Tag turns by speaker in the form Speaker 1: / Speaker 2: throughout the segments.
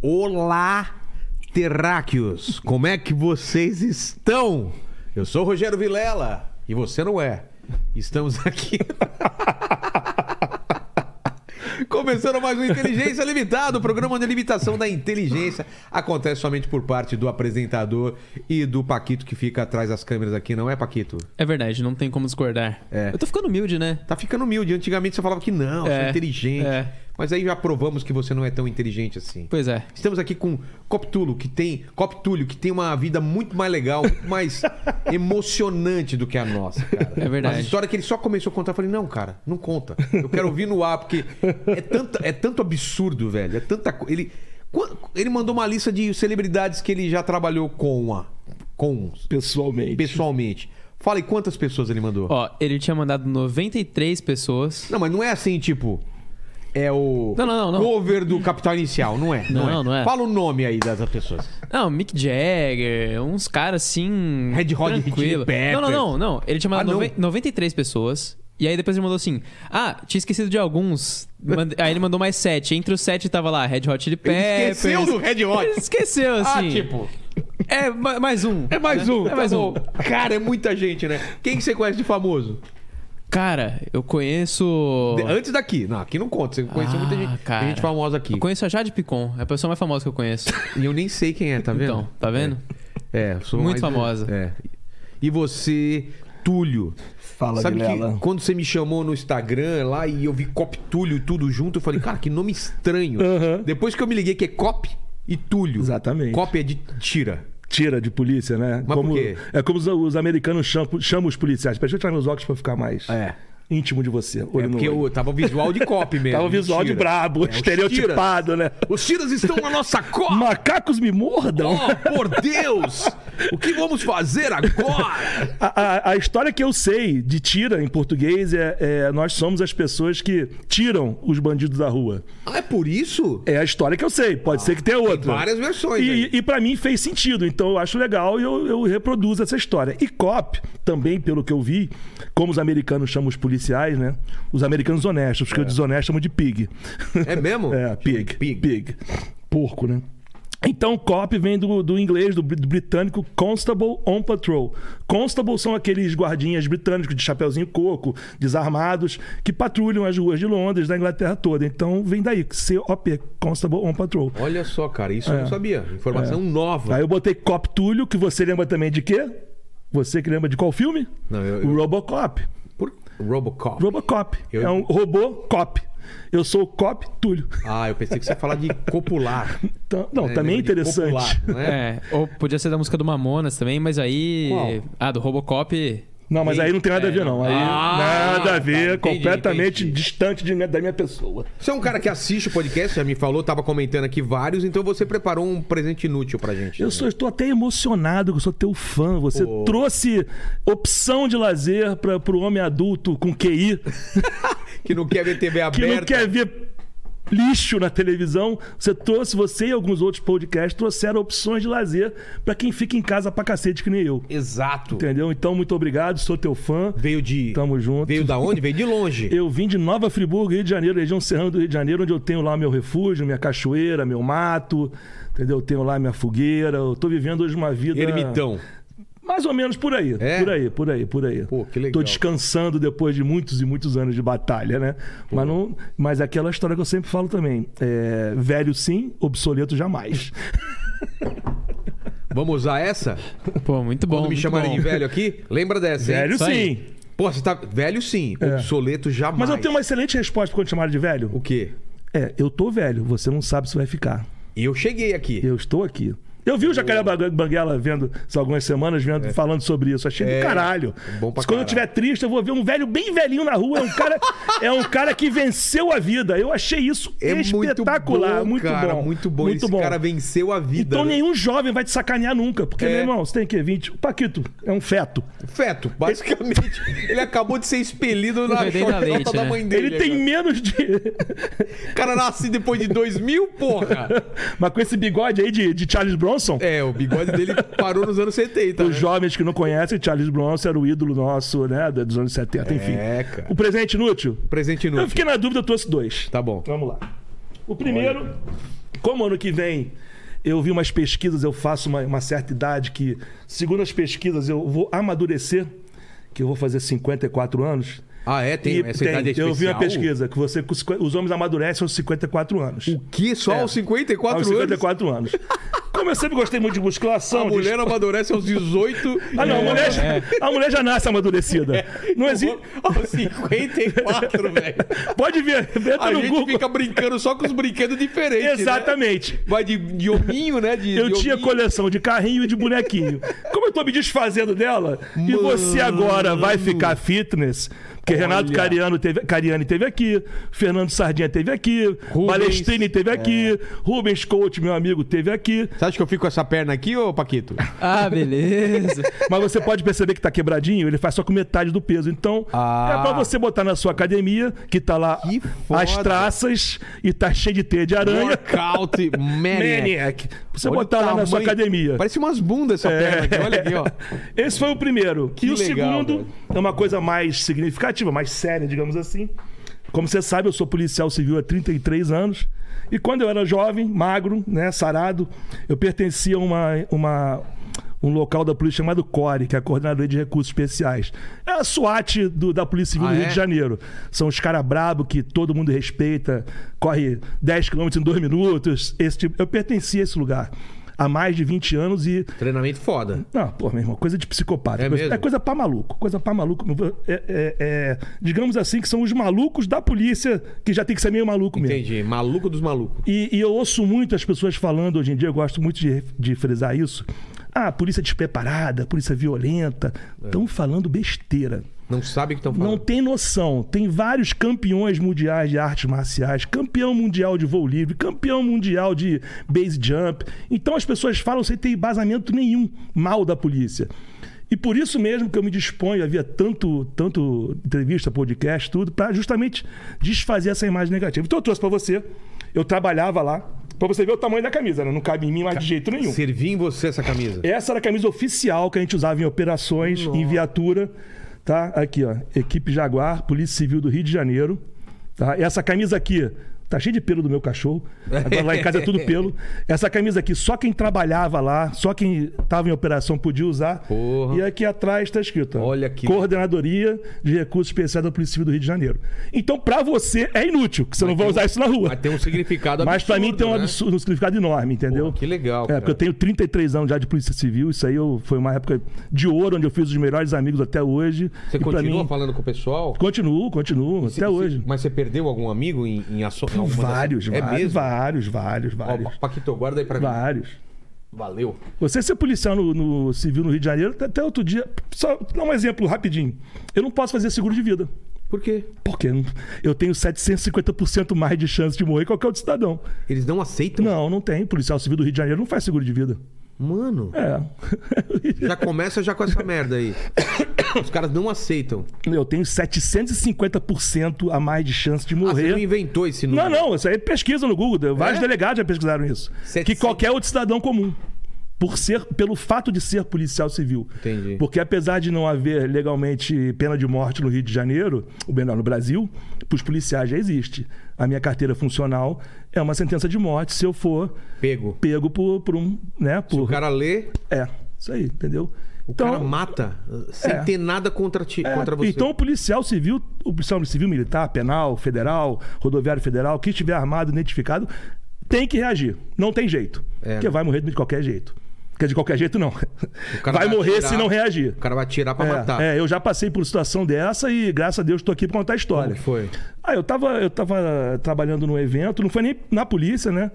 Speaker 1: Olá, terráqueos! Como é que vocês estão? Eu sou o Rogério Vilela e você não é. Estamos aqui. Começando mais um Inteligência Limitada, o programa de limitação da inteligência. Acontece somente por parte do apresentador e do Paquito que fica atrás das câmeras aqui, não é, Paquito?
Speaker 2: É verdade, não tem como discordar.
Speaker 1: É.
Speaker 2: Eu tô ficando humilde, né?
Speaker 1: Tá ficando humilde. Antigamente você falava que não, sou
Speaker 2: É,
Speaker 1: inteligente.
Speaker 2: é.
Speaker 1: Mas aí já provamos que você não é tão inteligente assim.
Speaker 2: Pois é.
Speaker 1: Estamos aqui com Coptulo, que tem Coptulho, que tem uma vida muito mais legal, muito mais emocionante do que a nossa, cara.
Speaker 2: É verdade.
Speaker 1: Mas a história que ele só começou a contar, eu falei: "Não, cara, não conta. Eu quero ouvir no ar porque é tanto, é tanto absurdo, velho. É tanta co- ele Quan- ele mandou uma lista de celebridades que ele já trabalhou com a com
Speaker 3: pessoalmente.
Speaker 1: pessoalmente. Fala aí quantas pessoas ele mandou?
Speaker 2: Ó, ele tinha mandado 93 pessoas.
Speaker 1: Não, mas não é assim, tipo. É o
Speaker 2: Não, não, não, não.
Speaker 1: cover do Capital Inicial, não é?
Speaker 2: Não, não é.
Speaker 1: Fala o nome aí das pessoas.
Speaker 2: Não, Mick Jagger, uns caras assim.
Speaker 1: Red Hot Chili
Speaker 2: tranquilo.
Speaker 1: Peppers.
Speaker 2: Não, não, não, não. Ele tinha mandado
Speaker 1: Ah, não.
Speaker 2: noven- 93 pessoas. E aí depois ele mandou assim: Ah, tinha esquecido de alguns. Mand- aí ele mandou mais 7. Entre os 7 tava lá Red Hot Chili
Speaker 1: Ele
Speaker 2: Peppers.
Speaker 1: esqueceu do Red Hot.
Speaker 2: Ele esqueceu, assim.
Speaker 1: Ah, tipo.
Speaker 2: É, ma- mais um.
Speaker 1: É mais
Speaker 2: né?
Speaker 1: um.
Speaker 2: É mais
Speaker 1: tá
Speaker 2: um.
Speaker 1: bom. Cara, é muita gente, né? Quem que você conhece de famoso?
Speaker 2: Cara, eu conheço.
Speaker 1: De- Antes daqui. Não, aqui não conta. Você conheceu
Speaker 2: Ah,
Speaker 1: muita gente.
Speaker 2: cara.
Speaker 1: Tem gente famosa aqui.
Speaker 2: Eu conheço a Jade Picon, é a pessoa mais famosa que eu conheço.
Speaker 1: E eu nem sei quem é, tá vendo?
Speaker 2: Então, tá vendo?
Speaker 1: É, eu sou
Speaker 2: Muito
Speaker 1: mais-
Speaker 2: famosa.
Speaker 1: É. E você, Túlio.
Speaker 3: Fala,
Speaker 1: Sabe
Speaker 3: Vilela.
Speaker 1: que quando você me chamou no Instagram lá e eu vi Cop Túlio tudo junto, eu falei, cara, que nome estranho.
Speaker 3: Aham.
Speaker 1: Depois que eu me liguei que é Cop e Túlio.
Speaker 3: Exatamente.
Speaker 1: Cop é de tira.
Speaker 3: Tira de polícia, né?
Speaker 1: Mas
Speaker 3: como,
Speaker 1: por quê?
Speaker 3: É como os, os americanos chamam, chamam os policiais. Deixa eu tirar meus óculos pra ficar mais
Speaker 1: É.
Speaker 3: íntimo de você. Olho
Speaker 1: É
Speaker 3: no
Speaker 1: porque
Speaker 3: olho.
Speaker 1: eu tava visual de Cop mesmo.
Speaker 3: Tava o
Speaker 1: de
Speaker 3: visual de
Speaker 1: tira.
Speaker 3: brabo,
Speaker 1: É, os
Speaker 3: estereotipado, né?
Speaker 1: tiras- Os tiras estão na nossa Cop!
Speaker 3: Macacos me mordam?
Speaker 1: Oh, por Deus! O que vamos fazer agora?
Speaker 3: A, a- a história que eu sei de tira em português é, é nós somos as pessoas que tiram os bandidos da rua.
Speaker 1: Ah, é por isso?
Speaker 3: É a história que eu sei, pode ser que tenha outra.
Speaker 1: Ah, várias versões aí.
Speaker 3: E, e para mim fez sentido, então eu acho legal e eu, eu reproduzo essa história. E cop, também pelo que eu vi, como os americanos chamam os policiais, né? Os americanos honestos, porque os desonestos chamam de pig.
Speaker 1: É mesmo?
Speaker 3: É, pig,
Speaker 1: Pig.
Speaker 3: pig. Porco, né? Então, cop vem do, do inglês, do, br- do britânico constable on patrol. Constable são aqueles guardinhas britânicos de chapeuzinho coco, desarmados, que patrulham as ruas de Londres, da Inglaterra toda. Então, vem daí, COP, constable on patrol.
Speaker 1: Olha só, cara, isso
Speaker 3: É.
Speaker 1: eu não sabia. Informação nova.
Speaker 3: Aí eu botei Cop Túlio, que você lembra também de quê? Você que lembra de qual filme?
Speaker 1: Não, eu-
Speaker 3: O
Speaker 1: eu-
Speaker 3: Robocop.
Speaker 1: Por... Robocop.
Speaker 3: Robocop.
Speaker 1: Eu-
Speaker 3: É um robô cop. Eu sou o Cop Túlio.
Speaker 1: Ah, eu pensei que você ia falar de copular.
Speaker 3: Então- não,
Speaker 1: É,
Speaker 3: também é
Speaker 1: lembra de
Speaker 3: interessante.
Speaker 1: Popular, não é?
Speaker 2: É, ou podia ser da música do Mamonas também, mas aí.
Speaker 1: Qual?
Speaker 2: Ah, do Robocop.
Speaker 3: Não, mas aí não tem nada a ver, não. Aí
Speaker 2: Ah,
Speaker 3: nada
Speaker 2: tá,
Speaker 3: a ver,
Speaker 2: entendi,
Speaker 3: completamente
Speaker 2: entendi.
Speaker 3: distante de- da minha pessoa.
Speaker 1: Você é um cara que assiste o podcast, já me falou, tava comentando aqui vários, então você preparou um presente inútil pra gente.
Speaker 3: Eu
Speaker 1: né?
Speaker 3: sou, estou até emocionado que eu sou teu fã. Você trouxe opção de lazer para o homem adulto com QI
Speaker 1: Que não quer ver TV
Speaker 3: que
Speaker 1: aberta.
Speaker 3: não quer ver lixo na televisão, você trouxe, você e alguns outros podcasts trouxeram opções de lazer pra quem fica em casa pra cacete que nem eu.
Speaker 1: Exato.
Speaker 3: Entendeu? Então, muito obrigado, sou teu fã.
Speaker 1: Veio de.
Speaker 3: Tamo junto.
Speaker 1: Veio da onde? Veio de longe.
Speaker 3: Eu vim de Nova Friburgo, Rio de Janeiro, região serrana do Rio de Janeiro, onde eu tenho lá meu refúgio, minha cachoeira, meu mato, entendeu? Eu tenho lá minha fogueira, eu tô vivendo hoje uma vida... Ah.
Speaker 1: Ermitão.
Speaker 3: Mais ou menos por aí.
Speaker 1: É?
Speaker 3: Por aí, por aí, por aí.
Speaker 1: Pô, que legal.
Speaker 3: Tô descansando depois de muitos e muitos anos de batalha, né? Mas, não, mas aquela história que eu sempre falo também. é, velho sim, obsoleto jamais.
Speaker 1: Vamos usar essa?
Speaker 2: Pô, muito bom.
Speaker 1: Quando me
Speaker 2: muito
Speaker 1: chamarem
Speaker 2: bom.
Speaker 1: de velho aqui, lembra dessa, hein?
Speaker 3: velho
Speaker 2: isso
Speaker 3: sim.
Speaker 2: aí.
Speaker 1: Pô, você tá. Velho sim, obsoleto jamais.
Speaker 3: Mas eu tenho uma excelente resposta quando chamaram de velho.
Speaker 1: O quê?
Speaker 3: É, eu tô velho, você não sabe se vai ficar.
Speaker 1: Eu cheguei aqui.
Speaker 3: Eu estou aqui. Eu vi o Jacaré Bang- Banguela vendo isso há algumas semanas, vendo, falando sobre isso. Achei
Speaker 1: É.
Speaker 3: do caralho.
Speaker 1: Bom pra
Speaker 3: Se quando
Speaker 1: caralho.
Speaker 3: eu estiver triste, eu vou ver um velho bem velhinho na rua. É um cara, é um cara que venceu a vida. Eu achei isso
Speaker 1: É
Speaker 3: espetacular.
Speaker 1: muito bom, cara, muito bom. Esse cara venceu a vida.
Speaker 3: Então
Speaker 1: né?
Speaker 3: nenhum jovem vai te sacanear nunca. Porque,
Speaker 1: É.
Speaker 3: meu irmão, você tem que 20. O Paquito é um feto.
Speaker 1: Feto, basicamente. ele acabou de ser expelido na
Speaker 2: Vendei na
Speaker 1: chota
Speaker 2: leite,
Speaker 1: da
Speaker 2: né?
Speaker 1: mãe dele.
Speaker 3: Ele tem menos de.
Speaker 1: O cara nasce depois de 2000, porra.
Speaker 3: Mas com esse bigode aí de, de Charles Bronson.
Speaker 1: É, o bigode dele parou nos anos 70.
Speaker 3: Os
Speaker 1: né?
Speaker 3: jovens que não conhecem, Charles Bronson era o ídolo nosso, né? Dos anos 70, enfim.
Speaker 1: É, cara.
Speaker 3: O presente inútil?
Speaker 1: Presente
Speaker 3: Eu
Speaker 1: inútil.
Speaker 3: fiquei na dúvida, eu trouxe dois.
Speaker 1: Tá bom.
Speaker 3: Vamos lá. O primeiro Como ano que vem eu vi umas pesquisas, eu faço uma, uma certa idade que, segundo as pesquisas, eu vou amadurecer, que eu vou fazer 54 anos.
Speaker 1: Ah, é? Tem
Speaker 3: E
Speaker 1: essa idade é
Speaker 3: Eu vi uma
Speaker 1: especial?
Speaker 3: pesquisa que você, os homens amadurecem aos 54 anos.
Speaker 1: O que? Só
Speaker 3: É.
Speaker 1: aos 54
Speaker 3: aos
Speaker 1: anos?
Speaker 3: 54 anos. Como eu sempre gostei muito de musculação.
Speaker 1: A
Speaker 3: de
Speaker 1: mulher amadurece aos 18.
Speaker 3: Ah, não, a,
Speaker 1: É.
Speaker 3: mulher já, a mulher já nasce amadurecida. Não
Speaker 1: assim,
Speaker 3: existe.
Speaker 1: Aos 54, velho.
Speaker 3: Pode ver, entra
Speaker 1: A
Speaker 3: no
Speaker 1: gente
Speaker 3: Google.
Speaker 1: fica brincando só com os brinquedos diferentes. né?
Speaker 3: Exatamente.
Speaker 1: Vai de, de hominho, né? De,
Speaker 3: Eu
Speaker 1: de
Speaker 3: tinha
Speaker 1: hominho.
Speaker 3: coleção de carrinho e de bonequinho. Como eu tô me desfazendo dela, e você agora vai ficar fitness, porque Renato Cariano teve, Cariani teve aqui, Fernando Sardinha teve aqui, Balestrini teve
Speaker 1: É.
Speaker 3: aqui, Rubens Coach, meu amigo, teve aqui.
Speaker 1: Você acha que eu fico com essa perna aqui, ô Paquito?
Speaker 2: Ah, beleza.
Speaker 3: Mas você pode perceber que tá quebradinho, ele faz só com metade do peso. Então,
Speaker 1: Ah.
Speaker 3: é pra você botar na sua academia, que tá lá
Speaker 1: Que foda.
Speaker 3: as traças e tá cheio de teia de aranha.
Speaker 1: Workout Maniac.
Speaker 3: Maniac. Você
Speaker 1: Olha o
Speaker 3: botar lá na sua
Speaker 1: tamanho.
Speaker 3: academia.
Speaker 1: Parece umas bundas essa perna aqui. Olha aqui, ó.
Speaker 3: É. Esse foi o primeiro. e o
Speaker 1: legal,
Speaker 3: segundo
Speaker 1: velho.
Speaker 3: é uma coisa mais significativa, mais séria, digamos assim. Como você sabe, eu sou policial civil há 33 anos. E quando eu era jovem, magro, né, sarado, eu pertencia a uma, uma- um local da polícia chamado CORE, que é a Coordenadoria de Recursos Especiais. É a SWAT do- da Polícia Civil
Speaker 1: Ah,
Speaker 3: do Rio
Speaker 1: é?
Speaker 3: de Janeiro. São os caras brabo que todo mundo respeita, corre 10 km em 2 minutos. Esse tipo. Eu pertencia a esse lugar há mais de 20 anos e
Speaker 1: Treinamento foda.
Speaker 3: não, pô, meu irmão, coisa de psicopata.
Speaker 1: É
Speaker 3: coisa,
Speaker 1: mesmo?
Speaker 3: é coisa pra maluco. Coisa pra maluco. É- é- é- digamos assim, que são os malucos da polícia, que já tem que ser meio maluco mesmo.
Speaker 1: Entendi. Maluco dos malucos.
Speaker 3: E, e eu ouço muito as pessoas falando hoje em dia, eu gosto muito de, de frisar isso. Ah, polícia despreparada, polícia violenta.
Speaker 1: É.
Speaker 3: Estão falando besteira.
Speaker 1: Não sabe o que estão
Speaker 3: Não
Speaker 1: falando.
Speaker 3: tem noção. Tem vários campeões mundiais de artes marciais, campeão mundial de voo livre, campeão mundial de base jump. Então as pessoas falam sem ter embasamento nenhum mal da polícia. E por isso mesmo que eu me disponho, havia tanto, tanto entrevista, podcast, tudo, para justamente desfazer essa imagem negativa. Então eu trouxe para você, eu trabalhava lá, para você ver o tamanho da camisa, né? não cabe em mim mais de jeito nenhum.
Speaker 1: Servir em você essa camisa.
Speaker 3: Essa era a camisa oficial que a gente usava em operações, em viatura, tá? Aqui, ó, equipe Jaguar, Polícia Civil do Rio de Janeiro, tá? Essa camisa aqui, tá cheia de pelo do meu cachorro. Agora lá em casa é tudo pelo. Essa camisa aqui, só quem trabalhava lá, só quem estava em operação podia usar.
Speaker 1: Porra.
Speaker 3: E aqui atrás tá escrito, ó,
Speaker 1: Olha que-
Speaker 3: Coordenadoria de Recursos Especiais da Polícia Civil do Rio de Janeiro. Então, pra você é inútil, que você não vai usar isso na rua.
Speaker 1: Mas tem um significado absurdo.
Speaker 3: Mas pra mim tem um,
Speaker 1: né?
Speaker 3: absurdo, um significado enorme, entendeu?
Speaker 1: Pô, que legal,
Speaker 3: É,
Speaker 1: cara.
Speaker 3: porque eu tenho 33 anos já de polícia civil. Isso aí eu- foi uma época de ouro, onde eu fiz os melhores amigos até hoje.
Speaker 1: Você
Speaker 3: E pra
Speaker 1: continua
Speaker 3: mim,
Speaker 1: falando com o pessoal?
Speaker 3: Continuo, continuo, até hoje.
Speaker 1: Mas você perdeu algum amigo em, em ação? em alguma dessas-
Speaker 3: Vários,
Speaker 1: é
Speaker 3: vários,
Speaker 1: mesmo?
Speaker 3: vários, vários, vários,
Speaker 1: Ó, Paquito, guarda aí pra mim.
Speaker 3: vários.
Speaker 1: Valeu.
Speaker 3: Você ser policial no, no civil no Rio de Janeiro, até outro dia. Só dar um exemplo rapidinho. Eu não posso fazer seguro de vida.
Speaker 1: Por quê?
Speaker 3: Porque eu tenho 750% mais de chance de morrer que qualquer outro cidadão.
Speaker 1: Eles não aceitam?
Speaker 3: Não, não tem. Policial civil do Rio de Janeiro não faz seguro de vida.
Speaker 1: Mano,
Speaker 3: É.
Speaker 1: já começa já com essa merda aí. Os caras não aceitam. Ah,
Speaker 3: Eu tenho 750% a mais de chance de
Speaker 1: Ah, você não
Speaker 3: morrer.
Speaker 1: inventou esse
Speaker 3: não,
Speaker 1: número.
Speaker 3: não, isso aí é pesquisa no Google. Vários
Speaker 1: É?
Speaker 3: delegados já pesquisaram isso.
Speaker 1: 700.
Speaker 3: Que qualquer outro cidadão comum. Por ser, pelo fato de ser policial civil.
Speaker 1: Entendi.
Speaker 3: Porque apesar de não haver legalmente pena de morte no Rio de Janeiro, ou melhor, no Brasil, para os policiais já existe. A minha carteira funcional é uma sentença de morte se eu for
Speaker 1: Pego.
Speaker 3: pego por, por um. Né, por...
Speaker 1: O cara lê,
Speaker 3: É, isso aí, entendeu? Então,
Speaker 1: o cara mata uh, sem
Speaker 3: É.
Speaker 1: ter nada contra, ti,
Speaker 3: É,
Speaker 1: contra você.
Speaker 3: Então o policial civil, o policial civil militar, penal, federal, rodoviário federal, que estiver armado, identificado, tem que reagir. Não tem jeito.
Speaker 1: É,
Speaker 3: Porque
Speaker 1: né?
Speaker 3: vai morrer de qualquer jeito. Quer dizer, de qualquer jeito não.
Speaker 1: cara
Speaker 3: Vai
Speaker 1: vai
Speaker 3: morrer
Speaker 1: atirar.
Speaker 3: se não reagir.
Speaker 1: O cara vai atirar pra
Speaker 3: É,
Speaker 1: matar.
Speaker 3: é, eu já passei por situação dessa e graças a Deus estou aqui para contar a história.
Speaker 1: Como que foi?
Speaker 3: Ah, eu tava, eu tava trabalhando num evento, não foi nem na polícia, né?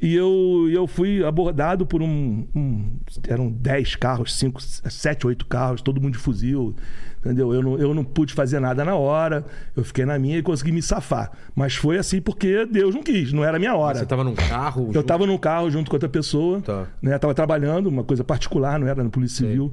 Speaker 3: E eu, e eu fui abordado por um, um- Eram 10 carros, 5, 7, 8 carros, todo mundo de fuzil, entendeu? Eu não, eu não pude fazer nada na hora, eu fiquei na minha e consegui me safar. Mas foi assim porque Deus não quis, não era a minha hora.
Speaker 1: Você tava num carro?
Speaker 3: Eu
Speaker 1: junto?
Speaker 3: tava num carro junto com outra pessoa,
Speaker 1: Tá.
Speaker 3: né? Tava trabalhando, uma coisa particular, não era na Polícia Civil.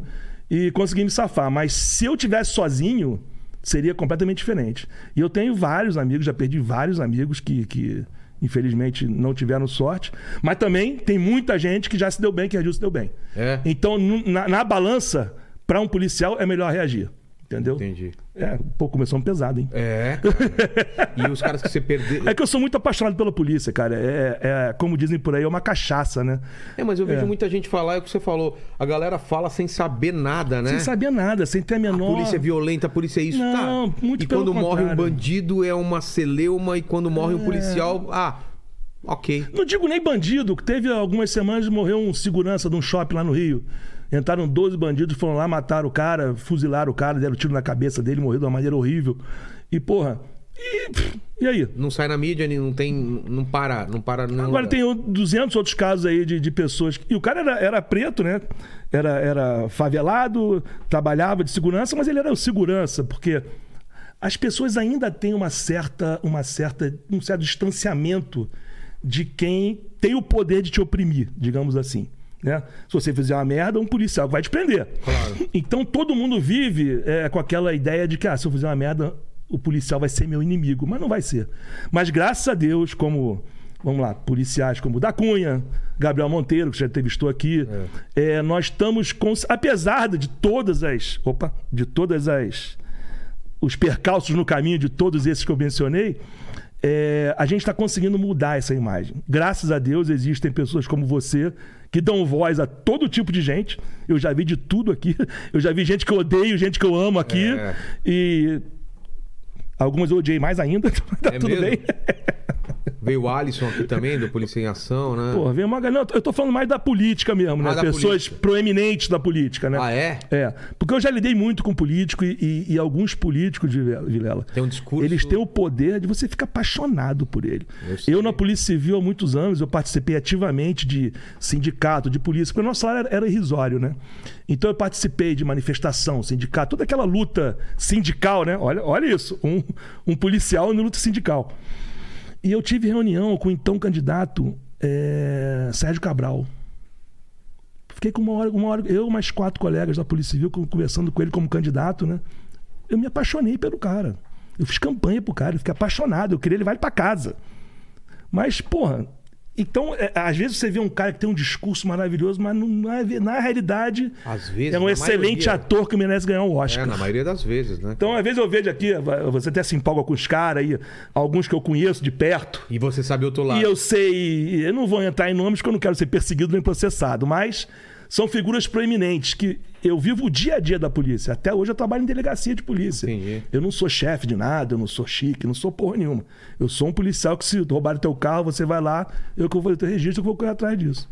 Speaker 3: E consegui me safar. Mas se eu tivesse sozinho, seria completamente diferente. E eu tenho vários amigos, já perdi vários amigos que, que infelizmente não tiveram sorte. Mas também tem muita gente que já se deu bem, que reagiu se deu bem.
Speaker 1: É.
Speaker 3: Então, nu- na, na balança, para um policial é melhor reagir. Entendeu?
Speaker 1: Entendi.
Speaker 3: É, pô, começou um pesado, hein?
Speaker 1: É, cara. E os caras que você perdeu.
Speaker 3: É que eu sou muito apaixonado pela polícia, cara. É, é, como dizem por aí, é uma cachaça, né?
Speaker 1: É, mas eu vejo muita gente falar, é o que você falou. A galera fala sem saber nada, né?
Speaker 3: Sem saber nada, sem ter a
Speaker 1: A
Speaker 3: menor.
Speaker 1: polícia é violenta, a polícia é isso, tá?
Speaker 3: Não, muito
Speaker 1: E
Speaker 3: pelo
Speaker 1: quando morre um
Speaker 3: contrário. É.
Speaker 1: bandido é uma celeuma, e quando morre um policial, ah, ok.
Speaker 3: Não digo nem bandido, que teve algumas semanas morreu um segurança de um shopping lá no Rio. Entraram 12 bandidos, foram lá, mataram o cara, fuzilaram o cara, deram tiro na cabeça dele, morreu de uma maneira horrível. E, porra. E, pff, e aí?
Speaker 1: Não sai na mídia, nem- não tem. Não para, não para. Não
Speaker 3: Agora tem o- 200 outros casos aí de, de pessoas. que- E o cara era, era preto, né? Era, era favelado, trabalhava de segurança, mas ele era o segurança, porque as pessoas ainda têm uma certa, uma certa, um certo distanciamento de quem tem o poder de te oprimir, digamos assim. Né? Se você fizer uma merda, um policial vai te prender.
Speaker 1: Claro.
Speaker 3: Então todo mundo vive é, com aquela ideia de que ah, se eu fizer uma merda, o policial vai ser meu inimigo. Mas não vai ser. Mas graças a Deus, como, vamos lá, policiais como o da Cunha, Gabriel Monteiro, que já entrevistou aqui, é, nós estamos, cons- apesar de todas as. Opa, de todas as os percalços no caminho de todos esses que eu mencionei, é, a gente está conseguindo mudar essa imagem. Graças a Deus existem pessoas como você que dão voz a todo tipo de gente. Eu já vi de tudo aqui. Eu já vi gente que eu odeio, gente que eu amo aqui.
Speaker 1: É.
Speaker 3: E algumas eu odiei mais ainda. tá
Speaker 1: É
Speaker 3: tudo
Speaker 1: mesmo?
Speaker 3: bem. um-
Speaker 1: Veio o Alisson aqui também, do Polícia em Ação, né?
Speaker 3: Pô, vem uma galera. Eu tô falando mais da política mesmo,
Speaker 1: Ah,
Speaker 3: né?
Speaker 1: da
Speaker 3: Pessoas proeminentes da política, né?
Speaker 1: Ah, é?
Speaker 3: É. Porque eu já lidei muito com político e, e- e alguns políticos, Vilela- Vilela.
Speaker 1: Tem um discurso-
Speaker 3: Eles têm o poder de você ficar apaixonado por ele.
Speaker 1: Eu sei.
Speaker 3: Eu, na Polícia Civil, há muitos anos, eu participei ativamente de sindicato, de polícia, porque o nosso salário era- era irrisório, né? Então eu participei de manifestação, sindicato, toda aquela luta sindical, né? Olha, olha isso. Um, um policial na luta sindical. E eu tive reunião com o então candidato eh, Sérgio Cabral. Fiquei com uma hora, uma hora, eu e mais quatro colegas da Polícia Civil con- conversando com ele como candidato, né? Eu me apaixonei pelo cara. Eu fiz campanha pro cara, eu fiquei apaixonado, eu queria levar ele pra casa. Mas, porra, então, é, às vezes você vê um cara que tem um discurso maravilhoso, mas não- na, na realidade
Speaker 1: Às vezes,
Speaker 3: é um
Speaker 1: na
Speaker 3: excelente
Speaker 1: maioria.
Speaker 3: ator que merece ganhar um Oscar.
Speaker 1: É, na maioria das vezes, né?
Speaker 3: Então, às vezes eu vejo aqui, você até se empolga com os caras aí, alguns que eu conheço de perto.
Speaker 1: E você sabe outro lado.
Speaker 3: E eu sei, eu não vou entrar em nomes porque eu não quero ser perseguido nem processado, mas são figuras proeminentes que eu vivo o dia a dia da polícia. Até hoje eu trabalho em delegacia de polícia.
Speaker 1: Entendi.
Speaker 3: Eu não sou chefe de nada, eu não sou chique, não sou porra nenhuma. Eu sou um policial que se roubarem teu carro, você vai lá, eu que vou fazer o teu registro, eu que vou correr atrás disso.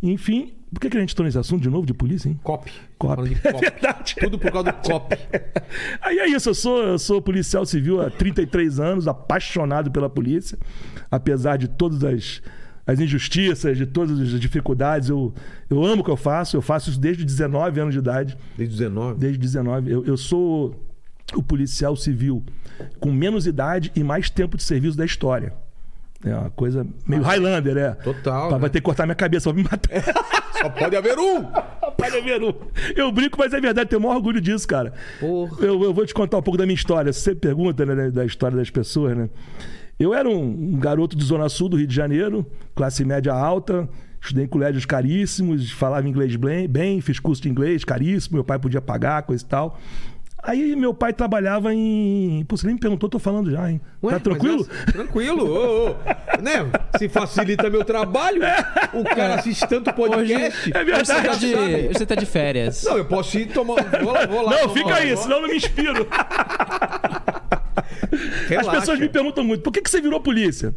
Speaker 3: Enfim, por que, que a gente entrou nesse assunto de novo de polícia, hein?
Speaker 1: Cop.
Speaker 3: Cop.
Speaker 1: Falando de cop.
Speaker 3: É verdade.
Speaker 1: Tudo por causa do cop.
Speaker 3: Aí é isso, eu sou, eu sou policial civil há 33 anos, apaixonado pela polícia. Apesar de todas as, as injustiças, de todas as dificuldades, eu, eu amo o que eu faço. Eu faço isso desde 19 anos de idade.
Speaker 1: Desde 19.
Speaker 3: Desde 19. Eu, eu sou o policial civil com menos idade e mais tempo de serviço da história. É uma coisa meio Highlander, é.
Speaker 1: Ah, Total,
Speaker 3: Vai
Speaker 1: né?
Speaker 3: ter que cortar minha cabeça pra me matar.
Speaker 1: Só pode haver um!
Speaker 3: Rapaz, é veru. Eu brinco, mas é verdade, tenho o maior orgulho disso, cara.
Speaker 1: Porra.
Speaker 3: Eu, eu vou te contar um pouco da minha história. Você pergunta, né, da- da história das pessoas, né? Eu era um, um garoto de Zona Sul do Rio de Janeiro, classe média alta, estudei em colégios caríssimos, falava inglês bem, bem, fiz curso de inglês caríssimo, meu pai podia pagar, coisa e tal. Aí meu pai trabalhava em. Pô, você nem me perguntou, tô falando já, hein?
Speaker 1: Ué,
Speaker 3: tá
Speaker 1: mas
Speaker 3: tranquilo?
Speaker 1: é- tranquilo, ô, ô. Né? Se facilita meu trabalho, o cara assiste tanto
Speaker 2: Hoje,
Speaker 1: podcast.
Speaker 3: É verdade.
Speaker 2: hoje você tá de,
Speaker 1: sabe?
Speaker 2: hoje você tá de férias.
Speaker 1: Não, eu posso ir tomar. Vou lá, vou lá
Speaker 3: não,
Speaker 1: tomar
Speaker 3: fica
Speaker 1: uma-
Speaker 3: aí, senão eu não me inspiro.
Speaker 1: Relaxa.
Speaker 3: As pessoas me perguntam muito, por que, que você virou polícia?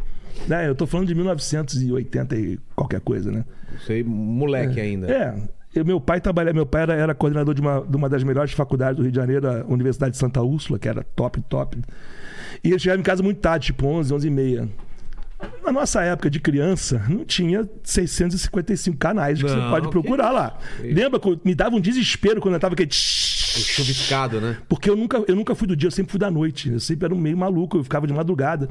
Speaker 3: Né, eu tô falando de 1980 e qualquer coisa, né?
Speaker 1: Sei, moleque ainda.
Speaker 3: É, eu- meu pai trabalhava, meu pai era, era coordenador de uma, de uma das melhores faculdades do Rio de Janeiro, a Universidade de Santa Úrsula, que era top, top. E ele chegava em casa muito tarde, tipo 11, 11 e meia. Na nossa época de criança, não tinha 655 canais que
Speaker 1: Não,
Speaker 3: você pode
Speaker 1: que
Speaker 3: procurar lá. Lembra? que eu- Me dava um desespero quando eu tava aquele...
Speaker 1: Chuviscado, né?
Speaker 3: Porque eu nunca, eu nunca fui do dia, eu sempre fui da noite. Eu sempre era um meio maluco, eu ficava de madrugada.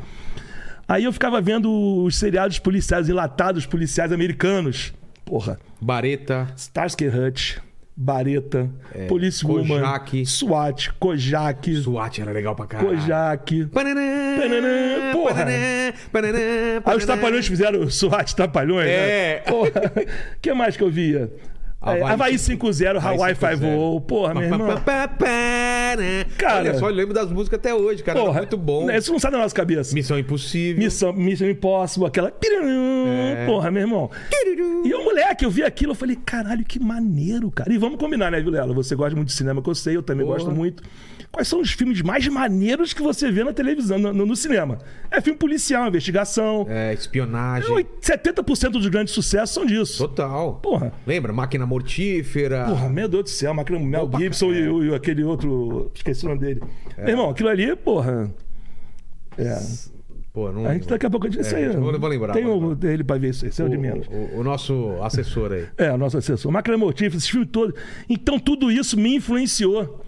Speaker 3: Aí eu ficava vendo os seriados policiais enlatados, policiais americanos. Porra,
Speaker 1: Bareta.
Speaker 3: Starsky and Hutch, Bareta, Police
Speaker 1: É, Kojak.
Speaker 3: Woman, SWAT, Kojak,
Speaker 1: SWAT era legal pra caralho.
Speaker 3: Kojak.
Speaker 1: Pananã,
Speaker 3: Pananã, porra.
Speaker 1: pananã, pananã,
Speaker 3: Aí os
Speaker 1: pananã.
Speaker 3: Trapalhões fizeram SWAT Trapalhões,
Speaker 1: É.
Speaker 3: né? Porra, o que mais que eu via? É, Havaí 5-0, Hawaii 5-0. Porra, meu irmão. Cara.
Speaker 1: Cara, né? Olha só, eu lembro das músicas até hoje, cara.
Speaker 3: Porra,
Speaker 1: Era muito bom.
Speaker 3: né, Isso não sai da nossa cabeça.
Speaker 1: Missão Impossível.
Speaker 3: Missão, Mission Impossible, aquela.
Speaker 1: É.
Speaker 3: Porra, meu irmão. E eu, moleque, eu vi aquilo, eu falei, caralho, que maneiro, cara. E vamos combinar, né, Vilela? Você gosta muito de cinema, que eu sei, eu também
Speaker 1: Porra.
Speaker 3: gosto muito. Quais são os filmes mais maneiros que você vê na televisão, no, no- no cinema? É filme policial, investigação.
Speaker 1: É, espionagem.
Speaker 3: É, 70% dos grandes sucessos são disso.
Speaker 1: Total.
Speaker 3: Porra.
Speaker 1: Lembra? Máquina Mortífera.
Speaker 3: Porra, meu Deus do céu, Macron, Mel
Speaker 1: Opa,
Speaker 3: Gibson e, o- e aquele outro. Esqueci o nome dele.
Speaker 1: É.
Speaker 3: Meu irmão, aquilo ali, porra. É.
Speaker 1: Pô, não
Speaker 3: A
Speaker 1: lembro.
Speaker 3: gente daqui a pouco. Isso aí.
Speaker 1: É, eu vou- eu vou lembrar,
Speaker 3: Tem
Speaker 1: vou
Speaker 3: o dele pra ver isso aí, isso é o de menos.
Speaker 1: O, o- o nosso assessor aí.
Speaker 3: É, o nosso assessor. Máquina Mortífera, esse filme todo. Então, tudo isso me influenciou.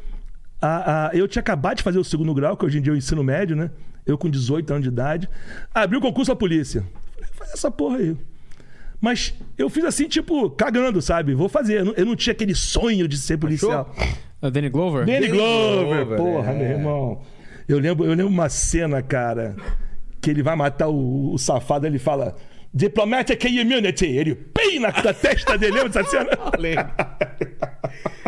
Speaker 3: A, a- eu tinha acabado de fazer o segundo grau, que hoje em dia é o ensino médio, né? Eu com 18 anos de idade. Abri o concurso à polícia. Falei, faz essa porra aí. Mas eu fiz assim, tipo, cagando, sabe? Vou fazer. Eu não, eu não tinha aquele sonho de ser policial.
Speaker 2: O Ah, Danny Glover?
Speaker 3: Danny Glover,
Speaker 1: Glover,
Speaker 3: porra,
Speaker 1: é.
Speaker 3: meu irmão. Eu lembro, eu lembro uma cena, cara, que ele vai matar o, o safado, ele fala Diplomatic Immunity. Ele pei na, na testa dele, lembra dessa cena?
Speaker 1: Lembro.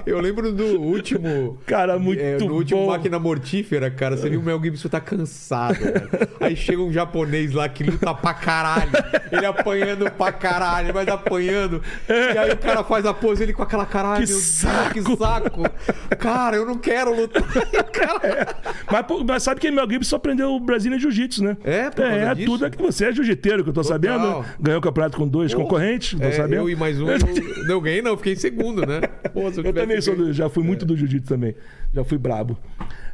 Speaker 1: Eu lembro do último.
Speaker 3: Cara, muito
Speaker 1: é, do último
Speaker 3: bom.
Speaker 1: Máquina Mortífera, cara. Você viu o Mel Gibson tá cansado, cara. Aí chega um japonês lá que luta pra caralho. Ele apanhando pra caralho, mas apanhando. E aí o cara faz a pose ele com aquela caralho.
Speaker 3: Que
Speaker 1: meu Deus,
Speaker 3: saco."
Speaker 1: que saco. Cara, eu não quero lutar.
Speaker 3: Mas, pô, mas sabe que Mel Gibson só aprendeu o Brasília em Jiu-Jitsu, né?
Speaker 1: É, por causa
Speaker 3: é,
Speaker 1: disso.
Speaker 3: tudo é que você é jiu-jiteiro, que eu tô sabendo. né? Ganhou o campeonato com dois concorrentes, tô
Speaker 1: É,
Speaker 3: sabendo.
Speaker 1: Eu e mais um. Eu... Não ganhei, não. eu Fiquei em segundo, né? Pô, se
Speaker 3: Eu
Speaker 1: tivesse
Speaker 3: também sou
Speaker 1: ganho-
Speaker 3: do, já fui muito do jiu-jitsu também. Já fui brabo.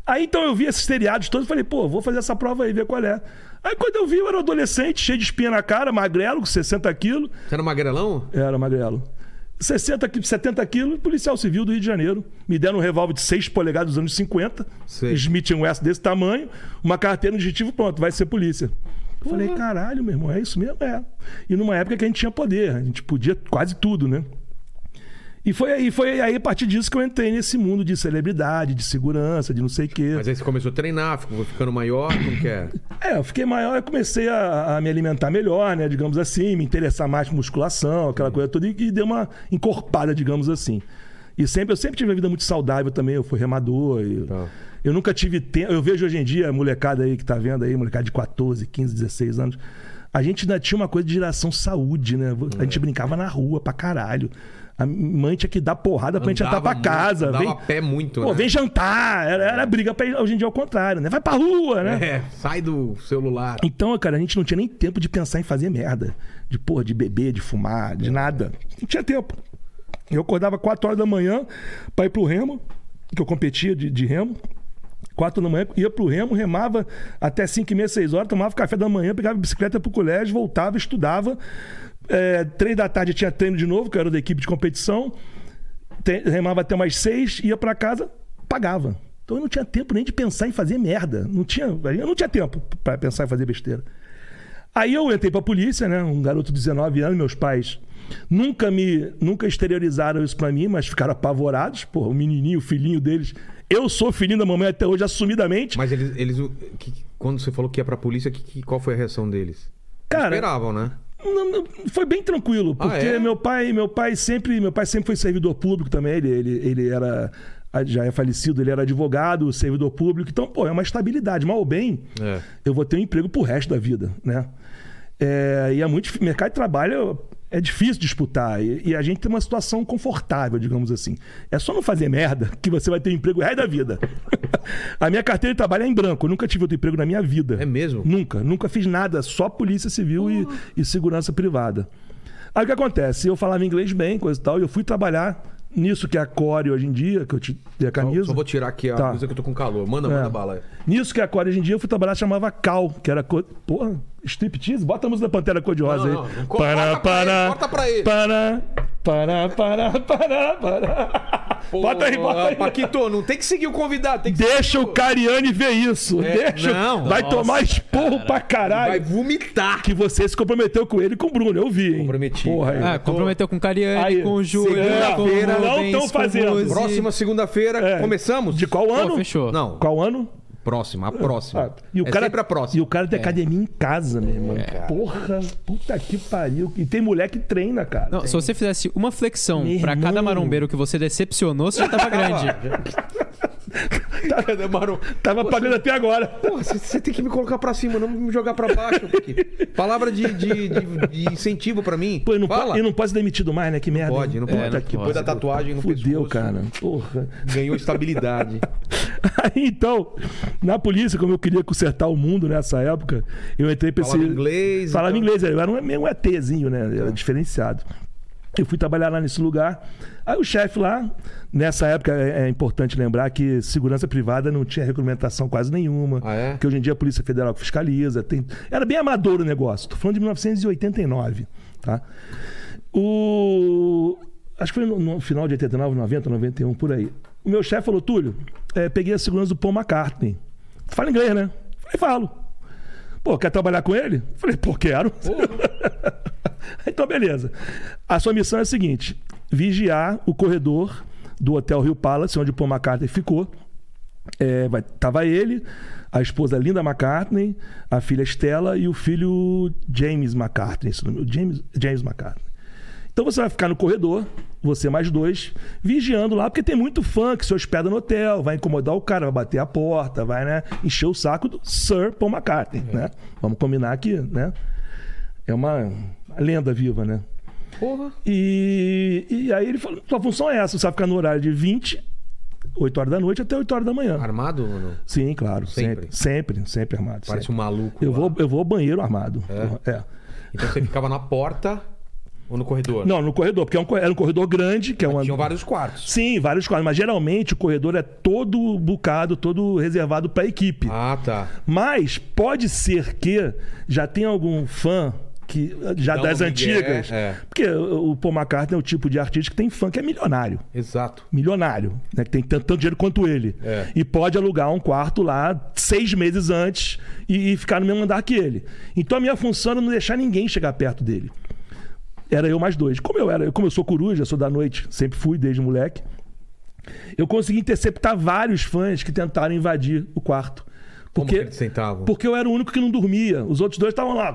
Speaker 3: Aí então eu vi esses seriados todos e falei, pô, vou fazer essa prova aí, ver qual é. Aí quando eu vi, eu era um adolescente, cheio de espinha na cara, magrelo, com 60 quilos.
Speaker 1: Você era magrelão?
Speaker 3: Era magrelo. 60, qui- 70 quilos, policial civil do Rio de Janeiro. Me deram um revólver de 6 polegadas dos anos 50,
Speaker 1: Sei.
Speaker 3: Smith West desse tamanho, uma carteira, um objetivo, pronto, vai ser polícia. Eu falei, caralho, meu irmão, é isso mesmo? É. E numa época que a gente tinha poder, a gente podia quase tudo, né? E foi aí, foi aí a partir disso que eu entrei nesse mundo de celebridade, de segurança, de não sei o quê.
Speaker 1: Mas aí você começou a treinar, ficou ficando maior, como que é?
Speaker 3: É, eu fiquei maior, eu comecei a, a me alimentar melhor, né? Digamos assim, me interessar mais por musculação, aquela coisa toda, e, e deu uma encorpada, digamos assim. E sempre, eu sempre tive uma vida muito saudável também, eu fui remador. e-
Speaker 1: Tá.
Speaker 3: Eu nunca tive tempo. Eu vejo hoje em dia, a molecada aí que tá vendo aí, molecada de 14, 15, 16 anos. A gente ainda tinha uma coisa de geração saúde, né? A
Speaker 1: É.
Speaker 3: gente brincava na rua pra caralho. A mãe tinha que dar porrada pra gente
Speaker 1: Andava
Speaker 3: andar pra
Speaker 1: muito,
Speaker 3: casa.
Speaker 1: andava
Speaker 3: vem,
Speaker 1: a pé muito,
Speaker 3: Pô,
Speaker 1: né?
Speaker 3: vem jantar. Era, era briga pra Hoje em dia é o contrário, né? Vai pra rua, né?
Speaker 1: É, sai do celular.
Speaker 3: Então, cara, a gente não tinha nem tempo de pensar em fazer merda. De porra, de beber, de fumar, de nada. Não tinha tempo. Eu acordava 4 horas da manhã pra ir pro remo, que eu competia de, de remo. 4 da manhã, ia pro remo, remava até 5 e meia, 6 horas, tomava café da manhã, pegava bicicleta pro colégio, voltava, estudava. É, 3 da tarde tinha treino de novo, que eu era da equipe de competição. Te- remava até mais seis, ia pra casa, pagava. Então eu não tinha tempo nem de pensar em fazer merda. Não tinha, eu não tinha tempo pra pensar em fazer besteira. Aí eu entrei pra polícia, né? Um garoto de 19 anos, meus pais nunca me nunca exteriorizaram isso pra mim, mas ficaram apavorados. Pô, o menininho, o filhinho deles. Eu sou filhinho da mamãe até hoje, assumidamente.
Speaker 1: Mas eles. eles o- que- quando você falou que ia pra polícia, que, que- qual foi a reação deles?
Speaker 3: Cara,
Speaker 1: Esperavam, né?
Speaker 3: Não, não, foi bem tranquilo,
Speaker 1: Ah,
Speaker 3: porque
Speaker 1: é?
Speaker 3: meu pai, meu pai sempre, meu pai sempre foi servidor público também, ele, ele, ele era já é falecido, ele era advogado, servidor público, então, pô, é uma estabilidade, mal ou bem.
Speaker 1: É.
Speaker 3: Eu vou ter um emprego pro resto da vida, né? É, e é muito difí- mercado de trabalho é difícil disputar e, e a gente tem uma situação confortável, digamos assim. É só não fazer merda que você vai ter um emprego o resto da vida. a minha carteira de trabalho é em branco, eu nunca tive outro emprego na minha vida.
Speaker 1: É mesmo?
Speaker 3: Nunca, nunca fiz nada, só polícia civil e, e segurança privada. Aí o que acontece? Eu falava inglês bem, coisa e tal, e eu fui trabalhar nisso que é a Core hoje em dia, que eu te dei a
Speaker 1: Só,
Speaker 3: camisa.
Speaker 1: só vou tirar aqui a
Speaker 3: Tá.
Speaker 1: coisa que eu tô com calor. Manda,
Speaker 3: É.
Speaker 1: manda bala.
Speaker 3: Nisso que é a Core hoje em dia, eu fui trabalhar, chamava Cal, que era. Co... Porra, striptease? Bota a música da Pantera Cor-de-Rosa aí.
Speaker 1: Não, não, não. Co-
Speaker 3: Para,
Speaker 1: corta pra
Speaker 3: para.
Speaker 1: ele, corta pra ele.
Speaker 3: Para, para, para, para, para. Bota aí, bota aí.
Speaker 1: Paquito, não tem que seguir o convidado, tem que
Speaker 3: Deixa
Speaker 1: seguir
Speaker 3: o Cariani ver isso.
Speaker 1: É,
Speaker 3: Deixa.
Speaker 1: não.
Speaker 3: Vai tomar esporro pra
Speaker 1: Vai
Speaker 3: caralho.
Speaker 1: vomitar.
Speaker 3: Que você se comprometeu com ele e com o Bruno. Eu vi, hein?
Speaker 1: Comprometi.
Speaker 3: Porra,
Speaker 2: Ah,
Speaker 3: aí.
Speaker 2: comprometeu com o Cariani,
Speaker 3: Aí,
Speaker 2: com o Júlio, com o
Speaker 3: segunda-feira, não
Speaker 2: Rubens,
Speaker 3: tão
Speaker 2: com o
Speaker 3: fazendo.
Speaker 2: Rose.
Speaker 1: Próxima segunda-feira,
Speaker 3: É.
Speaker 1: começamos?
Speaker 3: De qual
Speaker 2: Pô,
Speaker 3: ano?
Speaker 2: fechou.
Speaker 1: Não.
Speaker 3: Qual ano?
Speaker 1: Próxima, a próxima.
Speaker 3: Ah, e o
Speaker 1: é
Speaker 3: cara,
Speaker 1: sempre a próxima. É,
Speaker 3: E o cara tem
Speaker 2: É.
Speaker 3: academia em casa, meu irmão. Porra, puta que pariu. E tem mulher que treina, cara.
Speaker 2: Não, se você fizesse uma flexão
Speaker 3: Meu
Speaker 2: pra cada
Speaker 3: irmão.
Speaker 2: marombeiro que você decepcionou, você já tava
Speaker 1: Ah,
Speaker 2: grande.
Speaker 1: Cadê, Maru?
Speaker 3: Tá, Tava pagando até agora.
Speaker 1: Porra, você- você tem que me colocar pra cima, não me jogar pra baixo. Porque... Palavra de, de- de- de incentivo pra mim.
Speaker 3: Pô, eu não, po-
Speaker 1: Fala.
Speaker 3: eu não posso ser demitido mais, né? Que merda.
Speaker 1: pode, não
Speaker 3: hein?
Speaker 1: pode.
Speaker 3: Puta que
Speaker 1: Depois da
Speaker 3: pariu.
Speaker 1: tatuagem no
Speaker 3: Fudeu,
Speaker 1: pescoço,
Speaker 3: cara. Porra.
Speaker 1: Ganhou estabilidade.
Speaker 3: Aí, então, na polícia, como eu queria consertar o mundo nessa época, eu entrei pra
Speaker 1: Falava
Speaker 3: esse.
Speaker 1: inglês,
Speaker 3: Falava
Speaker 1: então.
Speaker 3: inglês, eu era um, meio um ETzinho, né? Eu era diferenciado. Eu fui trabalhar lá nesse lugar. Aí o chefe lá, nessa época é, é importante lembrar que segurança privada não tinha regulamentação quase nenhuma.
Speaker 1: Ah, é?
Speaker 3: Que hoje em dia a Polícia Federal que fiscaliza. tem- Era bem amador o negócio. Tô falando de 1989, tá? O... Acho que foi no, no final de 89, 90, 91, por aí. O meu chefe falou, Túlio, eh, peguei a segurança do Paul McCartney. Fala inglês, né? Falei, falo. Pô, quer trabalhar com ele? Falei, pô, quero. então, beleza. A sua missão é a seguinte: vigiar o corredor do Hotel Rio Palace, onde o Paul McCartney ficou. É, vai- tava ele, a esposa Linda McCartney, a filha Stella e o filho James McCartney. Esse nome, James, James McCartney. Então você vai ficar no corredor, você mais dois, vigiando lá, porque tem muito fã que se hospeda no hotel, vai incomodar o cara, vai bater a porta, vai né, encher o saco do Sir Paul McCartney, né? Vamos combinar que, né? É uma lenda viva, né?
Speaker 1: Porra.
Speaker 3: E, e aí ele falou, sua função é essa, você vai ficar no horário de 20, 8 horas da noite até 8 horas da manhã.
Speaker 1: Armado ou não?
Speaker 3: Sim, claro. Sempre. Sempre, sempre, armado.
Speaker 1: Parece
Speaker 3: sempre.
Speaker 1: um maluco.
Speaker 3: Eu
Speaker 1: lá.
Speaker 3: vou, eu vou ao banheiro armado. É.
Speaker 1: Então você ficava na porta ou no corredor?
Speaker 3: Não, no corredor, porque é um co- era um corredor grande, que é uma.
Speaker 1: Tinham vários quartos.
Speaker 3: Sim, vários quadros, mas geralmente o corredor é todo bucado, todo reservado para equipe.
Speaker 1: Ah, tá.
Speaker 3: Mas pode ser que já tenha algum fã que já
Speaker 1: Dá
Speaker 3: das
Speaker 1: um migué,
Speaker 3: antigas.
Speaker 1: é.
Speaker 3: Porque o Paul McCartney é o tipo de artista que tem fã que é milionário.
Speaker 1: Exato.
Speaker 3: milionário, né? Que tem tanto, tanto dinheiro quanto ele.
Speaker 1: É.
Speaker 3: E pode alugar um quarto lá seis meses antes e, e ficar no mesmo andar que ele. Então a minha função era não deixar ninguém chegar perto dele. Era eu mais dois. Como eu era, como eu sou coruja, sou da noite, sempre fui desde moleque. Eu consegui interceptar vários fãs que tentaram invadir o quarto.
Speaker 1: Como
Speaker 3: Porque,
Speaker 1: que eles sentavam?
Speaker 3: porque eu era o único que não dormia. Os outros dois estavam lá.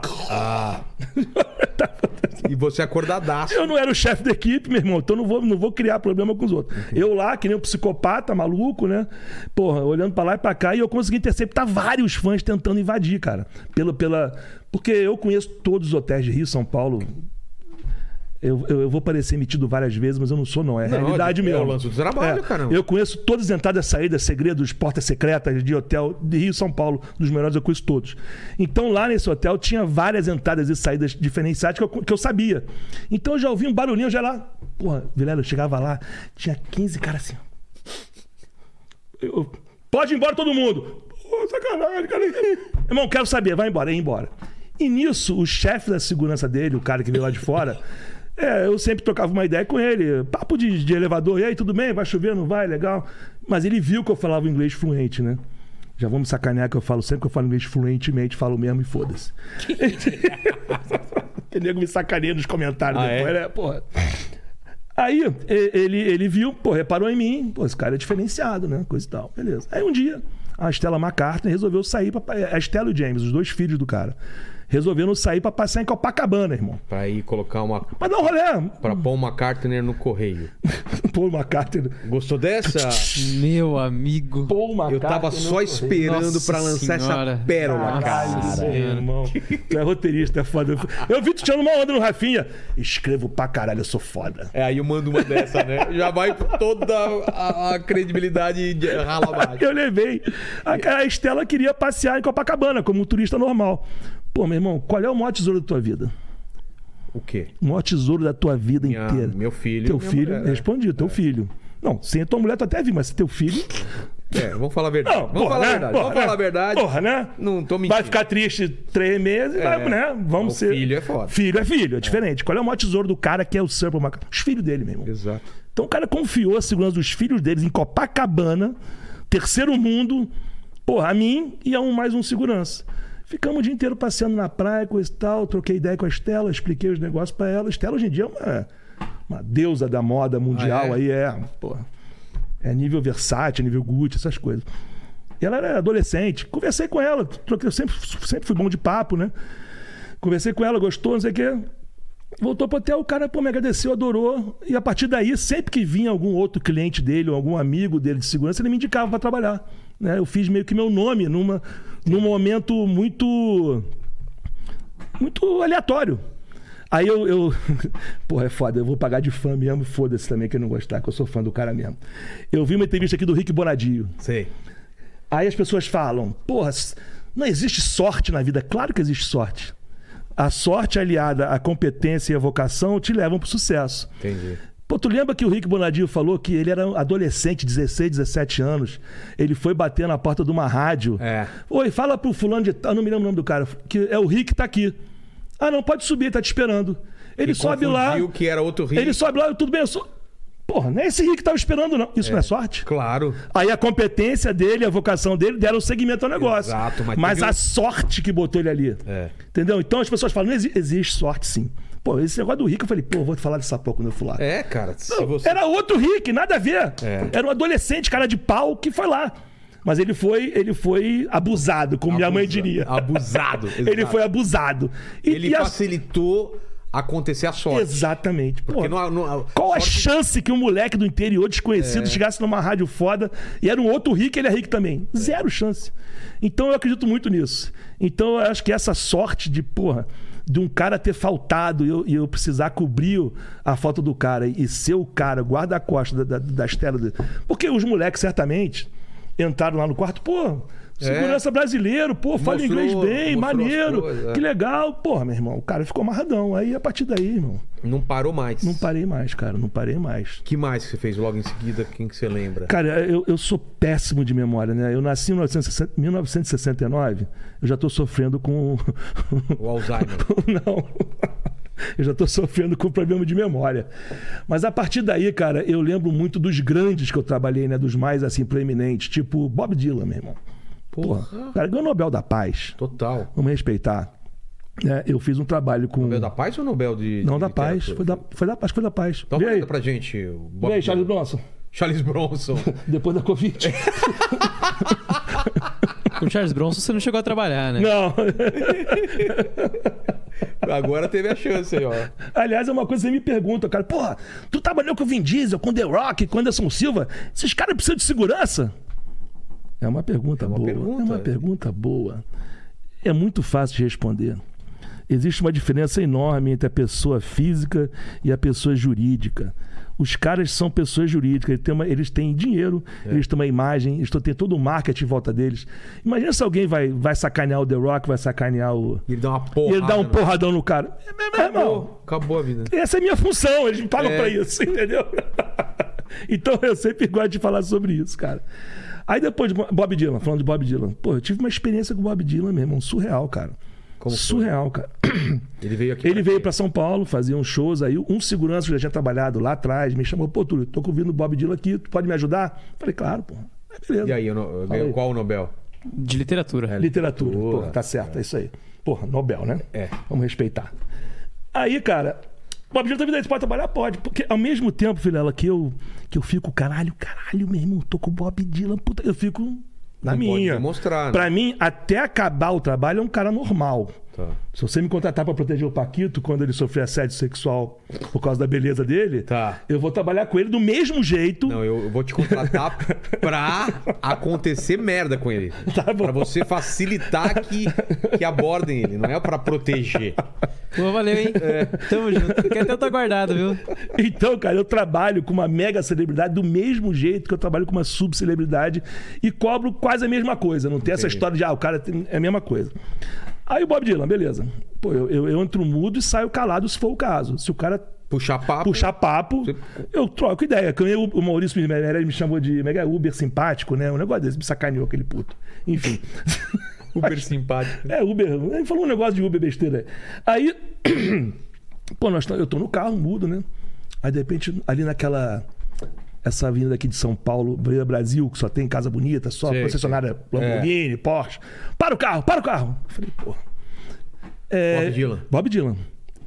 Speaker 1: E você acordadaço.
Speaker 3: Eu não era o chefe da equipe, meu irmão, então não vou, não vou criar problema com os outros. Eu lá, que nem um psicopata maluco, né? Porra, olhando pra lá e pra cá, e eu consegui interceptar vários fãs tentando invadir, cara. Pela, pela... Porque eu conheço todos os hotéis de Rio, São Paulo. Eu, eu, eu vou parecer emitido várias vezes, mas eu não sou, não. É a
Speaker 1: Não, é
Speaker 3: realidade
Speaker 1: o
Speaker 3: mesmo.
Speaker 1: lance do trabalho,
Speaker 3: É,
Speaker 1: caramba.
Speaker 3: Eu conheço todas as entradas, saídas, segredos, portas secretas de hotel de Rio e São Paulo, dos melhores, eu conheço todos. Então lá nesse hotel tinha várias entradas e saídas diferenciadas que eu, que eu sabia. Então eu já ouvi um barulhinho, eu já lá. Porra, Vilela, eu chegava lá, tinha 15 caras assim. ó. Eu- pode ir embora todo mundo! Pô, sacanagem, cara. Irmão, quero saber, vai embora, ia embora. E nisso, o chefe da segurança dele, o cara que veio lá de fora, é, eu sempre trocava uma ideia com ele, papo de, de elevador, e aí, tudo bem? Vai chover, não vai? Legal. Mas ele viu que eu falava inglês fluente, né? Já vamos sacanear que eu falo sempre que eu falo inglês fluentemente, falo mesmo e foda-se. o nego me sacaneia nos comentários
Speaker 1: Ah,
Speaker 3: depois,
Speaker 1: é?
Speaker 3: né? Porra. Aí e- ele, ele viu, pô, reparou em mim, pô, esse cara é diferenciado, né? Coisa e tal, beleza. Aí um dia, a Stella McCartney resolveu sair pra. A Stella e o James, os dois filhos do cara, resolveram sair pra passear em Copacabana, irmão.
Speaker 1: Pra ir colocar uma.
Speaker 3: Pra dar um rolê.
Speaker 1: Pra pôr uma Cartner no correio.
Speaker 3: Paul McCartney.
Speaker 1: Gostou dessa?
Speaker 2: Meu amigo.
Speaker 3: Paul né,
Speaker 1: Eu tava só esperando
Speaker 2: Nossa
Speaker 1: pra lançar
Speaker 2: Senhora.
Speaker 1: essa pérola,
Speaker 3: Ah,
Speaker 2: Nossa
Speaker 1: Ah, cara.
Speaker 3: Caralho,
Speaker 2: Senhora.
Speaker 3: irmão. Tu é roteirista, é foda. Eu vi tu tirando uma onda no Rafinha. Escrevo pra caralho, eu sou foda.
Speaker 1: É, aí eu mando uma dessa, né? Já vai toda a, a credibilidade de rala abaixo.
Speaker 3: Eu levei. A, a Estela queria passear em Copacabana, como um turista normal. Pô, meu irmão, qual é o maior tesouro da tua vida?
Speaker 1: O quê?
Speaker 3: O maior tesouro da tua vida
Speaker 1: Minha-
Speaker 3: inteira.
Speaker 1: meu filho.
Speaker 3: Teu
Speaker 1: minha
Speaker 3: filho,
Speaker 1: mulher, né?
Speaker 3: respondi, teu filho. Não, sem a tua mulher tu até vi, mas se teu filho.
Speaker 1: É, vamos falar a verdade.
Speaker 3: Não,
Speaker 1: vamos
Speaker 3: porra,
Speaker 1: falar
Speaker 3: né?
Speaker 1: a verdade.
Speaker 3: Porra,
Speaker 1: vamos falar
Speaker 3: né?
Speaker 1: a verdade.
Speaker 3: Porra, né?
Speaker 1: Não tô mentindo. É.
Speaker 3: Vai ficar triste três meses, vai, né? Vamos
Speaker 1: O
Speaker 3: ser.
Speaker 1: filho é foda.
Speaker 3: Filho é filho, é diferente. Qual é o maior tesouro do cara que é o Sir Paul McCartney? Os filhos dele, meu irmão.
Speaker 1: Exato.
Speaker 3: Então o cara confiou a segurança dos filhos deles em Copacabana, terceiro mundo, porra, a mim e a um mais um segurança. Ficamos o dia inteiro passeando na praia, coisa e tal, troquei ideia com a Estela, expliquei os negócios pra ela. A Estela hoje em dia é uma, uma deusa da moda mundial
Speaker 1: Ah, é?
Speaker 3: aí, é, porra. É nível Versace, nível Gucci, essas coisas. E ela era adolescente. Conversei com ela, troquei, eu sempre, sempre fui bom de papo, né? Conversei com ela, gostou, não sei o quê. Voltou pro hotel, o cara pô, me agradeceu, adorou. E a partir daí, sempre que vinha algum outro cliente dele ou algum amigo dele de segurança, ele me indicava para trabalhar. Né? Eu fiz meio que meu nome numa, num momento muito. muito aleatório. Aí eu, eu. Porra, é foda, eu vou pagar de fã mesmo, foda-se também quem não gostar, que eu sou fã do cara mesmo. Eu vi uma entrevista aqui do Rick Bonadio.
Speaker 1: Sei.
Speaker 3: Aí as pessoas falam: porra, não existe sorte na vida. Claro que existe sorte. A sorte aliada à competência e à vocação te levam para o sucesso.
Speaker 1: Entendi.
Speaker 3: Pô, tu lembra que o Rick Bonadio falou que ele era um adolescente, 16, 17 anos. Ele foi bater na porta de uma rádio.
Speaker 1: É.
Speaker 3: Oi, fala pro fulano de tal, não me lembro o nome do cara, que é o Rick tá aqui. Ah, não, pode subir, tá te esperando. Ele
Speaker 1: E
Speaker 3: sobe lá.
Speaker 1: confundiu que era outro Rick.
Speaker 3: Ele sobe lá, tudo bem, eu sou. Porra, não é esse Rick que tava esperando, não. Isso não é sorte?
Speaker 1: Claro.
Speaker 3: Aí a competência dele, a vocação dele deram segmento ao negócio.
Speaker 1: Exato, mas
Speaker 3: mas
Speaker 1: teve
Speaker 3: a
Speaker 1: um-
Speaker 3: sorte que botou ele ali.
Speaker 1: É.
Speaker 3: Entendeu? Então as pessoas falam, não exi- existe sorte sim. Pô, esse negócio do Rick, eu falei, pô, eu vou falar dessa porra quando eu for lá.
Speaker 1: É, cara. Se
Speaker 3: Não,
Speaker 1: você...
Speaker 3: Era outro Rick, nada a ver.
Speaker 1: É.
Speaker 3: Era um adolescente, cara de pau, que foi lá. Mas ele foi, ele foi abusado, como minha mãe
Speaker 1: Abusa-
Speaker 3: diria.
Speaker 1: Abusado.
Speaker 3: Ele
Speaker 1: exato.
Speaker 3: foi abusado. E,
Speaker 1: Ele
Speaker 3: e a-
Speaker 1: facilitou acontecer a sorte.
Speaker 3: Exatamente. Pô,
Speaker 1: Porque não- não-
Speaker 3: Qual a
Speaker 1: sorte-
Speaker 3: chance que um moleque do interior desconhecido
Speaker 1: É.
Speaker 3: chegasse numa rádio foda e era um outro rico, ele é rico também? Zero chance. Então eu acredito muito nisso. Então eu acho que essa sorte de, porra, de um cara ter faltado e eu, e eu precisar cobrir o- a falta do cara e ser o cara guarda-costas da, da- das telas. dele. Porque os moleques certamente entraram lá no quarto, pô. Segurança brasileiro, pô, fala
Speaker 1: É. Mostrou-
Speaker 3: inglês bem,
Speaker 1: mostrou as
Speaker 3: maneiro,
Speaker 1: coisas, é.
Speaker 3: que legal. Porra, meu irmão, o cara ficou amarradão. Aí a partir daí, irmão,
Speaker 1: Não parou mais.
Speaker 3: não parei mais, cara. Não parei mais.
Speaker 1: que mais que você fez logo em seguida? Quem que você lembra?
Speaker 3: Cara, eu, eu sou péssimo de memória, né? Eu nasci em 1960 1969, eu já tô sofrendo com.
Speaker 1: O Alzheimer.
Speaker 3: Não. Eu já tô sofrendo com problema de memória. Mas a partir daí, cara, eu lembro muito dos grandes que eu trabalhei, né? Dos mais, assim, proeminentes. Tipo Bob Dylan, meu irmão. Porra.
Speaker 1: Porra.
Speaker 3: Cara, ganhou o Nobel da Paz.
Speaker 1: Total.
Speaker 3: Vamos respeitar. É, eu fiz um trabalho com.
Speaker 1: Nobel da Paz ou Nobel de.
Speaker 3: Não,
Speaker 1: de
Speaker 3: da Paz.
Speaker 1: literatura?
Speaker 3: Foi da, foi da Paz, foi da Paz.
Speaker 1: Dá
Speaker 3: Vê
Speaker 1: uma
Speaker 3: aí.
Speaker 1: olhada pra gente. o Bob
Speaker 3: Vê aí, Charles
Speaker 1: Dylan.
Speaker 3: Bronson.
Speaker 1: Charles Bronson.
Speaker 3: Depois da Covid.
Speaker 2: Com Charles Bronson você não chegou a trabalhar, né?
Speaker 3: Não.
Speaker 1: Agora teve a chance aí, ó.
Speaker 3: Aliás, é uma coisa que você me pergunta, cara. Porra, tu trabalhou com o Vin Diesel, com The Rock, com Anderson Silva. Esses caras precisam de segurança? É uma pergunta boa.
Speaker 1: pergunta.
Speaker 3: É uma pergunta boa. É muito fácil de responder. Existe uma diferença enorme entre a pessoa física e a pessoa jurídica. Os caras são pessoas jurídicas, eles têm, uma- eles têm dinheiro, eles têm uma imagem, eles têm todo o marketing em volta deles. Imagina se alguém vai, vai sacanear o The Rock, vai sacanear o.
Speaker 1: E ele dá uma porra.
Speaker 3: E ele dá um porradão no
Speaker 1: né?
Speaker 3: cara. É mesmo, irmão.
Speaker 1: Acabou, acabou a vida.
Speaker 3: Essa é a minha função, eles me pagam
Speaker 1: É.
Speaker 3: pra isso, entendeu? então eu sempre gosto de falar sobre isso, cara. Aí depois de Bo- Bob Dylan, falando de Bob Dylan. Pô, eu tive uma experiência com o Bob Dylan, meu irmão, surreal, cara.
Speaker 1: Como foi?
Speaker 3: surreal, cara.
Speaker 1: Ele veio aqui.
Speaker 3: Ele veio pra São Paulo, fazia uns shows aí. Um segurança que já tinha trabalhado lá atrás me chamou, pô, Túlio, tô ouvindo o Bob Dylan aqui, tu pode me ajudar? Falei, claro, pô. Aí, beleza.
Speaker 1: E aí, eu não- eu ganhei
Speaker 3: Fala aí.
Speaker 1: qual o Nobel?
Speaker 2: De literatura.
Speaker 3: Literatura.
Speaker 1: Literatura,
Speaker 3: Porra, tá certo, é isso aí. Porra, Nobel, né?
Speaker 1: É.
Speaker 3: Vamos respeitar. Aí, cara, o objetivo da vida é pode trabalhar? Pode. Porque ao mesmo tempo, Vilela, que eu, que eu fico, caralho, caralho, meu irmão, tô com o Bob Dylan, puta, eu fico na
Speaker 1: Não pode
Speaker 3: minha.
Speaker 1: demonstrar, né?
Speaker 3: Pra mim, até acabar o trabalho, é um cara normal.
Speaker 1: Tá.
Speaker 3: Se você me contratar pra proteger o Paquito quando ele sofrer assédio sexual por causa da beleza dele,
Speaker 1: Tá.
Speaker 3: eu vou trabalhar com ele do mesmo jeito.
Speaker 1: Não, eu eu vou te contratar pra acontecer merda com ele.
Speaker 3: Tá bom.
Speaker 1: Pra você facilitar que, que abordem ele, não é pra proteger.
Speaker 2: Pô, valeu, hein? Tamo junto. Quer tanto aguardado, viu?
Speaker 3: Então, cara, eu trabalho com uma mega celebridade do mesmo jeito que eu trabalho com uma subcelebridade e cobro quase a mesma coisa. Não tem essa história de, ah, o cara tem- é a mesma coisa. Aí o Bob Dylan, beleza. Pô, eu, eu, eu entro mudo e saio calado se for o caso. Se o cara
Speaker 1: Puxar papo.
Speaker 3: puxar papo,
Speaker 1: Você-
Speaker 3: eu troco ideia. Quando eu- o Maurício me, ele me chamou de mega Uber simpático, né? Um negócio desse, me sacaneou aquele puto. Enfim.
Speaker 1: Super simpático.
Speaker 3: É, Uber. Ele falou um negócio de Uber besteira. Aí. Pô, nós tá- eu tô no carro, mudo, né? Aí, de repente, ali naquela. Essa avenida aqui de São Paulo, Avenida Brasil, que só tem casa bonita, só
Speaker 1: Sei, É.
Speaker 3: concessionária Lamborghini, Porsche. Para o carro, para o carro. Eu falei, pô. É,
Speaker 1: Bob Dylan.
Speaker 3: Bob Dylan.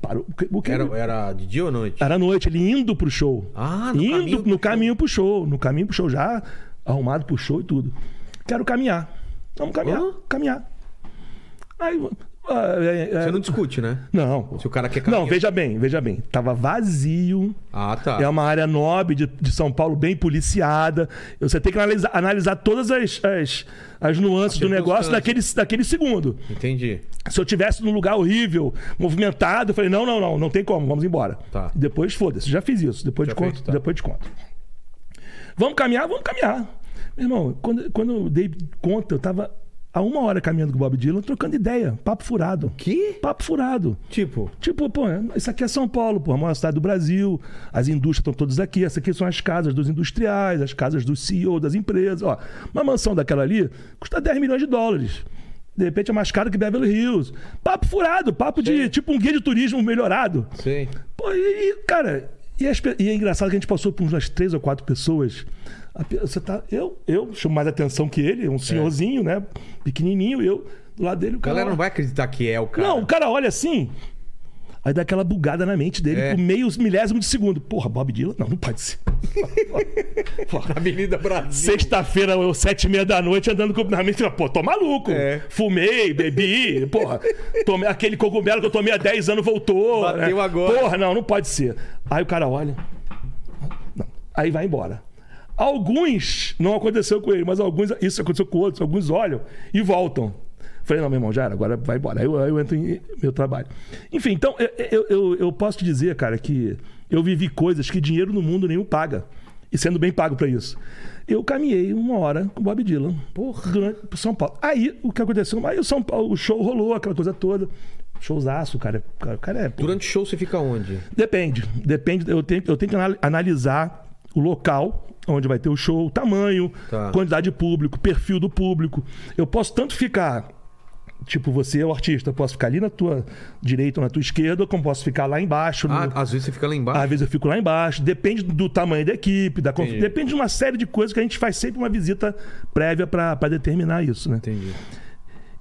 Speaker 3: Parou. O que- o que-
Speaker 1: Era, era de dia ou noite?
Speaker 3: era à noite, ele indo pro show.
Speaker 1: Ah, no
Speaker 3: no indo
Speaker 1: caminho
Speaker 3: caminho
Speaker 1: pro
Speaker 3: no caminho pro show. No caminho pro show já, arrumado pro show e tudo. Quero caminhar. Vamos caminhar,
Speaker 1: Hã?
Speaker 3: caminhar. Aí. ah, é, é,
Speaker 1: Você não discute, né?
Speaker 3: não.
Speaker 1: Se o cara quer
Speaker 3: Não,
Speaker 1: caminhar.
Speaker 3: veja bem, veja bem. Tava vazio.
Speaker 1: Ah, tá.
Speaker 3: É uma área nobre de, de São Paulo, bem policiada. Você tem que analisa- analisar, todas as, as, as nuances
Speaker 1: As
Speaker 3: do negócio
Speaker 1: circunstâncias.
Speaker 3: daquele, daquele segundo.
Speaker 1: Entendi.
Speaker 3: Se eu tivesse num lugar horrível, movimentado, eu falei: não, não, não, não tem como, vamos embora.
Speaker 1: Tá.
Speaker 3: Depois, foda-se, já fiz isso, depois
Speaker 1: Já
Speaker 3: de conta.
Speaker 1: fez, tá.
Speaker 3: Depois de conta. Vamos caminhar, vamos caminhar. Meu irmão, quando, quando eu dei conta, eu tava há uma hora caminhando com o Bob Dylan, trocando ideia, papo furado.
Speaker 1: Que?
Speaker 3: Papo furado.
Speaker 1: Tipo,
Speaker 3: Tipo, pô, isso aqui é São Paulo, pô, a maior cidade do Brasil, as indústrias estão todas aqui, essas aqui são as casas dos industriais, as casas dos CEO das empresas. Ó, uma mansão daquela ali custa 10 milhões de dólares. De repente é mais caro que Beverly Hills. Papo furado, papo de tipo um guia de turismo melhorado.
Speaker 1: sei.
Speaker 3: Pô, e, e, cara, e, as pe- e é engraçado que a gente passou por umas três ou quatro pessoas. A pe- Você tá, eu, eu chamo mais atenção que ele, um senhorzinho, né? Pequenininho, eu, do lado dele, o
Speaker 1: A
Speaker 3: cara.
Speaker 1: galera não vai acreditar que é o cara.
Speaker 3: Não, o cara olha assim. Aí dá aquela bugada na mente dele
Speaker 1: É.
Speaker 3: por meio milésimo de segundo. Porra, Bob Dylan? Não, não pode ser.
Speaker 1: Avenida Brasil.
Speaker 3: Sexta-feira, eu, sete e meia da noite, andando com na mente. Pô, tô maluco.
Speaker 1: É.
Speaker 3: Fumei, bebi, porra. Tomei, aquele cogumelo que eu tomei há 10 anos voltou.
Speaker 1: Bateu
Speaker 3: né?
Speaker 1: agora.
Speaker 3: Porra, não, não pode ser. Aí o cara olha. Não. Aí vai embora. Alguns, não aconteceu com ele, mas alguns, isso aconteceu com outros, alguns olham e voltam. Falei, não, meu irmão, já era, agora vai embora. Aí eu, aí eu entro em meu trabalho. Enfim, então, eu, eu, eu, eu posso te dizer, cara, que eu vivi coisas que dinheiro no mundo nenhum paga. E sendo bem pago pra isso. Eu caminhei uma hora com o Bob Dylan. Porra. Durante, pro São Paulo. Aí, o que aconteceu? Aí o São Paulo, o show rolou, aquela coisa toda. Showzaço, cara. O cara é. pô,
Speaker 1: Durante o show você fica onde?
Speaker 3: Depende, depende. Eu tenho, eu tenho que anal- analisar o local onde vai ter o show, o tamanho,
Speaker 1: Tá.
Speaker 3: quantidade de público, perfil do público. Eu posso tanto ficar. Tipo, você é o artista, eu posso ficar ali na tua direita ou na tua esquerda, como posso ficar lá embaixo. no-
Speaker 1: Ah, às vezes você fica lá embaixo.
Speaker 3: Às vezes eu fico lá embaixo, depende do tamanho da equipe, da conf-
Speaker 1: Entendi.
Speaker 3: depende de uma série de coisas que a gente faz sempre uma visita prévia pra pra determinar isso, né?
Speaker 1: Entendi.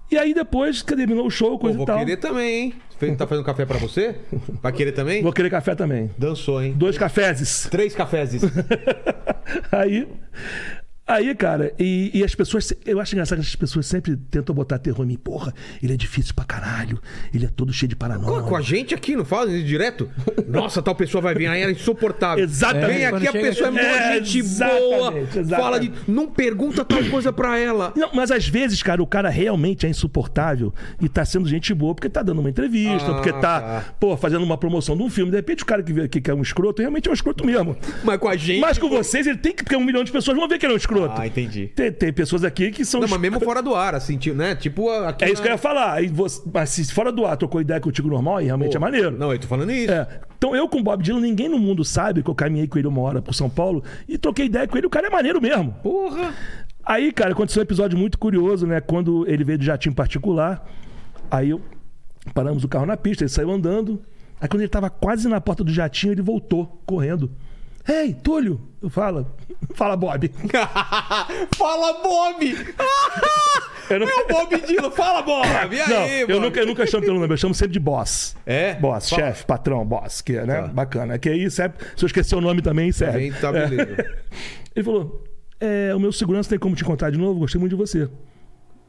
Speaker 3: E aí depois que terminou o show,
Speaker 1: Pô,
Speaker 3: coisa
Speaker 1: vou
Speaker 3: e tal.
Speaker 1: querer também, hein? Fe- Tá fazendo café pra você? Vai querer também?
Speaker 3: Vou querer café também.
Speaker 1: Dançou, hein?
Speaker 3: Dois cafés.
Speaker 1: Três cafés.
Speaker 3: Aí, aí cara, e, e as pessoas, se- eu acho engraçado que as pessoas sempre tentam botar terror em mim. Porra, ele é difícil pra caralho, ele é todo cheio de
Speaker 1: Pô,
Speaker 3: paranoia.
Speaker 1: com a gente aqui, não fala isso direto? Nossa, tal pessoa vai vir, aí era insuportável.
Speaker 3: Exatamente.
Speaker 1: Vem
Speaker 2: É,
Speaker 1: aqui,
Speaker 2: quando
Speaker 1: a
Speaker 2: chega
Speaker 1: pessoa é
Speaker 3: aqui-
Speaker 1: mó
Speaker 3: É,
Speaker 1: gente
Speaker 3: exatamente,
Speaker 1: boa. Fala
Speaker 3: exatamente.
Speaker 1: de. Não pergunta tal coisa pra ela.
Speaker 3: Não, mas às vezes, cara, o cara realmente é insuportável e tá sendo gente boa porque tá dando uma entrevista,
Speaker 1: Ah,
Speaker 3: porque tá,
Speaker 1: tá.
Speaker 3: pô, fazendo uma promoção de um filme. De repente o cara que, vê aqui que é um escroto realmente é um escroto mesmo.
Speaker 1: Mas com a gente.
Speaker 3: Mas com vocês ele tem que, porque um milhão de pessoas vão ver que ele é um escroto.
Speaker 1: Ah, entendi.
Speaker 3: Tem, tem pessoas aqui que são
Speaker 1: Não, mas mesmo fora do ar, assim, tipo, né? Tipo, a- aqui.
Speaker 3: É isso que eu
Speaker 1: na-
Speaker 3: ia falar. Aí você- mas se fora do ar trocou ideia contigo normal, aí realmente é maneiro.
Speaker 1: Não, eu tô falando isso.
Speaker 3: É. Então eu com o Bob Dylan, ninguém no mundo sabe que eu caminhei com ele uma hora pro São Paulo e troquei ideia com ele, o cara é maneiro mesmo.
Speaker 1: Porra!
Speaker 3: Aí, cara, aconteceu um episódio muito curioso, né? Quando ele veio do jatinho particular, aí eu paramos o carro na pista, ele saiu andando. Aí quando ele tava quase na porta do jatinho, ele voltou, correndo. Ei, Túlio! Eu falo, fala, Bob.
Speaker 1: Fala, Bob!
Speaker 3: Eu não-
Speaker 1: É o Bob Dylan, fala, Bob! E
Speaker 3: Não,
Speaker 1: aí,
Speaker 3: eu
Speaker 1: Bob?
Speaker 3: nunca, eu nunca chamo pelo nome, eu chamo sempre de boss.
Speaker 1: É?
Speaker 3: Boss,
Speaker 1: Fala.
Speaker 3: chefe, patrão, boss, que é, né?
Speaker 1: Tá.
Speaker 3: Bacana. Que aí serve, se eu esquecer o nome também,
Speaker 1: Também
Speaker 3: serve.
Speaker 1: tá
Speaker 3: É.
Speaker 1: beleza.
Speaker 3: Ele falou: é, o meu segurança tem como te encontrar de novo? Gostei muito de você.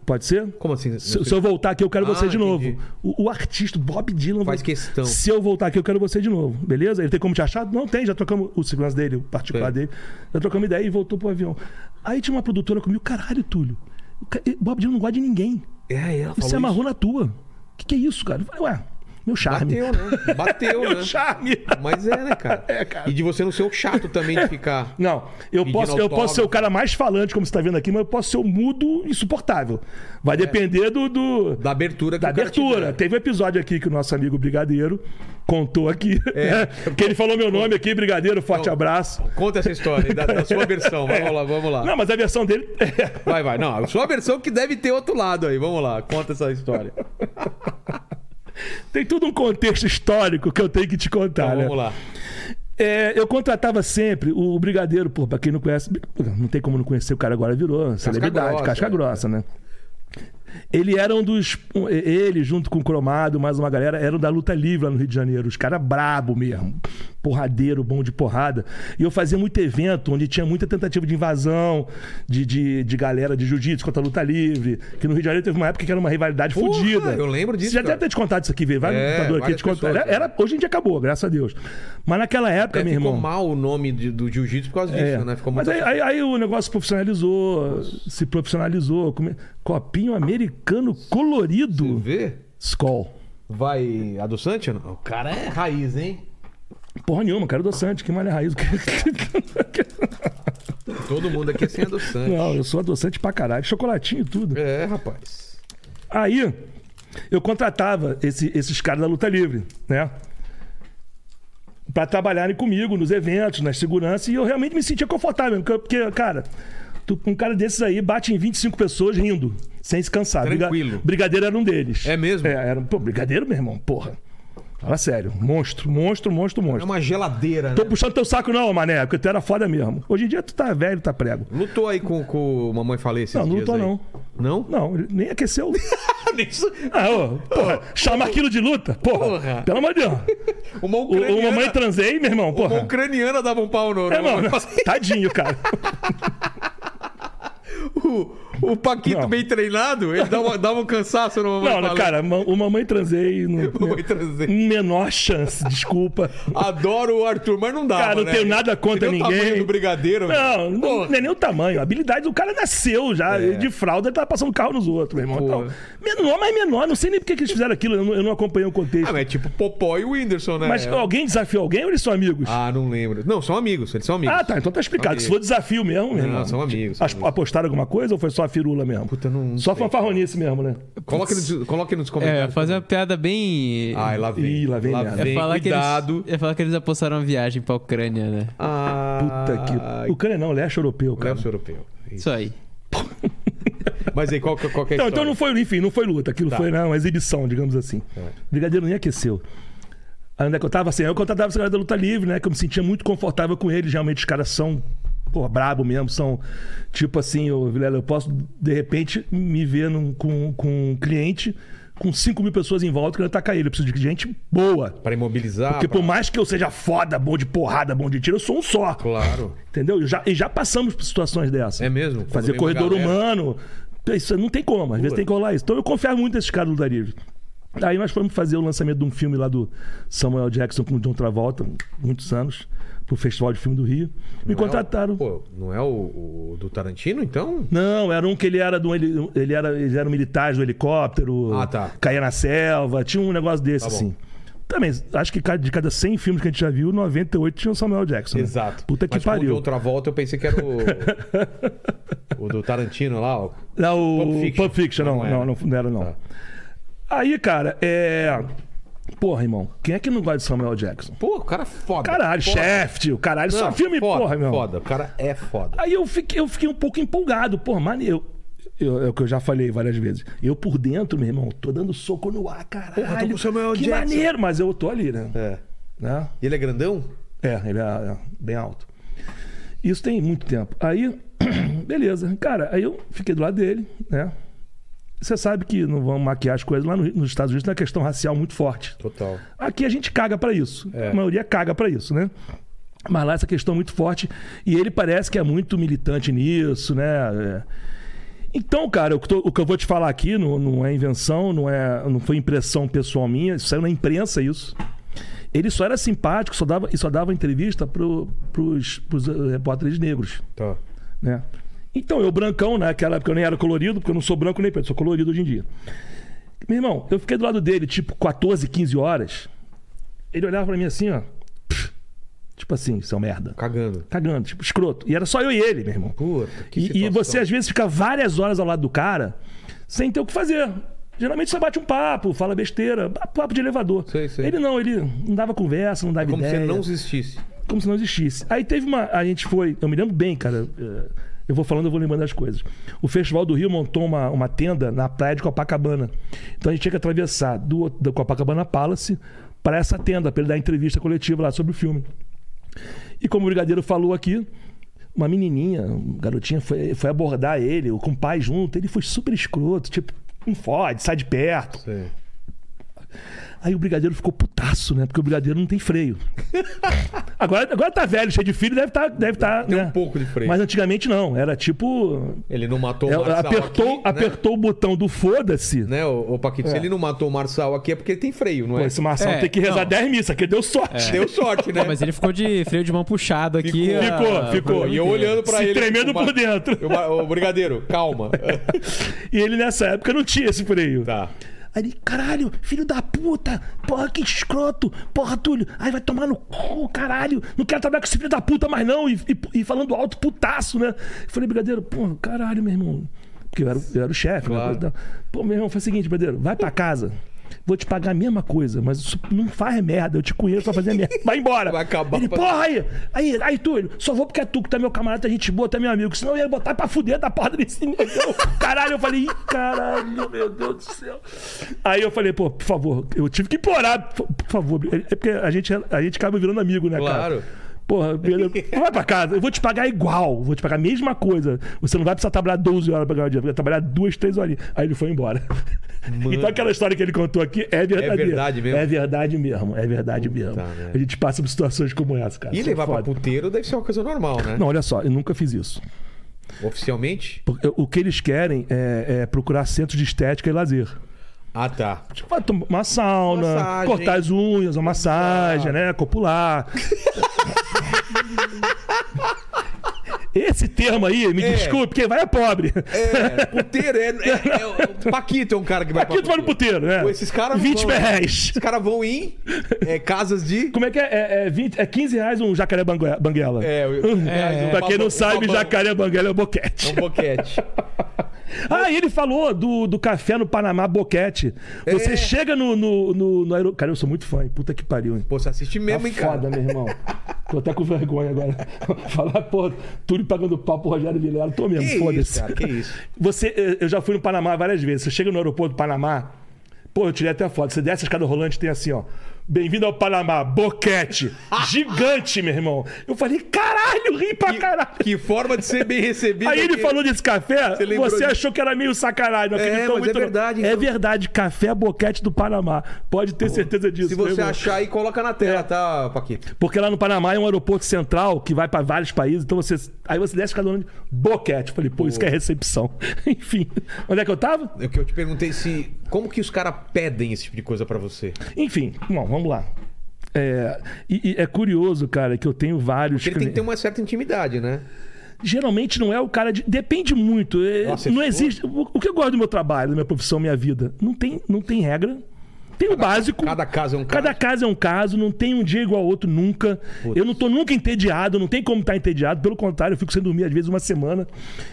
Speaker 3: Pode ser?
Speaker 1: Como assim?
Speaker 3: Se, se eu voltar aqui, eu quero
Speaker 1: Ah,
Speaker 3: você de
Speaker 1: entendi.
Speaker 3: novo. O, o artista, o Bob Dylan.
Speaker 1: Faz questão.
Speaker 3: Se eu voltar aqui, eu quero você de novo. Beleza? Ele tem como te achar? Não tem, já trocamos o segurança dele, o particular
Speaker 1: Tem.
Speaker 3: dele. Já trocamos ideia e voltou pro avião. Aí tinha uma produtora comigo, caralho, Túlio. o ca- Bob Dylan não gosta de ninguém.
Speaker 1: É, ela falou
Speaker 3: Você
Speaker 1: isso.
Speaker 3: amarrou na tua. O que, que é isso, cara? Eu falei, ué, meu charme.
Speaker 1: Bateu, né? Bateu,
Speaker 3: meu
Speaker 1: né?
Speaker 3: É um charme.
Speaker 1: Mas é, né, cara?
Speaker 3: É, cara.
Speaker 1: E de você não ser o chato também de ficar.
Speaker 3: Não, eu
Speaker 1: Pedindo
Speaker 3: posso, eu
Speaker 1: autógrafo.
Speaker 3: posso ser o cara mais falante, como você está vendo aqui, mas eu posso ser o mudo insuportável. Vai depender do, do-
Speaker 1: Da abertura É. que
Speaker 3: da
Speaker 1: o cara te
Speaker 3: abertura.
Speaker 1: dá.
Speaker 3: Teve um episódio aqui que o nosso amigo Brigadeiro contou aqui, né? que ele falou meu nome aqui, Brigadeiro, forte
Speaker 1: É. Não.
Speaker 3: abraço.
Speaker 1: né? Conta essa história aí, da, da sua versão. Vamos lá, vamos lá.
Speaker 3: É. Não, mas a versão dele. é,
Speaker 1: Vai, vai. Não, a sua versão que deve ter outro lado aí. Vamos lá, conta essa história.
Speaker 3: Tem todo um contexto histórico que eu tenho que te contar.
Speaker 1: Então,
Speaker 3: né?
Speaker 1: vamos lá.
Speaker 3: É, eu contratava sempre o, o Brigadeiro, pô, pra quem não conhece, não tem como não conhecer, o cara agora virou celebridade,
Speaker 1: grossa,
Speaker 3: casca
Speaker 1: é.
Speaker 3: grossa, né? Ele era um dos. um, e- Ele, junto com o Cromado, mais uma galera, eram da luta livre lá no Rio de Janeiro. Os caras brabo mesmo. porradeiro, bom de porrada. E eu fazia muito evento onde tinha muita tentativa de invasão, de, de, de galera de jiu-jitsu contra a luta livre. Que no Rio de Janeiro teve uma época que era uma rivalidade
Speaker 1: Porra,
Speaker 3: fodida.
Speaker 1: eu lembro disso,
Speaker 3: Você já
Speaker 1: cara.
Speaker 3: deve ter te contado isso aqui, vê. Vai
Speaker 1: É,
Speaker 3: no computador aqui
Speaker 1: várias
Speaker 3: te contou.
Speaker 1: pessoas,
Speaker 3: Era- era- hoje em dia acabou, graças a Deus. Mas naquela época,
Speaker 1: Até
Speaker 3: meu
Speaker 1: É, ficou
Speaker 3: irmão.
Speaker 1: mal o nome de- do jiu-jitsu por causa disso,
Speaker 3: É.
Speaker 1: né? Ficou
Speaker 3: Mas
Speaker 1: muito.
Speaker 3: aí, aí- aí o negócio profissionalizou, se profissionalizou. come- Copinho americano colorido.
Speaker 1: Vê?
Speaker 3: Skol.
Speaker 1: Vai adoçante? ou não? O cara é raiz, hein?
Speaker 3: Porra nenhuma, cara adoçante, que malha raiz.
Speaker 1: Todo mundo aqui é sem adoçante.
Speaker 3: Não, eu sou adoçante pra caralho. Chocolatinho e tudo.
Speaker 1: É, rapaz.
Speaker 3: Aí, eu contratava esse- esses caras da luta livre, né? Pra trabalharem comigo nos eventos, na segurança, e eu realmente me sentia confortável, porque- porque, cara, tu- um cara desses aí bate em 25 pessoas rindo, sem se cansar. Briga-
Speaker 1: Tranquilo.
Speaker 3: Brigadeiro era um deles.
Speaker 1: É mesmo?
Speaker 3: É, era um. Pô, brigadeiro, meu irmão, porra. Fala sério. Monstro, monstro, monstro,
Speaker 1: É
Speaker 3: monstro.
Speaker 1: uma geladeira, né?
Speaker 3: Tô puxando teu saco, não, mané, porque tu era foda mesmo. Hoje em dia tu tá velho, tá prego.
Speaker 1: Lutou aí com, com o Mamãe Falei esses
Speaker 3: Não, não
Speaker 1: dias
Speaker 3: lutou,
Speaker 1: aí?
Speaker 3: não.
Speaker 1: Não?
Speaker 3: Não, ele nem aqueceu.
Speaker 1: Isso-
Speaker 3: Ah, ô, porra, chama aquilo de luta? Porra,
Speaker 1: Porra.
Speaker 3: pelo amor de Deus.
Speaker 1: Uma
Speaker 3: O,
Speaker 1: ucraniana,
Speaker 3: o mamãe transei, meu irmão, porra.
Speaker 1: uma ucraniana dava um pau no...
Speaker 3: É, mano, tadinho, cara.
Speaker 1: o, o Paquito
Speaker 3: Não.
Speaker 1: bem treinado, ele dava, dava um cansaço no Mamãe
Speaker 3: Não, não,
Speaker 1: Falei.
Speaker 3: cara, ma- o mamãe transei. No,
Speaker 1: Mamãe Transei.
Speaker 3: Menor chance, desculpa.
Speaker 1: Adoro o Arthur, mas não dá.
Speaker 3: Cara, não tenho nada contra
Speaker 1: Entendeu né? é O tamanho
Speaker 3: ninguém.
Speaker 1: do brigadeiro, né?
Speaker 3: Não,
Speaker 1: velho?
Speaker 3: não,
Speaker 1: Porra.
Speaker 3: não é nem o tamanho. A habilidade do cara nasceu já.
Speaker 1: É.
Speaker 3: Ele De fralda, ele tava passando carro nos outros, meu irmão. Então,
Speaker 1: Porra.
Speaker 3: menor, mas menor. Não sei nem por que que eles fizeram aquilo. Eu não, eu não acompanhei o contexto.
Speaker 1: Ah, mas é tipo Popó e o Whindersson, né?
Speaker 3: mas
Speaker 1: É.
Speaker 3: alguém desafiou alguém ou eles são amigos? Ah,
Speaker 1: Ah, não lembro. Não, são amigos, eles são amigos.
Speaker 3: tá. Então tá explicado.
Speaker 1: Amigos.
Speaker 3: Se for desafio mesmo, meu
Speaker 1: Não,
Speaker 3: irmão.
Speaker 1: são amigos. são
Speaker 3: As-
Speaker 1: amigos.
Speaker 3: apostaram alguma coisa ou foi só a firula mesmo?
Speaker 1: Puta, não- não
Speaker 3: Só
Speaker 1: sei,
Speaker 3: fanfarronice mesmo, né?
Speaker 1: Coloque, nos, coloque nos
Speaker 2: É,
Speaker 1: comentários.
Speaker 2: fazer uma piada bem.
Speaker 1: Ai, lá vem. né?
Speaker 3: Ih, lá vem merda.
Speaker 2: é falar
Speaker 1: Ah, cuidado.
Speaker 2: que eles, é falar que eles apostaram uma viagem pra Ucrânia, né?
Speaker 1: Ah,
Speaker 3: Puta que. Ucrânia não, leste europeu, cara.
Speaker 1: Leste europeu. Isso.
Speaker 2: Isso aí.
Speaker 1: Mas aí, qual, que- qual que é a
Speaker 3: Então, então
Speaker 1: história?
Speaker 3: não foi, enfim, não foi luta. Aquilo
Speaker 1: Tá. É.
Speaker 3: foi né, uma exibição, digamos assim. Brigadeiro nem aqueceu. Aí onde é que eu tava? Assim, aí eu contratava essa galera da luta livre, né? Que eu me sentia muito confortável com eles. Realmente, os caras são, pô, brabo mesmo. São, tipo assim, ô, Vilela, eu posso, de repente, me ver num- com, com um cliente com 5 mil pessoas em volta querendo atacar ele. Eu preciso de gente boa.
Speaker 1: Pra imobilizar.
Speaker 3: Porque
Speaker 1: Ah, pra-
Speaker 3: por mais que eu seja foda, bom de porrada, bom de tiro, eu sou um só.
Speaker 1: Claro.
Speaker 3: Entendeu? E já, e já passamos por situações dessas.
Speaker 1: É mesmo? Quando
Speaker 3: Fazer
Speaker 1: vem uma
Speaker 3: corredor
Speaker 1: galera.
Speaker 3: humano. Isso não tem como, às vezes tem que rolar isso. Então eu confiava muito nesses caras do Luta Livre. Aí nós fomos fazer o lançamento de um filme lá do Samuel Jackson com o John Travolta, muitos anos, pro Festival de Filme do Rio. Me
Speaker 1: Não é o-
Speaker 3: contrataram.
Speaker 1: Pô, não é o, o do Tarantino, então?
Speaker 3: Não, era um que ele era do heli- ele era eles eram militares do helicóptero,
Speaker 1: Ah, tá.
Speaker 3: caía na selva, tinha um negócio desse
Speaker 1: bom.
Speaker 3: assim. Também, acho que cada- de cada 100 filmes que a gente já viu, 98 tinha o Samuel Jackson. né?
Speaker 1: Exato.
Speaker 3: Puta que
Speaker 1: Mas com o De
Speaker 3: pariu.
Speaker 1: outra volta eu pensei que era o. o do Tarantino lá, ó.
Speaker 3: Não, o
Speaker 1: Pulp
Speaker 3: Pulp
Speaker 1: Fiction.
Speaker 3: Fiction, não,
Speaker 1: Não
Speaker 3: não,
Speaker 1: era.
Speaker 3: não, não era não.
Speaker 1: Tá.
Speaker 3: Aí, cara, é Porra, irmão, quem é que não gosta de Samuel Jackson?
Speaker 1: Pô, o cara é foda.
Speaker 3: Caralho,
Speaker 1: Foda.
Speaker 3: Shaft, o caralho, só
Speaker 1: Não,
Speaker 3: filme
Speaker 1: foda,
Speaker 3: porra, irmão.
Speaker 1: Foda, o cara é foda.
Speaker 3: Aí eu fiquei, eu fiquei um pouco empolgado, porra, mano, eu, eu- é o que eu já falei várias vezes. Eu por dentro, meu irmão, tô dando soco no ar, caralho.
Speaker 1: Porra, tô com o Samuel
Speaker 3: que
Speaker 1: Jackson.
Speaker 3: maneiro, mas eu tô ali, né?
Speaker 1: É.
Speaker 3: Né?
Speaker 1: E ele é grandão?
Speaker 3: É, ele é, é bem alto. Isso tem muito tempo. Aí, beleza. Cara, aí eu fiquei do lado dele, né? Você sabe que não vão maquiar as coisas lá no- nos Estados Unidos, tem uma questão racial muito forte.
Speaker 1: Total.
Speaker 3: Aqui a gente caga pra isso.
Speaker 1: É.
Speaker 3: A maioria caga pra isso, né? Mas lá essa questão é muito forte. E ele parece que é muito militante nisso, né? É. Então, cara, o que, tô- o que eu vou te falar aqui não, não é invenção, não, é, não foi impressão pessoal minha, isso saiu na imprensa isso. Ele só era simpático só dava, e só dava entrevista pro, pros, pros eh, repórteres negros
Speaker 1: Tá.
Speaker 3: né? Então, eu brancão, naquela época eu nem era colorido, porque eu não sou branco nem preto, sou colorido hoje em dia. Meu irmão, eu fiquei do lado dele, tipo, 14, 15 horas. Ele olhava pra mim assim, ó. pff, Tipo assim, seu merda.
Speaker 1: Cagando.
Speaker 3: Cagando, tipo, escroto. E era só eu e ele, meu irmão.
Speaker 1: Puta, que
Speaker 3: E, e
Speaker 1: situação.
Speaker 3: você, às vezes, fica várias horas ao lado do cara sem ter o que fazer. Geralmente você bate um papo, fala besteira, papo de elevador.
Speaker 1: Sei, sei. É
Speaker 3: Ele não, ele não dava conversa, não dava
Speaker 1: Como
Speaker 3: ideia
Speaker 1: se ele não existisse.
Speaker 3: como se não existisse. Aí teve uma. A gente foi. Eu me lembro bem, cara. eh, Eu vou falando, eu vou lembrando das coisas. O Festival do Rio montou uma, uma tenda na praia de Copacabana. Então a gente tinha que atravessar do, do Copacabana Palace para essa tenda, para ele dar entrevista coletiva lá sobre o filme. E como o Brigadeiro falou aqui, uma menininha, uma garotinha, foi, foi abordar ele, com o pai um junto. Ele foi super escroto, tipo, não fode, sai de perto.
Speaker 1: Sei.
Speaker 3: Aí o brigadeiro ficou putaço, né? Porque o brigadeiro não tem freio. agora, agora tá velho, cheio de filho, deve tá, deve tá,
Speaker 1: Tem
Speaker 3: né?
Speaker 1: um pouco de freio.
Speaker 3: Mas antigamente não, era tipo.
Speaker 1: Ele não matou
Speaker 3: é,
Speaker 1: o Marçal
Speaker 3: apertou
Speaker 1: aqui, né?
Speaker 3: apertou o botão do foda-se.
Speaker 1: Né, o, Paquito? Se ele não matou o Marçal aqui é porque ele tem freio, não
Speaker 3: Pô,
Speaker 1: é?
Speaker 3: esse Marçal
Speaker 2: É,
Speaker 3: tem que rezar
Speaker 2: não.
Speaker 3: 10 missas, que deu sorte.
Speaker 1: Deu sorte, né?
Speaker 2: Pô, É, mas ele ficou de freio de mão puxado aqui.
Speaker 1: Ficou,
Speaker 2: ah,
Speaker 3: ficou,
Speaker 2: o
Speaker 3: ficou.
Speaker 2: programa
Speaker 1: E eu
Speaker 2: inteiro.
Speaker 1: olhando pra
Speaker 3: Se
Speaker 1: ele. tipo,
Speaker 3: tremendo
Speaker 1: o Mar-
Speaker 3: por dentro.
Speaker 1: O, Mar- o Brigadeiro, calma.
Speaker 3: E ele nessa época não tinha esse freio.
Speaker 1: Tá.
Speaker 3: Aí ele, caralho, filho da puta, porra, que escroto, porra, Túlio, aí vai tomar no cu, caralho, não quero trabalhar com esse filho da puta mais não, e, e- e falando alto, putaço, né? Eu falei, brigadeiro, porra, caralho, meu irmão, porque eu era, eu era o chefe, né?
Speaker 1: Claro.
Speaker 3: Então, Pô, meu irmão, faz o seguinte, brigadeiro, vai pra casa, vou te pagar a mesma coisa, mas isso não faz merda, eu te conheço pra fazer merda, vai embora.
Speaker 1: Vai acabar
Speaker 3: Ele,
Speaker 1: pra-
Speaker 3: porra, aí, aí, aí, Túlio, só vou porque é tu que tá meu camarada, tá gente boa, tá meu amigo, senão eu ia botar pra fuder da porta desse negão. Caralho, eu falei, ih, caralho, meu Deus do céu. Aí eu falei, pô, por favor, eu tive que implorar, por por favor. É porque a gente, a gente acaba virando amigo, né, cara?
Speaker 1: Claro.
Speaker 3: Porra, beleza. vai pra casa, eu vou te pagar igual, vou te pagar a mesma coisa. Você não vai precisar trabalhar 12 horas pra ganhar o dinheiro, vai trabalhar duas, três horas. Aí ele foi embora. Então aquela história que ele contou aqui é verdadeira.
Speaker 1: verdade mesmo?
Speaker 3: É verdade mesmo, é verdade mesmo.
Speaker 1: merda.
Speaker 3: A gente passa por situações como essa, cara.
Speaker 1: E
Speaker 3: Isso é
Speaker 1: levar pra
Speaker 3: foda.
Speaker 1: puteiro deve ser uma coisa normal, né?
Speaker 3: Não, olha só, eu nunca fiz isso.
Speaker 1: Oficialmente?
Speaker 3: Porque O que eles querem é, é procurar centros de estética e lazer.
Speaker 1: Ah, tá.
Speaker 3: Tipo, vai tomar uma sauna,
Speaker 1: Massagem.
Speaker 3: cortar as unhas, uma massagem, né? Copular. Esse termo aí, me
Speaker 1: É.
Speaker 3: desculpe, porque vai a pobre.
Speaker 1: É, puteiro é. é- é- o Paquito é um cara que vai.
Speaker 3: Aqui tu vai no puteiro, né?
Speaker 1: Pô, esses caras
Speaker 3: 20
Speaker 1: vão- né?
Speaker 3: reais.
Speaker 1: Os caras vão em é, casas de.
Speaker 3: Como é que é? É, é, 20 é 15 reais um jacaré bangue- banguela. Hum.
Speaker 1: É, o-
Speaker 2: É,
Speaker 1: um
Speaker 3: pra quem
Speaker 1: babão-
Speaker 3: não
Speaker 1: um
Speaker 3: sabe,
Speaker 1: babão.
Speaker 3: jacaré banguela
Speaker 1: É
Speaker 3: é o
Speaker 1: um
Speaker 3: boquete.
Speaker 1: boquete.
Speaker 3: Ah, e ele falou do, do café no Panamá Boquete. Você
Speaker 1: É.
Speaker 3: chega no, no, no, no aero- Cara, eu sou muito fã, hein? Puta que pariu, hein?
Speaker 1: Pô, você assiste mesmo, hein,
Speaker 3: tá foda,
Speaker 1: cara?
Speaker 3: meu irmão. Tô até com vergonha agora. Falar, pô, Túlio pagando pau pro Rogério Vilela. Tô
Speaker 1: Que
Speaker 3: mesmo,
Speaker 1: isso,
Speaker 3: foda-se.
Speaker 1: cara, que isso.
Speaker 3: Você, eh, eu já fui no Panamá várias vezes. Você chega no aeroporto do Panamá, pô, eu tirei até a foto. Você desce a escada rolante tem assim, ó. Bem-vindo ao Panamá, boquete. Gigante, meu irmão. Eu falei, caralho, ri pra caralho.
Speaker 1: Que forma de ser bem recebido. é
Speaker 3: Aí ele
Speaker 1: aqui.
Speaker 3: falou desse café, você,
Speaker 1: lembrou disso?
Speaker 3: achou que era meio sacanagem. Não
Speaker 1: É,
Speaker 3: acreditou
Speaker 1: mas
Speaker 3: muito
Speaker 1: é
Speaker 3: não.
Speaker 1: verdade,
Speaker 3: É
Speaker 1: então.
Speaker 3: verdade, café boquete do Panamá. Pode ter certeza disso.
Speaker 1: Se
Speaker 3: meu
Speaker 1: você
Speaker 3: irmão.
Speaker 1: achar aí, coloca na
Speaker 3: É.
Speaker 1: tela, tá, Paquito?
Speaker 3: Porque lá no Panamá é um aeroporto central que vai pra vários países, então você. Aí você desce cada um de boquete. Eu Falei, pô, isso que é recepção. Enfim. Onde é que eu tava?
Speaker 1: É que eu te perguntei se. Como que os caras pedem esse tipo de coisa pra você?
Speaker 3: Enfim, bom, vamos lá. É, e, e é curioso, cara, que eu tenho vários.
Speaker 1: Porque ele tem que ter uma certa intimidade, né?
Speaker 3: Geralmente não é o cara de. Depende muito. é,
Speaker 1: Nossa,
Speaker 3: não
Speaker 1: ficou?
Speaker 3: existe. O o que eu gosto do meu trabalho, da minha profissão, minha vida? Não tem, não tem regra. Tem o básico.
Speaker 1: cada caso é um
Speaker 3: Cada
Speaker 1: caso.
Speaker 3: caso é um caso, não tem um dia igual ao outro nunca. Eu não tô nunca entediado, não tem como estar entediado. Pelo contrário, eu fico sem dormir às vezes uma semana.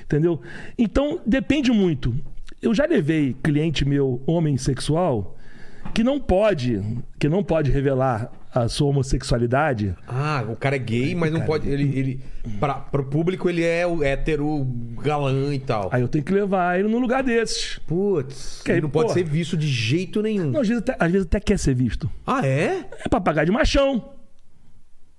Speaker 3: Entendeu? Então, depende muito. Eu já levei cliente meu, homem sexual, que não pode, que não pode revelar a sua homossexualidade.
Speaker 1: Ah, o cara é gay, mas não pode. Ele, ele, pra, pro público, ele é o hétero galã e tal.
Speaker 3: Aí eu tenho que levar ele num lugar desses.
Speaker 1: Putz,
Speaker 3: Que aí,
Speaker 1: ele não pode
Speaker 3: porra.
Speaker 1: ser visto de jeito nenhum.
Speaker 3: Não, às vezes, até, às vezes até quer ser visto.
Speaker 1: Ah, é?
Speaker 3: É pra pagar de machão.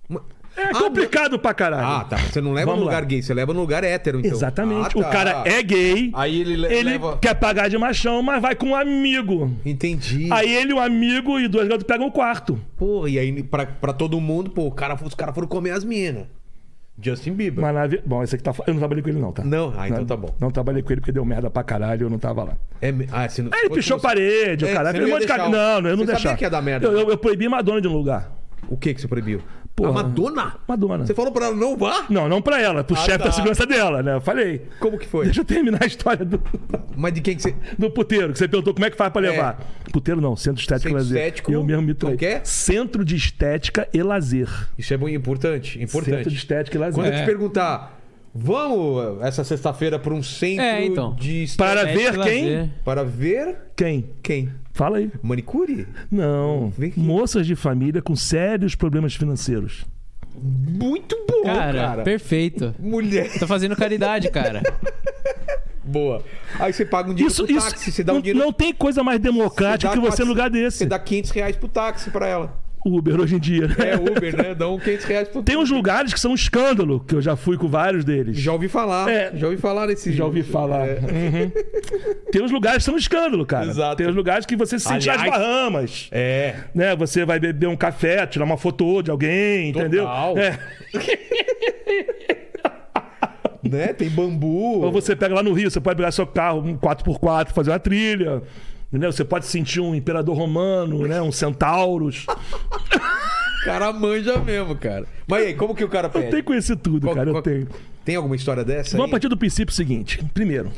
Speaker 1: Ma-
Speaker 3: É
Speaker 1: Ah,
Speaker 3: complicado pra caralho.
Speaker 1: Ah, tá. Você não leva
Speaker 3: Vamos
Speaker 1: no lugar
Speaker 3: lá.
Speaker 1: gay, você leva no lugar hétero, então.
Speaker 3: Exatamente.
Speaker 1: Ah,
Speaker 3: O
Speaker 1: tá.
Speaker 3: cara é gay.
Speaker 1: Aí ele le-
Speaker 3: Ele
Speaker 1: leva-
Speaker 3: quer pagar de machão, mas vai com um amigo.
Speaker 1: Entendi.
Speaker 3: Aí ele, o amigo e duas garotas pegam o quarto.
Speaker 1: Pô, e aí pra, pra todo mundo, pô, o cara, os caras foram comer as minas. Justin Bieber.
Speaker 3: Mas na... ve- Bom, esse aqui tá. fo- Eu não trabalhei com ele, não, tá?
Speaker 1: Não? Ah, então
Speaker 3: Não-
Speaker 1: tá bom.
Speaker 3: Não trabalhei com ele porque deu merda pra caralho, eu não tava lá.
Speaker 1: É me- ah, se não-
Speaker 3: Aí
Speaker 1: se
Speaker 3: ele
Speaker 1: fosse
Speaker 3: pichou
Speaker 1: você-
Speaker 3: parede,
Speaker 1: É,
Speaker 3: o caralho.
Speaker 1: você não
Speaker 3: um
Speaker 1: ia
Speaker 3: monte de cara-
Speaker 1: deixar o-
Speaker 3: Não, não, eu não
Speaker 1: Você
Speaker 3: deixava.
Speaker 1: sabia que ia dar merda. né?
Speaker 3: Eu, eu, eu proibi Madonna de um lugar.
Speaker 1: O que que você proibiu?
Speaker 3: Porra.
Speaker 1: A Madonna?
Speaker 3: Madonna.
Speaker 1: Você falou pra ela não vá?
Speaker 3: Não, não pra ela, pro
Speaker 1: Ah,
Speaker 3: chefe
Speaker 1: tá.
Speaker 3: da segurança dela, né? Eu falei.
Speaker 1: Como que foi?
Speaker 3: Deixa eu terminar a história do.
Speaker 1: Mas de quem que você...
Speaker 3: do puteiro, que você perguntou como é que faz pra levar. Puteiro não, centro de estética e
Speaker 1: Centro
Speaker 3: lazer.
Speaker 1: estético,
Speaker 3: eu mesmo me
Speaker 1: como
Speaker 3: traí.
Speaker 1: que é?
Speaker 3: Centro de estética e lazer.
Speaker 1: Isso é muito importante,
Speaker 3: Centro de
Speaker 1: importante.
Speaker 3: estética e lazer.
Speaker 1: Quando eu te
Speaker 2: É.
Speaker 1: perguntar, vamos essa sexta-feira pra um centro
Speaker 2: É, então.
Speaker 1: de...
Speaker 3: Para
Speaker 2: Pede
Speaker 3: ver
Speaker 2: lazer.
Speaker 3: quem?
Speaker 1: Para ver
Speaker 3: Quem?
Speaker 1: quem?
Speaker 3: Fala aí.
Speaker 1: Manicure?
Speaker 3: Não.
Speaker 1: Hum, Vem aqui.
Speaker 3: Moças de família com sérios problemas financeiros.
Speaker 1: Muito bom,
Speaker 2: Cara,
Speaker 1: cara.
Speaker 2: perfeito.
Speaker 1: Mulher.
Speaker 2: Tô fazendo caridade, cara.
Speaker 1: Boa. Aí você paga um dinheiro
Speaker 3: Isso,
Speaker 1: pro
Speaker 3: isso.
Speaker 1: táxi, você dá
Speaker 3: não,
Speaker 1: um dinheiro...
Speaker 3: não tem coisa mais democrática
Speaker 1: dá
Speaker 3: que você
Speaker 1: 400
Speaker 3: num lugar
Speaker 1: Você
Speaker 3: desse.
Speaker 1: dá 500 reais pro táxi pra ela.
Speaker 3: Uber hoje em dia. né?
Speaker 1: É Uber, né? Dá um 500 reais por
Speaker 3: Tem uns lugares que são um escândalo, que eu já fui com vários deles.
Speaker 1: Já ouvi falar.
Speaker 3: É.
Speaker 1: Já ouvi falar nesse.
Speaker 3: Já ouvi falar.
Speaker 1: É.
Speaker 3: Uhum. Tem uns lugares que são um escândalo, cara.
Speaker 1: Exato.
Speaker 3: Tem uns lugares que você se sente nas
Speaker 1: Aliás-
Speaker 3: Bahamas.
Speaker 1: É.
Speaker 3: Né? Você vai beber um café, tirar uma foto de alguém, entendeu?
Speaker 1: Total.
Speaker 3: É.
Speaker 1: Né? Tem bambu.
Speaker 3: Ou você pega lá no Rio, você pode pegar seu carro, um 4x4, fazer uma trilha. Entendeu? Você pode sentir um imperador romano, né? Um centauros.
Speaker 1: O cara manja mesmo, cara. Mas e aí, como que o cara pede?
Speaker 3: Eu tenho conhecido tudo,
Speaker 1: Qual-
Speaker 3: cara. Eu
Speaker 1: qual-
Speaker 3: tenho.
Speaker 1: Tem alguma história dessa?
Speaker 3: Vamos
Speaker 1: aí?
Speaker 3: partir do princípio seguinte. Primeiro,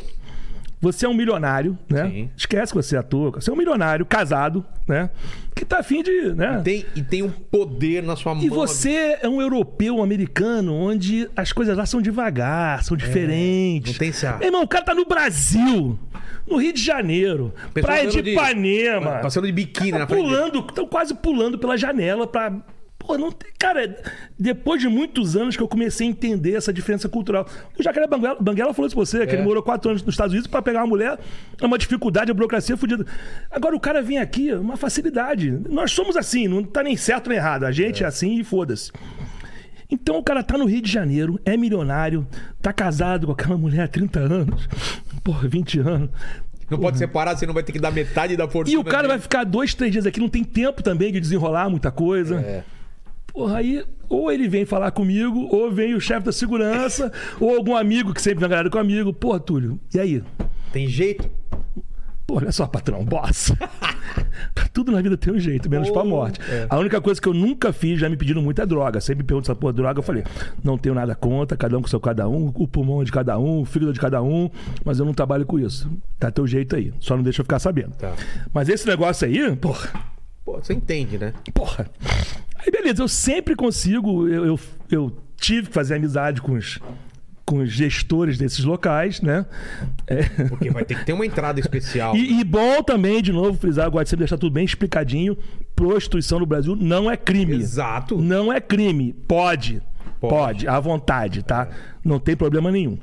Speaker 3: você é um milionário, né?
Speaker 1: Sim.
Speaker 3: Esquece que você é ator. Você é um milionário, casado, né? Que tá afim de. Né?
Speaker 1: Tem, e tem um poder na sua mão.
Speaker 3: E você é um europeu, um americano, onde as coisas lá são devagar, são diferentes.
Speaker 1: É, não tem esse ar.
Speaker 3: Meu irmão, o cara tá no Brasil, no Rio de Janeiro,
Speaker 1: Pessoa
Speaker 3: praia
Speaker 1: andando
Speaker 3: de Ipanema.
Speaker 1: Passando de biquíni na frente. dele.
Speaker 3: Tá pulando, estão quase pulando pela janela pra. Pô, não tem. Cara, depois de muitos anos que eu comecei a entender essa diferença cultural. O Jacaré Banguela, Banguela falou isso pra você, que
Speaker 1: É.
Speaker 3: ele morou quatro anos nos Estados Unidos pra pegar uma mulher, é uma dificuldade, a burocracia é fodida. Agora o cara vem aqui, é uma facilidade. Nós somos assim, não tá nem certo nem errado. A gente é, assim e foda-se. Então o cara tá no Rio de Janeiro, é milionário, tá casado com aquela mulher há 30 anos, porra, 20 anos.
Speaker 1: Não pode ser parado, você não vai ter que dar metade da fortuna.
Speaker 3: E o cara
Speaker 1: dele.
Speaker 3: vai ficar dois, três dias aqui, não tem tempo também de desenrolar muita coisa.
Speaker 1: É.
Speaker 3: Porra, aí ou ele vem falar comigo, ou vem o chefe da segurança, ou algum amigo que sempre vem galera com amigo. Porra, Túlio, e aí?
Speaker 1: Tem jeito?
Speaker 3: Pô, olha só, patrão, boss. Pra Tudo na vida tem um jeito, menos pra
Speaker 1: Oh,
Speaker 3: morte.
Speaker 1: é.
Speaker 3: A única coisa que eu nunca fiz, já me pediram muito, é droga. Sempre me perguntam essa porra, droga. Eu falei, não tenho nada contra, cada um com seu cada um, o pulmão é de cada um, o fígado é de cada um, mas eu não trabalho com isso. Tá teu jeito aí, só não deixa eu ficar sabendo.
Speaker 1: Tá.
Speaker 3: Mas esse negócio aí, porra,
Speaker 1: Pô, você entende, né?
Speaker 3: Porra. Aí beleza, eu sempre consigo, eu, eu, eu tive que fazer amizade com os, com os gestores desses locais, né? É.
Speaker 1: Porque vai ter que ter uma entrada especial.
Speaker 3: E, e bom também, de novo, frisar, eu gosto de sempre deixar tudo bem explicadinho, prostituição no Brasil não é crime.
Speaker 1: Exato.
Speaker 3: Não é crime. Pode.
Speaker 1: Pode.
Speaker 3: Pode. à vontade, tá? Não tem problema nenhum.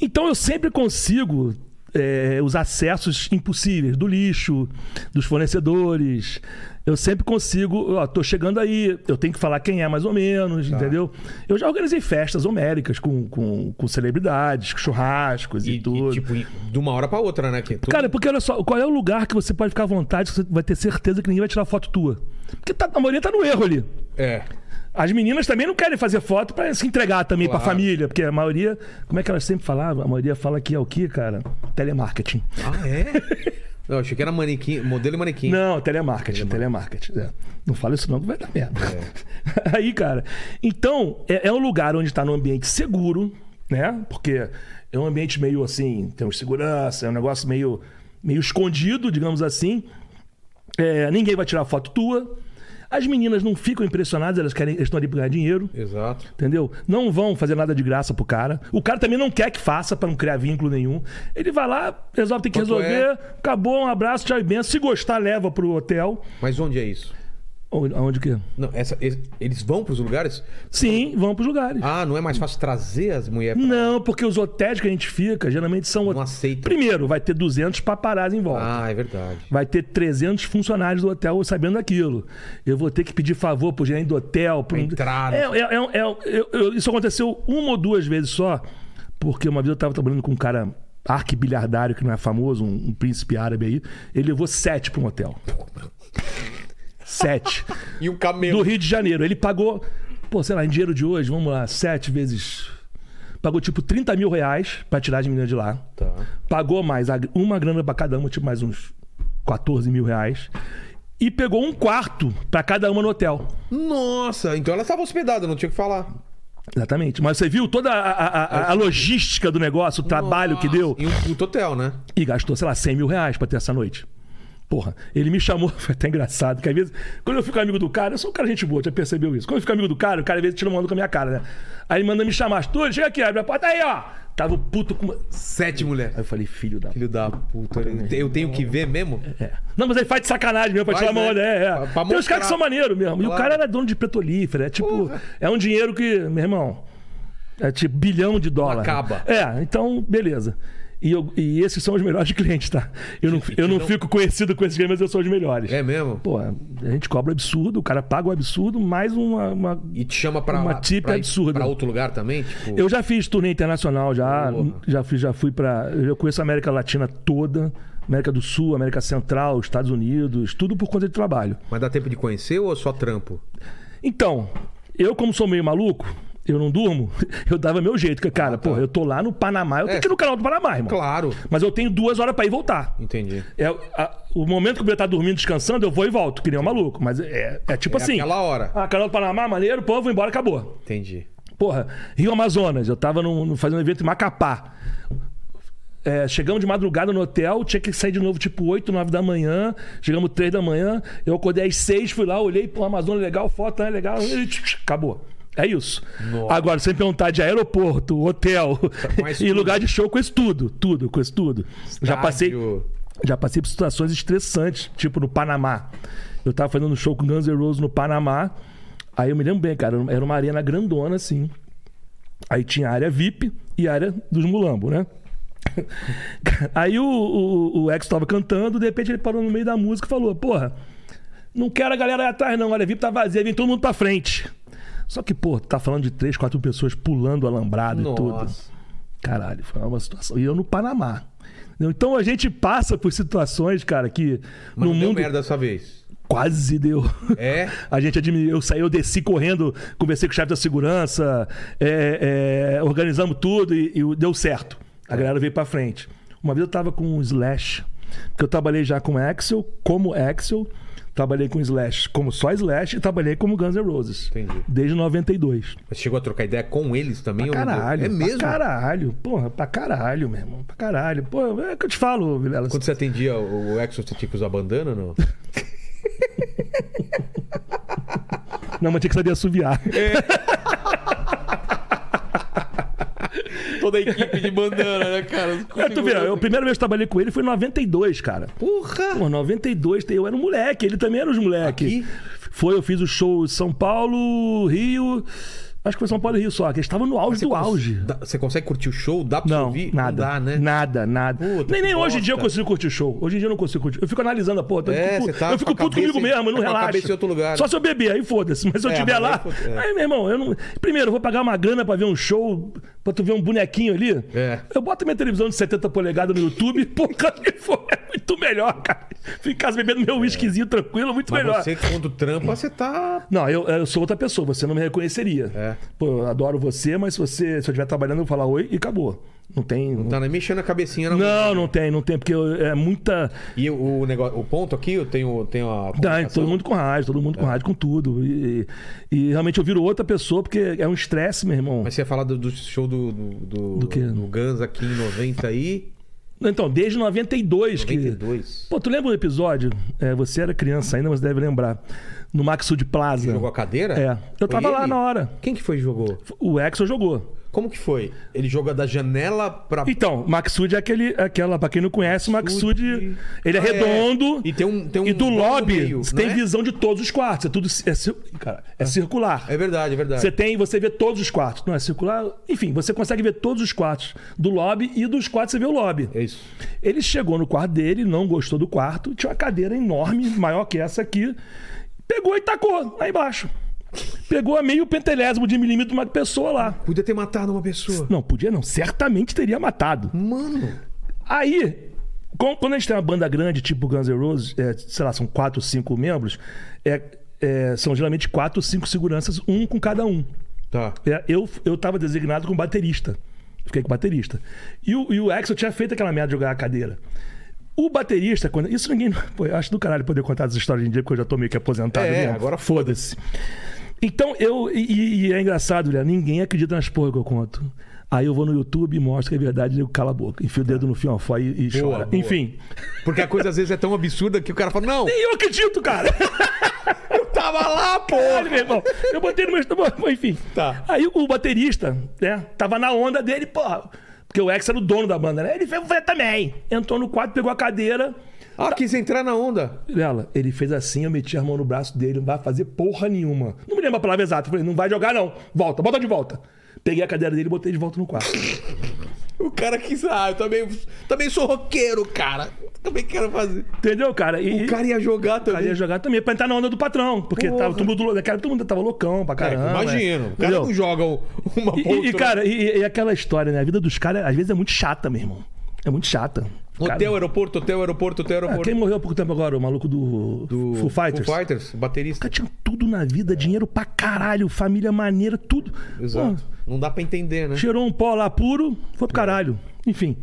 Speaker 3: Então eu sempre consigo é, os acessos impossíveis do lixo, dos fornecedores. Eu sempre consigo, ó, tô chegando aí, eu tenho que falar quem é mais ou menos, entendeu? Eu já organizei festas homéricas com, com, com celebridades, com churrascos e,
Speaker 1: E- e,
Speaker 3: tudo.
Speaker 1: tipo, e- de uma hora pra outra, né? Que tudo-
Speaker 3: Cara, porque olha só, qual é o lugar que você pode ficar à vontade, que você vai ter certeza que ninguém vai tirar foto tua? Porque tá, a maioria tá no erro ali.
Speaker 1: É.
Speaker 3: As meninas também não querem fazer foto pra se entregar também
Speaker 1: Claro.
Speaker 3: pra família, porque a maioria, como é que elas sempre falavam? A maioria fala que é o que, cara? Telemarketing.
Speaker 1: Ah, é? Eu achei que era manequim, modelo e manequim.
Speaker 3: Não, telemarketing, telemarketing. é. Não fala isso não, que vai dar merda. Aí, cara. Então, é, é um lugar onde tá num ambiente seguro, né? Porque é um ambiente meio assim, tem uns segurança, é um negócio meio, meio escondido, digamos assim. É, ninguém vai tirar foto tua. As meninas não ficam impressionadas, elas querem, elas estão ali pra ganhar dinheiro.
Speaker 1: Exato.
Speaker 3: Entendeu? Não vão fazer nada de graça pro cara. O cara também não quer que faça pra não criar vínculo nenhum. Ele vai lá, resolve ter que
Speaker 1: Quanto é?
Speaker 3: resolver. Acabou, um abraço, tchau e benção. Se gostar, leva pro hotel.
Speaker 1: Mas onde é isso?
Speaker 3: Onde, aonde que?
Speaker 1: Não, essa, es- eles vão pros lugares?
Speaker 3: Sim, vão pros lugares.
Speaker 1: Ah, não é mais fácil trazer as mulheres pra...
Speaker 3: Não, porque os hotéis que a gente fica geralmente são. hot-
Speaker 1: Não aceitam.
Speaker 3: Primeiro, vai ter 200 paparazzi em volta.
Speaker 1: Ah, é verdade.
Speaker 3: Vai ter 300 funcionários do hotel sabendo daquilo. Eu vou ter que pedir favor pro gerente do hotel. Pro...
Speaker 1: Pra entrar, né?
Speaker 3: É, é, é, é, eu- eu- isso aconteceu uma ou duas vezes só, porque uma vez eu tava trabalhando com um cara arquibilhardário que não é famoso, um, um príncipe árabe aí. Ele levou sete pra um hotel. sete.
Speaker 1: E o camelo.
Speaker 3: Do Rio de Janeiro. Ele pagou, pô, sei lá, em dinheiro de hoje, vamos lá, sete vezes. Pagou tipo 30 mil reais pra tirar as meninas de lá.
Speaker 1: Tá.
Speaker 3: Pagou mais a- uma grana pra cada uma, tipo mais uns 14 mil reais. E pegou um quarto pra cada uma no hotel.
Speaker 1: Nossa, então ela estava hospedada, não tinha o que falar.
Speaker 3: Exatamente. Mas você viu toda a, a- a- a logística do negócio, o trabalho que deu?
Speaker 1: Em um puto hotel, né?
Speaker 3: E gastou, sei lá, 100 mil reais pra ter essa noite. Porra, ele me chamou, foi até engraçado, que às vezes, quando eu fico amigo do cara, eu sou um cara gente boa, já percebeu isso? Quando eu fico amigo do cara, o cara às vezes tira uma onda com a minha cara, né? Aí ele manda me chamar, Arthur, chega aqui, abre a porta, aí ó! Tava o puto com uma... Aí
Speaker 1: Sete mulheres.
Speaker 3: eu falei, filho da
Speaker 1: Filho da puta. Eu tenho que ver mesmo?
Speaker 3: É. Não, mas ele faz de sacanagem mesmo, pra
Speaker 1: Faz,
Speaker 3: tirar
Speaker 1: né?
Speaker 3: uma onda. É, é.
Speaker 1: Pra- pra
Speaker 3: Tem uns
Speaker 1: mostrar.
Speaker 3: caras que são maneiros mesmo. E o
Speaker 1: Claro.
Speaker 3: cara era dono de petrolífera. É tipo, é um dinheiro que, meu irmão, é tipo bilhão de dólar.
Speaker 1: Acaba.
Speaker 3: É, então, beleza. E, eu- e esses são os melhores clientes, tá? Eu não, eu não fico conhecido com esses clientes, mas eu sou os melhores.
Speaker 1: É mesmo?
Speaker 3: Pô, a gente cobra absurdo, o cara paga o absurdo, mais uma. uma-
Speaker 1: E te chama pra,
Speaker 3: Uma tip
Speaker 1: pra, ir
Speaker 3: absurda.
Speaker 1: pra outro lugar também? Tipo,
Speaker 3: Eu já fiz turnê internacional, já,
Speaker 1: Porra.
Speaker 3: já, fui, já fui pra. Eu conheço a América Latina toda, América do Sul, América Central, Estados Unidos, tudo por conta de trabalho.
Speaker 1: Mas dá tempo de conhecer ou é só trampo?
Speaker 3: Então, eu, como sou meio maluco, eu não durmo, eu dava meu jeito, que, cara, pô, eu tô lá no Panamá, eu
Speaker 1: Ah, tá. É.
Speaker 3: tenho que ir no canal do Panamá, irmão.
Speaker 1: Claro.
Speaker 3: Mas eu tenho duas horas pra ir e voltar.
Speaker 1: Entendi.
Speaker 3: É, a- o momento que o Breno tá dormindo, descansando, eu vou e volto, que nem um maluco. Mas é, é tipo
Speaker 1: É
Speaker 3: assim.
Speaker 1: aquela hora.
Speaker 3: Ah, canal do Panamá, maneiro, pô, vou embora, acabou.
Speaker 1: Entendi.
Speaker 3: Porra, Rio Amazonas, eu tava num- num- fazendo um evento em Macapá. É, chegamos de madrugada no hotel, tinha que sair de novo tipo 8, 9 da manhã. Chegamos 3 da manhã, eu acordei às 6, fui lá, olhei, pô, Amazonas legal, foto né, legal, e tch, tch, acabou. É isso. Agora, sem perguntar de aeroporto, hotel
Speaker 1: Tá Com isso
Speaker 3: e
Speaker 1: tudo.
Speaker 3: lugar de show com isso tudo, tudo, com isso tudo. Já passei,
Speaker 1: Estádio.
Speaker 3: já passei por situações estressantes, tipo no Panamá. Eu tava fazendo um show com Guns N' Roses no Panamá. Aí eu me lembro bem, cara, era uma arena grandona assim. Aí tinha a área VIP e a área dos mulambos, né? Aí o, o, o ex tava cantando, de repente ele parou no meio da música e falou: Porra, não quero a galera aí atrás, não. Olha, a VIP tá vazia, vem todo mundo pra frente. Só que, pô, tá falando de três, quatro pessoas pulando alambrado e tudo.
Speaker 1: Nossa.
Speaker 3: Caralho, foi uma situação. E eu no Panamá. Entendeu? Então a gente passa por situações, cara, que
Speaker 1: Mas
Speaker 3: no
Speaker 1: não deu
Speaker 3: mundo
Speaker 1: merda dessa vez.
Speaker 3: quase deu.
Speaker 1: É?
Speaker 3: A gente admira, eu saí, eu desci correndo, conversei com o chefe da segurança, é, é, organizamos tudo e, e deu certo.
Speaker 1: É.
Speaker 3: A galera veio pra frente. Uma vez eu tava com um Slash, porque eu trabalhei já com Axel, como Axel, trabalhei com Slash como só Slash e trabalhei como Guns N' Roses.
Speaker 1: Entendi.
Speaker 3: Desde 92.
Speaker 1: Mas chegou a trocar ideia com eles também? ou
Speaker 3: Pra
Speaker 1: não deu?
Speaker 3: caralho.
Speaker 1: É mesmo?
Speaker 3: Pra caralho. Porra, pra caralho, meu irmão. Pra caralho. Pô, é o que eu te falo, Vilela.
Speaker 1: Quando você atendia o o Exo, você tinha que usar bandana ou não?
Speaker 3: Não, mas tinha que saber assoviar. É.
Speaker 2: Toda a equipe de bandana, né, cara?
Speaker 3: É, tu vê, eu, a primeira vez que eu trabalhei com ele foi em 92, cara.
Speaker 1: Porra!
Speaker 3: Pô, 92, eu era um moleque, ele também era um moleque.
Speaker 1: Aqui?
Speaker 3: Foi, eu fiz o show em São Paulo, Rio. Acho que foi São Paulo e Rio só, que eles estavam no auge do auge.
Speaker 1: Dá- Você consegue curtir o show? Dá pra
Speaker 3: Não,
Speaker 1: ouvir?
Speaker 3: nada.
Speaker 1: Não dá, né?
Speaker 3: Nada, nada.
Speaker 1: Puta,
Speaker 3: nem
Speaker 1: que
Speaker 3: nem hoje em dia eu
Speaker 1: bosta.
Speaker 3: consigo curtir o show. Hoje em dia eu não consigo curtir. Eu fico analisando a porra.
Speaker 1: É,
Speaker 3: eu
Speaker 1: você
Speaker 3: fico,
Speaker 1: tá
Speaker 3: eu fico
Speaker 1: com a
Speaker 3: puto
Speaker 1: cabeça
Speaker 3: comigo
Speaker 1: em-
Speaker 3: mesmo, eu não
Speaker 1: com a
Speaker 3: relaxo.
Speaker 1: cabeça em outro lugar.
Speaker 3: Só se eu beber, aí foda-se. Mas se eu
Speaker 1: É,
Speaker 3: estiver
Speaker 1: mas
Speaker 3: lá.
Speaker 1: aí foda- é.
Speaker 3: Aí, meu irmão, eu não. Primeiro, eu vou pagar uma grana pra ver um show, pra tu ver um bonequinho ali.
Speaker 1: É.
Speaker 3: Eu boto minha televisão de 70 polegadas no YouTube, pô, cara, que for. É muito melhor, cara. Fico em casa bebendo meu whiskyzinho tranquilo, muito
Speaker 1: Mas
Speaker 3: melhor.
Speaker 1: você, quando trampa, você tá.
Speaker 3: Não, eu, eu sou outra pessoa, você não me reconheceria.
Speaker 1: É.
Speaker 3: Pô, eu adoro você, mas se você se eu estiver trabalhando, eu vou falar oi e acabou. Não tem.
Speaker 1: Tá né, mexendo a cabecinha na
Speaker 3: Não, não tem, não tem, porque eu- é muita.
Speaker 1: E o, o negócio, o ponto aqui, eu tenho, tenho a.
Speaker 3: Dá,
Speaker 1: comunicação.
Speaker 3: tá, todo mundo com rádio, todo
Speaker 1: É.
Speaker 3: mundo com rádio, com tudo. E, e- e realmente eu viro outra pessoa, porque é um estresse, meu irmão.
Speaker 1: Mas você ia falar do, do show do, do, do,
Speaker 3: Do quê?
Speaker 1: do Guns aqui em 90 aí.
Speaker 3: Então, desde 92, que.
Speaker 1: 92.
Speaker 3: Pô, tu lembra um episódio? É, você era criança ainda, mas deve lembrar. No Maxud Plaza.
Speaker 1: Jogou a cadeira?
Speaker 3: É.
Speaker 1: Foi
Speaker 3: Eu tava lá
Speaker 1: ele?
Speaker 3: na hora.
Speaker 1: Quem que foi que jogou?
Speaker 3: O Exo jogou.
Speaker 1: Como que foi? Ele joga da janela pra.
Speaker 3: Então, Maxud é aquele, aquela, pra quem não conhece, o Maxud,
Speaker 1: Maxud.
Speaker 3: ele é
Speaker 1: Ah, é.
Speaker 3: redondo.
Speaker 1: E tem um- tem um
Speaker 3: E do
Speaker 1: banco no
Speaker 3: lobby,
Speaker 1: meio,
Speaker 3: você
Speaker 1: não
Speaker 3: tem
Speaker 1: é?
Speaker 3: visão de todos os quartos. É tudo. É, cir- cara, é circular.
Speaker 1: É verdade, é verdade.
Speaker 3: Você tem, você vê todos os quartos. Não é circular? Enfim, você consegue ver todos os quartos do lobby e dos quartos você vê o lobby.
Speaker 1: É isso.
Speaker 3: Ele chegou no quarto dele, não gostou do quarto, tinha uma cadeira enorme, maior que essa aqui, pegou e tacou lá embaixo. Pegou a meio pentelésimo de milímetro de uma pessoa lá.
Speaker 1: Podia ter matado uma pessoa.
Speaker 3: Não, podia não, certamente teria matado.
Speaker 1: Mano.
Speaker 3: Aí, com- quando a gente tem uma banda grande, tipo Guns N' Roses, é, sei lá, são quatro, cinco membros, é- é, são geralmente quatro, cinco seguranças, um com cada um.
Speaker 1: Tá.
Speaker 3: É, eu, eu tava designado como baterista. Fiquei com baterista. E o, e o Axel tinha feito aquela merda de jogar a cadeira. O baterista, quando. Isso ninguém. Pô, eu acho do caralho poder contar essas histórias hoje em dia, porque eu já tô meio que aposentado.
Speaker 1: É,
Speaker 3: mesmo.
Speaker 1: agora
Speaker 3: foda-se. Então, eu. E, e é engraçado, né? ninguém acredita nas porra que eu conto. Aí eu vou no YouTube e mostro que é verdade, eu cala a boca. Enfio o dedo no fiofó e, e
Speaker 1: Boa,
Speaker 3: chora.
Speaker 1: boa.
Speaker 3: Enfim.
Speaker 1: Porque a coisa às vezes é tão absurda que o cara fala: Não,
Speaker 3: E eu acredito, cara!
Speaker 1: eu tava lá, pô!
Speaker 3: Caralho, meu irmão. Eu botei no meu estômago, enfim.
Speaker 1: Tá.
Speaker 3: Aí o baterista, né, tava na onda dele, porra. Porque o ex era o dono da banda, né? Ele fez foi também. Entrou no quarto, pegou a cadeira.
Speaker 1: Ah, quis entrar na onda.
Speaker 3: Ela, ele fez assim, eu meti a mão no braço dele, não vai fazer porra nenhuma. Não me lembro a palavra exata. eu Falei, não vai jogar, não. Volta, bota de volta. Peguei a cadeira dele e botei de volta no quarto.
Speaker 1: O cara quis. Ah, eu também, também sou roqueiro, cara. Também quero fazer.
Speaker 3: Entendeu, cara? E,
Speaker 1: O cara ia jogar
Speaker 3: o cara
Speaker 1: também.
Speaker 3: ia jogar também pra entrar na onda do patrão. Porque
Speaker 1: Porra.
Speaker 3: tava todo mundo, cara, todo mundo tava loucão pra
Speaker 1: É,
Speaker 3: caramba.
Speaker 1: imagino.
Speaker 3: né?
Speaker 1: O cara
Speaker 3: Entendeu?
Speaker 1: não joga o- uma
Speaker 3: E- E,
Speaker 1: poltrona.
Speaker 3: e, cara, e, e aquela história, né? A vida dos caras, às vezes, é muito chata, meu irmão. É muito chata. Cara,
Speaker 1: Hotel, aeroporto, hotel, aeroporto, hotel,
Speaker 3: ah,
Speaker 1: aeroporto.
Speaker 3: quem morreu há pouco tempo agora? O maluco do,
Speaker 1: Do
Speaker 3: Foo Fighters.
Speaker 1: Foo Fighters, baterista.
Speaker 3: cara tinha tudo na vida, dinheiro pra caralho, família maneira, tudo.
Speaker 1: Exato.
Speaker 3: Pô,
Speaker 1: Não dá pra entender, né?
Speaker 3: cheirou um pó lá puro, foi pro caralho. Enfim.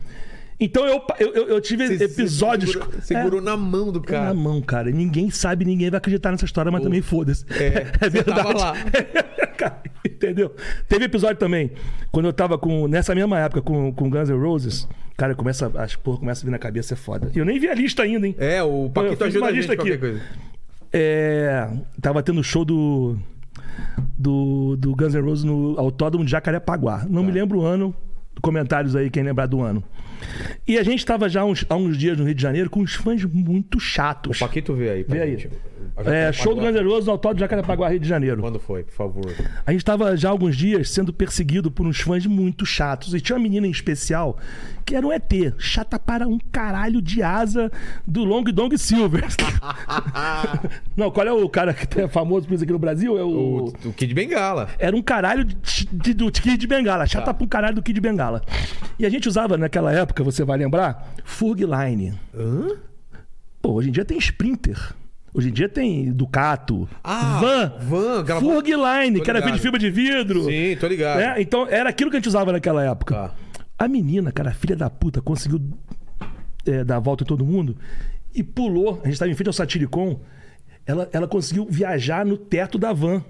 Speaker 3: Então eu, eu, eu- eu tive
Speaker 1: Você-
Speaker 3: episódios.
Speaker 1: Segurou,
Speaker 3: É,
Speaker 1: segurou na mão do cara.
Speaker 3: na mão, cara. Ninguém sabe, ninguém vai acreditar nessa história, mas também foda-se.
Speaker 1: É, você tava lá.
Speaker 3: Cara, Entendeu? Teve episódio também, quando eu tava com. Nessa mesma época com, com Guns N' Roses, cara, começa. As porra começa a vir na cabeça, é foda. E eu nem vi a lista ainda, hein?
Speaker 1: É, o Paquito
Speaker 3: fiz
Speaker 1: ajuda
Speaker 3: uma
Speaker 1: a gente
Speaker 3: lista
Speaker 1: aqui. qualquer
Speaker 3: aqui.
Speaker 1: coisa.
Speaker 3: É, tava tendo show do, do, do Guns N' Roses no Autódromo de Jacarepaguá. Não
Speaker 1: Tá.
Speaker 3: me lembro o ano. Comentários aí, quem lembrar do ano. E a gente tava já uns- há uns dias no Rio de Janeiro com uns fãs muito chatos.
Speaker 1: O Paquito vê aí. pra
Speaker 3: Vê aí.
Speaker 1: gente.
Speaker 3: É, show do Guns N' Roses no Autódromo de Jacarepaguá, Rio de Janeiro.
Speaker 1: Quando foi, por favor?
Speaker 3: A gente estava já há alguns dias sendo perseguido por uns fãs muito chatos. E tinha uma menina em especial que era um ET, chata para um caralho de asa do Long Dong Silver. Não, qual é o cara que é famoso por isso aqui no Brasil? É
Speaker 1: O,
Speaker 3: o.
Speaker 1: o Kid Bengala.
Speaker 3: Era um caralho de, de- do Kid de
Speaker 1: Tá.
Speaker 3: Bengala, chata para um caralho do Kid de Bengala. E a gente usava naquela época, você vai lembrar, Furgline. Pô, hoje em dia tem Sprinter. Hoje em dia tem Ducato,
Speaker 1: Ah,
Speaker 3: Van,
Speaker 1: Van, aquela-
Speaker 3: Furgline,
Speaker 1: Tô
Speaker 3: que era feito
Speaker 1: ligado.
Speaker 3: de fibra de vidro.
Speaker 1: Sim, tô ligado.
Speaker 3: Né? Então era aquilo que a gente usava naquela época.
Speaker 1: Tá.
Speaker 3: A menina, cara, a filha da puta, conseguiu é, dar a volta em todo mundo e pulou. A gente estava em frente ao Satiricon. Ela, ela conseguiu viajar no teto da van.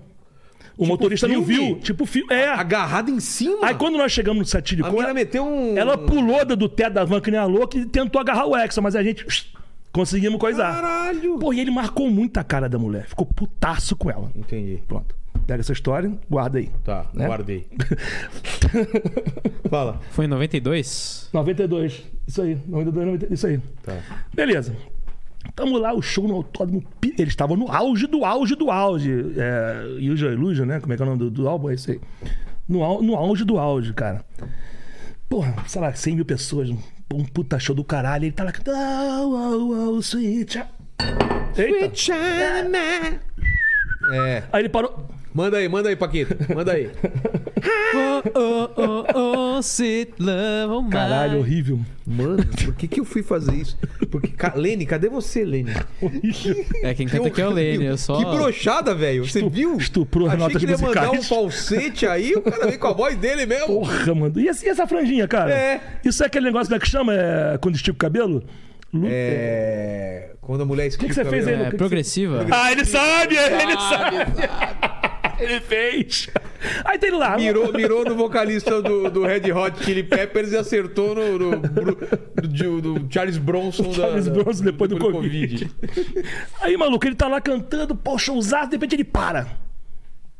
Speaker 3: O motorista não
Speaker 1: filme?
Speaker 3: viu. Tipo filme. É.
Speaker 1: Agarrado em cima.
Speaker 3: Aí quando nós chegamos no
Speaker 1: a
Speaker 3: Satiricon,
Speaker 1: menina
Speaker 3: ela,
Speaker 1: meteu um.
Speaker 3: ela pulou da- do teto da van que nem a louca e tentou agarrar o Hexa, mas a gente pss, conseguimos coisar.
Speaker 1: Caralho.
Speaker 3: Pô, e ele marcou muito a cara da mulher. Ficou putaço com ela.
Speaker 1: Entendi.
Speaker 3: Pronto. Pega essa história, guarda aí.
Speaker 1: Tá,
Speaker 3: Né?
Speaker 1: guardei. Fala.
Speaker 2: Foi em 92?
Speaker 3: 92. Isso aí. 92, 92, isso aí.
Speaker 1: Tá.
Speaker 3: Beleza. Tamo lá, o show no autódromo. pi- Eles estavam no auge do auge do auge. É, Usual Illusion, né? Como é que é o nome do, do álbum? É isso aí. No, au- no auge do auge, cara. Porra, sei lá, 100 mil pessoas. Um puta show do caralho. Ele tá lá. Oh, oh, oh, sweet. child." Eita.
Speaker 1: Tá. É.
Speaker 3: Aí ele parou.
Speaker 1: Manda aí, manda aí, Paquito. Manda aí.
Speaker 2: oh, oh, oh, oh, sit love on
Speaker 3: Caralho,
Speaker 2: my-
Speaker 3: horrível.
Speaker 1: Mano, por que, que eu fui fazer isso? Porque, ca... Lene, cadê você, Lene? um
Speaker 3: Horrível.
Speaker 2: É, quem canta aqui é o Lene, eu só...
Speaker 1: Que brochada, velho. Você viu?
Speaker 3: estuprou as
Speaker 1: Achei
Speaker 3: notas
Speaker 1: que ele ia mandar um
Speaker 3: musicais.
Speaker 1: falsete aí, o cara vem com a voz dele mesmo.
Speaker 3: Porra, mano. E essa, e essa franjinha, cara?
Speaker 1: É.
Speaker 3: Isso é aquele negócio da que chama é, quando estica o cabelo? Lu-
Speaker 1: É. Quando a mulher
Speaker 3: que
Speaker 1: escuta. né?
Speaker 3: que você fez aí,
Speaker 2: É, progressiva?
Speaker 3: Ah, ele sabe, ele sabe. Ele fez. Aí tem lá.
Speaker 1: Mirou, mirou no vocalista do, do Red Hot Chili Peppers e acertou no, no, Bru- do, do Charles Bronson.
Speaker 3: Charles
Speaker 1: da,
Speaker 3: Bronson depois do Covid. Aí, maluco, ele tá lá cantando, poxa, usado, de repente ele para.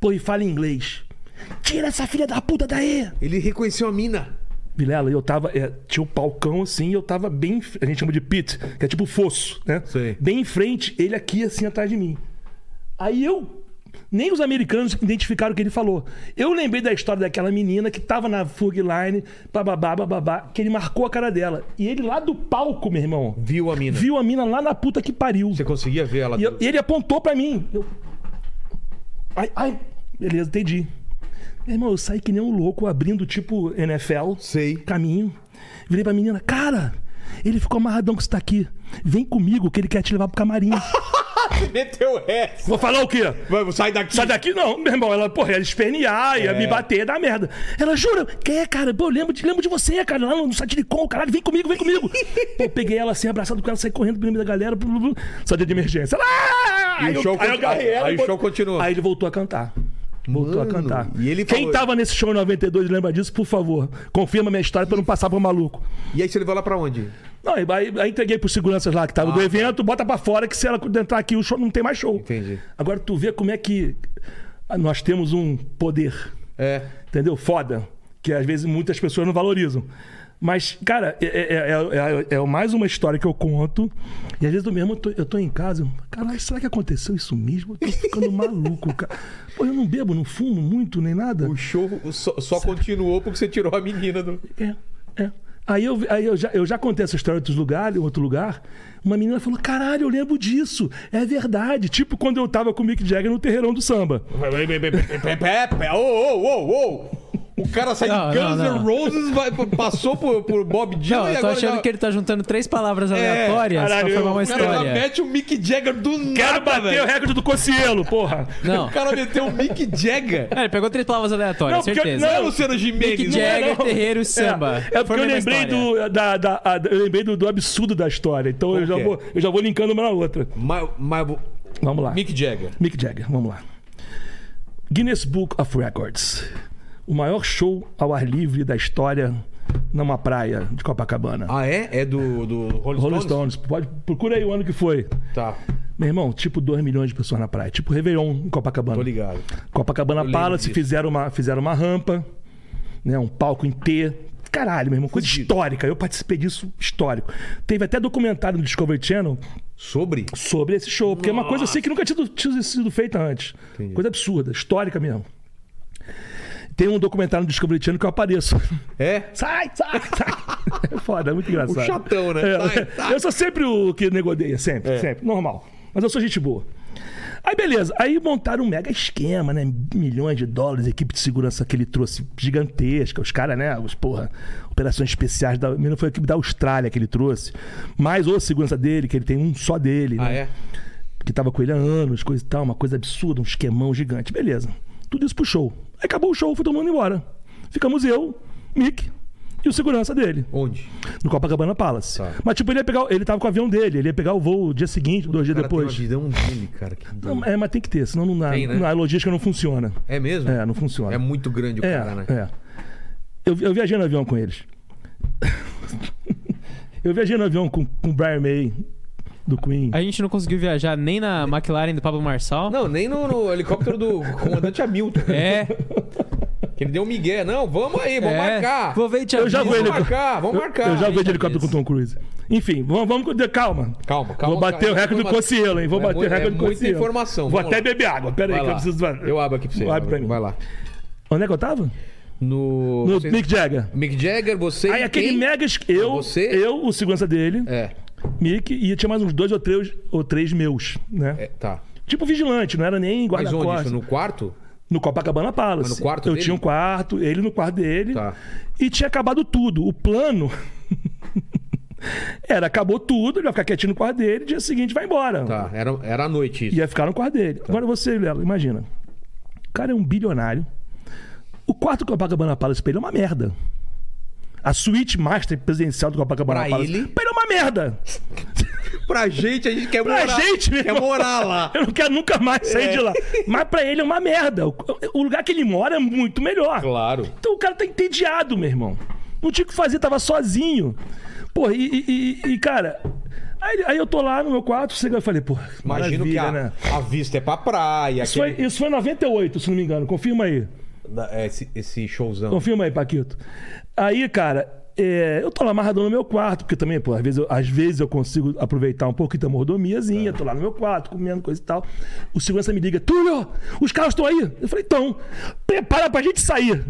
Speaker 3: Pô, e fala em inglês. Tira essa filha da puta daí!
Speaker 1: Ele reconheceu a mina.
Speaker 3: Vilela, eu tava. é, tinha um palcão assim, eu tava bem. em fr- A gente chama de pit, que é tipo fosso, né?
Speaker 1: Sei.
Speaker 3: Bem em frente, ele aqui assim atrás de mim. Aí eu. Nem os americanos identificaram o que ele falou. Eu lembrei da história daquela menina que tava na fug line, bababá, bababá, que ele marcou a cara dela. E ele lá do palco, meu irmão,
Speaker 1: Viu a mina.
Speaker 3: viu a mina lá na puta que pariu.
Speaker 1: Você conseguia ver ela.
Speaker 3: E, eu- e ele apontou pra mim. Eu... Ai, ai, beleza, entendi. Meu irmão, eu saí que nem um louco abrindo tipo NFL.
Speaker 1: Sei.
Speaker 3: Caminho. Virei pra menina, cara, ele ficou amarradão que você tá aqui. Vem comigo que ele quer te levar pro camarim.
Speaker 1: Meteu essa.
Speaker 3: Vou falar o quê?
Speaker 1: Vamos, sai daqui.
Speaker 3: Sai daqui não, meu irmão. Ela, porra, ia espernear,
Speaker 1: É.
Speaker 3: ia me bater, dar merda. Ela, jura? Que é, cara? Pô, eu lembro de, lembro de você, cara, lá no Satiricon, caralho, vem comigo, vem comigo. Pô, eu peguei ela assim, abraçado com ela, saí correndo pro meio da galera, blu, blu, blu, saí de emergência. Ela, "Ah!"
Speaker 1: E o
Speaker 3: eu-
Speaker 1: show
Speaker 3: eu
Speaker 1: continua.
Speaker 3: agarrei ela
Speaker 1: Aí
Speaker 3: e
Speaker 1: o
Speaker 3: bot-
Speaker 1: show continua.
Speaker 3: Aí ele voltou a cantar. Voltou
Speaker 1: Mano,
Speaker 3: a cantar.
Speaker 1: e ele
Speaker 3: Quem
Speaker 1: falou-
Speaker 3: tava nesse show em 92, lembra disso? Por favor, confirma minha história pra eu não passar pro maluco.
Speaker 1: E aí você levou ela pra onde?
Speaker 3: Não, aí, aí- aí entreguei pros seguranças lá que estavam do evento, bota pra fora que se ela entrar aqui, o show não tem mais show.
Speaker 1: Entendi.
Speaker 3: Agora tu vê como é que nós temos um poder,
Speaker 1: É.
Speaker 3: entendeu? Foda. Que às vezes muitas pessoas não valorizam. Mas, cara, é, é- é- é- é mais uma história que eu conto. E às vezes eu mesmo eu tô, eu tô em casa, eu, caralho, será que aconteceu isso mesmo? Eu tô ficando maluco, cara. Pô, eu não bebo, não fumo muito, nem nada.
Speaker 1: O show só, só continuou porque você tirou a menina do.
Speaker 3: É. É. Aí, eu, aí eu, já, eu já contei essa história em outros lugares, em outro lugar. Uma menina falou: caralho, eu lembro disso. É verdade. Tipo quando eu tava com o Mick Jagger no terreirão do samba.
Speaker 1: Pepe, ô, ô, ô, ô! O cara sai
Speaker 2: Não,
Speaker 1: de Guns N'
Speaker 2: não, não.
Speaker 1: Roses, vai- passou por, por Bob Dylan e
Speaker 2: Não, eu tô
Speaker 1: agora
Speaker 2: achando
Speaker 1: já...
Speaker 2: que ele tá juntando três palavras
Speaker 1: É,
Speaker 2: aleatórias
Speaker 3: caralho,
Speaker 2: pra formar
Speaker 3: eu-
Speaker 2: uma
Speaker 1: O cara tá já
Speaker 2: história.
Speaker 1: mete o Mick Jagger do nada,
Speaker 3: Quero bater
Speaker 1: velho.
Speaker 3: o recorde do Cocielo, porra.
Speaker 2: Não.
Speaker 1: O cara meteu o Mick Jagger.
Speaker 2: Ah, ele pegou três palavras aleatórias,
Speaker 3: Não, porque eu-
Speaker 2: certeza.
Speaker 1: Não é o Luciano Gimenez.
Speaker 2: Mick
Speaker 1: não é,
Speaker 2: Jagger,
Speaker 1: não.
Speaker 2: terreiro e samba.
Speaker 3: É, é porque
Speaker 2: Foi a
Speaker 3: eu
Speaker 2: mesma
Speaker 3: lembrei,
Speaker 2: história.
Speaker 3: do, da, da- a- eu lembrei do, do absurdo da história. Então eu já,
Speaker 1: que é?
Speaker 3: vou, eu já vou linkando uma na outra.
Speaker 1: Mas, mas...
Speaker 3: Vamos lá.
Speaker 1: Mick Jagger.
Speaker 3: Mick Jagger, vamos lá. Guinness Book of Records. O maior show ao ar livre da história numa praia de Copacabana.
Speaker 1: Ah, é? É do, do Rolling,
Speaker 3: Rolling
Speaker 1: Stones?
Speaker 3: Stones, pode, procura aí o ano que foi.
Speaker 1: Tá,
Speaker 3: Meu irmão, tipo 2 milhões de pessoas na praia. Tipo Réveillon em Copacabana.
Speaker 1: tô ligado.
Speaker 3: Copacabana
Speaker 1: lembro
Speaker 3: Palace
Speaker 1: disso.
Speaker 3: fizeram uma, fizeram uma rampa, né? Um palco em T. Caralho, meu irmão, coisa histórica. Eu participei disso histórico. Teve até documentário no Discovery Channel
Speaker 1: Sobre?
Speaker 3: sobre esse show, porque é uma coisa assim que nunca tinha, tido- tinha sido feita antes. Coisa absurda, histórica mesmo. Tem um documentário no Discovery Channel que eu apareço.
Speaker 1: É?
Speaker 3: Sai, sai, sai. É foda, é muito engraçado.
Speaker 1: O chatão, né?
Speaker 3: É,
Speaker 1: Sai, sai. É.
Speaker 3: Eu sou sempre o que negodeia, sempre, sempre. Normal. Mas eu sou gente boa. Aí beleza, aí montaram um mega esquema, né? Milhões de dólares, equipe de segurança que ele trouxe gigantesca, os caras, né? Os porra, operações especiais da. Menino foi a equipe da Austrália que ele trouxe, mais o segurança dele, que ele tem um só dele,
Speaker 1: Ah,
Speaker 3: né?
Speaker 1: é?
Speaker 3: que tava com ele há anos, coisa e tal, uma coisa absurda, um esquemão gigante. Beleza. Tudo isso pro show. Aí acabou o show, foi todo mundo embora. Ficamos eu, Mick e o segurança dele,
Speaker 1: Onde?
Speaker 3: no Copacabana Palace.
Speaker 1: Tá.
Speaker 3: Mas, tipo, ele ia pegar. Ele tava com o avião dele, ele ia pegar o voo dia seguinte, dois dias
Speaker 1: O cara
Speaker 3: depois.
Speaker 1: Tem uma visão dele, cara. que doido.
Speaker 3: Não, é, mas tem que ter, senão não dá.
Speaker 1: Tem, né?
Speaker 3: não- a logística não funciona.
Speaker 1: É mesmo?
Speaker 3: É, não funciona.
Speaker 1: É muito grande o
Speaker 3: É,
Speaker 1: cara, né?
Speaker 3: é. Eu, eu viajei no avião com eles. eu viajei no avião com, com o Brian May, do Queen.
Speaker 2: A gente não conseguiu viajar nem na McLaren do Pablo Marçal.
Speaker 1: Não, nem no, no helicóptero do comandante Hamilton. né?
Speaker 2: É,
Speaker 1: Que ele deu um migué. Não, vamos aí, vamos
Speaker 2: é.
Speaker 1: marcar.
Speaker 2: Vou ver e te
Speaker 3: Eu já
Speaker 2: aviso.
Speaker 3: vou
Speaker 1: Vamos
Speaker 3: ele-
Speaker 1: marcar, vamos
Speaker 3: Eu-
Speaker 1: marcar.
Speaker 3: Eu, já vou de
Speaker 2: Eita,
Speaker 3: helicóptero com o Tom Cruise. Enfim, vamos, vamos com- calma.
Speaker 1: Calma, calma.
Speaker 3: Vou bater
Speaker 1: cara.
Speaker 3: o recorde do
Speaker 1: Informação.
Speaker 3: Cocielo, hein? Vou
Speaker 1: É
Speaker 3: bater
Speaker 1: muito-
Speaker 3: o recorde
Speaker 1: é
Speaker 3: do
Speaker 1: muita
Speaker 3: Cocielo.
Speaker 1: informação.
Speaker 3: Vou
Speaker 1: Vamos
Speaker 3: até
Speaker 1: lá.
Speaker 3: beber água. Pera
Speaker 1: Vai
Speaker 3: aí, que eu
Speaker 1: lá.
Speaker 3: preciso.
Speaker 1: Eu abro aqui pra você.
Speaker 3: Abre pra mim.
Speaker 1: Vai lá.
Speaker 3: Onde é que eu tava?
Speaker 1: No.
Speaker 3: No
Speaker 1: você-
Speaker 3: Mick Jagger.
Speaker 1: Mick Jagger, você.
Speaker 3: Aí
Speaker 1: e
Speaker 3: aquele
Speaker 1: quem?
Speaker 3: mega. es- Eu,
Speaker 1: Você?
Speaker 3: eu, o segurança dele,
Speaker 1: É,
Speaker 3: Mick, e tinha mais uns dois ou três, ou três meus, né?
Speaker 1: é, um tá.
Speaker 3: Tipo vigilante, não era nem
Speaker 1: Mas onde?
Speaker 3: guarda-costas.
Speaker 1: Isso? No quarto?
Speaker 3: No Copacabana Palace.
Speaker 1: Mas no quarto
Speaker 3: eu
Speaker 1: dele?
Speaker 3: tinha um quarto, ele no quarto dele.
Speaker 1: Tá.
Speaker 3: E tinha acabado tudo. O plano era acabou tudo, ele vai ficar quietinho no quarto dele, dia seguinte vai embora.
Speaker 1: Tá. Era, era à noite isso.
Speaker 3: Ia ficar no quarto dele. Agora você, Lela, imagina. O cara é um bilionário. O quarto do Copacabana Palace pra ele é uma merda. A suíte master presidencial do Copacabana
Speaker 1: Pra
Speaker 3: Palace
Speaker 1: ele?
Speaker 3: pra ele é uma merda.
Speaker 1: Pra gente, a gente quer
Speaker 3: é- Pra
Speaker 1: morar.
Speaker 3: gente, meu
Speaker 1: quer
Speaker 3: irmão.
Speaker 1: morar lá.
Speaker 3: Eu não quero nunca mais sair
Speaker 1: É.
Speaker 3: de lá. Mas pra ele é uma merda. O, o lugar que ele mora é muito melhor.
Speaker 1: Claro.
Speaker 3: Então o cara tá entediado, meu irmão. Não tinha o que fazer, tava sozinho. Porra, e, e- e- e, cara. Aí, aí eu tô lá no meu quarto, chega- eu falei, pô,
Speaker 1: Imagino que
Speaker 3: maravilha,
Speaker 1: a,
Speaker 3: né?
Speaker 1: a vista é pra praia.
Speaker 3: Isso foi,
Speaker 1: aquele-
Speaker 3: isso foi em 98, se não me engano. Confirma aí.
Speaker 1: da- é, Esse, esse showzão.
Speaker 3: Confirma aí, Paquito. Aí, cara, é, eu tô lá amarradão no meu quarto, porque também, pô, às vezes eu, às vezes eu consigo aproveitar um pouquinho da mordomiazinha, tô lá no meu quarto, comendo coisa e tal. O segurança me liga, Túlio, os carros estão aí. Eu falei, então, prepara pra gente sair.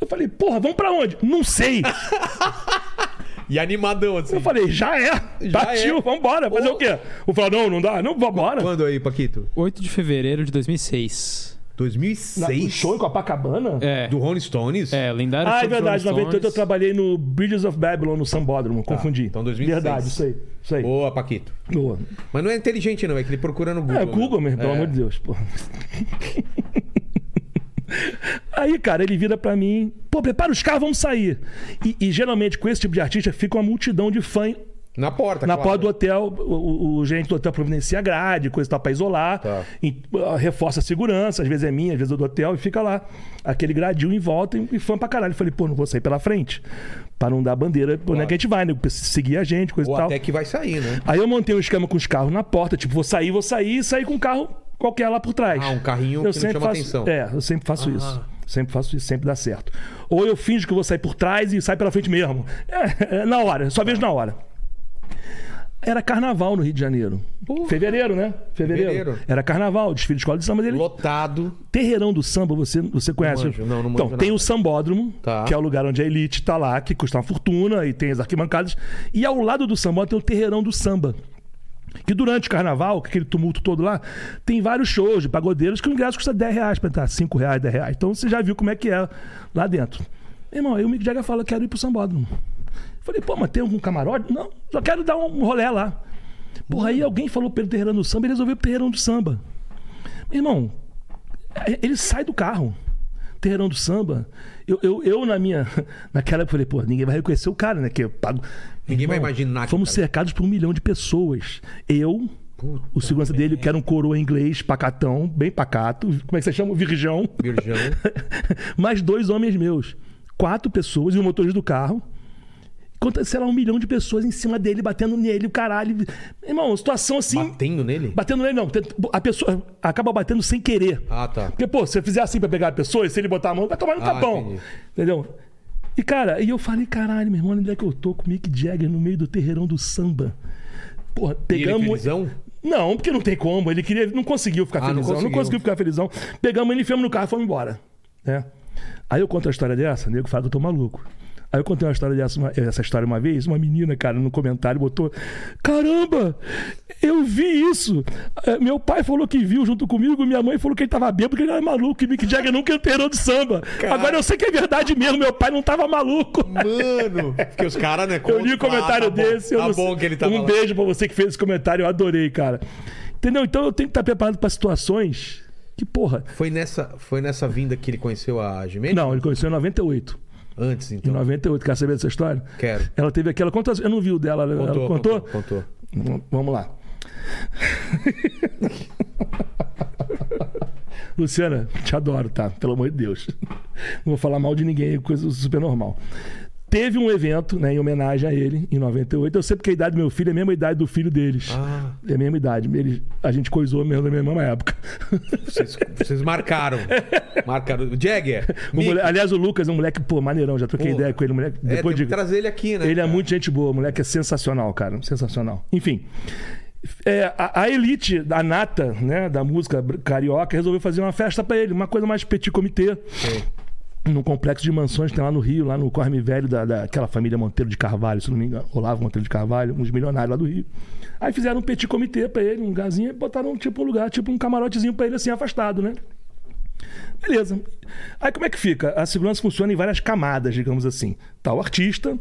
Speaker 3: Eu falei, porra, vamos pra onde? Não sei.
Speaker 1: E animadão, assim.
Speaker 3: Eu falei, já é.
Speaker 1: Já
Speaker 3: Partiu,
Speaker 1: é.
Speaker 3: vambora. Fazer o quê? Vou falar, não, não dá. Não, vambora.
Speaker 1: Quando aí, Paquito?
Speaker 2: 8 de fevereiro de 2006.
Speaker 3: Na- no
Speaker 1: 2006?
Speaker 3: show em Copacabana?
Speaker 2: É.
Speaker 1: Do Rolling Stones?
Speaker 2: É, lendário
Speaker 3: Ah,
Speaker 2: show
Speaker 3: é
Speaker 2: do
Speaker 3: verdade. Em
Speaker 2: Rolling
Speaker 3: 98 eu
Speaker 2: Stones.
Speaker 3: trabalhei no Bridges of Babylon, no Sambódromo. Confundi.
Speaker 1: então 2006.
Speaker 3: Verdade, isso aí. Isso aí.
Speaker 1: Boa, Paquito.
Speaker 3: Boa.
Speaker 1: Mas não é inteligente, não. É que ele procura no Google.
Speaker 3: É, Google mesmo, pelo
Speaker 1: É.
Speaker 3: amor de Deus, pô. Aí, cara, ele vira pra mim, pô, prepara os carros, vamos sair. E, e, geralmente com esse tipo de artista fica uma multidão de fã
Speaker 1: Na porta,
Speaker 3: na
Speaker 1: claro.
Speaker 3: porta do hotel, o, o- o gerente do hotel providencia grade, coisa e tal, pra isolar,
Speaker 1: Tá.
Speaker 3: E, ah, reforça a segurança, às vezes é minha, às vezes é do hotel, e fica lá. Aquele gradil em volta e, e fã pra caralho. Eu Falei, pô, não vou sair pela frente, pra não dar bandeira, pô, onde é que a gente vai, né? Pra Seguir a gente, coisa
Speaker 1: Ou
Speaker 3: e tal.
Speaker 1: até que vai sair, né?
Speaker 3: Aí eu montei um esquema com os carros na porta, tipo, vou sair, vou sair, e sair com um carro qualquer lá por trás.
Speaker 1: Ah, um carrinho que não
Speaker 3: sempre
Speaker 1: chama
Speaker 3: faço,
Speaker 1: atenção. Ah.
Speaker 3: É, eu sempre faço isso. Sempre faço isso, sempre dá certo. Ou eu finjo que vou sair por trás e saio pela frente mesmo. É, é, na hora, só vejo na hora. Era carnaval no Rio de Janeiro.
Speaker 1: Porra.
Speaker 3: Fevereiro, né? Fevereiro.
Speaker 1: Fevereiro.
Speaker 3: Era carnaval, desfile de escola de samba. Mas ele...
Speaker 1: Lotado.
Speaker 3: Terreirão do samba, você, você conhece?
Speaker 1: manjo, não, não manjo
Speaker 3: então, tem
Speaker 1: nada.
Speaker 3: o Sambódromo,
Speaker 1: Tá.
Speaker 3: que é o lugar onde a elite tá lá, que custa uma fortuna e tem as arquibancadas. E ao lado do sambódromo tem o Terreirão do Samba. Que durante o carnaval, com aquele tumulto todo lá, tem vários shows de pagodeiros que o ingresso custa 10 reais pra entrar, 5 reais, 10 reais. Então você já viu como é que é lá dentro. Irmão, aí o Mick Jagger fala, quero ir pro Sambódromo. Falei, pô, mas tem algum camarote? Não, só quero dar um rolé lá. Porra, aí alguém falou pelo Terreirão do Samba, ele resolveu ir pro Terreirão do Samba. Meu irmão, é, ele sai do carro. Terreirão do samba. Eu, eu, eu, na minha. Naquela época, eu falei, pô, ninguém vai reconhecer o cara, né? Que eu pago.
Speaker 1: Ninguém
Speaker 3: Irmão,
Speaker 1: vai imaginar que
Speaker 3: Fomos
Speaker 1: o cara-
Speaker 3: cercados por um milhão de pessoas. Eu,
Speaker 1: Puta
Speaker 3: o segurança dele, que era um coroa inglês, pacatão, bem pacato. Como é que você chama? Virgão.
Speaker 1: Virgão.
Speaker 3: Mais dois homens meus. Quatro pessoas e o motorista do carro. Conta, sei lá, um milhão de pessoas em cima dele, batendo nele, o caralho. Irmão, situação assim.
Speaker 1: Batendo nele?
Speaker 3: Batendo nele, não. A pessoa acaba batendo sem querer.
Speaker 1: Ah, tá.
Speaker 3: Porque, pô, se você fizer assim pra pegar a pessoa, e se ele botar a mão, vai tomar no
Speaker 1: Ah,
Speaker 3: tapão.
Speaker 1: entendi.
Speaker 3: Entendeu? E, cara, e eu falei, caralho, meu irmão, onde é que eu tô com o Mick Jagger no meio do terreirão do samba? Porra,
Speaker 1: E ele
Speaker 3: pegamos.
Speaker 1: felizão?
Speaker 3: Não, porque não tem como. Ele queria, não conseguiu ficar
Speaker 1: Ah, não
Speaker 3: felizão. Não conseguiu.
Speaker 1: conseguiu.
Speaker 3: ficar felizão. Pegamos ele, enfiamos no carro e fomos embora. Né? Aí eu conto a história dessa, nego fala que eu tô maluco. Aí eu contei uma história dessa, uma- essa história uma vez, uma menina, cara, no comentário botou: Caramba, eu vi isso. Eh, Meu pai falou que viu junto comigo, minha mãe falou que ele tava bêbado, que ele era maluco, que Mick Jagger nunca enterou de samba. Agora eu sei que é verdade mesmo, meu pai não tava maluco.
Speaker 1: Mano! Porque os caras, né?
Speaker 3: Eu li o
Speaker 1: contam,
Speaker 3: comentário
Speaker 1: ah, tá bom,
Speaker 3: desse. eu
Speaker 1: Tá
Speaker 3: não sei.
Speaker 1: bom que ele tava
Speaker 3: Um
Speaker 1: lá.
Speaker 3: beijo pra você que fez esse comentário, eu adorei, cara. Entendeu? Então eu tenho que estar preparado pra situações que, porra.
Speaker 1: Foi nessa, foi nessa vinda que ele conheceu a Jimena?
Speaker 3: Não, ele conheceu em 98.
Speaker 1: Antes,
Speaker 3: Em
Speaker 1: então.
Speaker 3: 98, quer saber dessa história?
Speaker 1: Quero.
Speaker 3: Ela teve aquela. Quantas... Eu não vi o dela. ela- ela contou?
Speaker 1: Contou, contou.
Speaker 3: V- Vamos lá. Luciana, te adoro, tá? Pelo amor de Deus. Não vou falar mal de ninguém, é coisa super normal. Teve um evento, né, em homenagem a ele, em 98. Eu sei porque a idade do meu filho é a mesma idade do filho deles.
Speaker 1: Ah.
Speaker 3: É a mesma idade. Eles, a gente coisou mesmo na mesma época.
Speaker 1: Vocês, vocês marcaram. marcaram. Jagger!
Speaker 3: O
Speaker 1: Mick,
Speaker 3: mole- aliás, o Lucas é um moleque, pô, maneirão. Já troquei
Speaker 1: Porra.
Speaker 3: ideia com ele. Moleque,
Speaker 1: é,
Speaker 3: depois
Speaker 1: tem
Speaker 3: de...
Speaker 1: que trazer ele aqui, né?
Speaker 3: Ele é
Speaker 1: cara?
Speaker 3: muito gente boa, o moleque é sensacional, cara. Sensacional. Enfim. é, a, a elite, a nata, né, da música br- carioca, resolveu fazer uma festa pra ele, uma coisa mais petit comité. Num complexo de mansões que tem lá no Rio, lá no Corme Velho, da, daquela família Monteiro de Carvalho, se não me engano, Olavo Monteiro de Carvalho, uns milionários lá do Rio. Aí fizeram um petit comitê pra ele, um lugarzinho, e botaram tipo um lugar, tipo um camarotezinho pra ele assim, afastado, né? Beleza. Aí como é que fica? A segurança funciona em várias camadas, digamos assim. Tá o artista,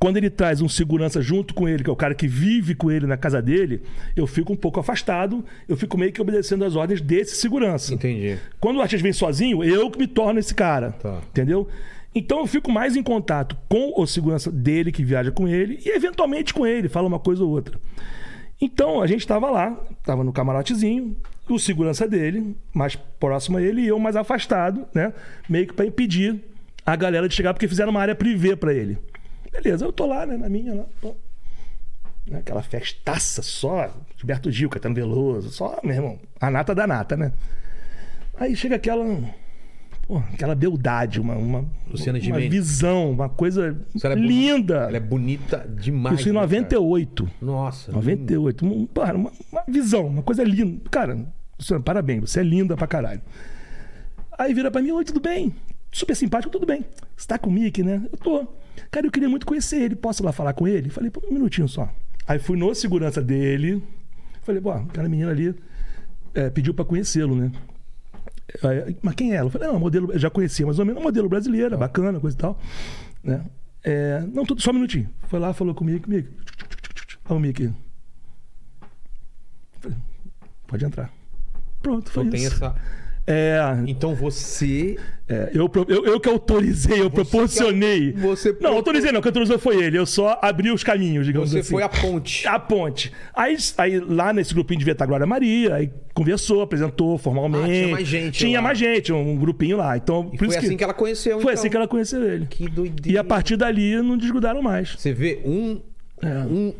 Speaker 3: quando ele traz um segurança junto com ele, que é o cara que vive com ele na casa dele, eu fico um pouco afastado, eu fico meio que obedecendo as ordens desse segurança.
Speaker 1: Entendi.
Speaker 3: Quando o artista vem sozinho, eu que me torno esse cara.
Speaker 1: Tá.
Speaker 3: Entendeu? Então eu fico mais em contato com o segurança dele que viaja com ele e eventualmente com ele, fala uma coisa ou outra. Então a gente estava lá, estava no camarotezinho, o segurança dele, mais próximo a ele e eu mais afastado, né? Meio que para impedir a galera de chegar porque fizeram uma área privê para ele. Beleza, eu tô lá, né, na minha lá. pô. Né, Aquela festaça só, Gilberto Gil, Caetano Veloso, só, meu irmão, a nata da nata, né? Aí chega aquela. pô, aquela beldade, uma, uma,
Speaker 1: Luciana
Speaker 3: uma
Speaker 1: Gimenez.
Speaker 3: visão, uma coisa
Speaker 1: Isso ela é bonita.
Speaker 3: linda.
Speaker 1: Ela é bonita demais.
Speaker 3: Isso em
Speaker 1: né, cara?
Speaker 3: 98.
Speaker 1: Nossa.
Speaker 3: 98. Um, cara, uma, uma visão, uma coisa linda. Cara, Luciana, parabéns, você é linda pra caralho. Aí vira pra mim, oi, tudo bem? Super simpático, tudo bem. Você tá com o Mickey, né? Eu tô. Cara, eu queria muito conhecer ele. Posso ir lá falar com ele? Falei, pô, um minutinho só. Aí fui no segurança dele. Falei, pô, aquela menina ali eh, pediu pra conhecê-lo, né? Aí, mas quem é ela? Eu falei, não, modelo, eu já conhecia mais ou menos, modelo brasileira, bacana, coisa e tal. Né? É, não, tudo, só um minutinho. Foi lá, falou comigo, comigo. Olha o Mickey. Falei, pode entrar. Pronto, foi
Speaker 1: Então tem
Speaker 3: isso.
Speaker 1: essa.
Speaker 3: É,
Speaker 1: Então você.
Speaker 3: é, eu, pro- eu, eu que autorizei, eu proporcionei.
Speaker 1: que au- você
Speaker 3: Não,
Speaker 1: pro-
Speaker 3: autorizei não, quem autorizou foi ele. Eu só abri os caminhos, digamos
Speaker 1: Você
Speaker 3: assim.
Speaker 1: foi a ponte.
Speaker 3: A ponte. Aí, aí lá nesse grupinho devia estar a Glória Maria, aí conversou, apresentou formalmente.
Speaker 1: Ah, tinha mais gente
Speaker 3: Tinha
Speaker 1: lá.
Speaker 3: mais gente, um grupinho lá. Então,
Speaker 1: E
Speaker 3: por
Speaker 1: foi
Speaker 3: isso
Speaker 1: assim que... ela conheceu,
Speaker 3: Foi
Speaker 1: então.
Speaker 3: assim que ela conheceu ele.
Speaker 1: Que doideira.
Speaker 3: E a partir dali não desgrudaram mais.
Speaker 1: Você vê um. um-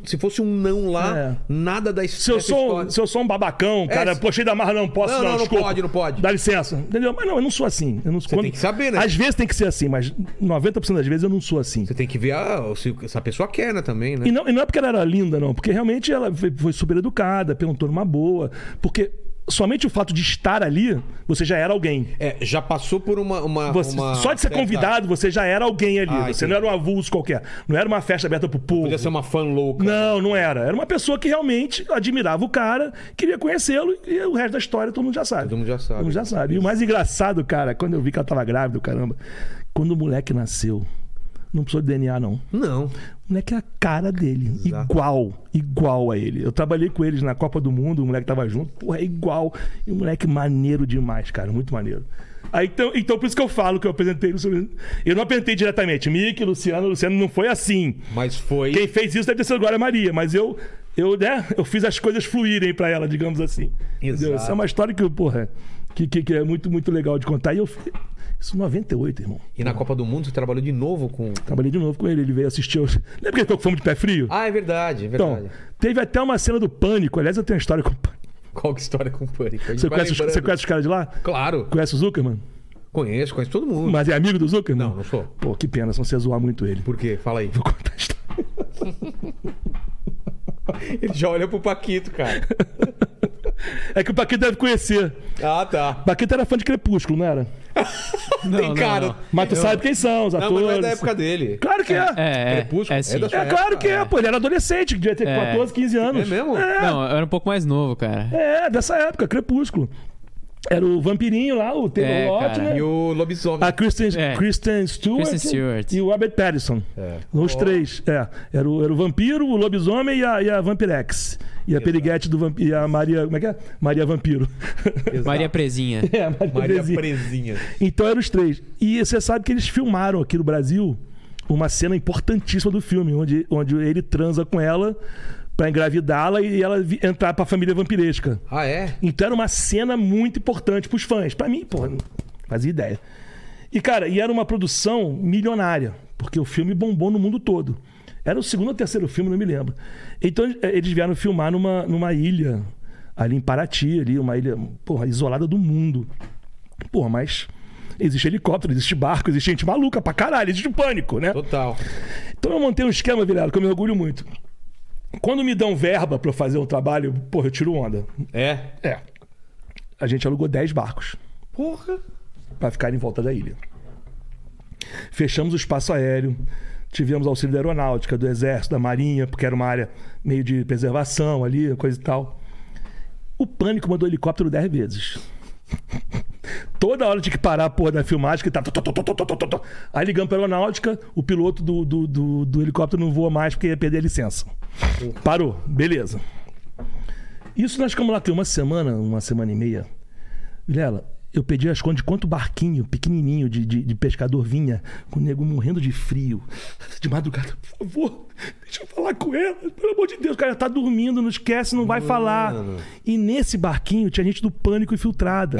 Speaker 1: se fosse um não lá,
Speaker 3: É.
Speaker 1: nada da
Speaker 3: Se eu, sou, um-
Speaker 1: história.
Speaker 3: se eu sou um babacão, cara,
Speaker 1: se-
Speaker 3: pô, cheio da marra, não posso
Speaker 1: É Não,
Speaker 3: não,
Speaker 1: não, não
Speaker 3: desculpa.
Speaker 1: pode, não pode.
Speaker 3: Dá licença. Entendeu? Mas não, eu não sou assim. Eu não, Você
Speaker 1: tem que saber, né?
Speaker 3: Às vezes tem que ser assim, mas 90% das vezes eu não sou assim.
Speaker 1: Você tem que ver a- se essa pessoa quer, né, também, né?
Speaker 3: E não, e não é porque ela era linda, não, porque realmente ela foi foi super educada, perguntou numa boa. Porque somente o fato de estar ali, você já era alguém.
Speaker 1: É, já passou por uma. uma-
Speaker 3: Você-
Speaker 1: uma
Speaker 3: só de ser
Speaker 1: certa-
Speaker 3: convidado, você já era alguém ali.
Speaker 1: Ah,
Speaker 3: você
Speaker 1: entendi.
Speaker 3: não era um avulso qualquer. Não era uma festa aberta pro povo.
Speaker 1: Podia ser uma fã louca.
Speaker 3: Não, não era. Era uma pessoa que realmente admirava o cara, queria conhecê-lo e o resto da história todo mundo já sabe.
Speaker 1: Todo mundo já sabe.
Speaker 3: Todo mundo já sabe. E o mais engraçado, cara, quando eu vi que ela tava grávida, caramba, quando o moleque nasceu, não precisou de DNA, não.
Speaker 1: Não.
Speaker 3: O moleque é a cara dele. Igual. Igual a ele. Eu trabalhei com eles na Copa do Mundo, o moleque tava junto. Porra, é igual. E o moleque maneiro demais, cara. Muito maneiro. Aí, então, então, por isso que eu falo que eu apresentei. Eu não apresentei diretamente. Mick, Luciano, Luciano não foi assim.
Speaker 1: Mas foi.
Speaker 3: Quem fez isso deve ter sido a Glória Maria, mas eu, eu, né, eu fiz as coisas fluírem pra ela, digamos assim. Entendeu? Isso é uma história que, porra, que, que, que é muito, muito legal de contar. E eu. Isso em 98, irmão.
Speaker 1: E na Copa do Mundo você trabalhou de novo com.
Speaker 3: Trabalhei de novo com ele, ele veio assistir. aos- Lembra que ele ficou com fome de pé frio?
Speaker 1: Ah, é verdade, é verdade.
Speaker 3: Então, teve até uma cena do pânico. Aliás, eu tenho uma história com o pânico.
Speaker 1: Qual que história com o Pânico? A gente
Speaker 3: Você
Speaker 1: vai
Speaker 3: conhece, os-
Speaker 1: lembrando.
Speaker 3: você conhece os caras de lá?
Speaker 1: Claro,
Speaker 3: Conhece o Zuckerman?
Speaker 1: conheço, conheço todo mundo.
Speaker 3: Mas é amigo do Zuckerman?
Speaker 1: Não, não sou.
Speaker 3: Pô, que pena, senão você ia zoar muito ele.
Speaker 1: Por quê? Fala aí.
Speaker 3: Vou contar a história.
Speaker 1: Ele já olhou pro Paquito, cara.
Speaker 3: É que o Paquito deve conhecer.
Speaker 1: Ah, tá.
Speaker 3: O Paquito era fã de Crepúsculo, não era?
Speaker 2: Não,
Speaker 1: Tem
Speaker 2: não,
Speaker 1: cara.
Speaker 2: não.
Speaker 3: Mas tu sabe quem são os
Speaker 1: Não, mas
Speaker 3: atores.
Speaker 1: não é da época dele.
Speaker 3: Claro que é. É,
Speaker 2: É, é.
Speaker 1: Crepúsculo?
Speaker 2: É, sim.
Speaker 1: É da sua época?
Speaker 3: claro que é, pô. Ele era adolescente, devia ter
Speaker 2: É.
Speaker 3: 14, 15 anos.
Speaker 1: É mesmo?
Speaker 3: É,
Speaker 2: Não, eu era um pouco mais novo, cara.
Speaker 3: é, dessa época, Crepúsculo. Era o vampirinho lá, o Taylor
Speaker 2: É,
Speaker 3: Lott,
Speaker 2: cara.
Speaker 3: né?
Speaker 1: E o Lobisomem.
Speaker 3: A Kristen,
Speaker 2: É.
Speaker 3: Kristen Stewart,
Speaker 2: Kristen Stewart.
Speaker 3: e o Robert Pattinson.
Speaker 1: É.
Speaker 3: Os três. É. Era, o, era o vampiro, o lobisomem e a, e a vampirex. E a periguete do vampiro. E a Maria. Como é que é? Maria Vampiro.
Speaker 1: Exato.
Speaker 2: Maria Presinha.
Speaker 3: é, a Maria,
Speaker 1: Maria
Speaker 3: Presinha.
Speaker 1: Presinha.
Speaker 3: Então eram os três. E você sabe que eles filmaram aqui no Brasil uma cena importantíssima do filme, onde, onde ele transa com ela pra engravidá-la e ela vi- entrar pra família vampiresca.
Speaker 1: Ah, é?
Speaker 3: Então era uma cena muito importante pros fãs. Pra mim, pô, não fazia ideia. E, cara, e era uma produção milionária, porque o filme bombou no mundo todo. Era o segundo ou terceiro filme, não me lembro. Então eh, eles vieram filmar numa, numa ilha, ali em Paraty, ali, uma ilha, porra, isolada do mundo. Porra, mas existe helicóptero, existe barco, existe gente maluca pra caralho, existe pânico, né?
Speaker 1: Total.
Speaker 3: Então eu montei um esquema, virado, que eu me orgulho muito. Quando me dão verba pra eu fazer um trabalho, porra, eu tiro onda.
Speaker 1: É.
Speaker 3: É. A gente alugou 10 barcos
Speaker 1: Porra.
Speaker 3: para ficar em volta da ilha. Fechamos o espaço aéreo, tivemos auxílio da aeronáutica, do exército, da marinha, porque era uma área meio de preservação ali, coisa e tal. O pânico mandou helicóptero 10 vezes. Toda hora tinha que parar a porra da filmagem que tá. tó, tó, tó, tó, tó, tó, tó, tó. Aí ligamos pra aeronáutica, o piloto do, do, do, do helicóptero não voa mais porque ia perder a licença. Parou, beleza. Isso nós ficamos lá tem uma semana, uma semana e meia. Vilela, eu pedi as contas de quanto barquinho pequenininho de, de- de pescador vinha, com o nego morrendo de frio, de madrugada. Por favor, deixa eu falar com ela. Pelo amor de Deus, o cara tá dormindo, não esquece, não vai falar. E nesse barquinho tinha gente do pânico infiltrada.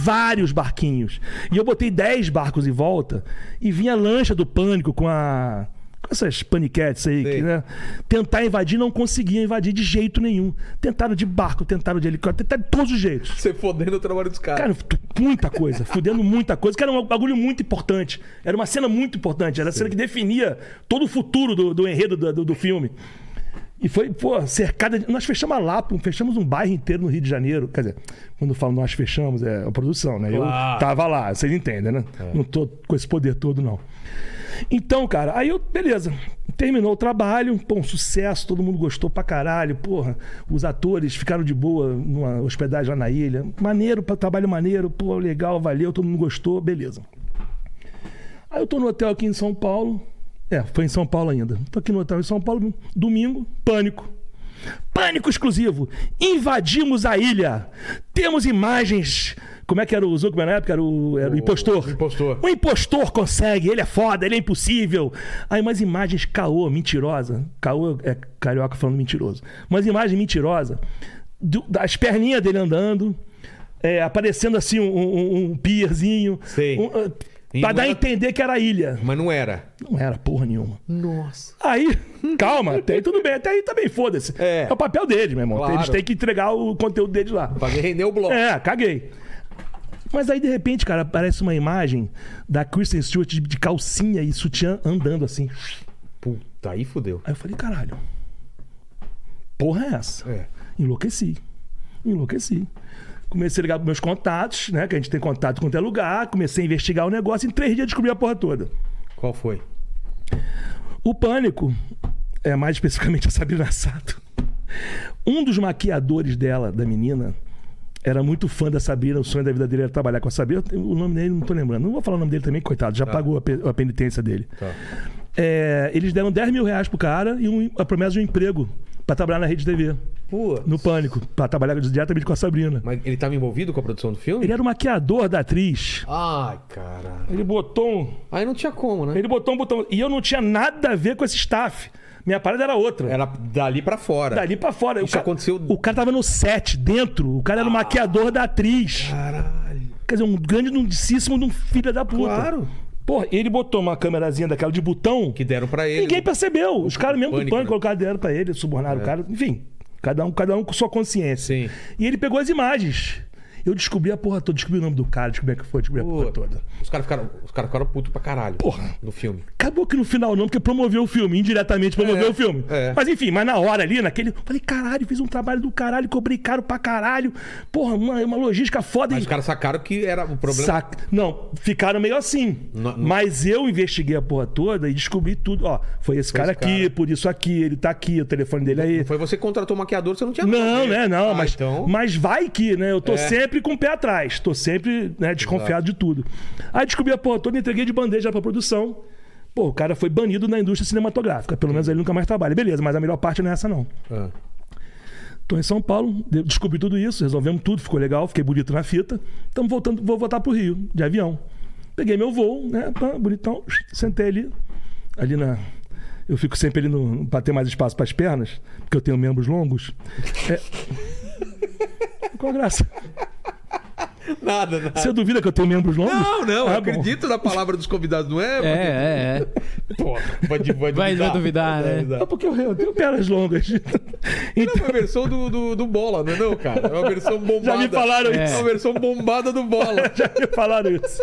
Speaker 3: Vários barquinhos. E eu botei 10 barcos em volta e vinha a lancha do pânico com a. Com essas paniquetes aí,
Speaker 1: Sei.
Speaker 3: que, né? Tentar invadir, não conseguiam invadir de jeito nenhum. Tentaram de barco, tentaram de helicóptero, tentaram de todos os jeitos.
Speaker 1: Você fodendo o trabalho dos caras.
Speaker 3: Cara, tu- muita coisa, fudendo muita coisa, que era um bagulho muito importante. Era uma cena muito importante, era a cena que definia todo o futuro do, do enredo do, do- do filme. E foi, pô, cercada. de- Nós fechamos a Lapa, fechamos um bairro inteiro no Rio de Janeiro. Quer dizer, quando eu falo nós fechamos, é a produção, né? Eu
Speaker 1: Claro.
Speaker 3: tava lá, vocês entendem, né? Não tô com esse poder todo, não. Então, cara, aí eu, beleza. Terminou o trabalho, pô, um sucesso, todo mundo gostou pra caralho, porra. Os atores ficaram de boa numa hospedagem lá na ilha. Maneiro, pra- trabalho maneiro, pô, legal, valeu, todo mundo gostou, beleza. Aí eu tô no hotel aqui em São Paulo. É, foi em São Paulo ainda. Tô aqui no hotel em São Paulo, domingo, pânico. Pânico exclusivo! Invadimos a ilha! Temos imagens! Como é que era o Zuckerman na época? Era o, era o impostor.
Speaker 1: impostor.
Speaker 3: O impostor consegue, ele é foda, ele é impossível. Aí umas imagens caô, mentirosa. Caô é carioca falando mentiroso. Umas imagens mentirosas. do- das perninhas dele andando. é, aparecendo assim um, um, um pierzinho.
Speaker 1: Sei.
Speaker 3: um-
Speaker 1: E
Speaker 3: Pra
Speaker 1: não
Speaker 3: dar a
Speaker 1: era-
Speaker 3: entender que era ilha.
Speaker 1: Mas não era.
Speaker 3: Não era porra nenhuma.
Speaker 1: Nossa.
Speaker 3: Aí, calma, até aí tudo bem, até aí também foda-se.
Speaker 1: É.
Speaker 3: É. o papel deles, meu irmão.
Speaker 1: Claro.
Speaker 3: Eles têm que entregar o conteúdo deles lá.
Speaker 1: Pra render o bloco.
Speaker 3: É, caguei. Mas aí, de repente, cara, aparece uma imagem da Kristen Stewart de- de calcinha e sutiã andando assim.
Speaker 1: Puta, aí fudeu.
Speaker 3: Aí eu falei, caralho, porra é essa?
Speaker 1: É.
Speaker 3: Enlouqueci. Enlouqueci. Comecei a ligar pros meus contatos, né? Que a gente tem contato com qualquer lugar. Comecei a investigar o negócio. Em três dias descobri a porra toda.
Speaker 1: Qual foi?
Speaker 3: O Pânico, é mais especificamente a Sabrina Sato. Um dos maquiadores dela, da menina, era muito fã da Sabrina. O sonho da vida dele era trabalhar com a Sabrina. Eu- O nome dele não tô lembrando. Não vou falar o nome dele também, coitado. Já pagou a pe- a penitência dele.
Speaker 1: Tá.
Speaker 3: É, eles deram 10 mil reais pro cara e um- a promessa de um emprego pra trabalhar na rede TV.
Speaker 1: Pô.
Speaker 3: No Pânico, pra trabalhar diretamente com a Sabrina.
Speaker 1: Mas ele tava envolvido com a produção do filme?
Speaker 3: Ele é- era o maquiador da atriz.
Speaker 1: Ai, caralho.
Speaker 3: Ele botou um.
Speaker 1: Aí não tinha como, né?
Speaker 3: Ele botou um botão. E eu não tinha nada a ver com esse staff. Minha parada era outra.
Speaker 1: Era dali pra fora.
Speaker 3: Dali pra fora.
Speaker 1: Isso
Speaker 3: o cara,
Speaker 1: aconteceu- Ah.
Speaker 3: O cara tava no set, dentro. O cara era o maquiador da atriz.
Speaker 1: Caralho.
Speaker 3: Quer dizer, um grande nudicíssimo de um filho da puta.
Speaker 1: Claro.
Speaker 3: Porra, ele botou uma câmerazinha daquela de botão.
Speaker 1: Que deram pra ele.
Speaker 3: Ninguém percebeu. Os caras mesmo do
Speaker 1: pânico,
Speaker 3: pânico
Speaker 1: né? É.
Speaker 3: colocaram dinheiro pra ele, subornaram o cara. Enfim, cada um, cada um com sua consciência.
Speaker 1: Sim.
Speaker 3: E ele pegou as imagens. Eu descobri a porra toda, descobri o nome do cara, descobri o que foi, descobri a porra
Speaker 1: Pô,
Speaker 3: toda.
Speaker 1: Os caras ficaram, os cara ficaram putos pra caralho.
Speaker 3: Porra.
Speaker 1: No filme.
Speaker 3: Acabou que no final não, porque promoveu o filme, indiretamente promoveu
Speaker 1: É,
Speaker 3: o filme.
Speaker 1: é.
Speaker 3: Mas enfim, mas na hora ali, naquele. eu Falei, caralho, fiz um trabalho do caralho, cobrei caro pra caralho. Porra, uma, é uma logística foda.
Speaker 1: Mas os caras sacaram que era o problema.
Speaker 3: Saca- Não, ficaram meio assim.
Speaker 1: No- no-
Speaker 3: Mas eu investiguei a porra toda e descobri tudo. Ó, foi esse cara
Speaker 1: esse
Speaker 3: aqui,
Speaker 1: cara.
Speaker 3: por isso aqui, ele tá aqui, o telefone dele aí.
Speaker 1: Foi você que contratou o maquiador, você não tinha nada a
Speaker 3: Não,
Speaker 1: ver.
Speaker 3: né? Não,
Speaker 1: Ah,
Speaker 3: mas,
Speaker 1: Então...
Speaker 3: mas vai que, né? Eu tô
Speaker 1: É.
Speaker 3: sempre com o pé atrás, tô sempre né, desconfiado de tudo. Aí descobri a porra toda e entreguei de bandeja pra produção. Pô, o cara foi banido na indústria cinematográfica. Pelo menos ele nunca mais trabalha. Beleza, mas a melhor parte não é essa, não.
Speaker 1: Ah.
Speaker 3: Tô em São Paulo, de- descobri tudo isso, resolvemos tudo, ficou legal, fiquei bonito na fita. Estamos voltando, vou voltar pro Rio, de avião. Peguei meu voo, né? Pá, bonitão, sentei ali. Ali na. Eu fico sempre ali no. pra ter mais espaço para as pernas, porque eu tenho membros longos. É... Qual a graça?
Speaker 1: Nada, nada.
Speaker 3: Você duvida que eu tenho membros longos?
Speaker 1: Não, não, eu
Speaker 3: Ah, bom.
Speaker 1: acredito na palavra dos convidados, não é?
Speaker 2: É, é, é.
Speaker 1: Pô, vai, de- vai
Speaker 2: Vai-
Speaker 1: duvidar.
Speaker 2: vai duvidar, né?
Speaker 3: É porque eu, eu tenho pernas longas. Então,
Speaker 1: Não, é uma versão do, do, do Bola, não é não, cara? É uma versão bombada.
Speaker 3: Já me falaram
Speaker 1: É.
Speaker 3: isso.
Speaker 1: uma versão bombada do Bola.
Speaker 3: Já me falaram isso.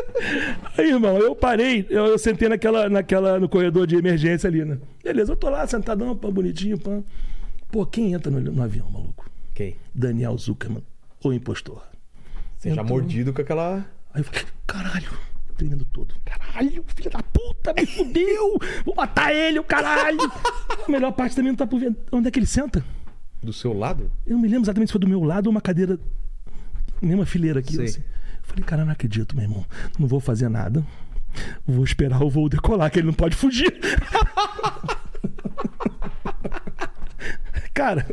Speaker 3: Aí, irmão, eu parei, eu, eu sentei naquela, naquela, no corredor de emergência ali, né? Beleza, eu tô lá, sentadão, pá, bonitinho, pá. Pô, quem entra no, no avião, maluco?
Speaker 1: Quem?
Speaker 3: Daniel Zuckerman, o impostor.
Speaker 1: Você já
Speaker 3: Entrou.
Speaker 1: mordido com aquela...
Speaker 3: Aí eu falei, caralho, tremendo todo. Caralho, filho da puta, me fudeu! Vou matar ele, o caralho! A melhor parte também não tá por ver. Onde é que ele senta?
Speaker 1: Do seu lado?
Speaker 3: Eu não me lembro exatamente se foi do meu lado ou uma cadeira. Mesma fileira aqui.
Speaker 1: Sei.
Speaker 3: Assim. Eu falei, cara, não acredito, meu irmão. Não vou fazer nada. Vou esperar o voo decolar, que ele não pode fugir. cara,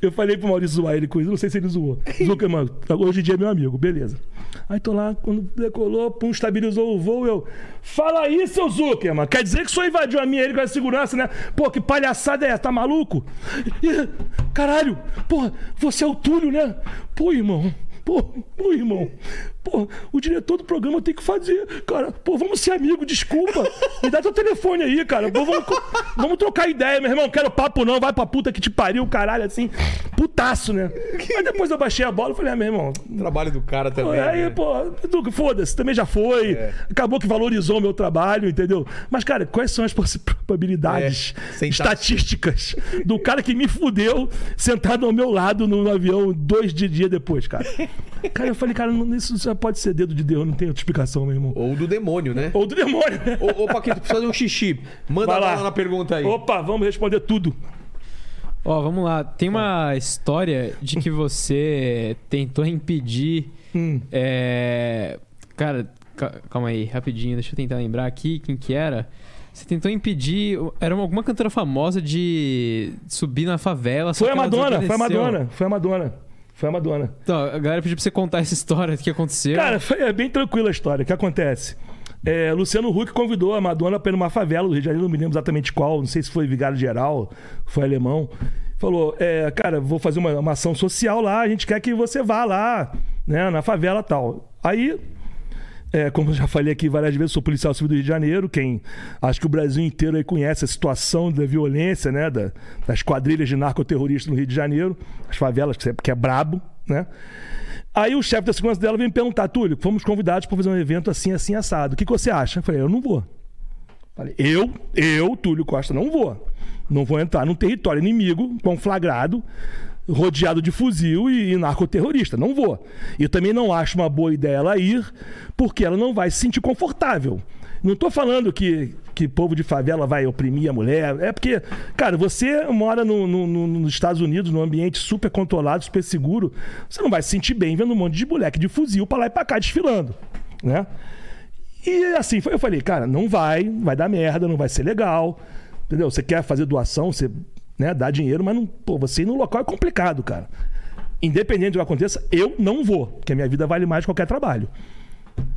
Speaker 3: eu falei pro Maurício zoar ele com isso. Não sei se ele zoou. Zuckerman, hoje em dia é meu amigo, beleza. Aí tô lá, quando decolou, pum, estabilizou o voo, eu. Fala aí, seu Zuckerman. Quer dizer que só invadiu a minha ele com a segurança, né? Pô, que palhaçada é essa? Tá maluco? Ih, Caralho, porra, você é o Túlio, né? Pô, irmão. Pô, pô, irmão. Pô, o diretor do programa tem que fazer. Cara, pô, vamos ser amigo, desculpa. Me dá teu telefone aí, cara. Pô, vamos, co- vamos trocar ideia, meu irmão. Quero papo não, vai pra puta que te pariu, caralho, assim. Putaço, né? Aí depois eu baixei a bola e falei, ah, meu irmão,
Speaker 1: Trabalho do cara
Speaker 3: Pô,
Speaker 1: também.
Speaker 3: Aí,
Speaker 1: né?
Speaker 3: pô, Duca, foda-se, também já foi.
Speaker 1: É.
Speaker 3: Acabou que valorizou meu trabalho, entendeu? Mas, cara, quais são as possi- probabilidades
Speaker 1: É, sem tá-
Speaker 3: estatísticas do cara que me fudeu sentado ao meu lado no avião dois di- dias depois, cara? Cara, eu falei, cara, não- isso só pode ser dedo de Deus, não tem outra explicação, meu irmão.
Speaker 1: Ou do demônio, né?
Speaker 3: Ou do demônio. né?
Speaker 1: Ô, ô Paquito, precisa de um xixi. Manda
Speaker 3: Vai
Speaker 1: lá. na pergunta aí.
Speaker 3: Opa, vamos responder tudo.
Speaker 2: Ó, vamos lá. Tem uma história de que você tentou impedir.
Speaker 3: Hum.
Speaker 2: é, Cara, ca- calma aí, rapidinho, deixa eu tentar lembrar aqui quem que era. Você tentou impedir. Era uma- alguma cantora famosa de subir na favela. só
Speaker 3: Foi a
Speaker 2: que ela
Speaker 3: Madonna, foi a
Speaker 2: desobedeceu.
Speaker 3: Madonna, foi a Madonna. Foi a Madonna.
Speaker 2: Então, a galera pediu pra você contar essa história do que aconteceu.
Speaker 3: Cara, foi- é bem tranquila a história. O que acontece? É, Luciano Huck convidou a Madonna para ir numa favela do Rio de Janeiro, não me lembro exatamente qual, não sei se foi Vigário Geral, foi alemão. Falou: é, Cara, vou fazer uma, uma ação social lá, a gente quer que você vá lá, né, na favela e tal. Aí É, como eu já falei aqui várias vezes, sou policial civil do Rio de Janeiro. Quem acho que o Brasil inteiro aí conhece a situação da violência, né? da- das quadrilhas de narcoterroristas no Rio de Janeiro, as favelas, que é, que é brabo, né? Aí o chefe da segurança dela veio me perguntar, Túlio, fomos convidados para fazer um evento assim, assim, assado. O que, que você acha? Eu falei, eu não vou. Falei, eu, eu, Túlio Costa, não vou. Não vou entrar num território inimigo, conflagrado, rodeado de fuzil e, e narcoterrorista. Não vou. E eu também não acho uma boa ideia ela ir, porque ela não vai se sentir confortável. Não tô falando que, que povo de favela vai oprimir a mulher. É porque, cara, você mora no- no- no- nos Estados Unidos, num ambiente super controlado, super seguro. Você não vai se sentir bem vendo um monte de moleque de fuzil pra lá e pra cá desfilando. Né? E assim, foi- eu falei, cara, não vai, vai dar merda, não vai ser legal. Entendeu? Você quer fazer doação, você né, dá dinheiro, mas não, pô, você ir no local é complicado, cara. Independente do que aconteça, eu não vou, porque a minha vida vale mais que qualquer trabalho.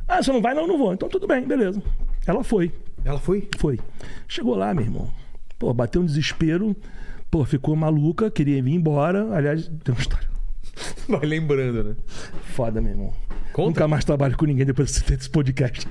Speaker 3: Ah, você não vai? Não, não vou. Então tudo bem, beleza. Ela foi.
Speaker 1: Ela foi?
Speaker 3: Foi. Chegou lá, meu irmão. Pô, bateu um desespero. Pô, ficou maluca, queria vir embora. Aliás, tem uma história
Speaker 1: Vai lembrando, né?
Speaker 3: foda, meu irmão.
Speaker 1: Conta.
Speaker 3: Nunca mais trabalho com ninguém depois desse desse podcast.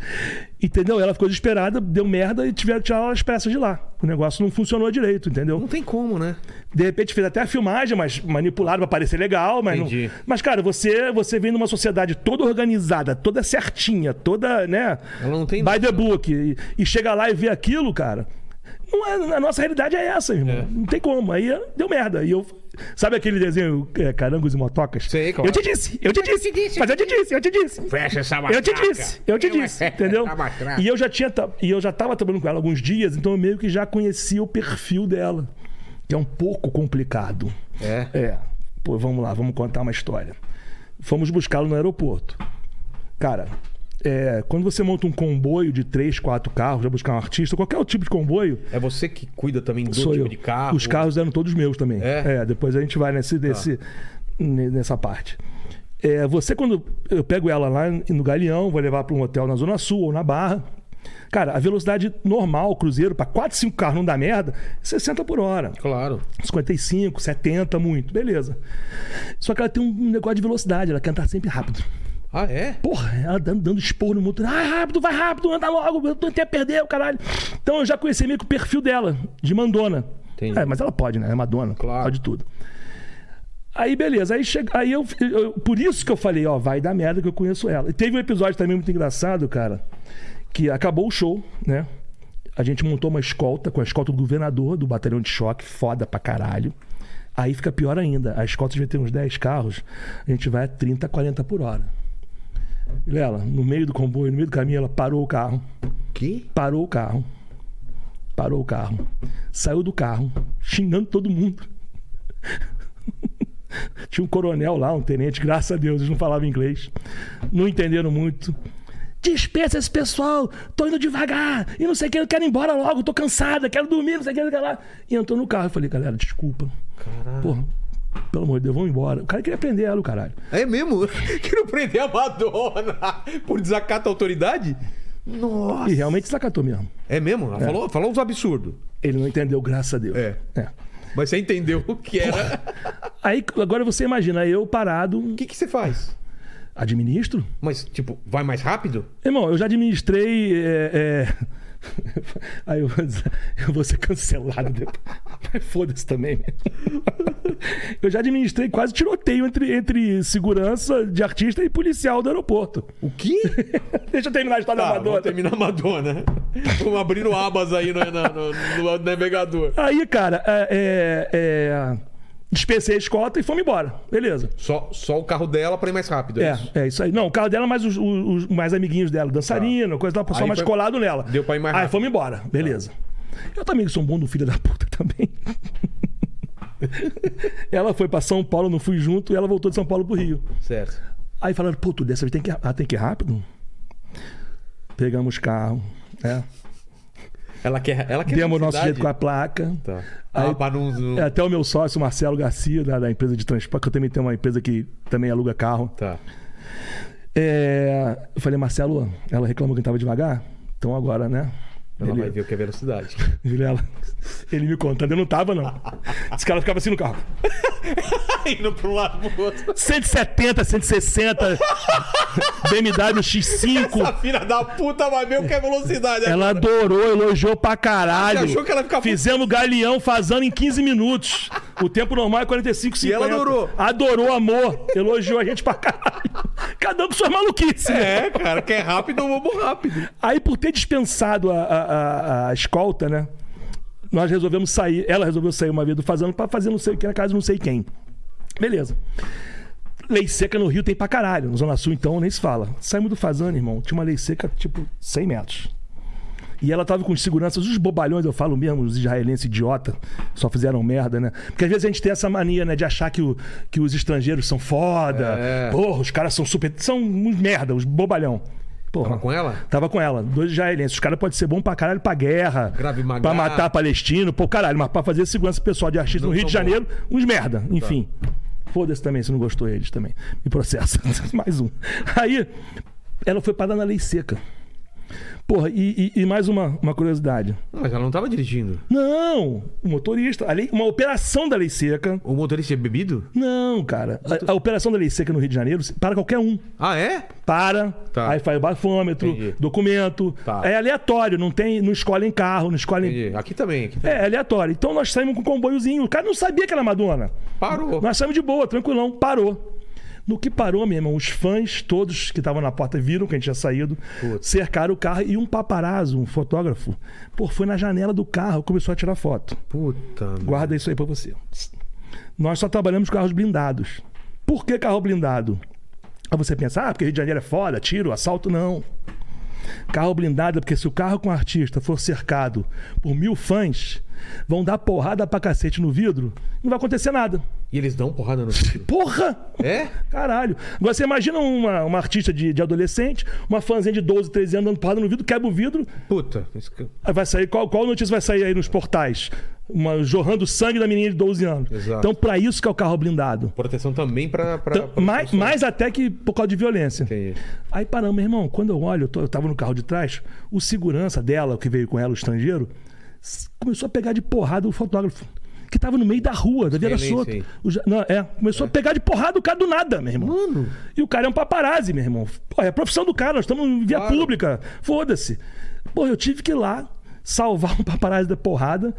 Speaker 3: Entendeu? Ela ficou desesperada, deu merda e tiveram que tirar as peças de lá. O negócio não funcionou direito, entendeu?
Speaker 1: Não tem como, né?
Speaker 3: De repente fez até a filmagem, mas manipulado pra parecer legal, mas não-
Speaker 1: Entendi.
Speaker 3: Mas, cara, você, você vem numa sociedade toda organizada, toda certinha, toda, né?
Speaker 1: Ela não tem
Speaker 3: By the book. E, e chega lá e vê aquilo, cara. Não é- a nossa realidade é essa, irmão. Não tem como. Aí deu merda. E eu. Sabe aquele desenho é, Carangos e Motocas?
Speaker 1: Sei, claro.
Speaker 3: Eu te disse, eu te disse, é? mas eu te disse, eu te disse.
Speaker 1: Fecha essa
Speaker 3: Eu te
Speaker 1: Tá matraca.
Speaker 3: disse, eu te disse, entendeu?
Speaker 1: Essa matraca.
Speaker 3: E eu já tinha ta- e eu já tava trabalhando com ela alguns dias, então eu meio que já conhecia o perfil dela, que é um pouco complicado.
Speaker 1: É.
Speaker 3: É. Pô, vamos lá, vamos contar uma história. Fomos buscá-lo no aeroporto. Cara, é, quando você monta um comboio de três, quatro carros, vai buscar um artista, qualquer tipo de comboio,
Speaker 1: É você que cuida também do
Speaker 3: sou
Speaker 1: tipo
Speaker 3: eu.
Speaker 1: de carro.
Speaker 3: Os carros eram todos meus também.
Speaker 1: É? Tá.
Speaker 3: depois a gente vai nesse, desse, ne- nessa parte. É, você, quando eu pego ela lá no Galeão, vou levar para um hotel na Zona Sul ou na Barra. Cara, a velocidade normal, cruzeiro, para 4, 5 carros não dá merda, 60 por hora.
Speaker 1: Claro.
Speaker 3: 55, 70, muito, beleza. Só que ela tem um negócio de velocidade, ela quer andar sempre rápido.
Speaker 1: Ah, é?
Speaker 3: Porra, ela dando, dando esporro no motor. Ah, rápido, vai rápido, anda logo, eu não tenho a perder, o caralho. Então eu já conheci meio que o perfil dela, de Mandona.
Speaker 1: Entendi.
Speaker 3: É, mas ela pode, né? É Madonna,
Speaker 1: Claro.
Speaker 3: pode tudo. Aí, beleza, aí, chega, aí eu, eu- Por isso que eu falei, ó, vai dar merda que eu conheço ela. E teve um episódio também muito engraçado, cara, que acabou o show, né? A gente montou uma escolta com a escolta do governador do batalhão de choque, foda pra caralho. Aí fica pior ainda. A escolta devia ter uns 10 carros, a gente vai a 30, 40 por hora. Lela, no meio do comboio, no meio do caminho, ela parou o carro.
Speaker 1: Que?
Speaker 3: Parou o carro. Parou o carro. Saiu do carro, xingando todo mundo. Tinha um coronel lá, um tenente, graças a Deus, eles não falavam inglês. Não entenderam muito. Dispensa esse pessoal, tô indo devagar, e não sei o que, eu quero ir embora logo, tô cansada, quero dormir, não sei o que, não sei o que lá. E entrou no carro, eu falei, galera, desculpa.
Speaker 1: Caralho.
Speaker 3: Porra, pelo amor de Deus, vamos embora. O cara queria prender ela, o caralho.
Speaker 1: É mesmo? Quero prender a Madonna por desacato à autoridade? Nossa.
Speaker 3: E realmente desacatou mesmo.
Speaker 1: É mesmo? Ela Falou, falou uns absurdos.
Speaker 3: Ele não entendeu, graças a Deus.
Speaker 1: É.
Speaker 3: é.
Speaker 1: Mas você entendeu o que era.
Speaker 3: Aí agora você imagina, eu parado,
Speaker 1: O que, que você faz?
Speaker 3: administro?
Speaker 1: Mas, tipo, vai mais rápido?
Speaker 3: Irmão, eu já administrei. É, é... Aí eu vou, dizer- eu vou ser cancelado depois. Mas foda-se também. né? Eu já administrei quase tiroteio entre, entre segurança de artista e policial do aeroporto.
Speaker 1: O quê?
Speaker 3: Deixa eu terminar a história da
Speaker 1: Tá, vamos
Speaker 3: Madonna.
Speaker 1: terminar a Madonna. Vamos abrindo abas aí no, na- no- no navegador.
Speaker 3: Aí, cara, é, é, é... dispensei a escota e fomos embora. Beleza.
Speaker 1: Só, só o carro dela pra ir mais rápido, é,
Speaker 3: É,
Speaker 1: isso?
Speaker 3: é isso aí. Não, o carro dela, mais os, os- os mais amiguinhos dela, dançarino, coisa lá, o pessoal
Speaker 1: Tá. Aí
Speaker 3: mais
Speaker 1: foi-
Speaker 3: colado nela.
Speaker 1: deu pra ir mais
Speaker 3: Aí
Speaker 1: rápido. Tá.
Speaker 3: fomos embora, beleza. Eu também sou um bom do filho da puta também. ela foi pra São Paulo, não fui junto, e ela voltou de São Paulo pro Rio.
Speaker 1: Certo.
Speaker 3: Aí falaram, pô, tu dessa vez tem que, ah, tem que ir rápido? Pegamos carro, né?
Speaker 1: Ela quer. Ela quer
Speaker 3: Demos nosso
Speaker 1: velocidade?
Speaker 3: jeito com a placa.
Speaker 1: Tá.
Speaker 3: Aí-
Speaker 1: ah, pra não. não-
Speaker 3: É, Até o meu sócio, Marcelo Garcia, da, da empresa de transporte, que eu também tenho uma empresa que também aluga carro.
Speaker 1: Tá.
Speaker 3: É, eu falei, Marcelo, ela reclamou que eu tava devagar? Então agora, né?
Speaker 1: Ela
Speaker 3: ele,
Speaker 1: vai ver o que é velocidade.
Speaker 3: Vilela, ele me contando, eu não tava, não. Esse cara ficava assim no carro.
Speaker 1: Indo pra um lado pro outro.
Speaker 3: 170, 160, BMW
Speaker 1: Essa
Speaker 3: X5.
Speaker 1: filha da puta vai ver o que é velocidade.
Speaker 3: Ela adorou, elogiou pra caralho.
Speaker 1: Você achou que ela ia ficar
Speaker 3: Fizemos galeão fazendo em 15 minutos. O tempo normal é 45, 50.
Speaker 1: ela adorou.
Speaker 3: Adorou, amor. Elogiou a gente pra caralho. Cada um com suas maluquices. né?
Speaker 1: É, cara, quer rápido, vamos rápido.
Speaker 3: Aí, por ter dispensado a, a, a- a escolta, né? Nós resolvemos sair. Ela resolveu sair uma vez do fazendo pra fazer não sei o que na casa de não sei quem. Beleza. Lei seca no Rio tem pra caralho. Na Zona Sul, então, nem se fala. Saímos do Fazano, irmão. Tinha uma lei seca, tipo, 100 metros. E ela tava com os seguranças, os bobalhões, eu falo mesmo, os israelenses idiota, só fizeram merda, né? Porque às vezes a gente tem essa mania, né, de achar que, o- que os estrangeiros são foda.
Speaker 1: É.
Speaker 3: Porra, os caras são super. São uns merda, os bobalhão. Porra.
Speaker 1: Tava com ela?
Speaker 3: Tava com ela, dois israelenses. Os caras podem ser bom pra caralho pra guerra,
Speaker 1: Grave Magá.
Speaker 3: pra matar palestino, pô, caralho, mas pra fazer segurança pessoal de artista
Speaker 1: Não
Speaker 3: no Rio de
Speaker 1: são bons. Tá.
Speaker 3: Janeiro, uns merda, enfim. Foda-se também, se não gostou eles também. Me processa. mais um. Aí, ela foi parar na lei seca. Porra, e, e- e mais uma, uma curiosidade.
Speaker 1: Não, mas ela não tava dirigindo.
Speaker 3: Não, o motorista, a lei- uma operação da lei seca.
Speaker 1: O motorista é bebido?
Speaker 3: Não, cara. A, a operação da lei seca no Rio de Janeiro para qualquer um.
Speaker 1: Ah, é?
Speaker 3: Para,
Speaker 1: Tá.
Speaker 3: aí faz o bafômetro,
Speaker 1: Entendi.
Speaker 3: documento.
Speaker 1: Tá.
Speaker 3: É aleatório, não tem, não escolhem carro, não escolhem.
Speaker 1: Entendi. Aqui também. Aqui também.
Speaker 3: É, é aleatório. Então nós saímos com um comboiozinho. O cara não sabia que era Madonna.
Speaker 1: Parou.
Speaker 3: Nós saímos de boa, tranquilão, parou. No que parou, meu irmão, os fãs, todos que estavam na porta, viram que a gente tinha saído,
Speaker 1: Putz.
Speaker 3: cercaram o carro e um paparazzo, um fotógrafo, pô, foi na janela do carro, começou a tirar foto.
Speaker 1: Puta. merda.
Speaker 3: Guarda isso aí pra você. Nós só trabalhamos com carros blindados. Por que carro blindado? Aí você pensa, ah, porque Rio de Janeiro é foda, tiro, assalto. Não. Carro blindado é porque se o carro com o artista for cercado por mil fãs, vão dar porrada pra cacete no vidro, não vai acontecer nada.
Speaker 1: E eles dão porrada no filho.
Speaker 3: Porra!
Speaker 1: É?
Speaker 3: Caralho. Agora você imagina uma, uma artista de, de adolescente, uma fãzinha de 12, 13 anos dando porrada no vidro, quebra o vidro,
Speaker 1: Puta. isso que-
Speaker 3: Aí Ah, Vai sair, qual, qual notícia vai sair aí nos portais? Uma, jorrando sangue da menina de 12 anos.
Speaker 1: Exato.
Speaker 3: Então, pra isso que é o carro blindado.
Speaker 1: Proteção também pra. pra,
Speaker 3: Então,
Speaker 1: pra
Speaker 3: mais,
Speaker 1: pessoa.
Speaker 3: mais até que por causa de violência.
Speaker 1: Entendi.
Speaker 3: Aí paramos, meu irmão. Quando eu olho, eu, tô- eu tava no carro de trás, o segurança dela, que veio com ela, o estrangeiro, s- começou a pegar de porrada o fotógrafo. Que tava no meio da rua, da Vila
Speaker 1: Israelense,
Speaker 3: Soto.
Speaker 1: hein?
Speaker 3: O ja- não, é, começou a pegar de porrada o cara do nada, meu irmão.
Speaker 1: Mano.
Speaker 3: E o cara é um paparazzi, meu irmão. Pô, é a profissão do cara, nós estamos em via
Speaker 1: Claro.
Speaker 3: pública. Foda-se. Pô, eu tive que ir lá salvar um paparazzi da porrada.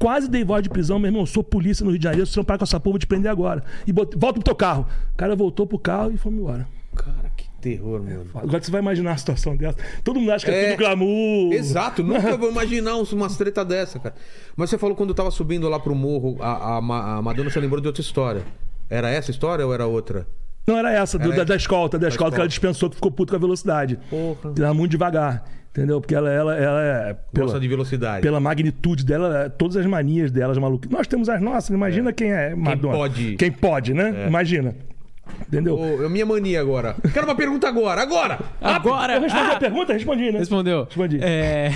Speaker 3: Quase dei voz de prisão, meu irmão. Eu sou polícia no Rio de Janeiro, se não parar com essa porra, vou te prender agora. E bot... volta pro teu carro. O cara voltou pro carro e foi embora.
Speaker 1: Cara, que terror, mano.
Speaker 3: Agora você vai imaginar uma situação dessa. Todo mundo acha que é,
Speaker 1: É.
Speaker 3: tudo glamour.
Speaker 1: Exato, nunca vou imaginar uns- umas treta dessa, cara. Mas você falou quando eu tava subindo lá pro morro, a, a Ma- a Madonna, você lembrou de outra história. Era essa história ou era outra?
Speaker 3: Não, era essa, do-
Speaker 1: Era
Speaker 3: da,
Speaker 1: essa?
Speaker 3: da escolta, da, escolta, que
Speaker 1: escolta.
Speaker 3: ela dispensou, que ficou puto com a velocidade.
Speaker 1: Porra.
Speaker 3: Ela era muito devagar, entendeu? Porque ela, ela, ela é.
Speaker 1: Gosta de velocidade.
Speaker 3: pela magnitude dela, é, todas as manias delas, maluco. Nós temos as nossas, imagina quem é Madonna.
Speaker 1: pode. É.
Speaker 3: Quem pode, né? Imagina. Entendeu?
Speaker 1: Ô, é minha mania agora. Quero uma pergunta agora, agora!
Speaker 2: Agora!
Speaker 3: Eu respondi
Speaker 2: Ah!
Speaker 3: a pergunta? Respondi, né?
Speaker 2: Respondeu.
Speaker 3: Respondi.
Speaker 2: É,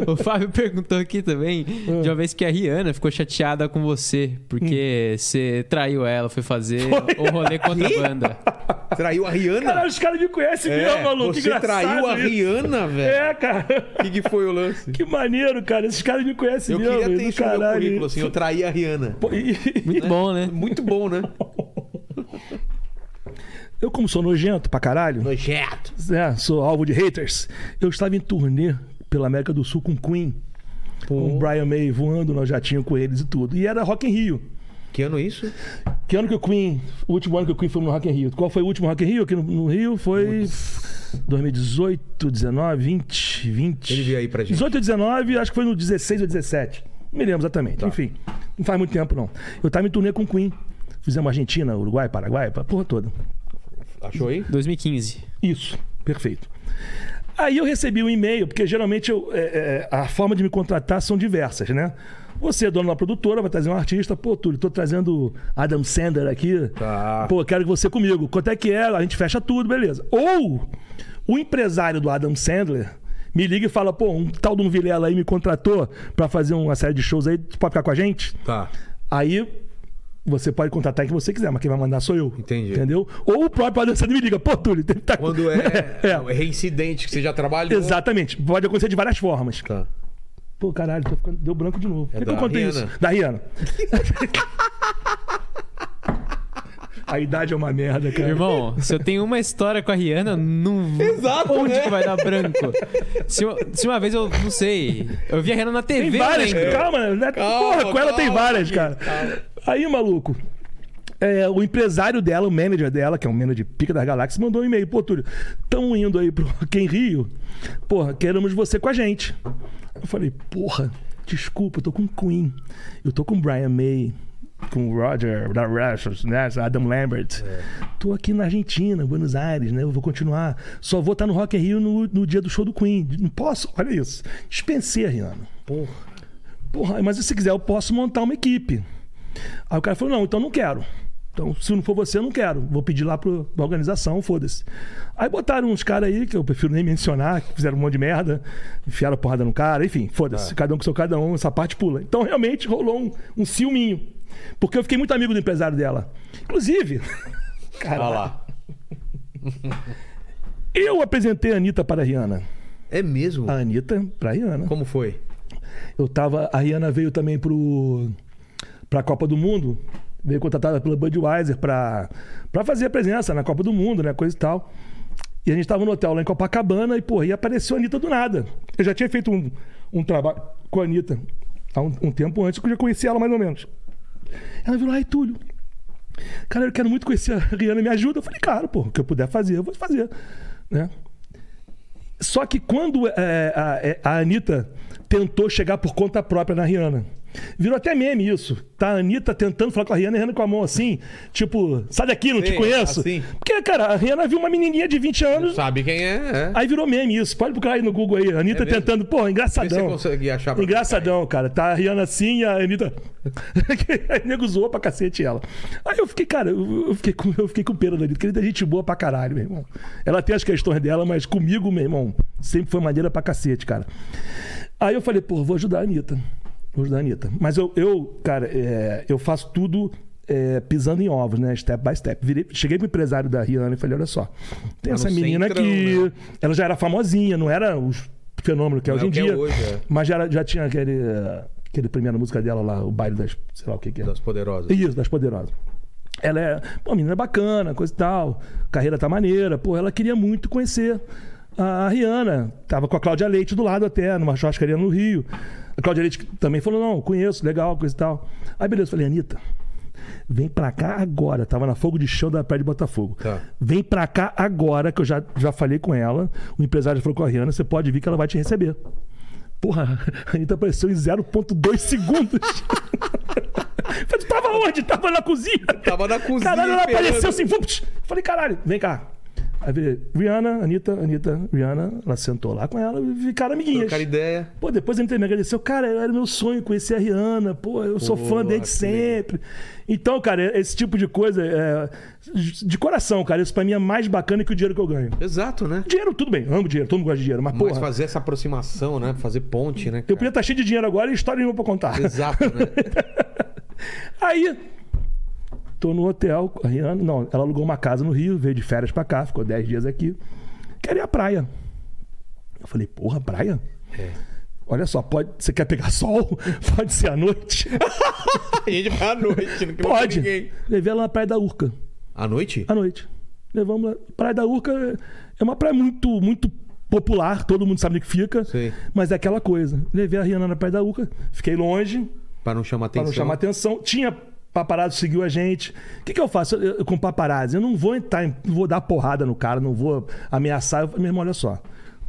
Speaker 2: o Fábio perguntou aqui também
Speaker 3: Ah.
Speaker 2: de uma vez que a Rihanna ficou chateada com você, porque
Speaker 3: Hum.
Speaker 2: você traiu ela, foi fazer o rolê contrabanda.
Speaker 1: Traiu a Rihanna?
Speaker 3: Caralho, os caras me conhecem mesmo, maluco. que
Speaker 1: É, você
Speaker 3: engraçado
Speaker 1: traiu a
Speaker 3: isso.
Speaker 1: Rihanna, velho.
Speaker 3: É, cara.
Speaker 1: O que, que foi o lance?
Speaker 3: Que maneiro, cara. Esses caras me conhecem
Speaker 1: Eu
Speaker 3: mesmo.
Speaker 1: queria
Speaker 3: do
Speaker 1: ter isso no meu
Speaker 3: caralho.
Speaker 1: currículo, assim, eu traí a Rihanna.
Speaker 3: Pô, e-
Speaker 2: Muito bom, né?
Speaker 1: Muito bom, né?
Speaker 3: Eu, como sou nojento pra caralho,
Speaker 1: Nojento.
Speaker 3: né, sou alvo de haters, eu estava em turnê pela América do Sul com Queen. Com o Brian May voando no jatinho com eles e tudo. E era Rock in Rio.
Speaker 1: Que ano é isso?
Speaker 3: Que ano que o Queen. O último ano que o Queen foi no Rock in Rio? Qual foi o último Rock in Rio aqui no, no Rio? Foi. 2018, 19, 20, 20.
Speaker 1: Ele veio aí pra gente.
Speaker 3: 18 ou 19, acho que foi no 16 ou 17. Não me lembro exatamente.
Speaker 1: Tá.
Speaker 3: Enfim, não faz muito tempo não. Eu tava em turnê com o Queen. Fizemos Argentina, Uruguai, Paraguai, a porra toda.
Speaker 1: Achou aí?
Speaker 2: 2015.
Speaker 3: Isso, perfeito. Aí eu recebi um e-mail, porque geralmente eu- é, é, a forma de me contratar são diversas, né? Você é dono de uma produtora, vai trazer um artista, pô, Túlio, tô trazendo Adam Sandler aqui.
Speaker 1: Tá.
Speaker 3: Pô, quero que você comigo. Quanto é que é? A gente fecha tudo, beleza. Ou o empresário do Adam Sandler me liga e fala, pô, um tal de um Vilela aí me contratou pra fazer uma série de shows aí, tu pode ficar com a gente?
Speaker 1: Tá.
Speaker 3: Aí você pode contratar quem você quiser, mas quem vai mandar sou eu.
Speaker 1: Entendi.
Speaker 3: Entendeu? Ou o próprio Adriano me liga, pô, Túlio, tem que tá...
Speaker 1: Quando é,
Speaker 3: É,
Speaker 1: é reincidente que você já trabalhou.
Speaker 3: Exatamente. Pode acontecer de várias formas.
Speaker 1: Tá. É
Speaker 3: Pô, caralho, tô ficando... deu branco de novo. Por que, que
Speaker 1: da
Speaker 3: eu contei
Speaker 1: Rihanna.
Speaker 3: isso? Da Rihanna. A idade é uma merda, cara.
Speaker 2: Irmão, se eu tenho uma história com a Rihanna, não.
Speaker 1: Exato,
Speaker 2: Onde
Speaker 1: né?
Speaker 2: que vai dar branco? Se, eu- se uma vez eu não sei. Eu vi a Rihanna na TV.
Speaker 3: Tem várias,
Speaker 2: eu lembro.
Speaker 3: calma, né? Porra, com ela tem
Speaker 1: calma,
Speaker 3: várias,
Speaker 1: aqui,
Speaker 3: cara.
Speaker 1: calma.
Speaker 3: Aí, maluco. é, o empresário dela, o manager dela, que é um manager pica da galáxia, mandou um e-mail. Pô, Túlio, tamo indo aí pro Rock em Rio. Porra, queremos você com a gente. Eu falei, porra, desculpa, eu tô com Queen. Eu tô com Brian May, com o Roger, da Rush, né? Adam Lambert.
Speaker 1: É.
Speaker 3: Tô aqui na Argentina, Buenos Aires, né? Eu vou continuar. Só vou estar no Rock in Rio no, no dia do show do Queen. Não posso? Olha isso. Dispensei, Rihanna. Porra, mas se quiser eu posso montar uma equipe. Aí o cara falou, não, então não quero. Então, se não for você, eu não quero. Vou pedir lá pro, pra organização, foda-se. Aí botaram uns caras aí, que eu prefiro nem mencionar, que fizeram um monte de merda, enfiaram porrada no cara, enfim, foda-se. Cada um com seu cada um, essa parte pula. Então, realmente, rolou um, um ciúminho. Porque eu fiquei muito amigo do empresário dela. Inclusive,
Speaker 1: Olha
Speaker 3: cara,
Speaker 1: lá.
Speaker 3: eu apresentei a Anitta para a Rihanna.
Speaker 1: É mesmo?
Speaker 3: A Anitta para a Rihanna.
Speaker 1: Como foi?
Speaker 3: Eu tava. A Rihanna veio também pro, pra Copa do Mundo. Veio contratada pela Budweiser pra, pra fazer a presença na Copa do Mundo, né? Coisa e tal. E a gente tava no hotel lá em Copacabana e, porra, e apareceu a Anitta do nada. Eu já tinha feito um, um trabalho com a Anitta há um, um tempo antes, que eu já conhecia ela mais ou menos. Ela virou, ai, Túlio. Cara, eu quero muito conhecer a Rihanna, me ajuda. Eu falei, claro, pô, o que eu puder fazer, eu vou fazer. Né? Só que quando é, a, é, a Anitta tentou chegar por conta própria na Rihanna, virou até meme isso. Tá a Anitta tentando falar com a Rihanna, a Rihanna com a mão assim, tipo, sai daqui, não te
Speaker 1: Sim,
Speaker 3: conheço.
Speaker 1: assim.
Speaker 3: Porque, cara, a Rihanna viu uma menininha de 20 anos,
Speaker 1: Sabe quem é? é.
Speaker 3: aí virou meme isso. Pode procurar aí no Google aí. A Anitta
Speaker 1: É mesmo?
Speaker 3: tentando, pô,
Speaker 1: Vê se você
Speaker 3: engraçadão.
Speaker 1: consegue achar pra mim.
Speaker 3: Engraçadão, cara. Tá a Rihanna assim e a Anitta. Aí o nego zoou pra cacete ela. Aí eu fiquei, cara, eu eu fiquei com, eu fiquei com pena da Anitta, porque a Anitta é gente boa pra caralho, meu irmão. Ela tem as questões dela, mas comigo, meu irmão, sempre foi maneira pra cacete, cara. Aí eu falei, pô, vou ajudar a Anitta. Vou ajudar a Anitta. Mas eu, eu cara, é, eu faço tudo. é, pisando em ovos, né? Step by step. Virei- cheguei pro empresário da Rihanna e falei: olha só,
Speaker 1: Tá
Speaker 3: tem
Speaker 1: no
Speaker 3: essa menina
Speaker 1: centrão,
Speaker 3: aqui,
Speaker 1: né?
Speaker 3: ela já era famosinha, não era o fenômeno que é
Speaker 1: Não
Speaker 3: hoje
Speaker 1: é
Speaker 3: em
Speaker 1: o que é
Speaker 3: dia.
Speaker 1: hoje, é.
Speaker 3: Mas já, era- já tinha aquele, aquele primeira música dela lá, o baile das. sei lá o que, que é.
Speaker 1: Das poderosas.
Speaker 3: Isso, das poderosas. Ela é. Pô, a menina é bacana, coisa e tal. Carreira tá maneira. Pô, ela queria muito conhecer a, a Rihanna. Tava com a Cláudia Leite do lado até, numa churrascaria no Rio. A Cláudia Leite também falou: não, conheço, legal, coisa e tal. Aí beleza, eu falei, Anitta. Vem pra cá agora. Tava na fogo de chão da Praia de Botafogo.
Speaker 1: Tá.
Speaker 3: Vem pra cá agora, que eu já, já falei com ela. O empresário já falou com a Rihanna: você pode vir que ela vai te receber. Porra, a Anitta apareceu em 0,2 segundos. Falei, tu tava onde? Tava na cozinha.
Speaker 1: Tava na cozinha,
Speaker 3: Caralho, ela
Speaker 1: Fernando.
Speaker 3: apareceu assim. vum, psh. Falei, caralho, vem cá. Aí virei, Rihanna, Anitta, Anitta, Rihanna. Ela sentou lá com ela e ficaram amiguinhas.
Speaker 1: Trocar ideia.
Speaker 3: Pô, depois a Anitta me agradeceu. Cara, era meu sonho conhecer a Rihanna. Pô, eu sou fã desde
Speaker 1: que legal.
Speaker 3: sempre. Então, cara, esse tipo de coisa, é, de coração, cara, isso pra mim é mais bacana que o dinheiro que eu ganho.
Speaker 1: Exato, né?
Speaker 3: Dinheiro, tudo bem, amo dinheiro, todo mundo gosta de dinheiro, mas,
Speaker 1: Mas
Speaker 3: porra,
Speaker 1: fazer essa aproximação, né? Fazer ponte, né?
Speaker 3: eu
Speaker 1: cara?
Speaker 3: podia estar tá cheio de dinheiro agora e história nenhuma pra contar.
Speaker 1: Exato, né?
Speaker 3: Aí, tô no hotel, a Rihanna, não, ela alugou uma casa no Rio, veio de férias pra cá, ficou 10 dias aqui. Quer ir à praia. Eu falei, porra, praia?
Speaker 1: É.
Speaker 3: Olha só, pode, você quer pegar sol? Pode ser à noite?
Speaker 1: A gente vai à noite, não quer
Speaker 3: pode.
Speaker 1: ninguém.
Speaker 3: Levei ela na Praia da Urca,
Speaker 1: À noite?
Speaker 3: à noite. Levamos lá. Praia da Urca é uma praia muito, muito popular, todo mundo sabe onde que fica.
Speaker 1: Sei.
Speaker 3: Mas é aquela coisa. Levei a Rihanna na Praia da Urca, fiquei longe,
Speaker 1: Pra não chamar
Speaker 3: Ah. Pra
Speaker 1: atenção.
Speaker 3: não chamar atenção. Tinha paparazzo seguiu a gente. O que, que eu faço eu- eu- com paparazzi? Eu não vou entrar, em- não vou dar porrada no cara, não vou ameaçar. Eu falei, meu irmão, olha só.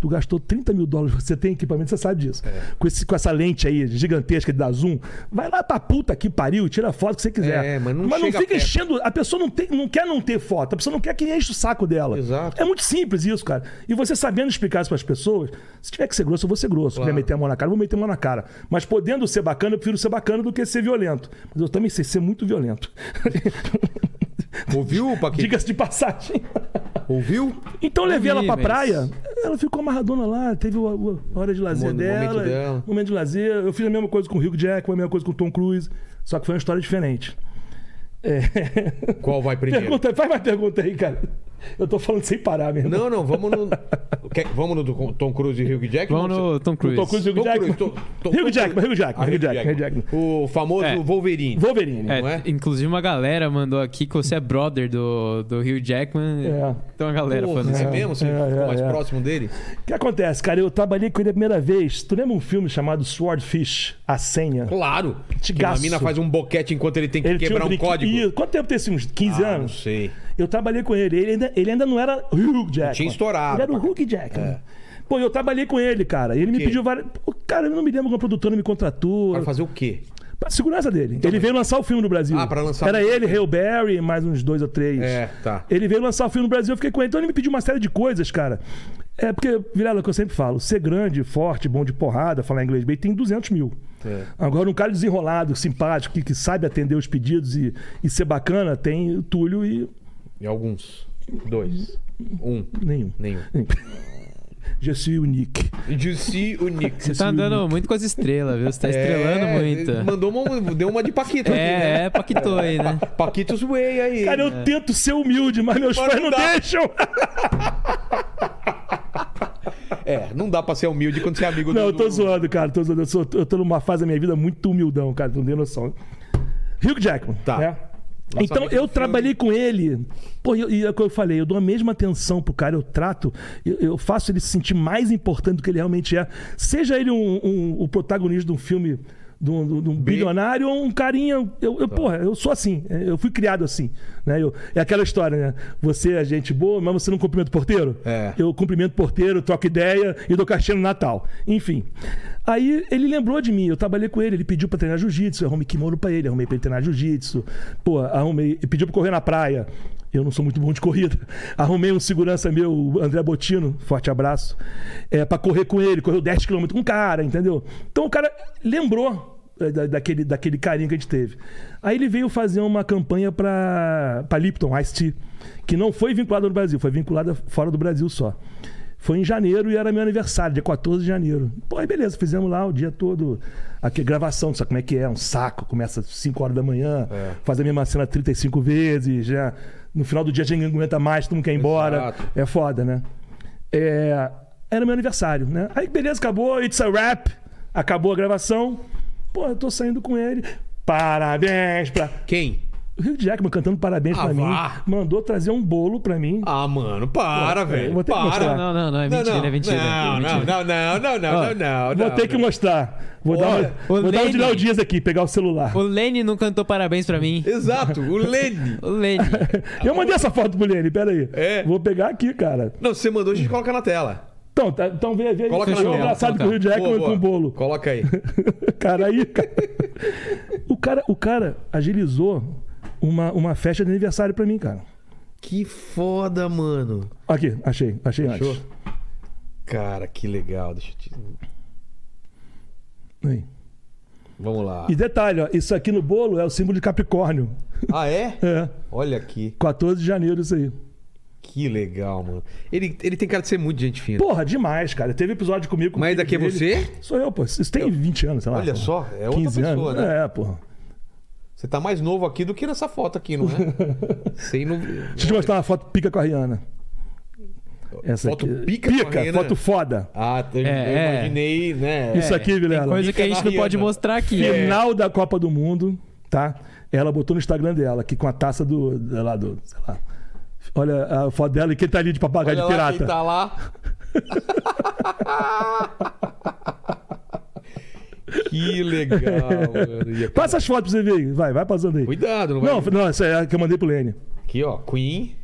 Speaker 3: Tu gastou 30 mil dólares, você tem equipamento, você sabe disso.
Speaker 1: É.
Speaker 3: Com, esse, com essa lente aí gigantesca de dar zoom, vai lá pra puta que pariu, tira a foto que você quiser.
Speaker 1: É, mas não chega
Speaker 3: fica
Speaker 1: perto.
Speaker 3: enchendo. A pessoa não, tem, não quer não ter foto, a pessoa não quer que enche o saco dela.
Speaker 1: Exato.
Speaker 3: É muito simples isso, cara. E você sabendo explicar isso para as pessoas, se tiver que ser grosso, eu vou ser grosso. Se
Speaker 1: Claro.
Speaker 3: tiver meter a mão na cara, eu vou meter a mão na cara. Mas podendo ser bacana, eu prefiro ser bacana do que ser violento. Mas eu também sei ser muito violento.
Speaker 1: Ouviu, Paquito?
Speaker 3: Diga-se de passagem.
Speaker 1: Ouviu?
Speaker 3: Então
Speaker 1: é
Speaker 3: eu levei ela pra
Speaker 2: mas-
Speaker 3: praia, ela ficou amarradona lá, teve o- o- a hora de lazer
Speaker 1: Mo-
Speaker 3: dela,
Speaker 1: momento dela.
Speaker 3: momento de lazer. Eu fiz a mesma coisa com o Hugh Jackman, a mesma coisa com o Tom Cruise, só que foi uma história diferente. É.
Speaker 1: Qual vai primeiro?
Speaker 3: Pergunta, faz mais pergunta aí, cara. Eu tô falando sem parar mesmo.
Speaker 1: Não, não, vamos no. Quer- vamos no do Tom Cruise e Hugh Jackman?
Speaker 2: Vamos no Tom Cruise.
Speaker 3: Tom Cruise e Hugh
Speaker 1: Tom
Speaker 3: Jackman.
Speaker 1: Cruise, Tom- Tom-
Speaker 3: Hugh
Speaker 1: Tom
Speaker 3: Jackman,
Speaker 1: Cruise.
Speaker 3: Hugh Jackman,
Speaker 1: Ah,
Speaker 3: Hugh Jackman, Hugh Jackman.
Speaker 1: O famoso
Speaker 2: É.
Speaker 1: Wolverine.
Speaker 3: Wolverine.
Speaker 2: É,
Speaker 1: não é?
Speaker 2: Inclusive uma galera mandou aqui que você é brother do, do Hugh Jackman.
Speaker 3: É.
Speaker 2: Então a galera
Speaker 1: Pô,
Speaker 2: falando
Speaker 1: é
Speaker 2: isso.
Speaker 1: mesmo? Você
Speaker 3: É,
Speaker 1: ficou
Speaker 3: é,
Speaker 1: mais
Speaker 3: é.
Speaker 1: próximo dele?
Speaker 3: O que acontece, cara? Eu trabalhei com ele a primeira vez. Tu lembra um filme chamado Swordfish? A Senha?
Speaker 1: Claro. Que a
Speaker 3: Tigaço.
Speaker 1: mina faz um boquete enquanto ele tem que
Speaker 3: tinha
Speaker 1: quebrar um
Speaker 3: brinque-
Speaker 1: código.
Speaker 3: Ih, quanto tempo tem esse? Uns 15
Speaker 1: Ah, não
Speaker 3: anos?
Speaker 1: sei.
Speaker 3: Eu trabalhei com ele. Ele ainda, ele ainda não era Hugh Jackman.
Speaker 1: Tinha estourado,
Speaker 3: Ele era o
Speaker 1: pra É.
Speaker 3: Hugh Jackman. Pô, eu trabalhei com ele, cara. Ele me
Speaker 1: quê?
Speaker 3: pediu várias. Pô, Cara, eu não me lembro quando a produtora me contratou.
Speaker 1: Pra fazer o quê?
Speaker 3: Pra segurança dele. ele veio lançar o filme no Brasil.
Speaker 1: Então Ah, pra lançar
Speaker 3: Era
Speaker 1: o filme.
Speaker 3: ele, Hail Berry, mais uns dois ou três.
Speaker 1: É, tá.
Speaker 3: Ele veio lançar o filme no Brasil, eu fiquei com ele. Então ele me pediu uma série de coisas, cara. É porque, Vilela, é o que eu sempre falo, ser grande, forte, bom de porrada, falar inglês bem, tem 200 mil.
Speaker 1: É.
Speaker 3: Agora, um cara desenrolado, simpático, que, que sabe atender os pedidos e, e ser bacana, tem o Túlio e
Speaker 1: E alguns. Dois. Um.
Speaker 3: nenhum.
Speaker 1: Nenhum.
Speaker 3: Je suis unique.
Speaker 1: Jussi o Nick.
Speaker 2: Você tá andando muito com as estrelas, viu? Você tá estrelando
Speaker 1: É,
Speaker 2: muito.
Speaker 1: Mandou uma, deu uma de Paquito aqui, né?
Speaker 2: É, é, paquitou aí, né?
Speaker 1: Paquitos Way aí.
Speaker 3: Cara, eu tento ser humilde, mas meus
Speaker 1: É. Mas
Speaker 3: pais
Speaker 1: não
Speaker 3: não
Speaker 1: dá.
Speaker 3: deixam.
Speaker 1: É, não dá pra ser humilde quando você é amigo do...
Speaker 3: Não, eu tô zoando, cara. Tô zoando. Eu, sou- eu tô numa fase da minha vida muito humildão, cara. Tu não tem noção. Hugh Jackman.
Speaker 1: Tá.
Speaker 3: né?
Speaker 1: Lançamento
Speaker 3: Então,
Speaker 1: do
Speaker 3: eu
Speaker 1: filme.
Speaker 3: trabalhei com ele. Pô, e eu- e é o que eu falei, eu dou a mesma atenção pro cara, eu trato, eu, eu faço ele se sentir mais importante do que ele realmente é. Seja ele um, um- o protagonista de um filme, de um, de um- de um bilionário ou um carinha. Eu,
Speaker 1: Tá.
Speaker 3: eu, Porra, eu sou assim, é, eu fui criado assim. Né? Eu- é aquela história, né? Você é gente boa, mas você não cumprimenta o porteiro?
Speaker 1: É.
Speaker 3: Eu cumprimento o porteiro, troco ideia e dou caixinha no Natal. Enfim. Aí ele lembrou de mim, eu trabalhei com ele, ele pediu pra treinar jiu-jitsu, eu arrumei kimono pra ele, arrumei pra ele treinar jiu-jitsu. Pô, arrumei, ele pediu pra correr na praia. Eu não sou muito bom de corrida. Arrumei um segurança meu, o André Botino, forte abraço, é, para correr com ele, correu 10 km com o cara, entendeu? Então o cara lembrou é, da- daquele, daquele carinho que a gente teve. Aí ele veio fazer uma campanha pra pra Lipton, Ice Tea, que não foi vinculada no Brasil, foi vinculada fora do Brasil só. Foi em janeiro e era meu aniversário, dia 14 de janeiro. Pô, aí beleza, fizemos lá o dia todo. Aqui, gravação, sabe como é que é? Um saco, começa às 5 horas da manhã, faz a mesma cena 35 vezes, já. No final do dia já ninguém aguenta mais, todo mundo quer ir embora.
Speaker 1: Exato.
Speaker 3: É foda, né? É, era meu aniversário, né? Aí, beleza, acabou, it's a wrap. Acabou a gravação. Pô, eu tô saindo com ele. Parabéns pra.
Speaker 1: Quem?
Speaker 3: O Rio Jackman cantando parabéns
Speaker 1: Ah,
Speaker 3: pra mim.
Speaker 1: vá.
Speaker 3: Mandou trazer um bolo pra mim.
Speaker 1: Ah, mano, para, velho.
Speaker 3: É, vou ter que
Speaker 1: para.
Speaker 3: mostrar.
Speaker 2: Não, não, não, é mentira, é mentira.
Speaker 1: Não,
Speaker 2: é mentira.
Speaker 1: não, não, não, não, não, não, não. né?
Speaker 3: Vou ter que
Speaker 1: não.
Speaker 3: mostrar. Vou dar,
Speaker 1: Olha,
Speaker 3: uma,
Speaker 2: o
Speaker 3: vou dar um
Speaker 2: Lenny.
Speaker 3: de Léo Dias aqui, pegar o celular.
Speaker 2: O Lenny não cantou parabéns pra mim.
Speaker 1: Exato, o Lenny.
Speaker 2: O Lenny.
Speaker 3: Eu mandei essa foto pro Lenny, peraí.
Speaker 1: É.
Speaker 3: Vou pegar aqui, cara.
Speaker 1: Não, se você mandou, a gente coloca na tela.
Speaker 3: Então, tá, então vê, vê aí.
Speaker 1: Coloca na
Speaker 3: Fechou
Speaker 1: tela,
Speaker 3: abraçado com o Rio
Speaker 1: Boa,
Speaker 3: Jackman
Speaker 1: boa.
Speaker 3: com o bolo.
Speaker 1: Coloca aí.
Speaker 3: cara, aí. cara- o, cara, o cara agilizou uma, uma festa de aniversário pra mim, cara.
Speaker 1: Que foda, mano.
Speaker 3: Aqui, achei, achei
Speaker 1: Fechou?
Speaker 3: antes.
Speaker 1: Cara, que legal. Deixa eu te...
Speaker 3: Aí.
Speaker 1: Vamos lá.
Speaker 3: E detalhe, ó, isso aqui no bolo é o símbolo de Capricórnio.
Speaker 1: Ah, é?
Speaker 3: É,
Speaker 1: Olha aqui.
Speaker 3: 14 de janeiro isso aí.
Speaker 1: Que legal, mano. Ele, ele tem cara de ser muito gente fina.
Speaker 3: Porra, demais, cara. Teve episódio comigo. com o
Speaker 1: Mas
Speaker 3: filho
Speaker 1: daqui é
Speaker 3: dele.
Speaker 1: você?
Speaker 3: Sou eu, pô. Isso tem 20 anos, sei lá.
Speaker 1: Olha
Speaker 3: pô.
Speaker 1: só, é outra
Speaker 3: 15
Speaker 1: pessoa,
Speaker 3: anos.
Speaker 1: né?
Speaker 3: É, porra.
Speaker 1: Você tá mais novo aqui do que nessa foto aqui, não é? Sem no...
Speaker 3: Deixa eu te mostrar uma foto pica com a Rihanna. Essa
Speaker 1: Foto
Speaker 3: aqui.
Speaker 1: pica com a Rihanna?
Speaker 3: foto foda.
Speaker 1: Ah, eu,
Speaker 2: É,
Speaker 1: eu
Speaker 2: é.
Speaker 1: imaginei, né?
Speaker 3: Isso aqui, Vilela.
Speaker 2: Tem coisa
Speaker 1: Fica
Speaker 2: que a
Speaker 1: na
Speaker 2: gente não pode
Speaker 1: Rihanna.
Speaker 2: mostrar aqui.
Speaker 1: É.
Speaker 2: né?
Speaker 3: Final da Copa do Mundo, tá? Ela botou no Instagram dela, aqui com a taça do. da lá, do. sei lá. Olha a foto dela e quem tá ali de papagaio
Speaker 1: Olha
Speaker 3: de
Speaker 1: lá quem
Speaker 3: pirata.
Speaker 1: tá lá. que legal, mano. E a cara-
Speaker 3: Passa as fotos pra você ver aí. Vai, vai passando aí.
Speaker 1: tá. Cuidado, não vai...
Speaker 3: Não, não, essa é a que eu mandei pro Lene.
Speaker 1: Aqui, ó, Queen.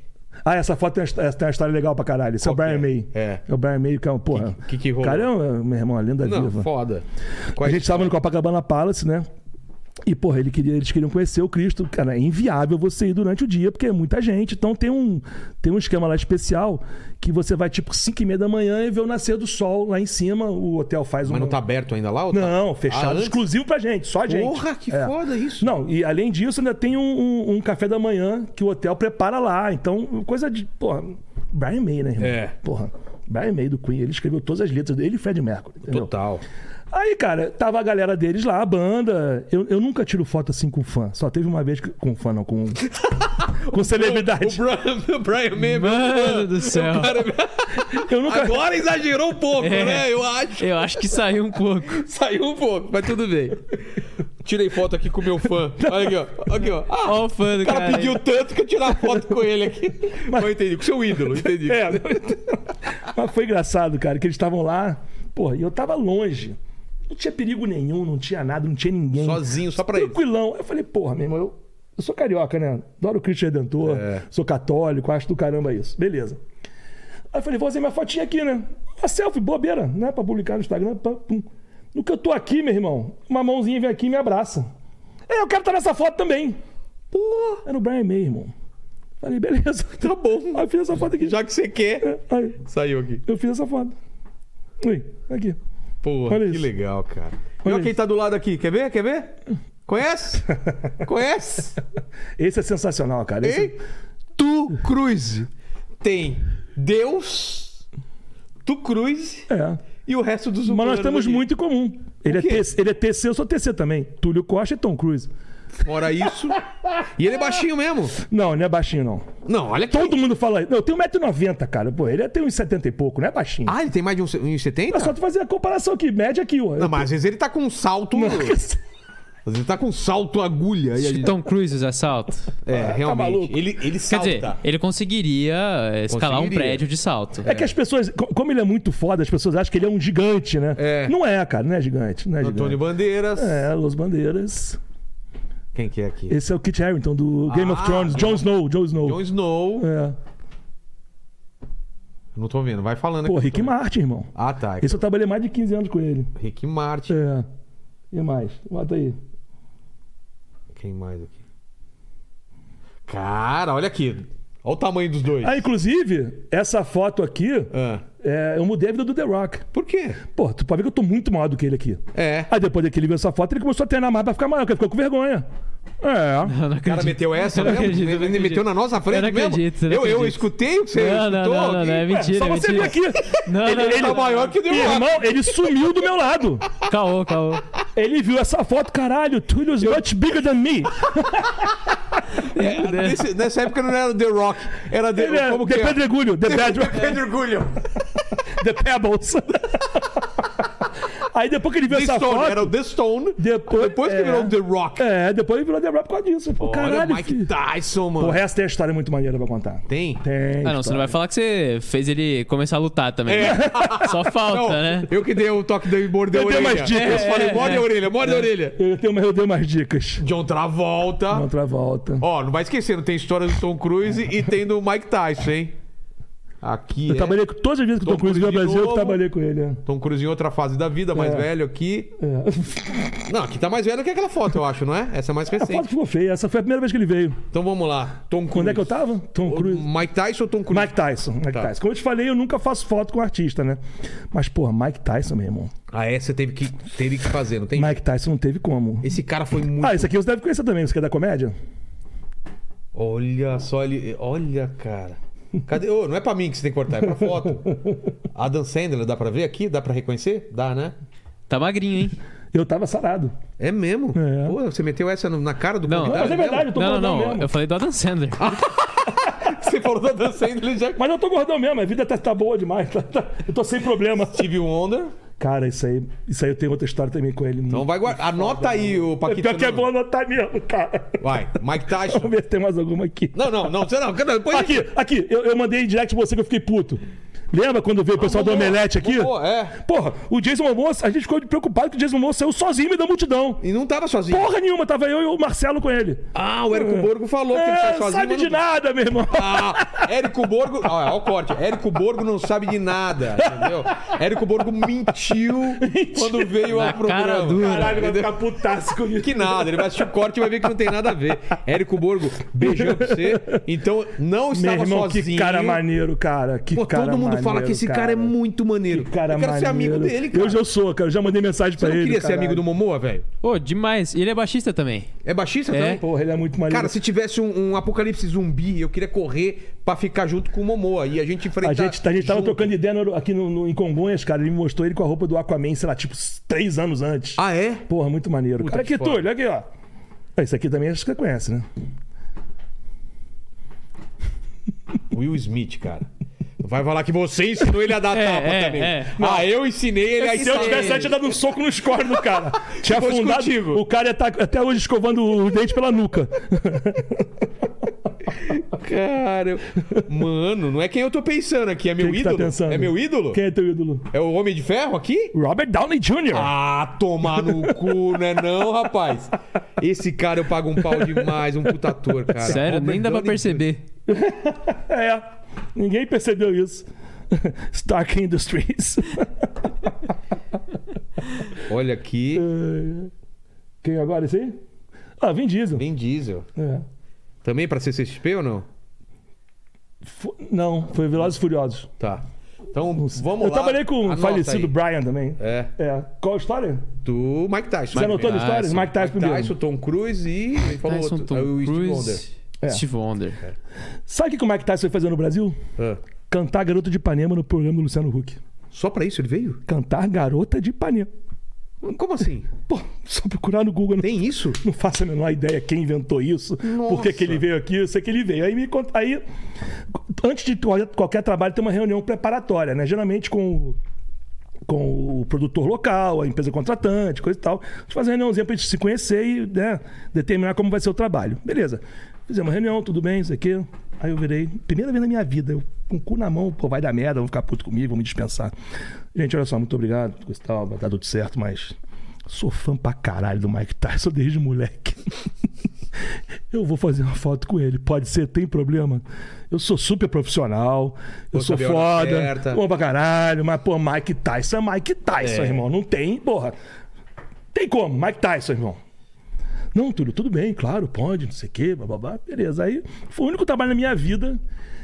Speaker 3: Ah, essa foto tem uma, histó- essa tem uma história legal pra caralho. Esse é o
Speaker 1: Qual que
Speaker 3: Brian
Speaker 1: é?
Speaker 3: May.
Speaker 1: É.
Speaker 3: É o Brian May, que é um, porra.
Speaker 1: Que- que que rolou?
Speaker 3: O cara é, um- meu irmão, uma lenda
Speaker 1: Não,
Speaker 3: viva.
Speaker 1: foda.
Speaker 3: A
Speaker 1: Quais-
Speaker 3: gente tava no Copacabana Palace, né? E, porra, ele queria- eles queriam conhecer o Cristo. Cara, é inviável você ir durante o dia, porque é muita gente. Então tem um, tem um esquema lá especial que você vai, tipo, 5 e meia da manhã e vê o nascer do sol lá em cima. O hotel faz um.
Speaker 1: Mas não tá aberto ainda lá? ou tá-
Speaker 3: Não,
Speaker 1: Ah,
Speaker 3: fechado
Speaker 1: antes?
Speaker 3: exclusivo pra gente, só a gente. É.
Speaker 1: Porra, que foda isso.
Speaker 3: Não, e além disso, ainda tem um, um- um café da manhã que o hotel prepara lá. Então, coisa de. Porra, Brian May, né, irmão?
Speaker 1: É.
Speaker 3: Porra, Brian May do Queen, ele escreveu todas as letras dele, ele e Fred Mercury. entendeu?
Speaker 1: Total.
Speaker 3: Aí, cara, tava a galera deles lá, a banda. Eu, eu nunca tiro foto assim com fã. Só teve uma vez que, com fã, não, com. com
Speaker 1: O
Speaker 3: celebridade.
Speaker 1: Brian, o Brian May, meu
Speaker 2: Mano do céu.
Speaker 3: Eu nunca.
Speaker 1: Agora exagerou um pouco,
Speaker 2: É.
Speaker 1: né? Eu acho.
Speaker 2: Eu acho que saiu um pouco.
Speaker 1: Saiu um pouco, mas tudo bem. Tirei foto aqui com o meu fã. Olha aqui, ó. Aqui, ó. Ah,
Speaker 2: Ó o fã do
Speaker 1: o cara,
Speaker 2: cara aí.
Speaker 1: pediu tanto que eu tirar foto com ele aqui. Mas... Eu entendi. Com seu ídolo, entendi.
Speaker 3: É, mas foi engraçado, cara, que eles estavam lá, pô, e eu tava longe. Não tinha perigo nenhum, não tinha nada, não tinha ninguém.
Speaker 1: Sozinho, só pra ele.
Speaker 3: Tranquilão. Eu falei, porra, meu irmão, eu, eu sou carioca, né? Adoro o Cristo Redentor,
Speaker 1: É.
Speaker 3: sou católico, acho do caramba isso. Beleza. Aí eu falei, vou fazer minha fotinha aqui, né? Uma selfie, bobeira, né? Pra publicar no Instagram, pam, pum. No que eu tô aqui, meu irmão, uma mãozinha vem aqui e me abraça. É, eu quero estar nessa foto também. Pô, era o Brian May, irmão. Falei, beleza.
Speaker 1: Tá bom.
Speaker 3: Aí eu fiz essa foto aqui.
Speaker 1: Já que você quer,
Speaker 3: Aí,
Speaker 1: saiu aqui.
Speaker 3: eu fiz essa foto. Ui, aqui.
Speaker 1: Porra,
Speaker 3: Olha
Speaker 1: que
Speaker 3: isso.
Speaker 1: legal, cara. E olha
Speaker 3: Olha
Speaker 1: quem
Speaker 3: isso.
Speaker 1: tá do lado aqui. Quer ver? Quer ver? Conhece? Conhece?
Speaker 3: Esse é sensacional, cara. Esse-
Speaker 1: Ei, tu Cruz. Tem Deus, tu Cruz
Speaker 3: É.
Speaker 1: e o resto dos
Speaker 3: Mas
Speaker 1: humanos.
Speaker 3: nós temos
Speaker 1: aqui.
Speaker 3: muito em comum. Ele é,
Speaker 1: quê?
Speaker 3: TC, ele é TC, eu sou TC também. Túlio Costa e Tom Cruise.
Speaker 1: Fora isso. E ele é baixinho mesmo.
Speaker 3: Não, não é baixinho, não.
Speaker 1: Não, olha aqui.
Speaker 3: Todo mundo fala. Não, eu tenho 1,90m, cara. Pô, ele é, tem uns 70 e pouco, não é baixinho.
Speaker 1: Ah, ele tem mais de uns
Speaker 3: É
Speaker 1: 1,70?
Speaker 3: só tu fazer a comparação aqui, média aqui, ó. É
Speaker 1: Não, mas às vezes ele tá com um salto. Às vezes ele tá com um salto agulha. E a
Speaker 3: Então,
Speaker 1: gente...
Speaker 2: Tom Cruise os assalto.
Speaker 1: É, realmente.
Speaker 3: maluco.
Speaker 1: ele, ele
Speaker 2: Quer
Speaker 1: salta.
Speaker 2: dizer, ele conseguiria escalar
Speaker 1: tá. Conseguiria.
Speaker 2: um prédio de salto.
Speaker 3: É que as pessoas, co- como ele é muito foda, as pessoas acham que ele é um gigante, né?
Speaker 1: É.
Speaker 3: Não é, cara, não é gigante. Não é
Speaker 1: Antônio
Speaker 3: gigante.
Speaker 1: Bandeiras.
Speaker 3: É, Los Bandeiras.
Speaker 1: Quem que é aqui?
Speaker 3: Esse é o Kit Harington do Game
Speaker 1: Ah,
Speaker 3: of Thrones. Jon Snow, Jon Snow.
Speaker 1: Jon Snow.
Speaker 3: É.
Speaker 1: Não tô vendo. Vai falando
Speaker 3: Pô,
Speaker 1: aqui.
Speaker 3: Rick Martin, irmão.
Speaker 1: Ah, tá.
Speaker 3: Esse eu trabalhei mais de 15 anos com ele.
Speaker 1: Rick Martin.
Speaker 3: É. E mais? Bota aí.
Speaker 1: Quem mais aqui? Cara, olha aqui. Olha o tamanho dos dois.
Speaker 3: Ah, inclusive, essa foto aqui,
Speaker 1: Ah,
Speaker 3: é, eu mudei a vida do The Rock.
Speaker 1: por quê?
Speaker 3: Pô, tu pode ver que eu tô muito maior do que ele aqui.
Speaker 1: É.
Speaker 3: Aí depois daquele viu essa foto, ele começou a treinar mais pra ficar maior, porque ele ficou com vergonha. É.
Speaker 2: Eu não
Speaker 1: O cara
Speaker 2: acredito.
Speaker 1: meteu essa
Speaker 2: Eu não
Speaker 1: mesmo?
Speaker 2: acredito, eu
Speaker 1: Ele
Speaker 2: não acredito.
Speaker 1: meteu na nossa frente
Speaker 2: Eu não
Speaker 1: mesmo?
Speaker 2: acredito, eu não
Speaker 1: eu, eu
Speaker 2: acredito.
Speaker 1: escutei o que você
Speaker 2: Não, não,
Speaker 1: escutou
Speaker 2: não, não,
Speaker 1: aqui.
Speaker 2: não, é mentira.
Speaker 3: Só
Speaker 2: é
Speaker 3: você vir
Speaker 2: mentira.
Speaker 3: aqui.
Speaker 2: Não, não,
Speaker 1: Ele tá
Speaker 2: não.
Speaker 1: maior que o The Rock.
Speaker 3: Irmão, ele sumiu do meu lado.
Speaker 2: Caô, caô.
Speaker 3: Ele viu essa foto, caralho, Túlio's much bigger than me.
Speaker 1: É, nesse- nessa época não era The Rock, era The,
Speaker 3: Ele é
Speaker 1: como que
Speaker 3: The
Speaker 1: é?
Speaker 3: Pedregulho, The Bedrock,
Speaker 1: Pedregulho.
Speaker 3: The Pebbles. Aí depois que ele viu
Speaker 1: The
Speaker 3: essa
Speaker 1: Stone,
Speaker 3: foto...
Speaker 1: era o The Stone.
Speaker 3: Depois-
Speaker 1: depois que
Speaker 3: é.
Speaker 1: virou The Rock.
Speaker 3: É, depois ele virou The Rock por causa disso. Pô,
Speaker 1: Olha
Speaker 3: caralho,
Speaker 1: Mike
Speaker 3: filho.
Speaker 1: Tyson, mano.
Speaker 2: é
Speaker 3: O resto tem a história é muito maneira pra contar.
Speaker 1: Tem?
Speaker 3: Tem.
Speaker 2: Ah, não, você não vai falar que você fez ele começar a lutar também. né? Só falta,
Speaker 1: Não,
Speaker 2: né?
Speaker 1: Eu que dei o toque de morder a
Speaker 3: Eu dei
Speaker 1: orelha.
Speaker 3: umas dicas.
Speaker 1: eu falei,
Speaker 2: É,
Speaker 1: morde
Speaker 2: é.
Speaker 1: a orelha, morde a orelha.
Speaker 3: Eu tenho, mais- eu tenho mais dicas.
Speaker 1: John Travolta.
Speaker 3: Não outra volta.
Speaker 1: Ó, não vai esquecendo, tem história do Tom Cruise e tem do Mike Tyson, hein? Aqui
Speaker 3: Eu
Speaker 1: é
Speaker 3: trabalhei com todas as vezes que o Tom
Speaker 1: Tom
Speaker 3: Cruise veio ao
Speaker 1: Cruise de
Speaker 3: Brasil, eu
Speaker 1: novo.
Speaker 3: trabalhei com ele. é.
Speaker 1: Tom Cruise em outra fase da vida, mais
Speaker 3: É.
Speaker 1: velho aqui.
Speaker 3: É.
Speaker 1: Não, aqui tá mais velho que aquela foto, eu acho, não é? Essa é mais
Speaker 3: A foto
Speaker 1: recente.
Speaker 3: ficou feia. Essa foi a primeira vez que ele veio.
Speaker 1: Então vamos lá. Tom Cruise.
Speaker 3: Quando é que eu tava? Tom Cruise.
Speaker 1: Mike Tyson ou Tom Cruise?
Speaker 3: Mike Tyson, Mike
Speaker 1: Tá.
Speaker 3: Tyson. Como eu te falei, eu nunca faço foto com artista, né? Mas, porra, Mike Tyson, meu irmão.
Speaker 1: Ah, é, você teve que, teve que fazer, não tem?
Speaker 3: Mike Tyson não teve como.
Speaker 1: Esse cara foi muito.
Speaker 3: Ah, esse aqui você deve conhecer também. Você quer da comédia?
Speaker 1: Olha só ele. Olha, cara. Cadê? Ô, não é pra mim que você tem que cortar, é pra foto. Adam Sandler, dá pra ver aqui? Dá pra reconhecer? Dá, né?
Speaker 2: Tá magrinho, hein?
Speaker 3: Eu tava sarado.
Speaker 1: É mesmo?
Speaker 3: É.
Speaker 1: Pô, você meteu essa no- na cara do
Speaker 2: Não,
Speaker 1: convidado
Speaker 3: Não, mas é
Speaker 1: mesmo?
Speaker 3: verdade, eu tô
Speaker 2: Não, não,
Speaker 3: gordão
Speaker 2: não.
Speaker 3: mesmo.
Speaker 2: Eu falei do Adam Sandler.
Speaker 1: Você falou do Adam Sandler já.
Speaker 3: Mas eu tô gordão mesmo. A vida tá, tá boa demais. tá- tá- Eu tô sem problema.
Speaker 1: Steve Wonder.
Speaker 3: Cara, isso aí, isso aí eu tenho outra história também com ele.
Speaker 1: Então vai guardar. Anota aí o
Speaker 3: É
Speaker 1: Paquito.
Speaker 3: Pior que é bom anotar mesmo, cara.
Speaker 1: Vai, Mike Tyson.
Speaker 3: Vamos ver se tem mais alguma aqui.
Speaker 1: Não, não, não, você não. cara, Depois
Speaker 3: Aqui, aqui, eu, eu mandei em direct pra você que eu fiquei puto. Lembra quando veio o pessoal do
Speaker 1: Momoa,
Speaker 3: Omelete aqui?
Speaker 1: Momoa, é.
Speaker 3: Porra, o Jason Momoa, a gente ficou preocupado que o Jason Momoa saiu sozinho e da multidão.
Speaker 1: E não tava sozinho.
Speaker 3: Porra nenhuma, tava eu e o Marcelo com ele.
Speaker 1: Ah, o Érico Borgo falou que ele
Speaker 3: É,
Speaker 1: sai sozinho.
Speaker 3: sabe
Speaker 1: mas
Speaker 3: de
Speaker 1: não- tá.
Speaker 3: nada, meu irmão.
Speaker 1: Ah, Érico Borgo. Olha, olha o corte. Érico Borgo não sabe de nada, entendeu? Érico Borgo mentiu quando veio ao programa.
Speaker 2: cara dura.
Speaker 3: Caralho, vai
Speaker 1: entendeu?
Speaker 3: ficar putaço comigo.
Speaker 1: Que nada, ele vai assistir o corte e vai ver que não tem nada a ver. Érico Borgo, beijão pra você. Então, não
Speaker 3: Meu
Speaker 1: estava
Speaker 3: irmão,
Speaker 1: sozinho.
Speaker 3: que cara maneiro, cara. Que
Speaker 1: Pô,
Speaker 3: cara
Speaker 1: todo mundo mundo fala que esse cara, é muito maneiro.
Speaker 3: Que cara
Speaker 1: eu quero ser
Speaker 3: maneiro.
Speaker 1: amigo dele, cara.
Speaker 3: Eu já sou, cara. Eu já mandei mensagem
Speaker 1: Você
Speaker 3: pra
Speaker 1: não
Speaker 3: ele.
Speaker 1: queria ser
Speaker 3: caralho.
Speaker 1: amigo do Momoa, velho?
Speaker 2: Ô, demais. E ele é baixista também.
Speaker 1: É baixista
Speaker 2: É.
Speaker 1: também?
Speaker 3: Porra, ele é muito maneiro.
Speaker 1: Cara, se tivesse um, um apocalipse zumbi, eu queria correr pra ficar junto com o Momoa. E a gente enfrentar.
Speaker 3: A gente, tá- a gente tava
Speaker 1: tá junto.
Speaker 3: trocando ideia no- aqui no, no- em Congonhas, cara. Ele me mostrou ele com a roupa do Aquaman, sei lá, tipo, três anos antes.
Speaker 1: Ah, é?
Speaker 3: Porra, muito maneiro.
Speaker 1: Puta
Speaker 3: cara,
Speaker 1: que
Speaker 3: aqui,
Speaker 1: foda.
Speaker 3: Túlio, aqui, ó. Ah, Isso aqui também acho que você conhece, né?
Speaker 1: Will Smith, cara. Vai falar que você ensinou ele a dar
Speaker 2: É,
Speaker 1: tapa
Speaker 2: é,
Speaker 1: também.
Speaker 2: é.
Speaker 1: Ah, eu ensinei ele a
Speaker 3: É Se eu
Speaker 1: ensinar.
Speaker 3: tivesse, eu tinha dado um soco no score do cara. Tinha
Speaker 1: fosse
Speaker 3: afundado.
Speaker 1: contigo.
Speaker 3: O cara ia tá até hoje escovando o dente pela nuca.
Speaker 1: Cara, eu- mano, não é quem eu tô pensando aqui. É meu
Speaker 3: Quem que tá
Speaker 1: ídolo?
Speaker 3: pensando?
Speaker 1: é meu ídolo?
Speaker 3: Quem é teu ídolo?
Speaker 1: É o Homem de Ferro aqui?
Speaker 3: Robert Downey
Speaker 2: É.
Speaker 3: Jr.
Speaker 1: Ah, tomar no cu, né não, rapaz? Esse cara eu pago um pau demais, um puta ator, cara.
Speaker 2: Sério,
Speaker 1: Robert
Speaker 2: nem dá pra
Speaker 1: Downey
Speaker 2: perceber.
Speaker 3: É. Ninguém percebeu isso. Stark Industries.
Speaker 1: Jr. Olha aqui,
Speaker 3: É. Quem agora, esse aí? Ah, Vin Diesel.
Speaker 1: Vin Diesel.
Speaker 3: É.
Speaker 1: Também pra CCXP ou não?
Speaker 3: Fu- Não, foi Velozes e Furiosos.
Speaker 1: Tá. Então, vamos lá.
Speaker 3: eu trabalhei com o
Speaker 1: Anota
Speaker 3: falecido
Speaker 1: aí.
Speaker 3: Brian também.
Speaker 1: É,
Speaker 3: É. Qual a história?
Speaker 1: do Mike Tyson. Ah,
Speaker 3: Você anotou a
Speaker 2: Tyson,
Speaker 3: história? Mike Tyson
Speaker 1: Mike
Speaker 3: primeiro.
Speaker 1: Tyson, Tom Cruise e... quem falou
Speaker 2: Tyson,
Speaker 1: outro?
Speaker 2: Tom
Speaker 1: É o Steve Wonder.
Speaker 2: Cruise,
Speaker 3: É.
Speaker 2: Steve Wonder.
Speaker 3: Sabe o que que o Mike Tyson foi fazer no Brasil?
Speaker 1: Ah,
Speaker 3: Cantar Garota de Ipanema no programa do Luciano Huck.
Speaker 1: Só pra isso ele veio?
Speaker 3: Cantar Garota de Ipanema.
Speaker 1: Como assim?
Speaker 3: Pô, só procurar no Google. né? Não,
Speaker 1: Tem isso?
Speaker 3: não faço a menor ideia quem inventou isso, por que que ele veio aqui, eu sei que ele veio. Aí me conta, aí antes de to- qualquer trabalho tem uma reunião preparatória, né? Geralmente com o- com o produtor local, a empresa contratante, coisa e tal. A gente faz uma reuniãozinha pra gente se conhecer e né, determinar como vai ser o trabalho. Beleza. Fizemos uma reunião, tudo bem, isso aqui. Aí eu virei, primeira vez na minha vida, eu com o cu na mão, pô, vai dar merda, vão ficar puto comigo, vão me dispensar. Gente, olha só, muito obrigado, coisa e tal, vai dar tudo certo, mas sou fã pra caralho do Mike Tyson desde moleque. Eu vou fazer uma foto com ele. Pode ser, tem problema. Eu sou super profissional. Eu
Speaker 1: Vou
Speaker 3: sou
Speaker 1: saber a hora
Speaker 3: foda.
Speaker 1: tá certa.
Speaker 3: Bom pra caralho. Mas, pô, Mike Tyson é Mike Tyson,
Speaker 1: É.
Speaker 3: irmão. Não tem, porra. Tem como, Mike Tyson, irmão. Não, Túlio, tudo bem, claro, pode, não sei o quê, bababá. Beleza. Aí foi o único trabalho na minha vida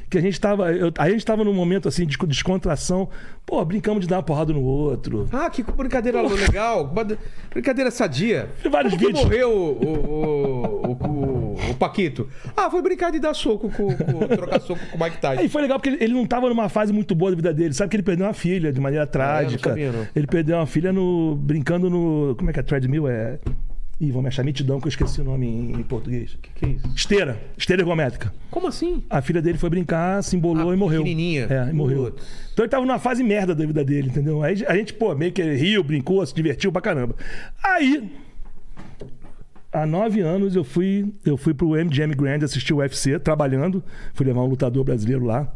Speaker 3: que a gente tava. eu- aí a gente tava num momento assim de descontração. Pô, brincamos de dar uma porrada no outro.
Speaker 1: Ah, que brincadeira legal. Bad- Brincadeira sadia.
Speaker 3: Tem vários
Speaker 1: Como que
Speaker 3: vídeos.
Speaker 1: morreu o, o, o, o- o Paquito? Ah, foi brincar de dar soco com, com trocar soco com o Mike
Speaker 3: Aí
Speaker 1: Tyson.
Speaker 3: É, foi legal porque ele, ele não tava numa fase muito boa da vida dele. Sabe que ele perdeu uma filha de maneira trágica.
Speaker 1: É, sabia, não.
Speaker 3: Ele perdeu uma filha no. brincando no. Como é que é? Treadmill? É. Ih, vão me achar mitidão que eu esqueci o nome em, em português.
Speaker 1: Que é isso?
Speaker 3: Esteira. Esteira ergométrica.
Speaker 1: Como assim?
Speaker 3: A filha dele foi brincar, se embolou
Speaker 1: Ah,
Speaker 3: e morreu.
Speaker 1: pequenininha.
Speaker 3: É, e morreu.
Speaker 1: Putz.
Speaker 3: Então ele tava numa fase merda da vida dele, entendeu? Aí a gente, pô, meio que riu, brincou, se divertiu pra caramba. Aí, há nove anos, eu fui, eu fui pro MGM Grand assistir o UFC, trabalhando. Fui levar um lutador brasileiro lá.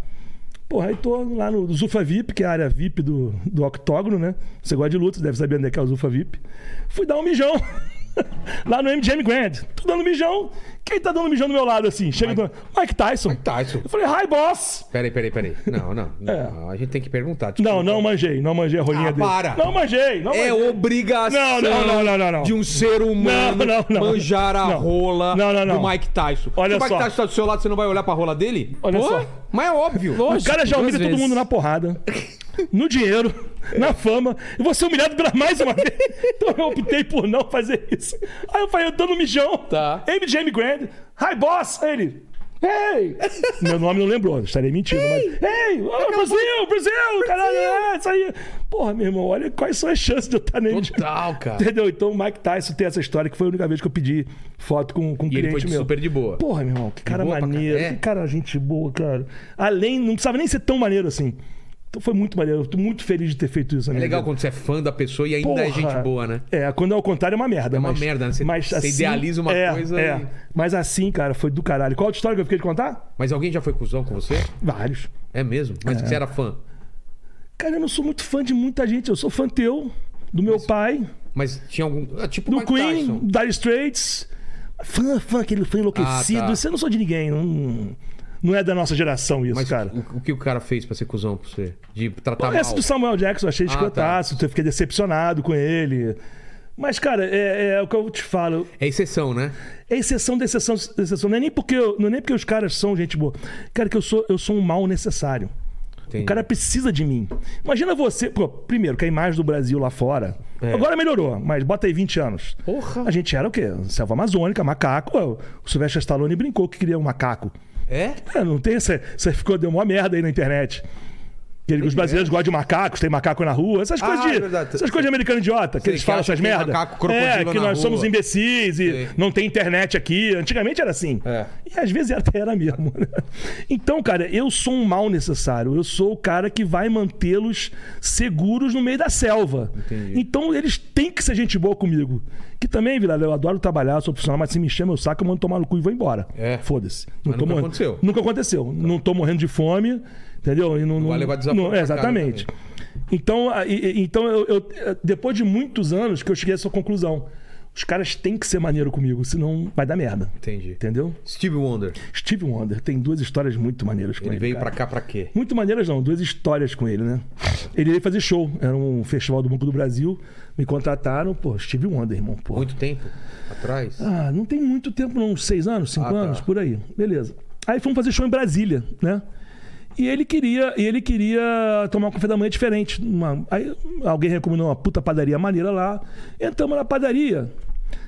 Speaker 3: Porra, aí tô lá no Zufa VIP, que é a área VIP do, do octógono, né? Você gosta de luta, você deve saber onde é que é o Zufa VIP. Fui dar um mijão. Lá no MGM Grand. Tô dando mijão. Quem tá dando mijão do meu lado assim? Chega do. Mike Tyson.
Speaker 1: Mike Tyson.
Speaker 3: Eu falei, hi, boss!
Speaker 1: Peraí, peraí, peraí. Não, não. não. A gente tem que perguntar. desculpa.
Speaker 3: É. Não, não manjei, não manjei a rolinha
Speaker 1: Ah,
Speaker 3: dele.
Speaker 1: para.
Speaker 3: Não manjei, não
Speaker 1: É
Speaker 3: manjei.
Speaker 1: obrigação
Speaker 3: Não, não, não, não, não, não.
Speaker 1: de um ser humano
Speaker 3: Não, não, não.
Speaker 1: manjar a
Speaker 3: Não.
Speaker 1: rola
Speaker 3: Não, não,
Speaker 1: do
Speaker 3: não.
Speaker 1: Mike Tyson.
Speaker 3: Olha
Speaker 1: Se o Mike
Speaker 3: só.
Speaker 1: Tyson tá do seu lado, você não vai olhar pra rola dele?
Speaker 3: Olha
Speaker 1: Pô,
Speaker 3: só.
Speaker 1: Mas é óbvio.
Speaker 3: O cara já humilha
Speaker 2: Duas
Speaker 3: todo
Speaker 2: vezes.
Speaker 3: mundo na porrada, no dinheiro, na fama. E vou ser humilhado pela mais uma vez. Então eu optei por não fazer isso. Aí eu falei, eu dando um mijão.
Speaker 1: Tá.
Speaker 3: MGM Grand. Hi, boss! Aí ele. Hey! Meu nome não lembrou, estarei mentindo. Mas, hey! Oh, Brasil, Brasil! Caralho, é, isso aí. Porra, meu irmão, olha quais são as chances de eu estar nele.
Speaker 1: Total, cara.
Speaker 3: Entendeu? Então o Mike Tyson tem essa história que foi a única vez que eu pedi foto com, com um
Speaker 1: E ele
Speaker 3: cliente
Speaker 1: foi de
Speaker 3: meu.
Speaker 1: super de boa.
Speaker 3: Porra, meu irmão, que cara
Speaker 1: boa pra
Speaker 3: maneiro,
Speaker 1: caralho. É.
Speaker 3: que cara gente boa, cara. Além, não precisava nem ser tão maneiro assim. Então foi muito maneiro, eu tô muito feliz de ter feito isso.
Speaker 1: É legal quando você é fã da pessoa e ainda é gente boa, né?
Speaker 3: É, quando é o contrário é uma merda. É
Speaker 1: uma
Speaker 3: mas,
Speaker 1: merda, né? Você-
Speaker 3: mas
Speaker 1: você
Speaker 3: assim-
Speaker 1: idealiza uma
Speaker 3: é,
Speaker 1: coisa
Speaker 3: É.
Speaker 1: e-
Speaker 3: Mas assim, cara, foi do caralho. Qual outra história que eu fiquei de contar?
Speaker 1: Mas alguém já foi cuzão com você?
Speaker 3: Vários.
Speaker 1: É mesmo? Mas você era fã.
Speaker 3: Cara, eu não sou muito fã de muita gente, eu sou fã teu, do meu pai.
Speaker 1: Mas tinha algum. Ah, tipo
Speaker 3: do
Speaker 1: Mike
Speaker 3: Queen,
Speaker 1: Tyson.
Speaker 3: Dire Straits. Fã, fã, aquele fã enlouquecido.
Speaker 1: Ah, tá.
Speaker 3: Isso eu não sou de ninguém. Não, não é da nossa geração isso,
Speaker 1: Mas
Speaker 3: cara.
Speaker 1: O, o que o cara fez pra ser cuzão com você? De tratar
Speaker 3: Pô,
Speaker 1: mal.
Speaker 3: Essa do Samuel Jackson eu achei
Speaker 1: Ah,
Speaker 3: escrotaço. Eu fiquei decepcionado com ele. Mas, cara, é, é o que eu te falo.
Speaker 1: É exceção, né?
Speaker 3: É exceção da exceção da exceção. Não é nem porque, eu- não é nem porque os caras são gente boa. Cara, que eu sou, eu sou um mal necessário.
Speaker 1: Entendi.
Speaker 3: O cara precisa de mim. Imagina você. Pô, primeiro, que a imagem do Brasil lá fora.
Speaker 1: É.
Speaker 3: Agora melhorou, mas bota aí 20 anos.
Speaker 1: Porra.
Speaker 3: A gente era o quê? Selva amazônica, macaco. Ué, O Sylvester Stallone brincou que queria um macaco.
Speaker 1: É?
Speaker 3: É, não tem essa. Você ficou, deu uma merda aí na internet. Que ele- os brasileiros gostam de macacos, tem macaco na rua, essas
Speaker 1: É. Ah,
Speaker 3: coisas de.
Speaker 1: é verdade.
Speaker 3: Essas coisas de americano idiota, que
Speaker 1: Sei,
Speaker 3: eles
Speaker 1: que
Speaker 3: falam
Speaker 1: acha
Speaker 3: essas
Speaker 1: que tem
Speaker 3: merdas.
Speaker 1: macaco, crocodilo
Speaker 3: é, que
Speaker 1: na
Speaker 3: nós somos
Speaker 1: rua.
Speaker 3: imbecis e
Speaker 1: Sei.
Speaker 3: não tem internet aqui. Antigamente era assim.
Speaker 1: É.
Speaker 3: E às vezes até era mesmo. né? Então, cara, eu sou um mal necessário. Eu sou o cara que vai mantê-los seguros no meio da selva.
Speaker 1: Entendi.
Speaker 3: Então eles têm que ser gente boa comigo. Que também, Vilela, eu adoro trabalhar, sou profissional, mas se me chama meu saco, eu mando tomar no cu e vou embora.
Speaker 1: É.
Speaker 3: Foda-se. Não
Speaker 1: Mas
Speaker 3: tô
Speaker 1: nunca
Speaker 3: morrendo-
Speaker 1: aconteceu. Tá.
Speaker 3: Nunca aconteceu. Não tô morrendo de fome, entendeu? E não,
Speaker 1: vai levar desaforo
Speaker 3: não-
Speaker 1: pra casa
Speaker 3: Exatamente. Então, a- e- e- então eu, eu- depois de muitos anos que eu cheguei a essa conclusão. Os caras têm que ser maneiro comigo, senão vai dar merda.
Speaker 1: Entendi.
Speaker 3: Entendeu?
Speaker 1: Steve Wonder.
Speaker 3: Steve Wonder tem duas histórias muito maneiras com
Speaker 1: Ele
Speaker 3: ele.
Speaker 1: veio
Speaker 3: cara.
Speaker 1: pra cá pra quê?
Speaker 3: Muito maneiras não, duas histórias com ele, né? Ele veio fazer show, era um festival do Banco do Brasil, me contrataram, pô, Steve Wonder, irmão, pô.
Speaker 1: Muito tempo atrás?
Speaker 3: Ah, não tem muito tempo, não. Seis anos, cinco
Speaker 1: Ah, tá.
Speaker 3: anos, por aí. Beleza. Aí fomos fazer show em Brasília, né? E ele queria, e ele queria tomar um café da manhã diferente. Uma- aí alguém recomendou uma puta padaria maneira lá. Entramos na padaria.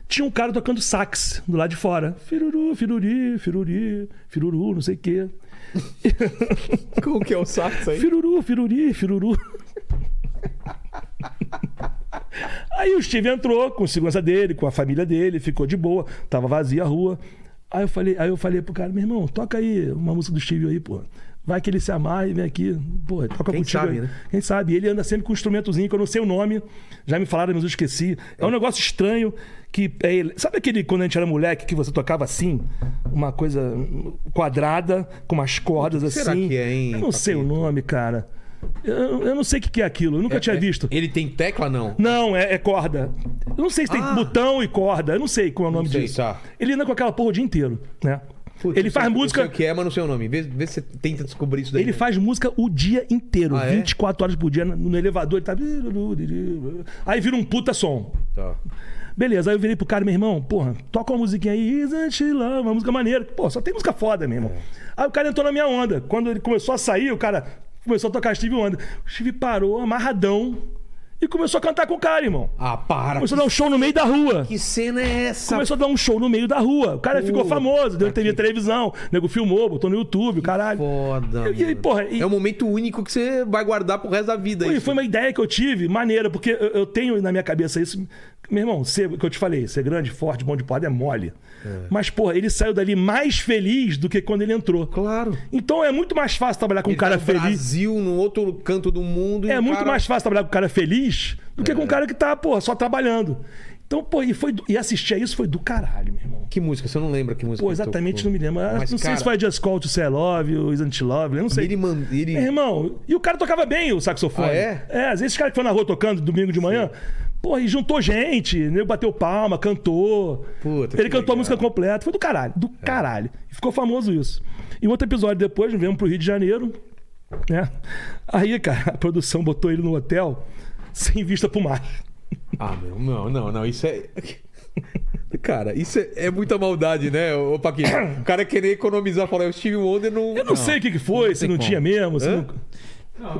Speaker 3: Tinha um cara tocando sax do lado de fora. Firuru, firuri, firuri, firuru, não sei o quê.
Speaker 1: Como que é o sax aí?
Speaker 3: Firuru, firuri, firuru. Aí o Steve entrou com a segurança dele, com a família dele, ficou de boa, tava vazia a rua. Aí eu falei, aí eu falei pro cara, meu irmão, toca aí uma música do Steve aí, pô. Vai que ele se amarra e vem aqui. Pô, toca
Speaker 1: Quem
Speaker 3: contigo
Speaker 1: sabe,
Speaker 3: aí.
Speaker 1: né?
Speaker 3: Quem sabe? Ele anda sempre com um instrumentozinho que eu não sei o nome. Já me falaram, mas eu esqueci. É um negócio estranho que é ele- Sabe aquele quando a gente era moleque que você tocava assim? Uma coisa um, quadrada, com umas cordas assim.
Speaker 1: será que é, hein,
Speaker 3: Eu não sei o
Speaker 1: Paquito?
Speaker 3: nome, cara. Eu, eu não sei o que que é aquilo. Eu nunca tinha visto.
Speaker 1: Ele tem tecla, não?
Speaker 3: Não, é, é corda. Eu não sei se tem
Speaker 1: Ah.
Speaker 3: botão e corda. Eu não sei qual é o nome
Speaker 1: sei,
Speaker 3: disso.
Speaker 1: tá.
Speaker 3: Ele anda com aquela porra o dia inteiro, né?
Speaker 1: Putz,
Speaker 3: ele
Speaker 1: eu
Speaker 3: faz
Speaker 1: sei- eu
Speaker 3: música.
Speaker 1: sei o que é, mas não sei o nome. Vê, vê se você tenta descobrir isso daí.
Speaker 3: Ele
Speaker 1: né?
Speaker 3: faz música o dia inteiro,
Speaker 1: Ah, é?
Speaker 3: 24 horas por dia, no no elevador, ele tá. Aí vira um puta som.
Speaker 1: Tá.
Speaker 3: Beleza, aí eu virei pro cara, meu irmão, porra, toca uma musiquinha aí, Isn't She Love, uma música maneira. Pô, só tem música foda, meu irmão. Aí o cara entrou na minha onda. Quando ele começou a sair, o cara começou a tocar Steve Wonder. O Steve parou, amarradão, e começou a cantar com o cara, irmão.
Speaker 1: Ah, para.
Speaker 3: Começou a dar um show no meio da rua.
Speaker 1: Que cena é essa?
Speaker 3: Começou a dar um show no meio da rua. O cara ficou
Speaker 1: Puta
Speaker 3: famoso, deu TV televisão, o nego filmou, botou no YouTube, o caralho.
Speaker 1: Foda,
Speaker 3: E, e,
Speaker 1: mano.
Speaker 3: porra, e-
Speaker 1: É um momento único que você vai guardar pro resto da vida.
Speaker 3: Foi,
Speaker 1: isso.
Speaker 3: foi uma ideia que eu tive, maneira, porque eu, eu tenho na minha cabeça isso. Meu irmão, ser, que eu te falei, ser grande, forte, bom de porrada é mole. Mas, porra, ele saiu dali mais feliz do que quando ele entrou.
Speaker 1: Claro.
Speaker 3: Então é muito mais fácil trabalhar com um
Speaker 1: Ele tá
Speaker 3: cara
Speaker 1: no
Speaker 3: feliz.
Speaker 1: Brasil, no outro canto do mundo. e
Speaker 3: É
Speaker 1: o
Speaker 3: muito
Speaker 1: cara- É.
Speaker 3: mais fácil trabalhar com um cara feliz do que com um cara que tá, porra, só trabalhando. Então, pô, e, foi, do- e assistir a isso foi do caralho, meu irmão.
Speaker 1: Que música? Você não lembra que música?
Speaker 3: Pô,
Speaker 1: que tocou?
Speaker 3: exatamente, não me lembro.
Speaker 1: Mas,
Speaker 3: não sei
Speaker 1: cara,
Speaker 3: se foi Just Call to Say I Love, ou Isn't She Love, eu não sei.
Speaker 1: Ele man- ele-
Speaker 3: Meu irmão, e o cara tocava bem o saxofone.
Speaker 1: Ah, é?
Speaker 3: às vezes os caras que foram na rua tocando domingo de manhã, pô, e juntou gente, né? bateu palma, cantou.
Speaker 1: Puta, que
Speaker 3: Ele cantou
Speaker 1: legal. É.
Speaker 3: a música completa, foi do caralho, do caralho. E ficou famoso isso. E um outro episódio depois, viemos pro Rio de Janeiro, né? Aí, cara, a produção botou ele no hotel sem vista pro mar.
Speaker 1: Ah, meu, não, não, não. Isso é. Cara, isso é, é muita maldade, né, ô Paquinho? O cara querer economizar, falar, o Steve Wonder não.
Speaker 3: Eu não, sei o que, que foi, se
Speaker 2: tem
Speaker 3: não
Speaker 2: como.
Speaker 3: tinha mesmo, se
Speaker 1: Hã?
Speaker 3: não...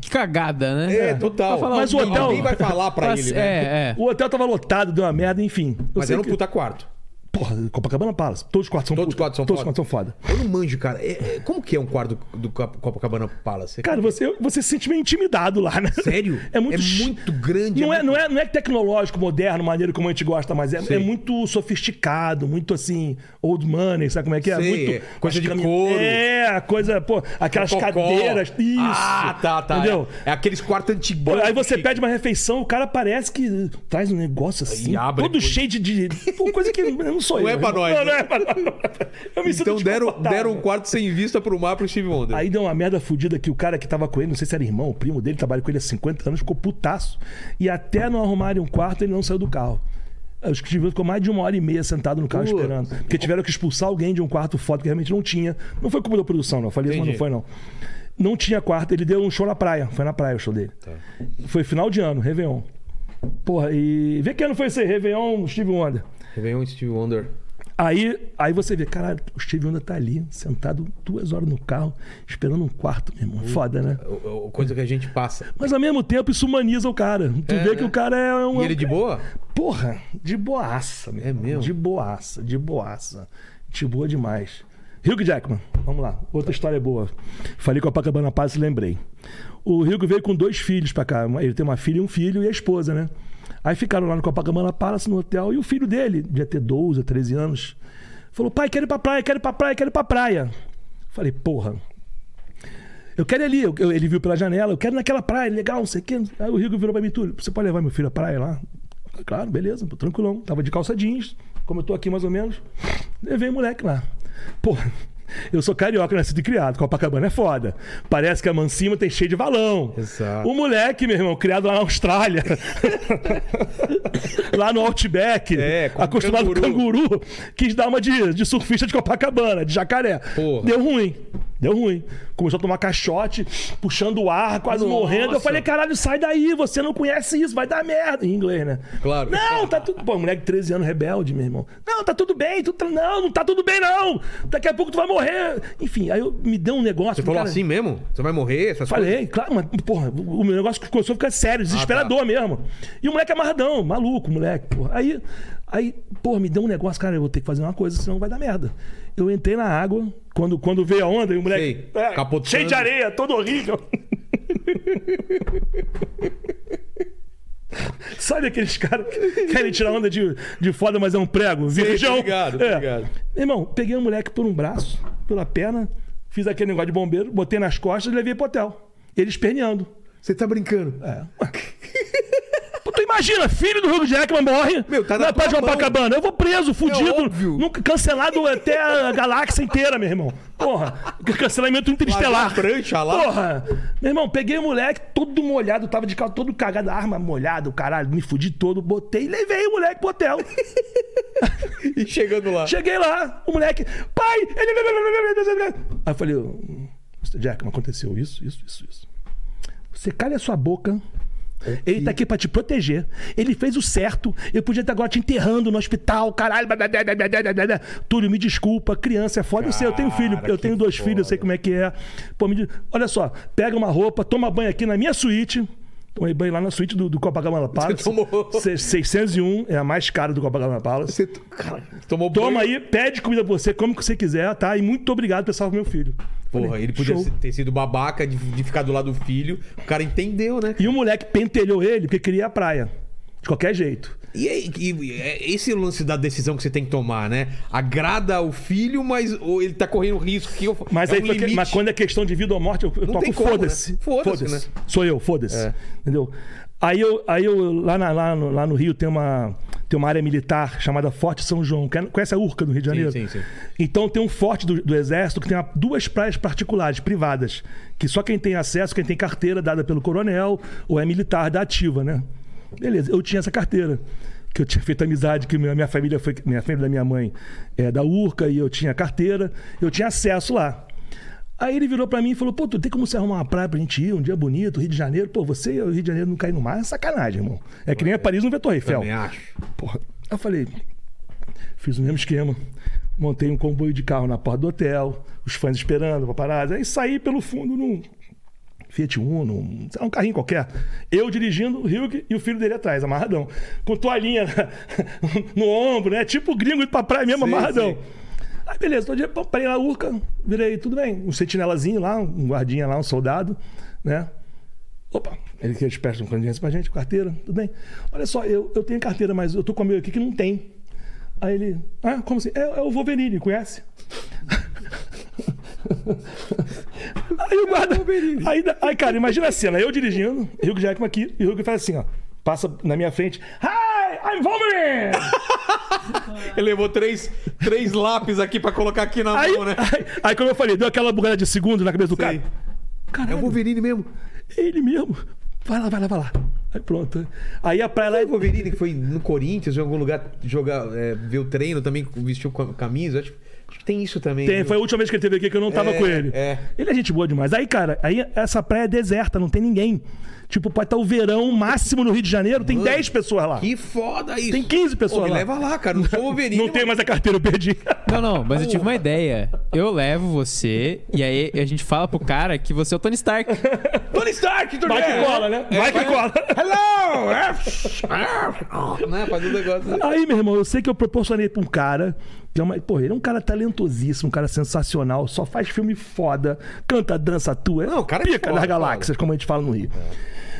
Speaker 2: Que cagada, né?
Speaker 1: É, total.
Speaker 2: Pra falar,
Speaker 3: Mas então, o
Speaker 2: alguém-
Speaker 3: hotel-
Speaker 1: Alguém vai falar pra
Speaker 2: Pra-
Speaker 1: ele, né?
Speaker 2: É, é.
Speaker 3: O hotel tava lotado, deu uma merda, enfim. Eu
Speaker 1: Mas
Speaker 3: sei
Speaker 1: era um
Speaker 3: que-
Speaker 1: puta quarto.
Speaker 3: Porra, Copacabana Palace. Todos os quartos são
Speaker 1: Todos os
Speaker 3: puta.
Speaker 1: quartos são
Speaker 3: Todos os
Speaker 1: foda.
Speaker 3: quartos são foda.
Speaker 1: Eu não manjo, cara. É- é- como que é um quarto do, do Cap- Copacabana Palace?
Speaker 3: Cara, você, você se sente meio intimidado lá, né?
Speaker 1: Sério?
Speaker 3: É muito,
Speaker 1: É
Speaker 3: ch-
Speaker 1: muito grande,
Speaker 3: Não
Speaker 1: é
Speaker 3: é, não, é, não é tecnológico, moderno, maneiro como a gente gosta, mas é,
Speaker 1: Sei.
Speaker 3: é muito sofisticado, muito assim, old money, sabe como é que é?
Speaker 1: Sei,
Speaker 3: Muito,
Speaker 1: é, coisa
Speaker 3: as
Speaker 1: de
Speaker 3: cami-
Speaker 1: couro.
Speaker 3: É, coisa, pô, aquelas
Speaker 1: Cocó.
Speaker 3: cadeiras. Isso.
Speaker 1: Ah, tá, tá.
Speaker 3: Entendeu?
Speaker 1: É, é aqueles quartos
Speaker 3: Pô,
Speaker 1: antigos.
Speaker 3: aí você pede uma refeição, o cara parece que traz um negócio assim,
Speaker 1: E abre
Speaker 3: todo
Speaker 1: coisa.
Speaker 3: cheio de, de- pô, coisa que não sou
Speaker 1: Não é
Speaker 3: eu.
Speaker 1: pra nós,
Speaker 3: Não,
Speaker 1: né?
Speaker 3: não é pra nós. Eu me
Speaker 1: Então
Speaker 3: sinto
Speaker 1: deram,
Speaker 3: desconfortável.
Speaker 1: deram um quarto sem vista pro mar pro Steve Wonder.
Speaker 3: Aí deu uma merda fudida que o cara que tava com ele, não sei se era irmão, primo dele, trabalha com ele há 50 anos, ficou putaço. E até não arrumarem um quarto, ele não saiu do carro. Os que tiveram ficou mais de uma hora e meia sentado no carro
Speaker 1: Putz.
Speaker 3: esperando. Porque tiveram que expulsar alguém de um quarto foto que realmente não tinha. Não foi culpa da produção, não. Eu Falei isso, mas não
Speaker 1: Entendi.
Speaker 3: foi, não. Não tinha quarto. Ele deu um show na praia. Foi na praia o show dele.
Speaker 1: Tá.
Speaker 3: Foi final de ano, Réveillon. Porra, e. Vê que ano foi esse aí, Réveillon, Steve Wonder.
Speaker 1: Vem um Steve Wonder.
Speaker 3: Aí, aí você vê, caralho, o Steve Wonder tá ali, sentado duas horas no carro, esperando um quarto, meu irmão. Foda, né?
Speaker 1: O- o- Coisa que a gente passa.
Speaker 3: Mas ao mesmo tempo, isso humaniza o cara. Tu
Speaker 1: É,
Speaker 3: vê
Speaker 1: né?
Speaker 3: que o cara é um.
Speaker 1: E ele de boa?
Speaker 3: Porra, de boaça, meu
Speaker 1: É
Speaker 3: irmão.
Speaker 1: mesmo?
Speaker 3: De boaça, de boaça. De boa demais. Hugh Jackman, vamos lá. Outra história boa. Falei com a Pacabana Paz e lembrei. O Hugh veio com dois filhos pra cá. Ele tem uma filha e um filho e a esposa, né? Aí ficaram lá no Copacabana Palace, no hotel, e o filho dele, devia ter 12, 13 anos, falou: pai, quero ir pra praia, quero ir pra praia, quero ir pra praia. Falei, porra, eu quero ir ali. Eu- eu- ele viu pela janela, eu quero ir naquela praia, legal, não sei o quê. Aí o Rigo virou pra mim, Túlio, você pode levar meu filho à praia lá? Falei, Claro, beleza, pô, tranquilão. Tava de calça jeans, como eu tô aqui mais ou menos. Levei o moleque lá. Pô, eu sou carioca, nascido e criado. Copacabana é foda. Parece que a Mancima tem cheio de valão.
Speaker 1: Exato.
Speaker 3: O moleque, meu irmão, criado lá na Austrália. lá no Outback.
Speaker 1: É, com
Speaker 3: acostumado com
Speaker 1: canguru.
Speaker 3: canguru. Quis dar uma de, de surfista de Copacabana, de jacaré.
Speaker 1: Porra.
Speaker 3: Deu ruim. Deu ruim. Começou a tomar caixote, puxando o ar, quase
Speaker 1: Nossa.
Speaker 3: morrendo. Eu falei, caralho, sai daí, você não conhece isso, vai dar merda. Em inglês, né?
Speaker 1: Claro.
Speaker 3: Não, tá tudo. Pô, moleque de 13 anos rebelde, meu irmão. Não, tá tudo bem, tu tá- não, não tá tudo bem, não. Daqui a pouco tu vai morrer. Enfim, aí eu me deu um negócio.
Speaker 1: Você falou
Speaker 3: cara,
Speaker 1: assim mesmo? Você vai morrer? Essas coisas?
Speaker 3: Falei, claro, mas, porra, o meu negócio começou a ficar sério,
Speaker 1: Ah, tá.
Speaker 3: desesperador mesmo. E o moleque é amarradão, maluco, moleque, porra. Aí, aí, porra, me deu um negócio, cara, eu vou ter que fazer uma coisa, senão vai dar merda. Eu entrei na água, quando, quando veio a onda, e o moleque. é,
Speaker 1: Sei, capotando.
Speaker 3: Cheio de areia, todo horrível. Sabe aqueles caras que querem tirar onda de, de foda, mas é um prego, virgão?
Speaker 1: ligado, tô
Speaker 3: É.
Speaker 1: ligado.
Speaker 3: Irmão, peguei o moleque por um braço, pela perna, fiz aquele negócio de bombeiro, botei nas costas e levei pro hotel. Ele esperneando.
Speaker 1: Você tá brincando?
Speaker 3: É. Pô, Tu imagina, filho do Hugh Jackman morre
Speaker 1: Meu, tá na
Speaker 3: na Paz de
Speaker 1: tua mão. É
Speaker 3: Copacabana. Eu vou preso, fudido,
Speaker 1: óbvio.
Speaker 3: nunca cancelado até a galáxia inteira, meu irmão. Porra, cancelamento
Speaker 1: Largar
Speaker 3: interestelar.
Speaker 1: a prancha lá.
Speaker 3: Porra! Meu irmão, peguei o moleque, todo molhado, tava de calça todo cagado, arma molhada, o caralho, me fudi todo, botei e levei o moleque pro hotel.
Speaker 1: E chegando lá.
Speaker 3: Cheguei lá, o moleque, pai! ele- Aí eu falei, ô, Mr. Jackman, aconteceu isso, isso, isso, isso. Você calha a sua boca.
Speaker 1: É
Speaker 3: Ele tá aqui pra te proteger. Ele fez o certo. Eu podia estar agora te enterrando no hospital, caralho. blá, blá, blá, blá, blá, blá, blá, blá. Túlio, me desculpa. Criança é foda. Eu sei, eu tenho filho.
Speaker 1: Cara,
Speaker 3: Eu tenho
Speaker 1: que
Speaker 3: dois filhos, eu sei como é que é. Pô, me diz- Olha só, pega uma roupa, toma banho aqui na minha suíte. Tomei banho lá na suíte do, do Copacabana Palace.
Speaker 1: tomou.
Speaker 3: Se- 601 é a mais cara do Copacabana Palace.
Speaker 1: Você. t- Cara, tomou banho.
Speaker 3: Toma aí, pede comida pra você, come o que você quiser, tá? E muito obrigado por salvar meu filho.
Speaker 1: Porra, ele podia
Speaker 3: Show.
Speaker 1: se- ter sido babaca de, de ficar do lado do filho. O cara entendeu, né?
Speaker 3: E o moleque pentelhou ele porque queria a praia. De qualquer jeito.
Speaker 1: E, aí, e, e é esse o lance da decisão que você tem que tomar, né? Agrada o filho, mas ou ele tá correndo risco que eu
Speaker 3: Mas,
Speaker 1: é
Speaker 3: aí
Speaker 1: um
Speaker 3: foi que-
Speaker 1: limite.
Speaker 3: mas quando é questão de vida ou morte, eu, eu
Speaker 1: Não
Speaker 3: toco
Speaker 1: tem como,
Speaker 3: foda-se.
Speaker 1: né? Foda-se, né?
Speaker 3: Sou eu, foda-se. Entendeu? Aí eu, aí eu lá, na- lá no, lá no Rio tem uma, tem uma área militar chamada Forte São João. Quer- Conhece a Urca do Rio de Janeiro?
Speaker 1: sim, sim.
Speaker 3: Então tem um forte do, do Exército que tem uma- duas praias particulares, privadas, que só quem tem acesso, quem tem carteira dada pelo coronel ou é militar da ativa, né? Beleza, eu tinha essa carteira. Que eu tinha feito amizade, que minha, minha família foi. Minha família da minha mãe é da URCA e eu tinha carteira, eu tinha acesso lá. Aí ele virou pra mim e falou: Pô, tu tem como você arrumar uma praia pra gente ir, um dia bonito, Rio de Janeiro? Pô, você e o Rio de Janeiro não cair no mar é sacanagem, irmão. É que nem a Paris não vê Torre Eiffel.
Speaker 1: Também acho.
Speaker 3: Porra. Eu falei, fiz o mesmo esquema. Montei um comboio de carro na porta do hotel, os fãs esperando, paparazzi. Aí saí pelo fundo num Fiat Uno, um, sei lá, um carrinho qualquer. Eu dirigindo, o Hugh e o filho dele atrás, amarradão. Com toalhinha na- no ombro, né? Tipo o gringo indo pra praia mesmo,
Speaker 1: Sim,
Speaker 3: amarradão.
Speaker 1: sim.
Speaker 3: Aí beleza, todo dia, pô, parei na Urca, virei, tudo bem. Um sentinelazinho lá, um guardinha lá, um soldado, né? Opa, ele que é eles prestam condizência pra gente, carteira, tudo bem. Olha só, eu, eu tenho carteira, mas eu tô com amigo aqui que não tem. Aí ele, ah, como assim? É, é o Wolverine, conhece?
Speaker 1: É
Speaker 3: aí o guarda. Aí, da- aí, cara, imagina a cena, eu dirigindo, Hugh Jackman aqui, e o Hugh faz assim, ó. Passa na minha frente. Hi, I'm Wolverine!
Speaker 1: Ele levou três, três lápis aqui pra colocar aqui na
Speaker 3: Aí,
Speaker 1: mão, né?
Speaker 3: aí, aí, como eu falei, deu aquela bugada de segundo na cabeça do
Speaker 1: Sei.
Speaker 3: cara. Caralho, é
Speaker 1: É o Wolverine mesmo.
Speaker 3: ele mesmo. Vai lá, vai lá, vai lá. Aí pronto. Aí a praia lá.
Speaker 1: É o Wolverine que foi no Corinthians, em algum lugar, jogar, é, ver o treino também, vestiu com a camisa. Acho, Tem isso também.
Speaker 3: Tem,
Speaker 1: né?
Speaker 3: foi a última vez que ele teve aqui que eu não tava
Speaker 1: É,
Speaker 3: com ele.
Speaker 1: é.
Speaker 3: Ele é gente boa demais. Aí, cara, aí essa praia é deserta, não tem ninguém. Tipo, pode estar o verão máximo no Rio de Janeiro, tem 10 pessoas lá.
Speaker 1: Que foda isso.
Speaker 3: Tem 15 pessoas
Speaker 1: Pô, me
Speaker 3: lá.
Speaker 1: leva lá, cara. Não sou Wolverine.
Speaker 3: Não tem mais a carteira, eu perdi.
Speaker 2: Não, não, mas eu tive uma ideia. Eu levo você e aí a gente fala pro cara que você é o Tony Stark.
Speaker 1: Tony Stark, Tony
Speaker 3: Vai que cola, né? Vai que cola.
Speaker 1: Hello! É, né? Fazer um negócio.
Speaker 3: Aí, meu irmão, eu sei que eu proporcionei pra um cara. Que é uma, pô, ele é um cara talentosíssimo, um cara sensacional, só faz filme foda, canta, dança, atua.
Speaker 1: Não, o cara é
Speaker 3: pica
Speaker 1: foda,
Speaker 3: das
Speaker 1: foda.
Speaker 3: galáxias, como a gente fala no Rio.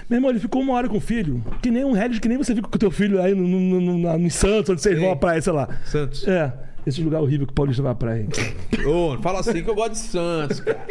Speaker 3: Meu irmão, ele ficou uma hora com o filho, que nem um reality, que nem você fica com o teu filho aí no, no, no- na- em Santos, onde vocês
Speaker 1: Sim.
Speaker 3: vão à praia, sei lá.
Speaker 1: Santos.
Speaker 3: É, esse lugar horrível que o Paulista vai à praia.
Speaker 1: Ô, não fala assim que eu gosto de Santos, cara.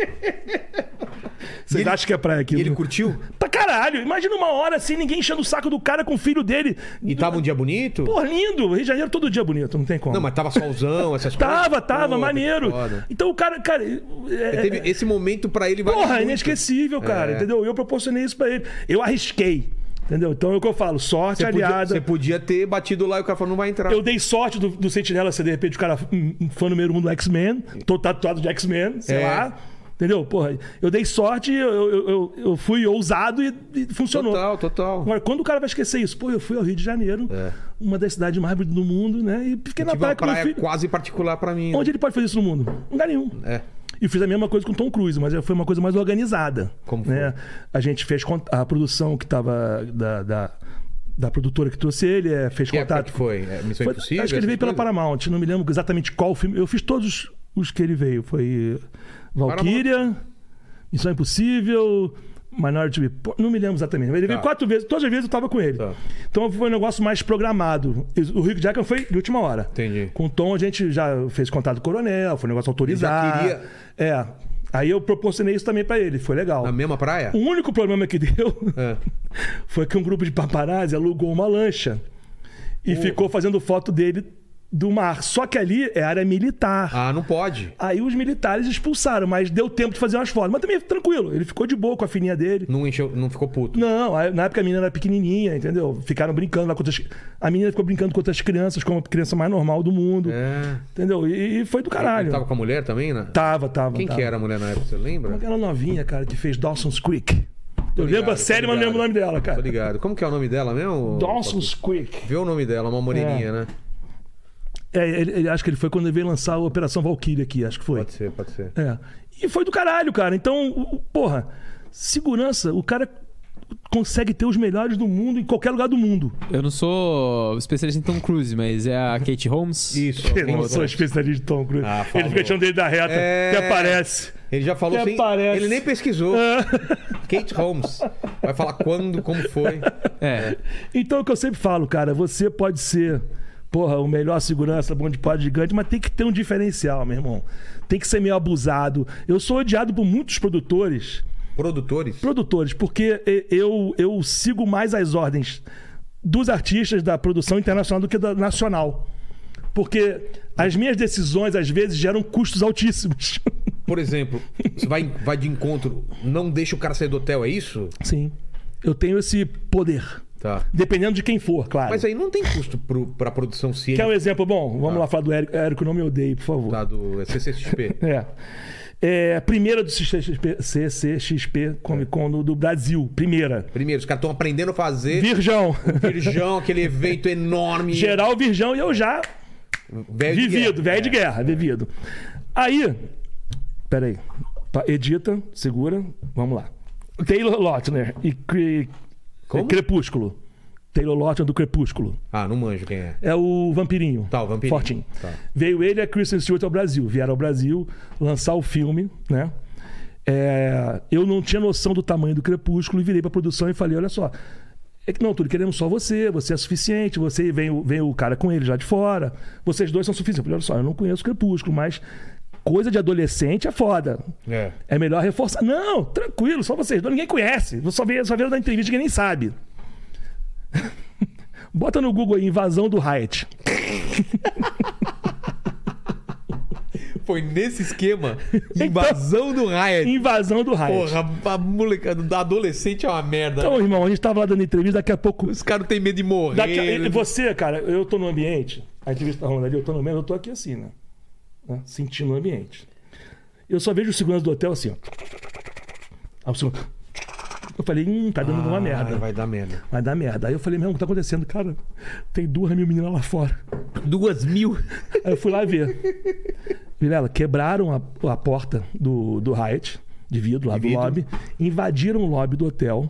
Speaker 3: Vocês
Speaker 1: ele-
Speaker 3: acham que é praia aqui?
Speaker 1: E ele
Speaker 3: né?
Speaker 1: curtiu?
Speaker 3: Pra caralho, imagina uma hora assim, ninguém enchendo o saco do cara com o filho dele.
Speaker 1: E tava um dia bonito?
Speaker 3: Pô, lindo, Rio de Janeiro todo dia é bonito, não tem como.
Speaker 1: Não, mas tava solzão, essas coisas.
Speaker 3: Tava,
Speaker 1: Pô,
Speaker 3: tava,
Speaker 1: que
Speaker 3: maneiro.
Speaker 1: foda.
Speaker 3: Então o cara, cara. é-
Speaker 1: Teve- esse momento pra ele valeu
Speaker 3: Porra, é
Speaker 1: muito.
Speaker 3: inesquecível, cara,
Speaker 1: É.
Speaker 3: entendeu? Eu proporcionei isso pra ele. Eu arrisquei, entendeu? Então é o que eu falo, sorte
Speaker 1: Você podia,
Speaker 3: aliada.
Speaker 1: você podia ter batido lá e o cara falou, não vai entrar.
Speaker 3: Eu dei sorte do, do Sentinela ser, de repente, o cara um, um fã número um do X-Men. Tô tatuado de X-Men, sei
Speaker 1: É.
Speaker 3: lá. Entendeu? Porra, eu dei sorte, eu, eu, eu- eu fui ousado e, e funcionou.
Speaker 1: Total, total.
Speaker 3: Agora, quando o cara vai esquecer isso? Pô, eu fui ao Rio de Janeiro, uma das cidades mais bonitas do mundo, né? E fiquei na
Speaker 1: Tive uma
Speaker 3: praia com meu
Speaker 1: praia
Speaker 3: filho.
Speaker 1: quase particular pra mim. né?
Speaker 3: Onde ele pode fazer isso no mundo? Em Lugar nenhum.
Speaker 1: É.
Speaker 3: E fiz a mesma coisa com o Tom Cruise, mas foi uma coisa mais organizada.
Speaker 1: Como
Speaker 3: né? A gente fez con- a produção que tava da, da, da produtora que trouxe ele, é, fez
Speaker 1: Que época
Speaker 3: contato.
Speaker 1: que foi? É, Missão
Speaker 3: Foi-
Speaker 1: Impossível?
Speaker 3: acho que ele
Speaker 1: essas
Speaker 3: veio pela
Speaker 1: coisas?
Speaker 3: Paramount, não me lembro exatamente qual filme. Eu fiz todos os, os que ele veio. Foi eh, Valkyria, Missão Impossível, Minority Report. Não me lembro exatamente. Mas ele veio
Speaker 1: Tá.
Speaker 3: quatro vezes, todas as vezes eu tava com ele.
Speaker 1: Tá.
Speaker 3: Então foi um negócio mais programado. O Rick Jackman foi de última hora.
Speaker 1: Entendi.
Speaker 3: Com o Tom a gente já fez contato com o coronel, foi um negócio autorizado.
Speaker 1: Ele já queria-
Speaker 3: É. Aí eu proporcionei isso também pra ele, foi legal.
Speaker 1: Na mesma praia?
Speaker 3: O único problema que deu
Speaker 1: É.
Speaker 3: foi que um grupo de paparazzi alugou uma lancha e ficou fazendo foto dele do mar. Só que ali é área militar.
Speaker 1: Ah, não pode.
Speaker 3: Aí os militares expulsaram, mas deu tempo de fazer umas fotos. Mas também é tranquilo, ele ficou de boa com a fininha dele.
Speaker 1: Não, encheu, não ficou puto.
Speaker 3: Não, aí, na época a menina era pequenininha, entendeu? Ficaram brincando lá com outras... A menina ficou brincando com outras crianças, como a criança mais normal do mundo.
Speaker 1: É.
Speaker 3: Entendeu? E, e foi do caralho. Tá.
Speaker 1: Ele tava com a mulher também, né?
Speaker 3: Tava, tava.
Speaker 1: Quem
Speaker 3: tava.
Speaker 1: que era a mulher na época, você lembra?
Speaker 3: Aquela novinha, cara, que fez Dawson's Creek. Eu lembro a
Speaker 1: ligado,
Speaker 3: série,
Speaker 1: tô
Speaker 3: mas não lembro o nome
Speaker 1: ligado.
Speaker 3: dela,
Speaker 1: Tô
Speaker 3: cara.
Speaker 1: ligado. Como que é o nome dela mesmo?
Speaker 3: Dawson's Creek.
Speaker 1: Vê o nome dela, uma moreninha,
Speaker 3: É.
Speaker 1: né?
Speaker 3: É, ele, ele- acho que ele foi quando ele veio lançar a Operação Valkyrie aqui, acho que foi.
Speaker 1: Pode ser, pode ser.
Speaker 3: É. E foi do caralho, cara. Então, o- o- porra, segurança, o cara consegue ter os melhores do mundo em qualquer lugar do mundo.
Speaker 2: Eu não sou especialista em Tom Cruise, mas é a Kate Holmes.
Speaker 1: Isso.
Speaker 3: Eu não sou especialista de Tom Cruise.
Speaker 1: Ah,
Speaker 3: ele
Speaker 1: falou.
Speaker 3: fica tirando dele da reta,
Speaker 1: É.
Speaker 3: que aparece.
Speaker 1: Ele já falou
Speaker 3: Até
Speaker 1: sem...
Speaker 3: parece.
Speaker 1: Ele nem pesquisou.
Speaker 3: É.
Speaker 1: Kate Holmes. Vai falar quando, como foi.
Speaker 2: É.
Speaker 3: Então, é o que eu sempre falo, cara, você pode ser, porra, o melhor segurança, bom de pó gigante, mas tem que ter um diferencial, meu irmão. Tem que ser meio abusado. Eu sou odiado por muitos produtores.
Speaker 1: Produtores.
Speaker 3: produtores, porque e- eu, eu sigo mais as ordens dos artistas da produção internacional do que da nacional. Porque as minhas decisões, às vezes, geram custos altíssimos.
Speaker 1: Por exemplo, você vai, vai de encontro, não deixa o cara sair do hotel, é isso?
Speaker 3: Sim. Eu tenho esse poder.
Speaker 1: Tá.
Speaker 3: Dependendo de quem for, claro.
Speaker 1: Mas aí não tem custo pro, pra produção se ele
Speaker 3: Quer um exemplo bom? Vamos lá falar do Érico. Érico, não me odeie, por favor.
Speaker 1: tá do CCXP.
Speaker 3: É. É, primeira do CCXP, CCXP Comic Con no- do Brasil. Primeira.
Speaker 1: Primeiro, os caras estão aprendendo a fazer
Speaker 3: Virgão.
Speaker 1: virjão, aquele evento enorme.
Speaker 3: Geral Virgão e eu já
Speaker 1: velho de
Speaker 3: Vivido,
Speaker 1: guerra. É.
Speaker 3: velho de guerra, vivido. Aí, peraí. Pa- Edita, segura, vamos lá. Taylor Lautner e Cre-
Speaker 1: Como?
Speaker 3: Crepúsculo. Taylor Lautner do Crepúsculo.
Speaker 1: Ah, não manjo quem é.
Speaker 3: É o Vampirinho.
Speaker 1: Tá, o Vampirinho.
Speaker 3: Fortinho.
Speaker 1: Tá.
Speaker 3: Veio ele e a Kristen Stewart ao Brasil. Vieram ao Brasil lançar o filme, né? É, eu não tinha noção do tamanho do Crepúsculo e virei pra produção e falei, olha só... É que não, Túlio, queremos só você, você é suficiente, você vem, o- vem o cara com ele já de fora, vocês dois são suficientes. Eu falei, olha só, eu não conheço o Crepúsculo, mas coisa de adolescente é foda.
Speaker 1: É.
Speaker 3: É melhor reforçar. Não, tranquilo, só vocês dois, ninguém conhece. Só vê, só vê na entrevista que nem sabe. Bota no Google aí, invasão do Hyatt.
Speaker 1: Foi nesse esquema. Invasão do Riot.
Speaker 3: Então, Invasão do Hyatt.
Speaker 1: É. Porra, a molecada da adolescente é uma merda.
Speaker 3: Então, irmão, a gente tava lá dando entrevista, daqui a pouco.
Speaker 1: Os caras têm medo de morrer.
Speaker 3: Daqui a- Você, cara, eu tô no ambiente, a entrevista tá rolando ali, eu tô no meio, eu tô aqui assim, né? né? sentindo o ambiente. Eu só vejo o segurança do hotel assim, ó. Aí o segurança- Eu falei, hum, tá dando uma
Speaker 1: Ah,
Speaker 3: merda. Vai...
Speaker 1: Vai dar merda.
Speaker 3: dar merda. Aí eu falei, meu, o que tá acontecendo? Cara, tem duas mil meninas lá fora.
Speaker 1: Duas mil.
Speaker 3: Aí eu fui lá ver. Vilela, quebraram a, a porta do, do Hyatt, de vidro, lá
Speaker 1: De
Speaker 3: do
Speaker 1: vidro.
Speaker 3: lobby. Invadiram o lobby do hotel.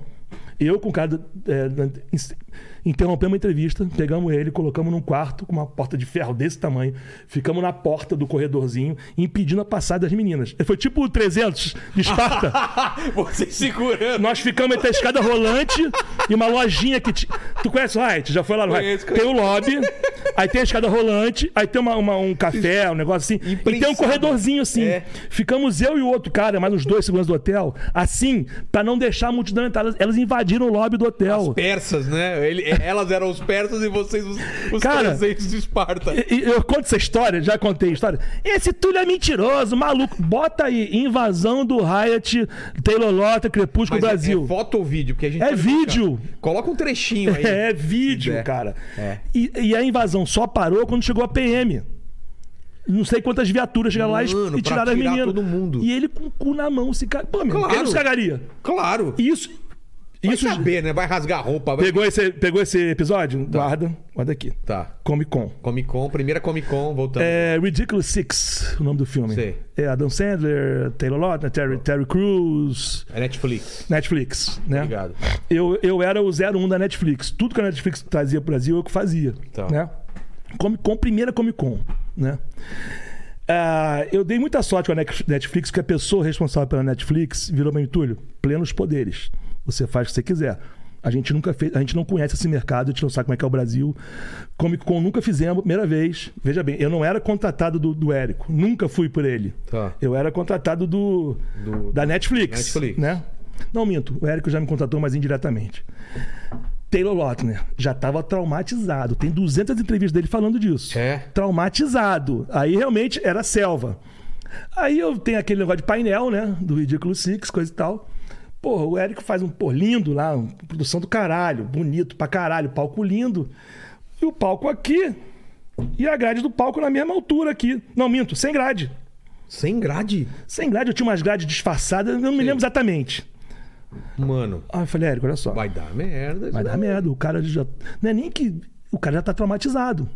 Speaker 3: Eu com o cara... É, na- in- interrompemos a entrevista, pegamos ele, colocamos num quarto com uma porta de ferro desse tamanho. Ficamos na porta do corredorzinho, impedindo a passada das meninas. Foi tipo o 300 de Esparta.
Speaker 1: Você segurando.
Speaker 3: Nós ficamos entre a escada rolante e uma lojinha que. ti- Tu conhece o Hyatt? Já foi lá no Hyatt?
Speaker 1: Conheço,
Speaker 3: Tem o lobby, aí tem a escada rolante, aí tem uma, uma- um café, um negócio assim. E tem um
Speaker 1: Imprensado.
Speaker 3: corredorzinho assim.
Speaker 1: É.
Speaker 3: Ficamos eu e o outro cara, mais uns dois segundos do hotel, assim, pra não deixar a multidão entrar. Elas- Elas invadiram o lobby do hotel.
Speaker 1: Persas, né? Ele- elas eram os persas e vocês os, os
Speaker 3: Cara,
Speaker 1: 300 de Esparta.
Speaker 3: E- e Eu conto essa história, já contei a história. Esse Túlio é mentiroso, maluco. Bota aí, invasão do Hyatt, Taylor Lota, Crepúsculo
Speaker 1: Mas é-
Speaker 3: Brasil.
Speaker 1: É, foto ou vídeo? Porque a gente
Speaker 3: É
Speaker 1: pode colocar.
Speaker 3: vídeo.
Speaker 1: Coloca um trechinho aí.
Speaker 3: É vídeo,
Speaker 1: É.
Speaker 3: cara.
Speaker 1: É.
Speaker 3: E, e a invasão só parou quando chegou a PM. Não sei quantas viaturas chegaram lá e-
Speaker 1: Mano,
Speaker 3: e
Speaker 1: pra
Speaker 3: tiraram as
Speaker 1: tirar
Speaker 3: meninas.
Speaker 1: todo mundo.
Speaker 3: E ele com o cu na mão se cagou. Pô, meu,
Speaker 1: Claro.
Speaker 3: quem não se cagaria?
Speaker 1: Claro.
Speaker 3: E Isso.
Speaker 1: Vai
Speaker 3: isso
Speaker 1: saber, né? Vai rasgar a roupa. Vai...
Speaker 3: pegou, esse, pegou esse episódio? Guarda, guarda aqui.
Speaker 1: Tá.
Speaker 3: Comic Con.
Speaker 1: Comic Con, primeira Comic Con, voltando.
Speaker 3: É Ridiculous Six, o nome do filme.
Speaker 1: Tá. Sei.
Speaker 3: É Adam Sandler, Taylor Lautner, Terry, Terry Crews,
Speaker 1: É Netflix.
Speaker 3: Netflix, né?
Speaker 1: Obrigado.
Speaker 3: eu, eu era o 01 da Netflix. Tudo que a Netflix trazia pro Brasil, eu que fazia.
Speaker 1: Tá.
Speaker 3: Né? Comic Con, primeira Comic Con, né? Ah, eu dei muita sorte com a Nex- Netflix, porque a pessoa responsável pela Netflix virou meu entulho. Plenos poderes. Você faz o que você quiser. A gente nunca fez, a gente não conhece esse mercado, a gente não sabe como é que é o Brasil. Comic Con nunca fizemos, primeira vez. Veja bem, eu não era contratado do, do Érico, nunca fui por ele.
Speaker 1: Tá.
Speaker 3: Eu era contratado do,
Speaker 1: Do-
Speaker 3: da Netflix,
Speaker 1: Netflix.
Speaker 3: né? Não minto, o Érico já me contratou, mas indiretamente. Taylor Lautner já estava traumatizado. Tem 200 entrevistas dele falando disso.
Speaker 1: É?
Speaker 3: Traumatizado. Aí realmente era selva. Aí eu tenho aquele negócio de painel, né? Do Ridículo Six, coisa e tal. Porra, o Érico faz um pô lindo lá, uma produção do caralho, bonito pra caralho, palco lindo. E o palco aqui. E a grade do palco na mesma altura aqui. Não, minto, sem grade.
Speaker 1: Sem grade?
Speaker 3: Sem grade, eu tinha umas grades disfarçadas, eu não me lembro exatamente.
Speaker 1: Mano,
Speaker 3: Aí eu falei, Érico, olha só.
Speaker 1: vai dar merda.
Speaker 3: Vai dar merda. O cara já. Não é nem que. O cara já tá traumatizado.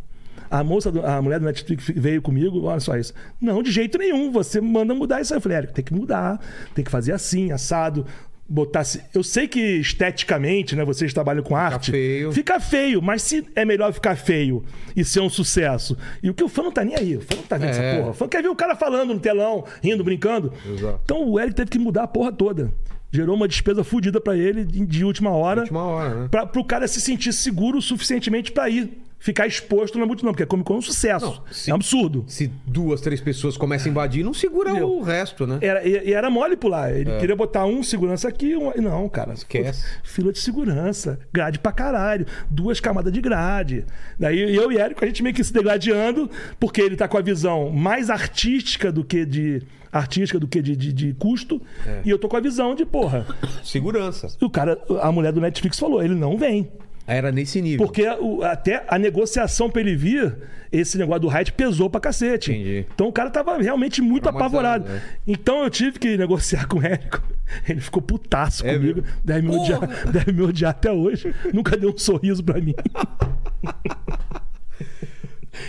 Speaker 3: A moça, do- a mulher do Netflix veio comigo, olha só isso. Não, de jeito nenhum. Você manda mudar isso aí. Eu falei, Érico, tem que mudar, tem que fazer assim, assado. Botar. se- Eu sei que esteticamente, né? Vocês trabalham com arte.
Speaker 1: feio.
Speaker 3: Fica feio, mas se é melhor ficar feio e ser um sucesso. E o que o fã não tá nem aí. O fã não tá vendo
Speaker 1: É.
Speaker 3: essa porra. O fã quer ver o cara falando no telão, rindo, brincando.
Speaker 1: Exato.
Speaker 3: Então o Eric teve que mudar a porra toda. Gerou uma despesa fodida pra ele de de última hora
Speaker 1: Última hora, né?
Speaker 3: para o cara se sentir seguro suficientemente para ir ficar exposto na multidão, porque a Comic Con é um sucesso.
Speaker 1: Não, se-
Speaker 3: É um absurdo.
Speaker 1: Se duas, três pessoas começam a invadir, não segura
Speaker 3: Entendeu?
Speaker 1: o resto, né?
Speaker 3: Era, e e era mole pular. Ele queria botar um segurança aqui, um. Não, cara.
Speaker 1: É. Esquece.
Speaker 3: Pô, Fila de segurança, grade pra caralho, duas camadas de grade. Daí eu e Érico, a gente meio que se degladiando, porque ele tá com a visão mais artística do que de. artística do que de, de- de custo.
Speaker 1: É.
Speaker 3: E eu tô com a visão de, porra.
Speaker 1: Segurança.
Speaker 3: E o cara, a mulher do Netflix falou, ele não vem.
Speaker 1: Era nesse nível.
Speaker 3: Porque o- até a negociação pra ele vir, esse negócio do Hyde pesou pra cacete.
Speaker 1: Entendi.
Speaker 3: Então o cara tava realmente muito
Speaker 1: Traumatizado,
Speaker 3: apavorado.
Speaker 1: né?
Speaker 3: Então eu tive que negociar com o Érico. Ele ficou putaço
Speaker 1: É
Speaker 3: comigo.
Speaker 1: mesmo?
Speaker 3: Deve me, odiar, deve me odiar até hoje. Nunca deu um sorriso pra mim.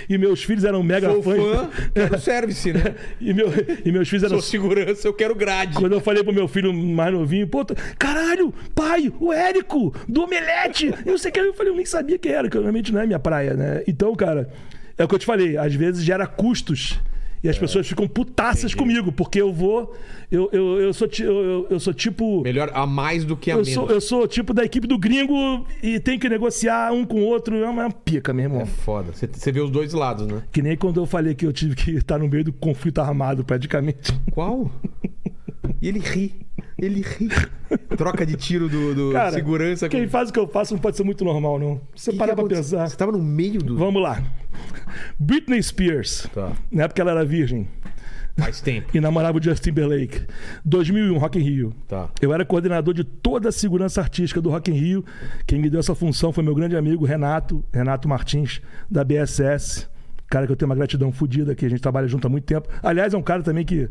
Speaker 3: E meus filhos eram mega
Speaker 1: Sou
Speaker 3: fãs.
Speaker 1: fã, quero service, né?
Speaker 3: E, meu- e meus filhos eram
Speaker 1: Sou segurança, eu quero grade.
Speaker 3: quando eu falei pro meu filho mais novinho, pô, tu- caralho, pai, o Érico, do Omelete, eu não sei o que. Eu falei, eu nem sabia que era, que realmente não é minha praia, né? Então, cara, é o que eu te falei, às vezes gera custos. E
Speaker 1: É.
Speaker 3: as pessoas ficam putaças comigo, porque eu vou. Eu, eu, eu, sou, ti- eu, eu- eu sou tipo.
Speaker 1: Melhor a mais do que a
Speaker 3: Eu
Speaker 1: menos.
Speaker 3: sou, eu sou tipo da equipe do gringo e tem que negociar um com o outro. É uma pica, meu irmão.
Speaker 1: Foda. Você- Você vê os dois lados, né?
Speaker 3: Que nem quando eu falei que eu tive que estar no meio do conflito armado, praticamente.
Speaker 1: Qual? E ele ri. Ele ri. Troca de tiro do, do
Speaker 3: Cara,
Speaker 1: segurança.
Speaker 3: Quem
Speaker 1: com...
Speaker 3: faz o que eu faço não pode ser muito normal, não. Você
Speaker 1: Que
Speaker 3: parar
Speaker 1: que
Speaker 3: pra
Speaker 1: aconteceu?
Speaker 3: pensar.
Speaker 1: Você tava no meio do.
Speaker 3: Vamos lá. Britney Spears.
Speaker 1: Tá.
Speaker 3: Na época ela era virgem
Speaker 1: Faz tempo.
Speaker 3: e namorava o Justin Timberlake. 2001, Rock in Rio.
Speaker 1: Tá.
Speaker 3: Eu era coordenador de toda a segurança artística do Rock in Rio. Quem me deu essa função foi meu grande amigo Renato, Renato Martins, da BSS. Cara que eu tenho uma gratidão fodida aqui, a gente trabalha junto há muito tempo. Aliás, é um cara também que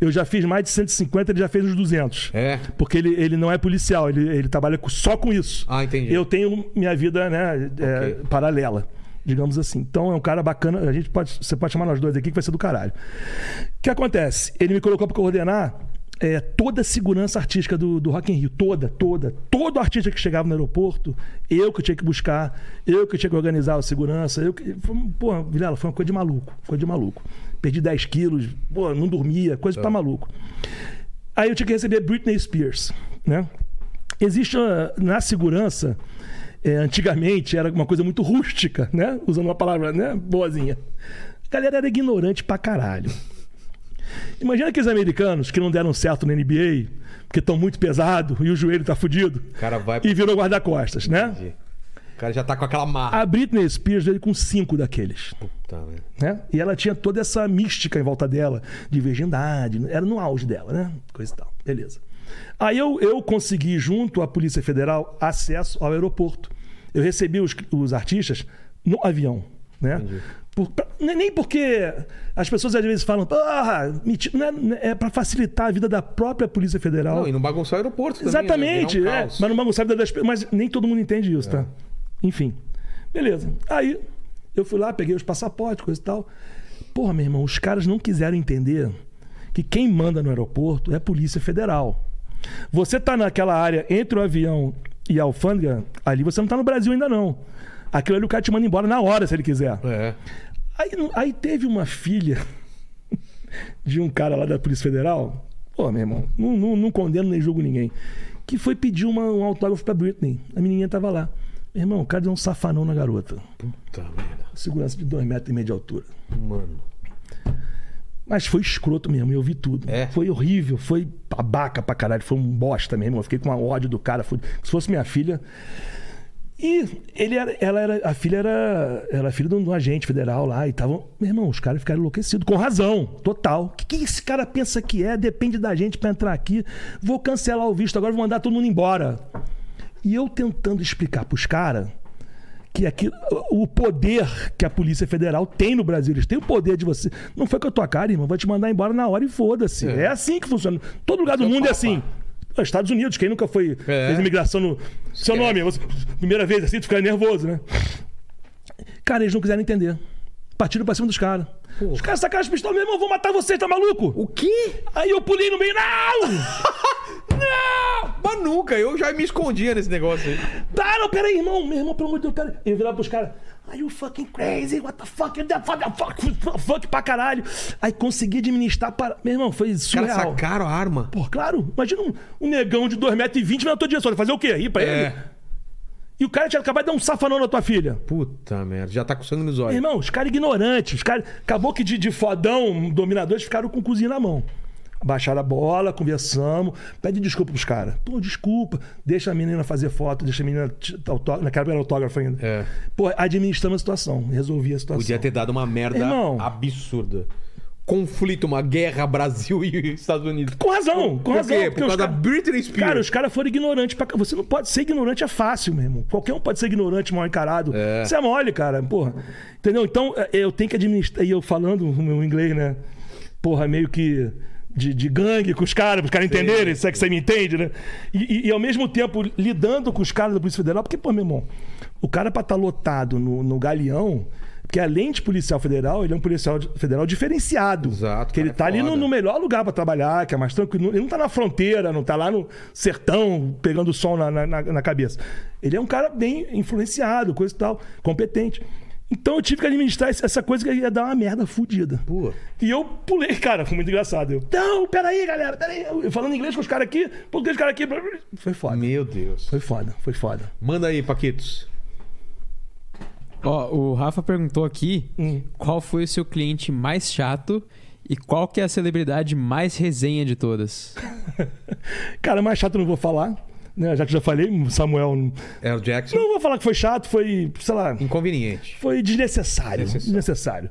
Speaker 3: eu já fiz mais de 150, ele já fez uns 200.
Speaker 1: É.
Speaker 3: Porque ele, ele não é policial, ele, ele trabalha com- só com isso.
Speaker 1: Ah, entendi.
Speaker 3: Eu tenho minha vida, né, é,
Speaker 1: Ok.
Speaker 3: paralela. Digamos assim. Então é um cara bacana. A gente pode, você pode chamar nós dois aqui que vai ser do caralho. O que acontece? Ele me colocou para coordenar é, toda a segurança artística do, do Rock in Rio. Toda, toda. Todo artista que chegava no aeroporto, eu que tinha que buscar, eu que tinha que organizar a segurança. Eu que, foi, um- pô, Vilela, foi uma coisa de maluco. Coisa de maluco. Perdi 10 quilos, pô, não dormia, coisa pra maluco. Aí eu tinha que receber Britney Spears, né? Existe ah, na segurança, eh, antigamente era uma coisa muito rústica, né? Usando uma palavra, né? Boazinha. A galera era ignorante pra caralho. Imagina aqueles americanos que não deram certo na NBA, porque estão muito pesado e o joelho tá fudido.
Speaker 1: O cara vai-
Speaker 3: E virou guarda-costas, né?
Speaker 1: Entendi. O cara já tá com aquela marra.
Speaker 3: A Britney Spears veio com cinco daqueles
Speaker 1: Puta, né?
Speaker 3: né? E ela tinha toda essa mística em volta dela, de virgindade, era no auge dela, né? Coisa e tal. Beleza. Aí eu, eu consegui, junto à Polícia Federal, acesso ao aeroporto. Eu recebi os, os artistas no avião, né? Por- pra- nem nem porque as pessoas às vezes falam, porra, meti-" não é, não é para facilitar a vida da própria Polícia Federal.
Speaker 1: Não, e não bagunçar o aeroporto também,
Speaker 3: Exatamente,
Speaker 1: né? Virar um
Speaker 3: é.
Speaker 1: caos. É.
Speaker 3: Mas não bagunçava a vida das pessoas. Mas nem todo mundo entende isso, tá? Enfim. Beleza. Aí eu fui lá, peguei os passaportes, coisa e tal. Porra, meu irmão, os caras não quiseram entender que quem manda no aeroporto é a Polícia Federal. Você tá naquela área entre o avião e a alfândega, ali você não tá no Brasil ainda não. Aquilo ali o cara te manda embora na hora, se ele quiser.
Speaker 1: É.
Speaker 3: Aí, não- aí teve uma filha de um cara lá da Polícia Federal. Pô, meu irmão, não, não, não condeno nem julgo ninguém. Que foi pedir uma, um autógrafo pra Britney. A menininha tava lá. Meu irmão, o cara deu um safanão na garota.
Speaker 1: Puta merda.
Speaker 3: Segurança de dois metros e meio de altura.
Speaker 1: Mano.
Speaker 3: Mas foi escroto mesmo, eu vi tudo.
Speaker 1: É?
Speaker 3: Foi horrível, foi babaca pra caralho, foi um bosta mesmo. Eu fiquei com uma ódio do cara. foi- Se fosse minha filha. E ele era, ela era, a filha era, era filha de um, de um agente federal lá e tava. Meu irmão, os caras ficaram enlouquecidos, com razão, total. O que, que esse cara pensa que é? Depende da gente pra entrar aqui. Vou cancelar o visto agora, vou mandar todo mundo embora. E eu tentando explicar pros caras que aquilo, o poder que a Polícia Federal tem no Brasil, eles têm o poder de você. Não foi com a tua cara, irmão, vai te mandar embora na hora e foda-se. É. assim que funciona. Todo lugar do mundo é
Speaker 1: papo.
Speaker 3: assim. Os Estados Unidos, quem nunca foi
Speaker 1: É.
Speaker 3: fez imigração no seu nome, você- primeira vez assim, tu fica nervoso, né? Cara, eles não quiseram entender. Partiram pra cima dos caras. Os caras sacaram as pistolas, meu irmão, vou matar você, tá maluco?
Speaker 1: O quê?
Speaker 3: Aí eu pulei no meio, não!
Speaker 1: Não! Mas nunca, eu já me escondia nesse negócio aí.
Speaker 3: Tá, não, peraí, irmão. Meu irmão, pelo amor de Deus, cara. Eu virava pros caras. Are you fucking crazy? What the fuck? You the fuck, the fuck, fuck, fuck pra caralho. Aí consegui administrar para. Meu irmão, foi
Speaker 1: Os caras
Speaker 3: surreal.
Speaker 1: sacaram a arma.
Speaker 3: Pô, claro. Imagina um, um negão de 2,20m vindo na tua direção. Fazer o quê? Rir pra ele?
Speaker 1: É.
Speaker 3: E o cara tinha acabado de dar um safanão na tua filha.
Speaker 1: Puta merda, já tá com sangue nos
Speaker 3: Meu
Speaker 1: olhos.
Speaker 3: irmão, os caras ignorantes, os caras. Acabou que de, de fodão, dominadores, ficaram com o cozinho na mão. Baixaram a bola, conversamos, pede desculpa pros caras. Pô, desculpa, deixa a menina fazer foto, deixa a menina. t- autó- Naquela era né, autógrafo ainda.
Speaker 1: É.
Speaker 3: Pô, administramos a situação, resolvi a situação.
Speaker 1: Podia ter dado uma merda
Speaker 3: Irmão.
Speaker 1: absurda. Conflito, uma guerra Brasil e Estados Unidos.
Speaker 3: Com razão, com
Speaker 1: Por
Speaker 3: razão.
Speaker 1: quê? Por
Speaker 3: é, porque
Speaker 1: causa
Speaker 3: os
Speaker 1: da
Speaker 3: cara-
Speaker 1: Britney Spears.
Speaker 3: Cara, os caras foram ignorantes. Pra... ca- Você não pode ser ignorante, é fácil, meu irmão. Qualquer um pode ser ignorante, mal encarado.
Speaker 1: É.
Speaker 3: Isso é mole, cara. Porra. Entendeu? Então, eh, eu tenho que administrar. E eu falando o meu inglês, né? Porra, meio que. De, de gangue com os caras, para os caras entenderem, se é que você me entende, né? E, e- e, ao mesmo tempo lidando com os caras da Polícia Federal, porque, pô, meu irmão, o cara pra estar lotado no, no galeão, porque além de policial federal, ele é um policial de- federal diferenciado.
Speaker 1: Exato,
Speaker 3: Que ele
Speaker 1: cara, é
Speaker 3: tá ali no,
Speaker 1: foda.
Speaker 3: no melhor lugar pra trabalhar, que é mais tranquilo. Ele não tá na fronteira, não tá lá no sertão pegando sol na, na, na- na cabeça. Ele é um cara bem influenciado, coisa e tal, competente. Então eu tive que administrar esse- essa coisa que ia dar uma merda fodida.
Speaker 1: Pô.
Speaker 3: E eu pulei, cara, foi muito engraçado. Eu, não, peraí, galera, peraí. Eu falando inglês com os caras aqui, português com os caras aqui. blá, blá, blá. Foi foda.
Speaker 1: Meu Deus.
Speaker 3: Foi foda, foi foda.
Speaker 1: Manda aí, Paquitos.
Speaker 2: Ó, o Rafa perguntou aqui
Speaker 3: Hum.
Speaker 2: qual foi o seu cliente mais chato e qual que é a celebridade mais resenha de todas.
Speaker 3: Cara, mais chato eu não vou falar. Né? Já que eu já falei, Samuel. Não
Speaker 1: Air Jackson.
Speaker 3: não vou falar que foi chato, foi, sei lá.
Speaker 1: Inconveniente.
Speaker 3: Foi desnecessário.
Speaker 1: Desnecessário.
Speaker 3: Desnecessário.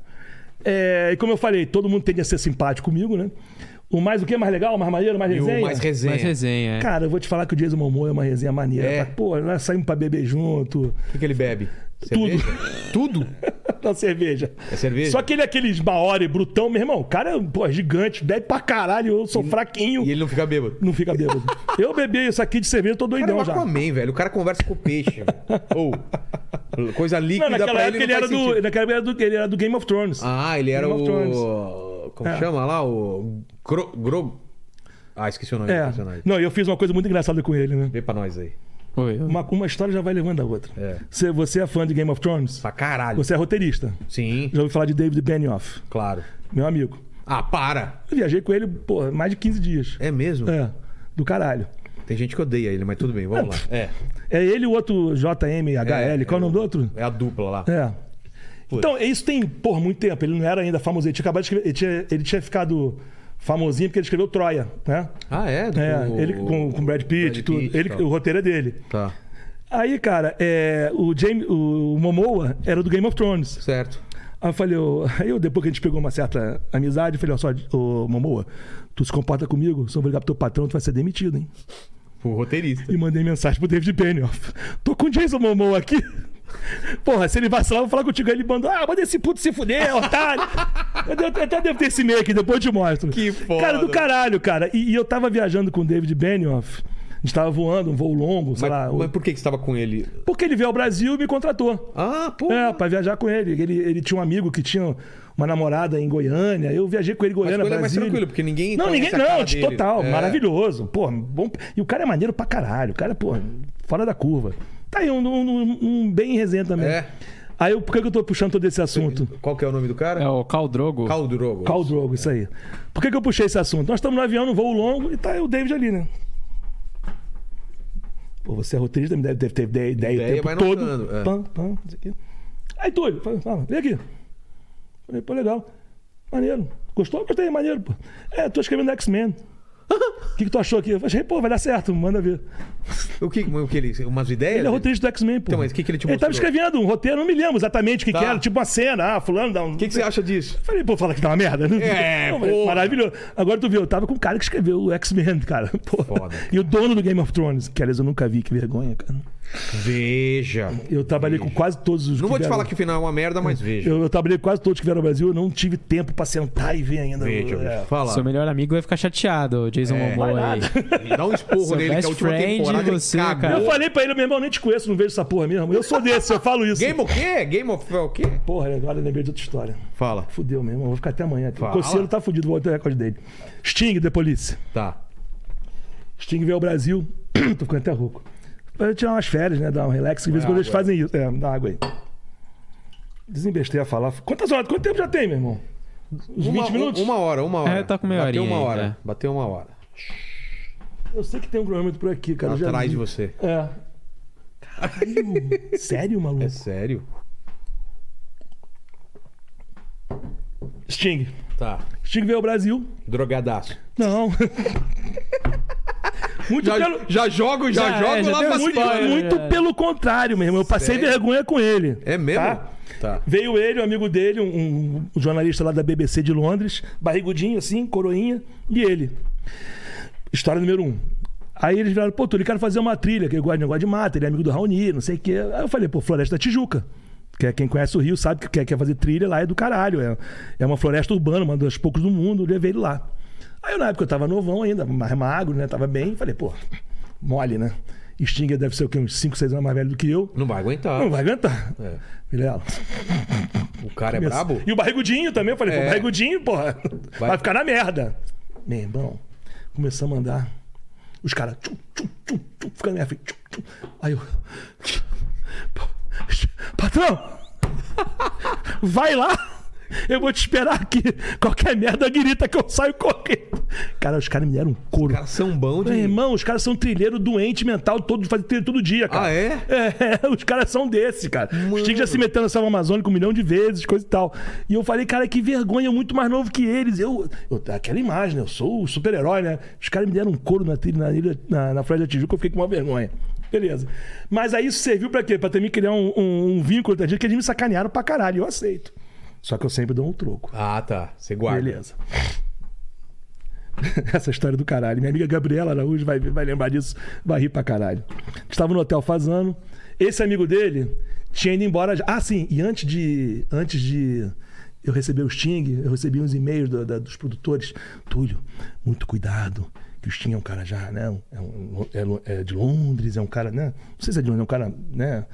Speaker 3: É, e como eu falei, todo mundo tende a ser simpático comigo, né? O mais o que? Mais legal, mais maneiro, mais
Speaker 1: E
Speaker 3: resenha?
Speaker 1: o mais resenha.
Speaker 2: Mais resenha, é.
Speaker 3: Cara, eu vou te falar que o Jason Momoa é uma resenha maneira.
Speaker 1: É.
Speaker 3: Pô, nós saímos pra beber junto.
Speaker 1: O que, que ele bebe?
Speaker 3: Tudo.
Speaker 1: Cerveja? Tudo?
Speaker 3: na cerveja.
Speaker 1: É cerveja?
Speaker 3: Só que ele é aqueles maori brutão, meu irmão. O cara, pô, é gigante, bebe pra caralho, eu sou fraquinho.
Speaker 1: E ele não fica bêbado.
Speaker 3: Não fica bêbado. eu bebi isso aqui de cerveja, eu tô
Speaker 1: Cara, é
Speaker 3: doidão
Speaker 1: o
Speaker 3: já.
Speaker 1: Aquaman, velho. O cara conversa com o peixe. velho. Ou. Coisa líquida
Speaker 3: Não, naquela
Speaker 1: pra ele.
Speaker 3: época ele
Speaker 1: não
Speaker 3: era,
Speaker 1: faz
Speaker 3: do,
Speaker 1: sentido.
Speaker 3: naquela época ele era do. Ele era do Game of Thrones.
Speaker 1: Ah, ele era
Speaker 3: Game of
Speaker 1: o. Como
Speaker 3: É.
Speaker 1: chama lá? O. Gro... Gro... Ah, esqueci o nome do
Speaker 3: é.
Speaker 1: personagem.
Speaker 3: Não, eu fiz uma coisa muito engraçada com ele, né?
Speaker 1: Vê pra nós aí.
Speaker 2: Oi, eu-
Speaker 3: Uma, uma história já vai levando a outra.
Speaker 1: É.
Speaker 3: Você, você é fã de Game of Thrones?
Speaker 1: Pra caralho.
Speaker 3: Você é roteirista.
Speaker 1: Sim,
Speaker 3: Já ouvi falar de David Benioff,
Speaker 1: claro.
Speaker 3: meu amigo.
Speaker 1: Ah, para!
Speaker 3: Eu viajei com ele, porra, mais de 15 dias.
Speaker 1: É mesmo?
Speaker 3: É, do caralho.
Speaker 1: Tem gente que odeia ele, mas tudo bem, vamos lá. É,
Speaker 3: É ele e o outro JMHL,
Speaker 1: É,
Speaker 3: qual é o nome do outro?
Speaker 1: é a dupla lá.
Speaker 3: É.
Speaker 1: Putz.
Speaker 3: Então, isso tem, por muito tempo. Ele não era ainda famoso. Ele tinha acabado de escrever. Ele tinha, ele tinha ficado famosinho porque ele escreveu Troia, né?
Speaker 1: Ah, é? Do-
Speaker 3: É, ele com o Brad Pitt, e tudo.
Speaker 1: Pitt,
Speaker 3: ele,
Speaker 1: tá.
Speaker 3: o roteiro é dele.
Speaker 1: Tá,
Speaker 3: Aí, cara, é, o, James, o Momoa era do Game of Thrones.
Speaker 1: certo.
Speaker 3: Aí eu falei, ô- aí eu, depois que a gente pegou uma certa amizade, eu falei, ó, só, ô Momoa, tu se comporta comigo, se eu ligar pro teu patrão, tu vai ser demitido, hein?
Speaker 1: O roteirista.
Speaker 3: E mandei mensagem pro David Benioff. Tô com o Jason Momoa aqui. Porra, se ele vacilar, eu vou falar contigo. Aí ele mandou, ah, manda esse puto se fuder, otário. Eu de- eu até devo ter esse e-mail aqui, depois eu te mostro.
Speaker 1: Que foda.
Speaker 3: Cara do caralho, cara. E, e eu tava viajando com o David Benioff. A gente tava voando, um voo longo, sei
Speaker 1: Mas,
Speaker 3: lá. o-
Speaker 1: mas por que, que você tava com ele?
Speaker 3: Porque ele veio ao Brasil e me contratou.
Speaker 1: Ah, pô.
Speaker 3: É, pra viajar com ele. ele. Ele tinha um amigo que tinha uma namorada em Goiânia. Eu viajei com ele em
Speaker 1: mas
Speaker 3: Goiânia,
Speaker 1: com ele é mais
Speaker 3: Brasília.
Speaker 1: tranquilo, porque ninguém.
Speaker 3: Não,
Speaker 1: conhece
Speaker 3: ninguém
Speaker 1: a cara
Speaker 3: não, de
Speaker 1: dele.
Speaker 3: total,
Speaker 1: É.
Speaker 3: maravilhoso. Pô, bom. E o cara é maneiro pra caralho. O cara, pô, fora da curva. Tá aí um, um- um bem resenha também.
Speaker 1: É.
Speaker 3: Aí, eu- por que que eu tô puxando todo esse assunto?
Speaker 1: Qual que é o nome do cara?
Speaker 2: É o Khal Drogo.
Speaker 1: Caldo Drogo.
Speaker 3: Cal Drogo, isso aí. Por que que eu puxei esse assunto? Nós estamos no avião, no voo longo, e tá o David ali, né? Pô, você é roteirista, me deve, deve ter ideia, ideia
Speaker 1: Ideia
Speaker 3: o
Speaker 1: vai
Speaker 3: tempo todo.
Speaker 1: notando, é.
Speaker 3: Pam, pam, isso aqui. Aí, Túlio, fala, fala, vem aqui. Falei, pô, legal. Maneiro. Gostou? Gostei, maneiro, pô. É, tô escrevendo X-Men. O que, que tu achou aqui? Eu falei, pô, vai dar certo, manda ver.
Speaker 1: O que, o que ele. Umas ideias?
Speaker 3: Ele é roteirista do X-Men, pô.
Speaker 1: Então, mas o que que ele te
Speaker 3: Ele tava
Speaker 1: mostrou?
Speaker 3: escrevendo um roteiro, não me lembro exatamente o que,
Speaker 1: Tá.
Speaker 3: que era, tipo uma cena, ah, fulano dá um.
Speaker 1: O que, que você acha disso?
Speaker 3: Falei, pô, fala que tá uma merda. né?
Speaker 1: É,
Speaker 3: mas
Speaker 1: porra.
Speaker 3: maravilhoso. Agora tu viu, eu tava com um cara que escreveu o X-Men, cara. Pô.
Speaker 1: Foda.
Speaker 3: E o dono do Game of Thrones, que aliás eu nunca vi, que vergonha, cara.
Speaker 1: Veja.
Speaker 3: Eu trabalhei com quase todos os.
Speaker 1: Não vou te
Speaker 3: vieram-
Speaker 1: falar que o final é uma merda, mas veja.
Speaker 3: Eu, eu trabalhei com quase todos que vieram ao Brasil, eu não tive tempo pra sentar e ver ainda.
Speaker 1: Veja,
Speaker 3: É.
Speaker 1: veja. Fala.
Speaker 2: Seu melhor amigo vai ficar chateado, o Jason
Speaker 1: É.
Speaker 2: Momoa aí.
Speaker 1: Dá um esporro
Speaker 2: Seu
Speaker 1: nele, que é a
Speaker 2: best
Speaker 1: última
Speaker 2: friend,
Speaker 1: temporada. ele
Speaker 2: você,
Speaker 1: cagou.
Speaker 2: cara.
Speaker 3: Eu falei pra ele, meu irmão, nem te conheço, não vejo essa porra mesmo. Eu sou desse, eu falo isso.
Speaker 1: Game o quê? Game of é o quê?
Speaker 3: Porra, agora eu lembrei de outra história.
Speaker 1: Fala.
Speaker 3: Fudeu mesmo, eu vou ficar até amanhã. aqui. O
Speaker 1: Fala.
Speaker 3: Coceiro tá fudido, vou ter o recorde dele. Sting, The Police.
Speaker 1: Tá.
Speaker 3: Sting veio ao Brasil. Tô ficando até rouco. Pra tirar umas férias, né? Dar um relax. que De vez em quando eles
Speaker 1: água
Speaker 3: fazem isso. É, dá água aí. Desembestei a falar. Quantas horas? Quanto tempo já tem, meu irmão? Uns 20
Speaker 1: Uma,
Speaker 3: minutos?
Speaker 1: Uma hora, uma hora.
Speaker 2: É, tá com meia
Speaker 1: Bateu
Speaker 2: horinha
Speaker 1: uma
Speaker 2: aí,
Speaker 1: hora. Bateu uma hora. Tá
Speaker 3: Eu sei que tem um cronômetro por aqui, cara. eu já
Speaker 1: Atrás
Speaker 3: vi.
Speaker 1: de você.
Speaker 3: É. Caralho. Sério, maluco?
Speaker 1: É sério?
Speaker 3: Sting.
Speaker 1: Tá.
Speaker 3: Sting veio ao Brasil.
Speaker 1: Drogadaço.
Speaker 3: Não. Muito
Speaker 1: Já,
Speaker 3: pelo...
Speaker 1: já jogo, já,
Speaker 2: Já,
Speaker 1: jogo
Speaker 2: é, já
Speaker 1: lá
Speaker 2: deu
Speaker 1: pra
Speaker 3: Muito,
Speaker 1: cima.
Speaker 2: spoiler.
Speaker 3: muito
Speaker 2: é.
Speaker 3: pelo contrário, meu irmão. Eu passei
Speaker 1: Sério?
Speaker 3: vergonha com ele.
Speaker 1: É mesmo?
Speaker 3: Tá?
Speaker 1: Tá.
Speaker 3: Veio ele, um amigo dele, um, um jornalista lá da BBC de Londres, barrigudinho assim, coroinha, e ele. História número um. Aí eles viraram, pô, Túlio, quero fazer uma trilha, que ele gosta de negócio de mata, ele é amigo do Raoni, não sei o quê. Aí eu falei, pô, Floresta da Tijuca. Que é quem conhece o Rio sabe que quer, quer fazer trilha lá é do caralho. É, é uma floresta urbana, uma das poucas do mundo, eu levei ele lá. Aí eu, na época eu tava novão ainda, mais magro, né? Tava bem, falei, pô, mole, né? Stinger deve ser o quê? Uns 5, 6 anos mais velho do que eu.
Speaker 1: Não vai aguentar.
Speaker 3: Não vai aguentar. "Ah,
Speaker 1: É.
Speaker 3: Vilela.
Speaker 1: O cara é brabo?
Speaker 3: E o barrigudinho também, eu falei, pô,
Speaker 1: É.
Speaker 3: barrigudinho, porra, vai.
Speaker 1: Vai.
Speaker 3: ficar na merda. Meu irmão, começamos a andar. Os caras, tchum, tchum, tchum, tchum, ficando na minha frente. Tchum, tchum. Aí eu. Patrão! Vai lá! Eu vou te esperar aqui. Qualquer merda grita que eu saio correndo. Cara, os caras me deram um couro.
Speaker 1: Cara, são bão
Speaker 3: Meu
Speaker 1: de.
Speaker 3: irmão, os caras são trilheiro doente mental, todo, fazem trilha todo dia, cara.
Speaker 1: Ah, é?
Speaker 3: É, os caras são desse, cara. O Sting já se metendo na selva amazônica um milhão de vezes, coisa e tal. E eu falei, cara, que vergonha, eu muito mais novo que eles. Eu, eu- aquela imagem, né? eu sou o super-herói, né? Os caras me deram um couro na, trilha- na, ilha- na, na Floresta da Tijuca, eu fiquei com uma vergonha. Beleza. Mas aí isso serviu pra quê? Pra também criar um, um, um vínculo entre a gente, que eles me sacanearam pra caralho, eu aceito. Só que eu sempre dou um troco.
Speaker 1: Ah, tá. Você guarda.
Speaker 3: Beleza. Essa história do caralho. Minha amiga Gabriela Araújo vai, vai lembrar disso, vai rir pra caralho. Estava no hotel fazendo. Esse amigo dele Tinha ido embora. já. Ah, sim. E antes de. Antes de eu receber o Sting, eu recebi uns e-mails do- da- dos produtores. Túlio, muito cuidado. Que o Sting é um cara já, né? um- É, um- é lo- é de Londres, é um cara, né? Não sei se é de Londres, é um cara, né?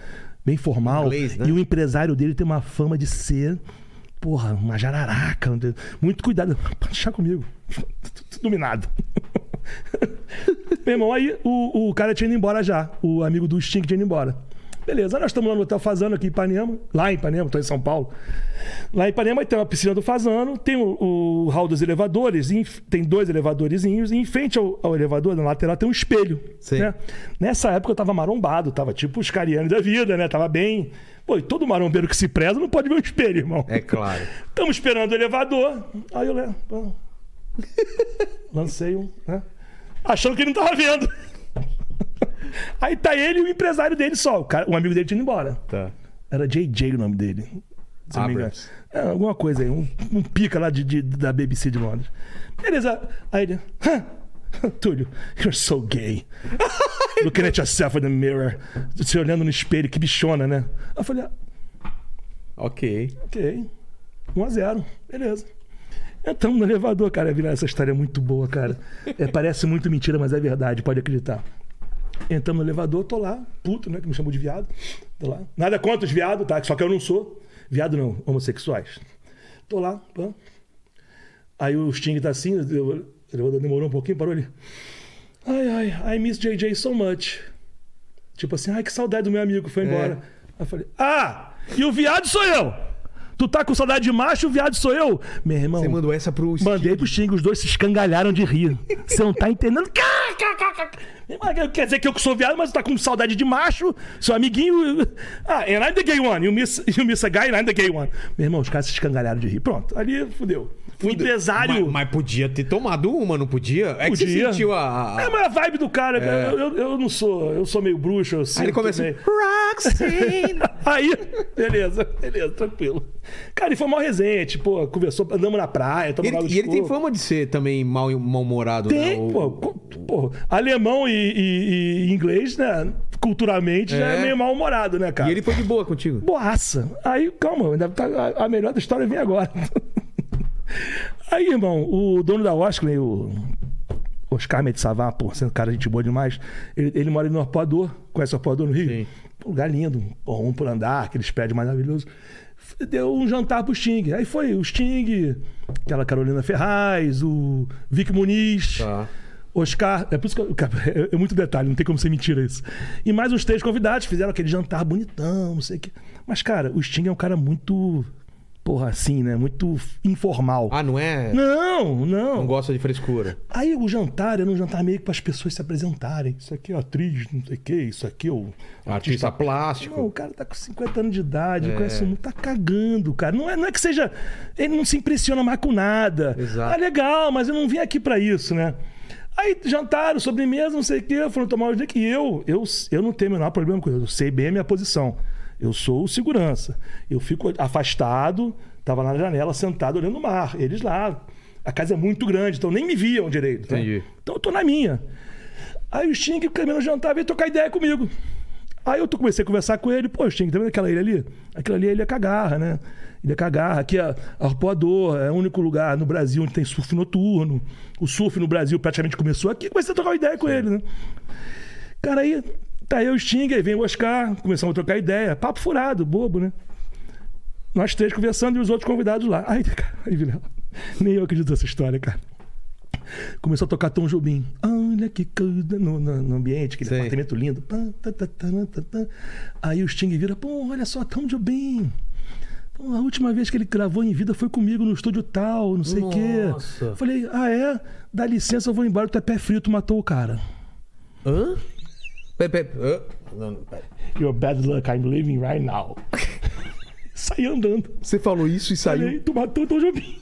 Speaker 3: Bem formal.
Speaker 1: Inglês, né?
Speaker 3: E o empresário dele tem uma fama de ser, porra, uma jararaca. um de- Muito cuidado. Pode deixar comigo. Dominado. Meu irmão, aí o, o cara tinha ido embora já. O amigo do Sting tinha ido embora. Beleza, nós estamos lá no Hotel Fazano aqui em Ipanema. Lá em Ipanema, tô em São Paulo. Lá em Ipanema tem uma piscina do Fazano, tem o, o hall dos elevadores, em- tem dois elevadorzinhos, e em frente ao, ao elevador, na lateral, tem um espelho.
Speaker 1: Sim.
Speaker 3: né? Nessa época eu tava marombado, tava tipo os carianos da vida, né? Tava bem. Pô, e todo marombeiro que se preza não pode ver um espelho, irmão.
Speaker 1: É claro.
Speaker 3: Estamos esperando o elevador. Aí eu le- pô. lancei um, né? Achando que ele não tava vendo. Aí tá ele e o empresário dele só. O, cara, o amigo dele tinha ido embora.
Speaker 1: Tá.
Speaker 3: Era JJ o nome dele. Se eu não me engano.
Speaker 1: Abrams.
Speaker 3: É, alguma coisa aí. Um, um pica lá de, de- da BBC de Londres. Beleza. Aí ele. "Hã? Túlio, you're so gay. Looking at yourself in the mirror. Se olhando no espelho, que bichona, né? Aí eu falei, "Ah,
Speaker 1: Ok.
Speaker 3: Ok. 1 a 0 Beleza. Entramos no elevador, cara. Virar essa história é muito boa, cara. É, parece muito mentira, mas é verdade, pode acreditar. Entramos no elevador, tô lá, puto, né? Que me chamou de viado. Tô lá. Nada contra os viados, tá? Só que eu não sou. Viado não, homossexuais. Tô lá, pã. Aí o Sting tá assim, o elevador demorou um pouquinho, parou ali. Ai, ai, I miss JJ so much. Tipo assim, ai, que saudade do meu amigo, foi embora. Aí eu falei, ah, e o viado sou eu! Tu tá com saudade de macho, o viado sou eu! Meu irmão,
Speaker 1: Você mandou essa pro
Speaker 3: mandei pro Xing, os dois se escangalharam de rir. Você não tá entendendo? Cá, cá, cá, cá. Meu irmão, Quer dizer que eu que sou viado, mas tu tá com saudade de macho, seu amiguinho. Ah, and I'm the gay one. You miss, you miss a guy and I'm the gay one. Meu irmão, os caras se escangalharam de rir. Pronto, ali fudeu. O empresário.
Speaker 1: Mas, mas podia ter tomado uma, não podia? É que você
Speaker 3: Podia.
Speaker 1: sentiu a. a-
Speaker 3: É, mas a vibe do cara, eu, eu- eu não sou, eu sou meio bruxo, eu
Speaker 1: Aí
Speaker 3: sinto
Speaker 1: ele começa.
Speaker 3: meio-
Speaker 1: Roxanne!
Speaker 3: Aí, beleza, beleza, tranquilo. Cara, ele foi mal resente, pô, tipo, conversou, andamos na praia,
Speaker 1: E
Speaker 3: tomamos água
Speaker 1: ele,
Speaker 3: de
Speaker 1: e ele tem
Speaker 3: coco.
Speaker 1: fama de ser também mal- mal-humorado, né?
Speaker 3: Tem,
Speaker 1: O-
Speaker 3: pô, co- pô, alemão e, e- e inglês, né, culturalmente já
Speaker 1: É.
Speaker 3: é meio mal-humorado, né, cara?
Speaker 1: E ele foi de boa contigo.
Speaker 3: Boaça. Aí, calma, ainda tá- a, a melhor da história vem agora. Aí, irmão, o dono da Oscar, o Oscar Medisavá, pô, sendo cara gente boa demais, ele, ele mora ali no Arpoador. Conhece o Arpoador no Rio?
Speaker 1: Sim.
Speaker 3: Pô, lugar lindo, pô, um por andar, aqueles prédios maravilhosos. F- Deu um jantar pro Sting. Aí foi o Sting, aquela Carolina Ferraz, o Vic Muniz.
Speaker 1: Tá.
Speaker 3: Oscar, é por isso que eu, cara, é, é muito detalhe, não tem como ser mentira isso. E mais uns três convidados fizeram aquele jantar bonitão, não sei o quê. Mas, cara, o Sting é um cara muito. Porra, assim, né? Muito informal.
Speaker 1: Ah, não é?
Speaker 3: Não,
Speaker 1: Não
Speaker 3: não.
Speaker 1: gosta de frescura.
Speaker 3: Aí o jantar era um jantar meio que para as pessoas se apresentarem. Isso aqui é atriz, não sei o quê, isso aqui é o
Speaker 1: Artista
Speaker 3: não, o
Speaker 1: plástico.
Speaker 3: cara tá com 50 anos de
Speaker 1: É.
Speaker 3: idade, conhece muito, tá cagando, cara. Não é, não é que seja. Ele não se impressiona mais com nada.
Speaker 1: Exato.
Speaker 3: Ah, legal, mas eu não vim aqui pra isso, né? Aí jantaram, sobremesa, não sei o quê, foram tomar o drink. E eu, eu, eu não tenho o menor problema com isso. Eu sei bem a minha posição. Eu sou o segurança. Eu fico afastado, tava lá na janela, sentado olhando o mar. Eles lá. A casa é muito grande, então nem me viam direito. né?
Speaker 1: Entendi.
Speaker 3: Então eu tô na minha. Aí o Sting, o Camilo jantar, veio trocar ideia comigo. Aí eu tô- comecei a conversar com ele, pô, Sting, tá vendo aquela ilha ali? Aquela ali é a Ilha Cagarra, né? Ilha Cagarra, aqui é Arpoador, é o único lugar no Brasil onde tem surf noturno. O surf no Brasil praticamente começou aqui, comecei a trocar uma ideia com ele, né? Cara, aí tá eu, o Sting, aí vem o Oscar, começamos a trocar ideia. Papo furado, bobo, né? Nós três conversando e os outros convidados lá. Aí, cara, aí, Vilela, nem eu acredito nessa história, cara. Começou a tocar Tom Jobim. Olha que coisa no, no- no ambiente, aquele
Speaker 1: Sim.
Speaker 3: apartamento lindo. Pã, tá, tá, tá, tá, tá, tá. Aí o Sting vira, pô, olha só, Tom Jobim. Pô, a última vez que ele gravou em vida foi comigo no estúdio tal, não sei o quê.
Speaker 1: Nossa.
Speaker 3: Falei, ah é? Dá licença, eu vou embora, tu é pé frio, tu matou o cara.
Speaker 1: Hã? Pe- pe- hã? Não, não, pera.
Speaker 3: Your bad luck, I'm leaving right now. Saí andando.
Speaker 1: Você falou isso e
Speaker 3: Falei,
Speaker 1: saiu.
Speaker 3: tu matou o Tom Jobim.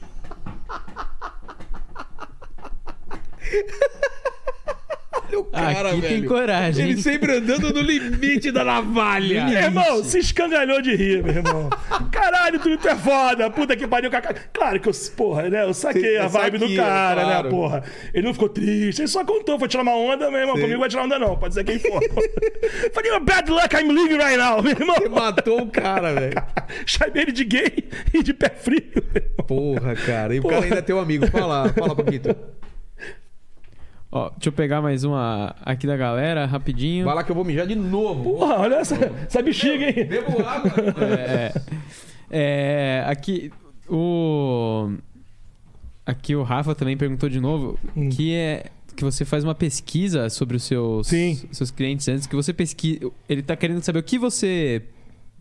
Speaker 1: Olha o cara,
Speaker 2: Aqui
Speaker 1: velho.
Speaker 2: tem coragem,
Speaker 1: Ele
Speaker 2: hein?
Speaker 1: sempre andando no limite da navalha.
Speaker 3: Meu irmão, se escangalhou de rir, meu irmão. Caralho, tu tu é foda. Puta que pariu. cacá. Claro que eu, porra, né? Eu saquei
Speaker 1: Sim,
Speaker 3: a vibe do
Speaker 1: saqueia,
Speaker 3: cara,
Speaker 1: claro.
Speaker 3: né, porra. Ele não ficou triste, ele só contou. Foi tirar uma onda, meu irmão.
Speaker 1: Sim.
Speaker 3: Comigo vai tirar onda, não. Pode ser quem for. Falei, bad luck, I'm leaving right now, meu
Speaker 1: Você
Speaker 3: irmão.
Speaker 1: matou o cara, velho.
Speaker 3: Chamei ele de gay e de pé frio, meu irmão.
Speaker 1: Porra, cara. E o
Speaker 3: Porra.
Speaker 1: cara ainda é teu amigo. Fala, fala, Paquito.
Speaker 2: Ó, deixa eu pegar mais uma aqui da galera, rapidinho.
Speaker 1: Vai lá que eu vou mijar de novo.
Speaker 3: Porra, olha essa, essa bexiga, hein?
Speaker 1: Bebo água. né,
Speaker 2: É, é, aqui o aqui o Rafa também perguntou de novo que é que você faz uma pesquisa sobre os seus
Speaker 3: Sim.
Speaker 2: seus clientes antes que você pesquisa. Ele tá querendo saber o que você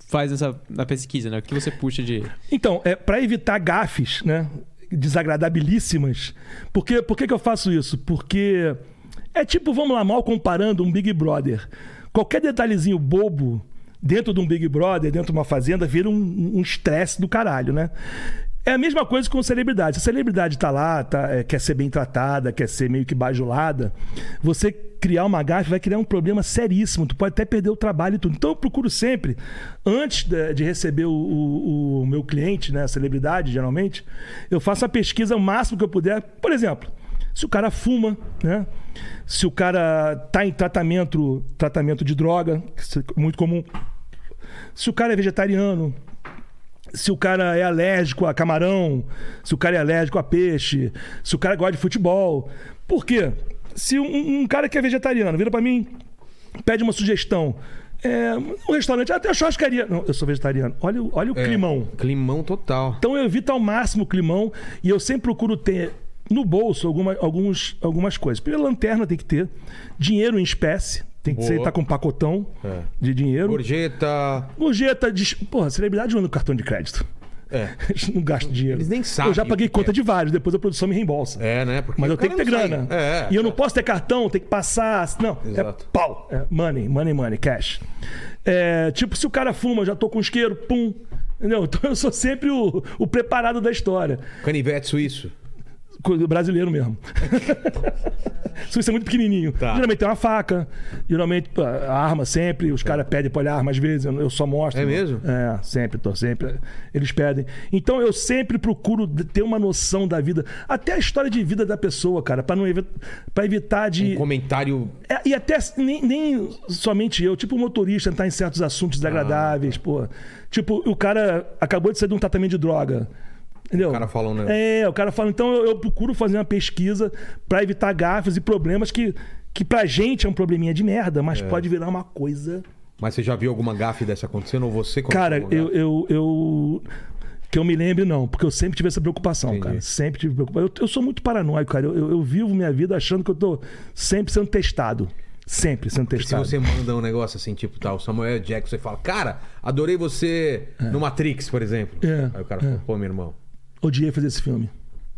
Speaker 2: faz nessa na pesquisa, né? O que você puxa de
Speaker 3: Então, é para evitar gafes, né? Desagradabilíssimas. Por que, por que, que eu faço isso? Porque é tipo, vamos lá, mal comparando um Big Brother. Qualquer detalhezinho bobo dentro de um Big Brother, dentro de uma fazenda, vira um um estresse do caralho, né? É a mesma coisa com celebridade. Se a celebridade tá lá, tá, é, quer ser bem tratada, quer ser meio que bajulada, você criar uma gafe vai criar um problema seríssimo. Tu pode até perder o trabalho e tudo. Então eu procuro sempre, antes de, de receber o, o- o meu cliente, né, a celebridade, geralmente, eu faço a pesquisa o máximo que eu puder. Por exemplo, se o cara fuma, né? Se o cara tá em tratamento, tratamento de droga, que isso é muito comum. Se o cara é vegetariano, se o cara é alérgico a camarão, se o cara é alérgico a peixe, se o cara gosta de futebol. Por quê? Se um, um cara que é vegetariano vira pra mim, pede uma sugestão. É, um restaurante, até a churrascaria. Não, eu sou vegetariano. Olha, o- olha o climão.
Speaker 1: É. Climão total.
Speaker 3: Então eu evito ao máximo o climão e eu sempre procuro ter no bolso alguma, alguns, algumas coisas. Primeiro, lanterna tem que ter, dinheiro em espécie, tem que
Speaker 1: Boa.
Speaker 3: ser, tá com um pacotão
Speaker 1: É.
Speaker 3: de dinheiro.
Speaker 1: Gorjeta.
Speaker 3: Gorjeta, de... porra, celebridade usa cartão de crédito.
Speaker 1: É.
Speaker 3: Eles não gastam dinheiro.
Speaker 1: Eles nem
Speaker 3: Eu já
Speaker 1: sabem
Speaker 3: paguei
Speaker 1: o que
Speaker 3: conta
Speaker 1: é.
Speaker 3: de vários, depois a produção me reembolsa.
Speaker 1: É, né? Porque
Speaker 3: Mas
Speaker 1: o
Speaker 3: eu tenho que
Speaker 1: cara
Speaker 3: ter
Speaker 1: não sai-
Speaker 3: grana.
Speaker 1: É.
Speaker 3: E eu não posso ter cartão, tem que passar. Não,
Speaker 1: Exato.
Speaker 3: é pau. É money, money, money, cash. É, tipo, se o cara fuma, eu já tô com isqueiro, pum. Entendeu? Então eu sou sempre o, o preparado da história.
Speaker 1: Canivete suíço.
Speaker 3: Coisa Brasileiro mesmo. Suíça é muito pequenininho.
Speaker 1: Tá.
Speaker 3: Geralmente tem uma faca, geralmente pô, a arma sempre, os caras pedem pra olhar a arma às vezes, eu eu só mostro.
Speaker 1: É mesmo?
Speaker 3: É, sempre, tô sempre. Eles pedem. Então eu sempre procuro de- ter uma noção da vida, até a história de vida da pessoa, cara, pra não evi- pra evitar
Speaker 1: Um
Speaker 3: de.
Speaker 1: Comentário.
Speaker 3: É, E até nem, nem somente eu, tipo o motorista entrar em certos assuntos
Speaker 1: Ah.
Speaker 3: desagradáveis, pô. Tipo, o cara acabou de sair de um tratamento de droga. Entendeu?
Speaker 1: O cara fala um negócio.
Speaker 3: É, o cara fala. Então eu, eu procuro fazer uma pesquisa pra evitar gafes e problemas que, que pra gente é um probleminha de merda, mas
Speaker 1: É.
Speaker 3: pode virar uma coisa.
Speaker 1: Mas você já viu alguma gafe dessa acontecendo? Ou você cometeu
Speaker 3: Cara,
Speaker 1: alguma
Speaker 3: eu,
Speaker 1: gafe?
Speaker 3: eu, eu- Que eu me lembre, não, porque eu sempre tive essa preocupação,
Speaker 1: Entendi.
Speaker 3: cara. Sempre tive preocupação. Eu, eu sou muito paranoico, cara. Eu, eu- eu vivo minha vida achando que eu tô sempre sendo testado. Sempre sendo
Speaker 1: Se
Speaker 3: testado.
Speaker 1: você manda um negócio assim, tipo, tá, o Samuel Jackson e fala, cara, adorei você no Matrix, por exemplo.
Speaker 3: É.
Speaker 1: Aí o cara fala, pô, meu irmão.
Speaker 3: Odiei fazer esse filme.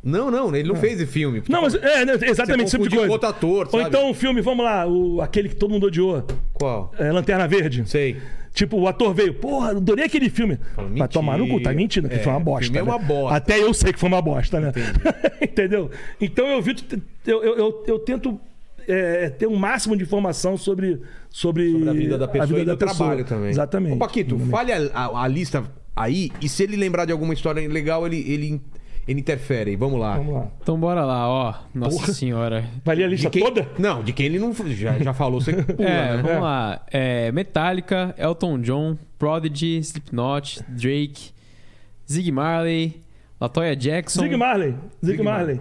Speaker 1: Não, não, ele não fez esse filme.
Speaker 3: É. Não, mas é, né, exatamente, esse tipo de
Speaker 1: confundiu
Speaker 3: coisa.
Speaker 1: com outro ator,
Speaker 3: Ou
Speaker 1: sabe?
Speaker 3: então um filme, vamos lá, o- aquele que todo mundo odiou.
Speaker 1: Qual?
Speaker 3: É, Lanterna Verde.
Speaker 1: Sei.
Speaker 3: Tipo, o ator veio, porra, adorei aquele filme.
Speaker 1: Fala,
Speaker 3: Vai tomar no cu, tá mentindo, que
Speaker 1: mentira.
Speaker 3: foi uma
Speaker 1: É,
Speaker 3: bosta.
Speaker 1: filme é uma
Speaker 3: né?
Speaker 1: bosta.
Speaker 3: Até eu sei que foi uma bosta, né? Entendeu? Então eu evito, eu, eu, eu, eu tento é, ter o máximo de informação sobre, sobre,
Speaker 1: Da vida da pessoa
Speaker 3: vida
Speaker 1: e
Speaker 3: da
Speaker 1: do
Speaker 3: pessoa.
Speaker 1: trabalho também.
Speaker 3: Exatamente.
Speaker 1: Ô, Paquito, fale a, a- a lista aí e se ele lembrar de alguma história legal, ele, ele, ele interfere. Vamos lá.
Speaker 3: Vamos lá.
Speaker 2: Então bora lá, ó. Nossa senhora.
Speaker 3: Vai ler a
Speaker 1: De
Speaker 3: lista
Speaker 1: quem-
Speaker 3: toda?
Speaker 1: Não, de quem ele não já, já falou, você pula,
Speaker 2: é,
Speaker 1: né?
Speaker 2: vamos lá. É, Metallica, Elton John, Prodigy, Slipknot, Drake, Zig Marley, Latoya Jackson.
Speaker 3: Zig Marley. Zig Marley.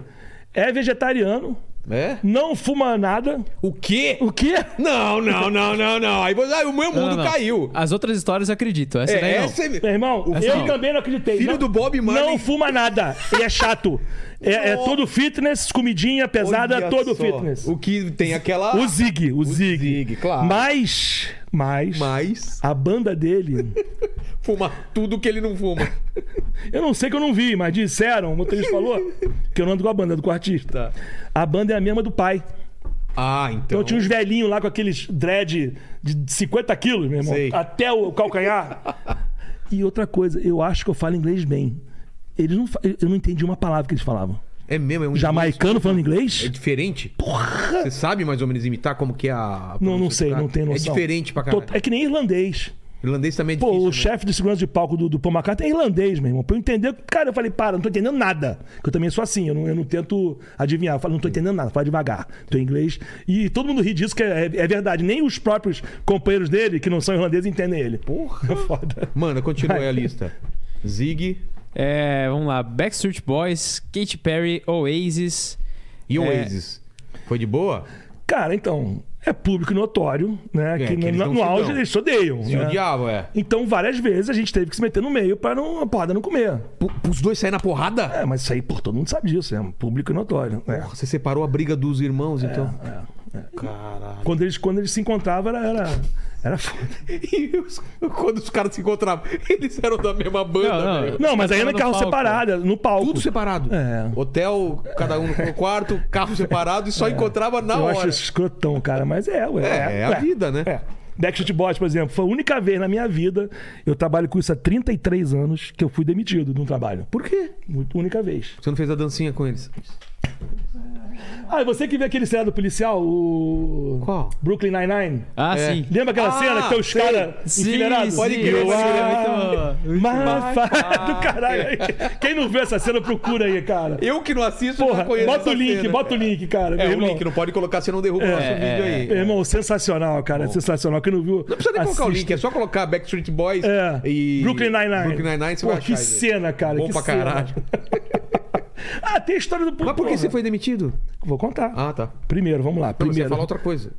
Speaker 3: É vegetariano,
Speaker 1: É?
Speaker 3: não fuma nada.
Speaker 1: O quê?
Speaker 3: O quê?
Speaker 1: Não, não, não, não, não. Aí você- aí o meu
Speaker 2: Não,
Speaker 1: mundo
Speaker 2: não, não.
Speaker 1: caiu.
Speaker 2: As outras histórias eu acredito. Essa daí não.
Speaker 1: essa é-
Speaker 3: Meu irmão, eu
Speaker 2: filho-
Speaker 3: também não acreditei.
Speaker 1: filho
Speaker 3: Não-
Speaker 1: do Bob Marley.
Speaker 3: Não fuma nada. E é chato. É, é
Speaker 1: Nossa.
Speaker 3: todo fitness, comidinha pesada,
Speaker 1: Olha só.
Speaker 3: todo fitness.
Speaker 1: O que tem aquela.
Speaker 3: O Zig, o, Zig.
Speaker 1: Zig, claro.
Speaker 3: Mas, mas,
Speaker 1: Mas
Speaker 3: a banda dele,
Speaker 1: fuma tudo que ele não fuma.
Speaker 3: eu não sei que eu não vi, mas disseram, o motorista falou, que eu não ando com a banda, ando com o artista.
Speaker 1: Tá.
Speaker 3: A banda é a mesma do pai.
Speaker 1: Ah,
Speaker 3: Então
Speaker 1: então.
Speaker 3: tinha uns velhinhos lá com aqueles dread de 50 quilos, meu irmão.
Speaker 1: Sei.
Speaker 3: Até o calcanhar. e outra coisa, eu acho que eu falo inglês bem. Eles não, fa- eu não entendi uma palavra que eles falavam.
Speaker 1: É mesmo, é um
Speaker 3: Jamaicano falando
Speaker 1: inglês. É
Speaker 3: inglês?
Speaker 1: diferente? Porra! Você sabe mais ou menos imitar como que é a. a
Speaker 3: Não, não
Speaker 1: pronúncia do
Speaker 3: sei,
Speaker 1: cara?
Speaker 3: não tenho noção.
Speaker 1: É diferente pra caralho.
Speaker 3: Tô- É que nem irlandês.
Speaker 1: Irlandês também é
Speaker 3: Pô,
Speaker 1: difícil.
Speaker 3: o
Speaker 1: né?
Speaker 3: chefe de segurança de palco do, do Paul McCartney é irlandês, meu irmão. Pra eu entender, cara, eu falei, para, não tô entendendo nada. Que eu também sou assim, eu não, eu não tento adivinhar. Eu falo, não tô entendendo nada, fala devagar. Tô em inglês. E todo mundo ri disso, que é, é verdade. Nem os próprios companheiros dele, que não são irlandeses, entendem ele.
Speaker 1: Porra!
Speaker 3: É foda.
Speaker 1: né? Mano, continua aí a lista. Zig
Speaker 2: É, vamos lá. Backstreet Boys, Katy Perry, Oasis.
Speaker 1: e
Speaker 2: É.
Speaker 1: Oasis. Foi de boa?
Speaker 3: Cara, então, é público notório, né?
Speaker 1: É, que
Speaker 3: que no,
Speaker 1: eles não
Speaker 3: no
Speaker 1: se
Speaker 3: auge
Speaker 1: dão.
Speaker 3: eles se odeiam.
Speaker 1: Se
Speaker 3: né?
Speaker 1: odiava, é.
Speaker 3: Então, várias vezes a gente teve que se meter no meio pra não, a porrada não comer.
Speaker 1: P os dois saíram na porrada?
Speaker 3: É, mas isso aí, pô, todo mundo sabe disso, é um público notório. né?
Speaker 1: Porra, você separou a briga dos irmãos,
Speaker 3: É,
Speaker 1: então.
Speaker 3: Quando, eles, quando eles se encontravam, era, era, era foda.
Speaker 1: E os- quando os caras se encontravam, eles eram da mesma banda,
Speaker 2: Não, não.
Speaker 1: velho.
Speaker 3: Não, mas aí
Speaker 2: Tava
Speaker 3: era
Speaker 2: no
Speaker 3: carro
Speaker 2: palco. né?
Speaker 3: separado, era no palco.
Speaker 1: Tudo separado.
Speaker 3: É.
Speaker 1: Hotel, cada um no quarto, carro separado e só encontrava na
Speaker 3: Eu acho
Speaker 1: hora.
Speaker 3: isso escrotão, cara, mas é, ué.
Speaker 1: É, é a
Speaker 3: ué.
Speaker 1: vida, né?
Speaker 3: É. Backstreet Boys, por exemplo, foi a única vez na minha vida, eu trabalho com isso há 33 anos, que eu fui demitido de um trabalho.
Speaker 1: Por quê?
Speaker 3: Muito, única vez.
Speaker 1: Você não fez a dancinha com eles?
Speaker 3: Ah, e você que vê aquele seriado policial, o...
Speaker 1: Qual?
Speaker 3: Brooklyn Nine-Nine.
Speaker 2: Ah,
Speaker 1: É.
Speaker 2: sim.
Speaker 3: Lembra aquela
Speaker 1: Ah,
Speaker 3: cena que tem os
Speaker 1: sei.
Speaker 3: caras
Speaker 2: Sim,
Speaker 3: enfileirados?
Speaker 2: sim,
Speaker 1: Pode crer,
Speaker 3: Eu,
Speaker 1: pode crer, Ah,
Speaker 3: ah,
Speaker 2: muito bom.
Speaker 3: mas fa- do caralho. aí. Quem não viu essa cena, procura aí, cara.
Speaker 1: Eu que não assisto,
Speaker 3: Porra,
Speaker 1: não conheço
Speaker 3: bota o
Speaker 1: essa
Speaker 3: link,
Speaker 1: cena.
Speaker 3: bota o link, cara.
Speaker 1: É,
Speaker 3: meu
Speaker 1: o
Speaker 3: irmão.
Speaker 1: link, não pode colocar, senão derruba o nosso vídeo
Speaker 2: é,
Speaker 1: aí.
Speaker 3: Meu irmão, sensacional, cara. Sensacional. Quem não viu.
Speaker 1: Não precisa nem colocar o
Speaker 3: assiste.
Speaker 1: link, é só colocar Backstreet Boys
Speaker 3: É.
Speaker 1: e.
Speaker 3: Brooklyn Nine-Nine.
Speaker 1: Brooklyn Nine-Nine, você
Speaker 3: Pô,
Speaker 1: vai achar.
Speaker 3: que
Speaker 1: aí, velho.
Speaker 3: cena, cara.
Speaker 1: Bom
Speaker 3: que
Speaker 1: pra
Speaker 3: cena.
Speaker 1: caralho.
Speaker 3: ah, tem a história do
Speaker 1: Mas por que
Speaker 3: porra.
Speaker 1: você foi demitido?
Speaker 3: Vou contar.
Speaker 1: Ah, tá.
Speaker 3: Primeiro, vamos lá.
Speaker 1: Não, você
Speaker 3: Primeiro.
Speaker 1: ia falar outra coisa.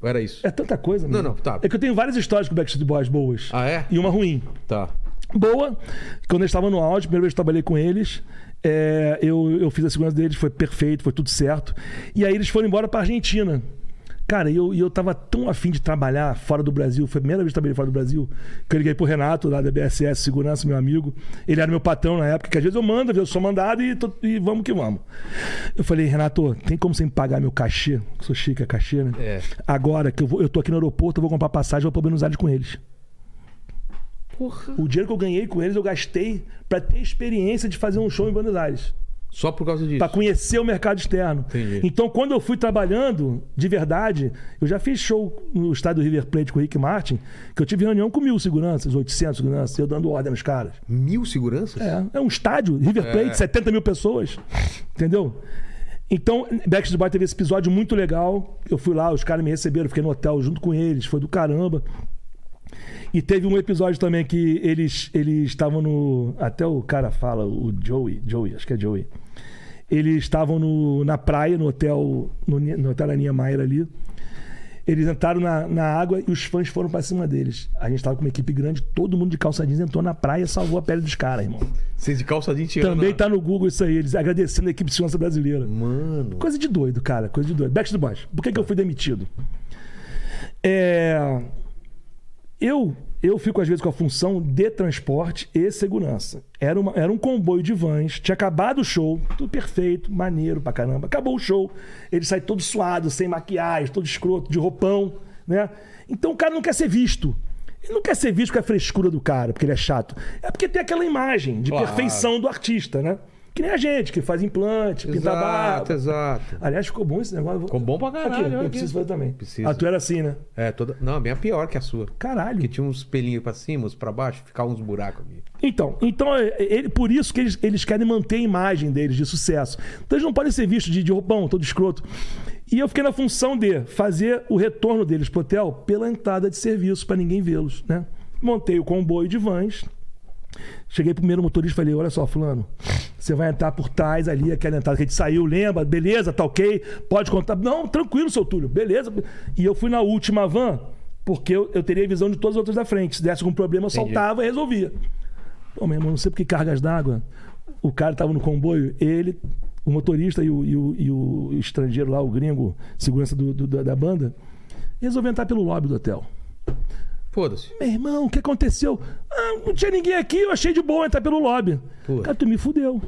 Speaker 1: Ou era isso?
Speaker 3: É tanta coisa, meu
Speaker 1: Não,
Speaker 3: irmão.
Speaker 1: não, tá.
Speaker 3: É que eu tenho várias histórias com Backstreet Boys boas.
Speaker 1: Ah, é?
Speaker 3: E uma ruim.
Speaker 1: Tá.
Speaker 3: boa. Quando eles estavam no áudio, primeira vez que eu trabalhei com eles, é, eu, eu fiz a segurança deles, foi perfeito, foi tudo certo. E aí eles foram embora pra Argentina. Cara, e eu, e eu tava tão afim de trabalhar fora do Brasil, foi a primeira vez que eu trabalhei fora do Brasil, que eu liguei pro Renato, lá da BSS Segurança, meu amigo. Ele era meu patrão na época, que às vezes eu mando, às vezes eu sou mandado e, tô- e vamos que vamos. Eu falei, Renato, tem como você me pagar meu cachê? Eu sou chique, é cachê, né?
Speaker 1: É.
Speaker 3: Agora que eu, vou, eu tô aqui no aeroporto, eu vou comprar passagem, eu vou pra Buenos Aires com eles.
Speaker 1: Porra.
Speaker 3: O dinheiro que eu ganhei com eles, eu gastei pra ter experiência de fazer um show em Buenos Aires.
Speaker 1: Só por causa disso.
Speaker 3: Pra conhecer o mercado externo.
Speaker 1: Entendi.
Speaker 3: Então, quando eu fui trabalhando, de verdade, eu já fiz show no estádio River Plate com o Rick Martin, que eu tive reunião com mil seguranças, 800 seguranças, eu dando ordem nos caras.
Speaker 1: Mil seguranças?
Speaker 3: É, é um estádio, River Plate, 70 mil pessoas. Entendeu? Então, Backstreet Boys teve esse episódio muito legal. Eu fui lá, os caras me receberam, fiquei no hotel junto com eles, foi do caramba. E teve um episódio também que eles eles estavam no. Até o cara fala, o Joey, Joey, acho que é Joey. Eles estavam no, na praia, no hotel, no, Ni- no hotel da Niemeyer ali. Eles entraram na, na água e os fãs foram pra cima deles. A gente tava com uma equipe grande, todo mundo de calça jeans entrou na praia e salvou a pele dos caras, irmão.
Speaker 1: Vocês de calça jeans tirando.
Speaker 3: Também
Speaker 1: a-
Speaker 3: tá no Google isso aí, eles agradecendo a equipe de segurança brasileira.
Speaker 1: Mano.
Speaker 3: Coisa de doido, cara. Coisa de doido. Backstreet Boys. Por que, que eu fui demitido? É, Eu, eu fico, às vezes, com a função de transporte e segurança. Era, uma- era um comboio de vans. Tinha acabado o show. Tudo perfeito, maneiro pra caramba. Acabou o show. Ele sai todo suado, sem maquiagem, todo escroto, de roupão, né? Então o cara não quer ser visto. Ele não quer ser visto com a frescura do cara, porque ele é chato. É porque tem aquela imagem de
Speaker 1: Claro.
Speaker 3: perfeição do artista, né? Que nem a gente, que faz implante, pinta a
Speaker 1: Exato,
Speaker 3: barba.
Speaker 1: exato.
Speaker 3: Aliás, ficou bom esse negócio.
Speaker 1: Ficou bom pra caralho,
Speaker 3: Aqui,
Speaker 1: olha
Speaker 3: eu
Speaker 1: aqui.
Speaker 3: preciso fazer também.
Speaker 1: Precisa.
Speaker 3: Ah, tu era assim, né?
Speaker 1: É, toda... Não, a minha é pior que a sua.
Speaker 3: Caralho.
Speaker 1: Que tinha uns pelinhos pra cima, uns pra baixo, ficava uns buracos aqui.
Speaker 3: Então, então é, é, ele, por isso que eles, eles querem manter a imagem deles de sucesso. Então eles não podem ser vistos de, de roupão, todo escroto. E eu fiquei na função de fazer o retorno deles pro hotel pela entrada de serviço, pra ninguém vê-los, né? Montei o comboio de vans. Cheguei pro primeiro motorista e falei: Olha só, Fulano, você vai entrar por trás ali, aquela entrada que a gente saiu, lembra? Beleza, tá ok? Pode contar. Não, tranquilo, seu Túlio, beleza. E eu fui na última van, porque eu, eu teria visão de todas as outras da frente. Se desse algum problema, eu saltava e resolvia. Pô, meu irmão, não sei por que cargas d'água. O cara tava no comboio, ele, o motorista e o, e o- e o estrangeiro lá, o gringo, segurança do- do- da, da banda, resolveram entrar pelo lobby do hotel.
Speaker 1: Foda-se.
Speaker 3: Meu irmão, o que aconteceu? Ah, não tinha ninguém aqui, eu achei de boa entrar pelo lobby.
Speaker 1: Pô.
Speaker 3: Cara, tu me fudeu.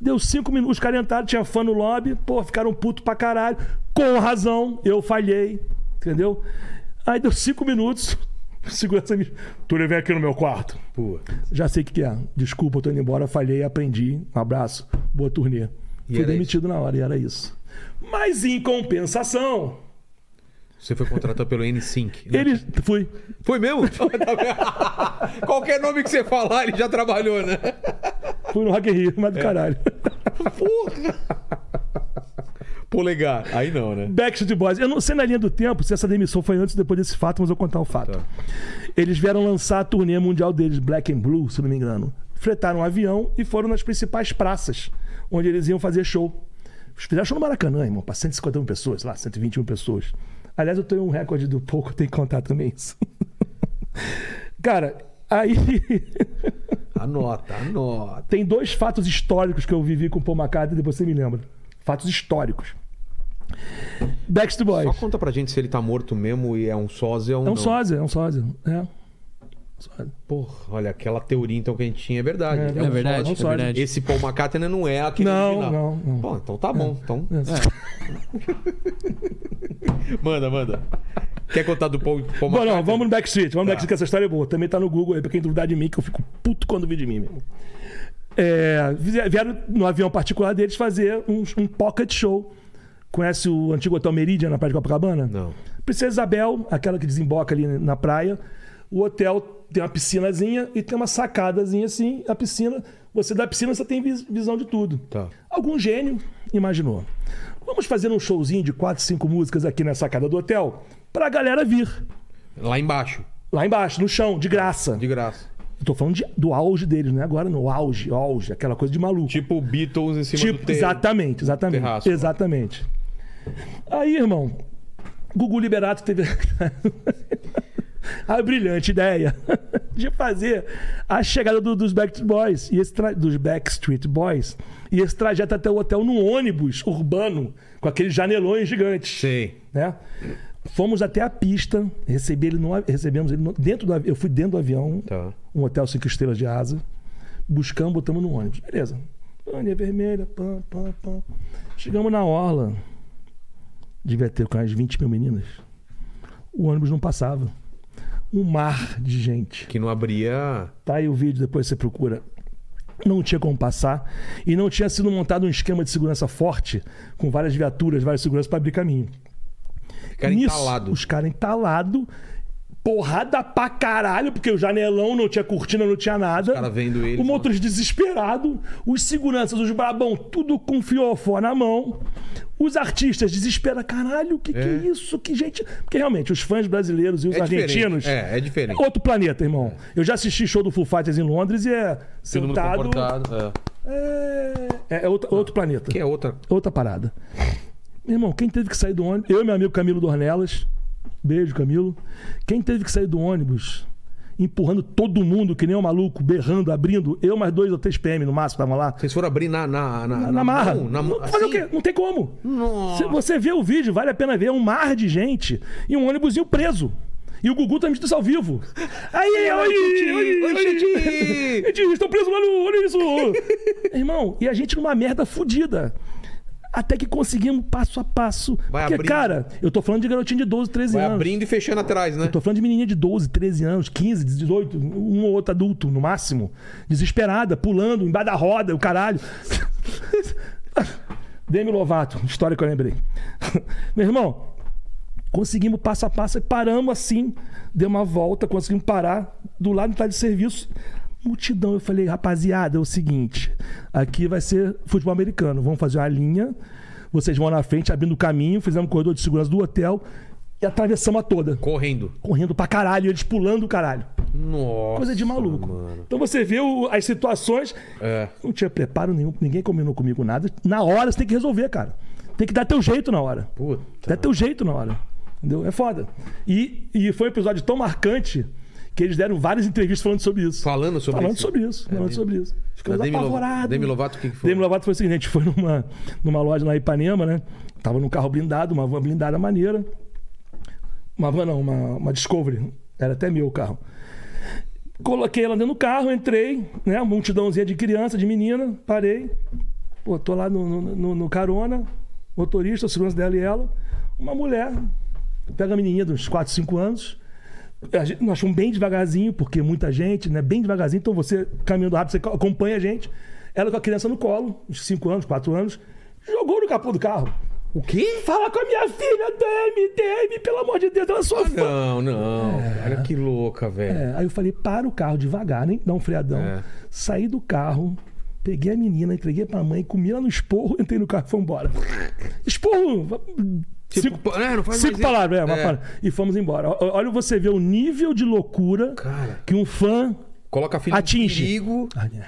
Speaker 3: Deu cinco minutos, os caras entraram, tinha fã no lobby, pô, ficaram puto pra caralho. Com razão, eu falhei, entendeu? Aí deu cinco minutos, o segurança me. Tu vem aqui no meu quarto.
Speaker 1: Pô.
Speaker 3: Já sei o que, que é. Desculpa, eu tô indo embora, falhei, aprendi. Um abraço, boa turnê.
Speaker 1: E
Speaker 3: Fui
Speaker 1: era
Speaker 3: demitido na hora, e era isso. Mas em compensação,
Speaker 1: Você foi contratado pelo N-Sync. né?
Speaker 3: eles. Fui.
Speaker 1: Foi mesmo? Qualquer nome que você falar, ele já trabalhou, né?
Speaker 3: Fui no Rock in Rio,
Speaker 1: É.
Speaker 3: mas do caralho.
Speaker 1: Polegar. Aí não, né?
Speaker 3: Backstreet Boys. Eu não sei na linha do tempo se essa demissão foi antes ou depois desse fato, mas eu vou contar o fato.
Speaker 1: Tá.
Speaker 3: Eles vieram lançar a turnê mundial deles, Black and Blue, se não me engano. Fretaram um avião e foram nas principais praças, onde eles iam fazer show. Fizeram show no Maracanã, irmão, para 150 mil um pessoas, lá, 121 pessoas. Aliás, eu tenho um recorde do pouco, eu tenho que contar também isso. Cara, aí
Speaker 1: Anota, anota.
Speaker 3: tem dois fatos históricos que eu vivi com o Paul McCartney, depois você me lembra. Fatos históricos. Backstreet Boys.
Speaker 1: Só conta pra gente se ele tá morto mesmo e é um sósia ou
Speaker 3: É um
Speaker 1: não.
Speaker 3: sósia, é um sósia. É. Sósia.
Speaker 1: Porra, olha, aquela teoria então que a gente tinha é verdade. Ele
Speaker 2: É,
Speaker 1: um
Speaker 2: verdade,
Speaker 1: sósia.
Speaker 2: é verdade.
Speaker 1: Esse Paul McCartney não é aquele
Speaker 3: Não,
Speaker 1: original.
Speaker 3: não, não.
Speaker 1: Bom, então tá bom. Então... Manda, manda. Quer contar do Paul, Paul
Speaker 3: Bom, não,
Speaker 1: McCartney?
Speaker 3: vamos no Backstreet, vamos no Backstreet, que essa história é boa. Também tá no Google aí, pra quem duvidar de mim, que eu fico puto quando vi de mim mesmo. É, vize- vieram no avião particular deles fazer um, um pocket show. Conhece o antigo Hotel Meridian na Praia de Copacabana?
Speaker 1: Não.
Speaker 3: Princesa Isabel, aquela que desemboca ali na praia. O hotel tem uma piscinazinha e tem uma sacadazinha assim. A piscina, você da piscina você tem vis- visão de tudo.
Speaker 1: Tá.
Speaker 3: Algum gênio imaginou. Vamos fazer um showzinho de quatro, cinco músicas aqui na sacada do hotel pra galera vir.
Speaker 1: Lá embaixo,
Speaker 3: Lá embaixo, no chão, de graça.
Speaker 1: de graça.
Speaker 3: Eu tô falando de- do auge deles, não é agora, no auge, auge, aquela coisa de maluco.
Speaker 1: Tipo Beatles em cima do
Speaker 3: Tipo,
Speaker 1: te-
Speaker 3: exatamente, exatamente.
Speaker 1: terraço, né? lá.
Speaker 3: exatamente. Aí, irmão, Gugu Liberato teve a brilhante ideia de fazer a chegada do- dos Backstreet Boys e esse tra- dos Backstreet Boys e esse trajeto até o hotel num ônibus urbano com aqueles janelões gigantes
Speaker 1: Sei.
Speaker 3: né? Fomos até a pista, recebi ele no, avi- recebemos ele no- dentro do avi- Eu fui dentro do avião,
Speaker 1: Tá.
Speaker 3: um hotel cinco estrelas de asa. Buscamos, botamos no ônibus. Beleza. Linha vermelha, pam, pam, pam. Chegamos na orla. Devia ter com as 20 mil meninas. O ônibus não passava. Um mar de gente.
Speaker 1: Que não abria.
Speaker 3: Tá aí o vídeo, depois você procura. Não tinha como passar. E não tinha sido montado um esquema de segurança forte, com várias viaturas, várias seguranças para abrir caminho.
Speaker 1: Ficar
Speaker 3: Nisso,
Speaker 1: entalado.
Speaker 3: Os caras entalados. Porrada pra caralho, porque o janelão não tinha cortina, não tinha nada. Os
Speaker 1: cara vendo eles,
Speaker 3: O motorista desesperado. Os seguranças, os brabão, tudo com fiofó na mão. Os artistas desesperados. Caralho, o que, que é isso? Que gente. Porque realmente, os fãs brasileiros e os
Speaker 1: É diferente.
Speaker 3: argentinos.
Speaker 1: É, é diferente. É.
Speaker 3: Outro planeta, irmão. Eu já assisti show do Full Fighters em Londres e é
Speaker 1: Todo mundo
Speaker 3: sentado.
Speaker 1: comportado. É.
Speaker 3: É, é outro, outro planeta
Speaker 1: Que é outra.
Speaker 3: outra parada. Meu irmão, quem teve que sair do ônibus? Eu e meu amigo Camilo Dornelas. Beijo, Camilo. Quem teve que sair do ônibus empurrando todo mundo, que nem um maluco, berrando, abrindo. Eu mais dois ou três PM no máximo estavam lá.
Speaker 1: Vocês foram abrir na. Na, na,
Speaker 3: Na marra.
Speaker 1: mão, na,
Speaker 3: Não- Fazer o quê? Não tem como.
Speaker 1: Nossa.
Speaker 3: Se você vê o vídeo, vale a pena ver. É um mar de gente e um ônibusinho preso. E o Gugu tá me disse isso ao vivo. Aí, aí, aí,
Speaker 1: Oi,
Speaker 3: aí,
Speaker 1: Titi!
Speaker 3: gente, estão presos lá no. Olha isso! Irmão, e a gente numa merda fodida. Até que conseguimos passo a passo.
Speaker 1: Vai
Speaker 3: Porque,
Speaker 1: abrindo.
Speaker 3: cara, eu tô falando de garotinho de 12, 13
Speaker 1: Vai
Speaker 3: anos.
Speaker 1: abrindo e fechando atrás, né?
Speaker 3: Tô falando de menininha de 12, 13 anos, 15, 18, um ou outro adulto no máximo. Desesperada, pulando, embaixo da roda, o caralho. Demi Lovato, história que eu lembrei. Meu irmão, conseguimos passo a passo e paramos assim, deu uma volta, conseguimos parar do lado do de serviço. Multidão, eu falei, rapaziada, é o seguinte: aqui vai ser futebol americano, vamos fazer uma linha, vocês vão na frente, abrindo o caminho, fizemos o corredor de segurança do hotel e atravessamos a toda
Speaker 1: Correndo.
Speaker 3: correndo pra caralho, eles pulando o caralho.
Speaker 1: Nossa.
Speaker 3: Coisa de maluco.
Speaker 1: mano.
Speaker 3: Então você vê o- as situações.
Speaker 1: É.
Speaker 3: Não tinha preparo nenhum, ninguém combinou comigo nada. Na hora você tem que resolver, cara. Tem que dar teu jeito na hora.
Speaker 1: Puta.
Speaker 3: Dá teu jeito na hora. Entendeu? É foda. E, e foi um episódio tão marcante que eles deram várias entrevistas falando sobre isso.
Speaker 1: Falando sobre
Speaker 3: Falando
Speaker 1: isso. É
Speaker 3: sobre isso, falando sobre isso. Ficamos
Speaker 1: Da Demi Lo-
Speaker 3: apavorados.
Speaker 1: Demi Lovato, o que que foi?
Speaker 3: Demi Lovato foi o seguinte, a gente foi numa, numa loja na Ipanema, né? Tava num carro blindado, uma van blindada maneira. Uma van não, uma, uma Discovery. Era até meu o carro. Coloquei ela dentro do carro, entrei, né? Uma multidãozinha de criança, de menina, parei. Pô, tô lá no, no, no- no carona, motorista, segurança dela e ela. Uma mulher, pega a menininha de uns 4, 5 anos. A gente- nós fomos bem devagarzinho, porque muita gente, né? Bem devagarzinho, então você caminhando rápido, você acompanha a gente. Ela com a criança no colo, uns 5 anos, 4 anos. Jogou no capô do carro.
Speaker 1: O quê?
Speaker 3: Fala com a minha filha, DM, DM, pelo amor de Deus, ela é sua fã.
Speaker 1: Ah, Não, não. Cara, que louca, velho.
Speaker 3: É, aí eu falei, para o carro devagar, nem dá um freadão.
Speaker 1: É.
Speaker 3: Saí do carro, peguei a menina, entreguei pra mãe, comi ela no esporro, entrei no carro e fomos embora. Esporro!
Speaker 1: Tipo,
Speaker 3: cinco
Speaker 1: é, não faz mais
Speaker 3: cinco
Speaker 1: isso.
Speaker 3: palavras, é, uma
Speaker 1: É.
Speaker 3: palavra. E fomos embora. O- Olha você ver o nível de loucura
Speaker 1: Cara.
Speaker 3: que um fã.
Speaker 1: Coloca a filha em
Speaker 3: Atinge.
Speaker 1: perigo.
Speaker 3: Ah, é.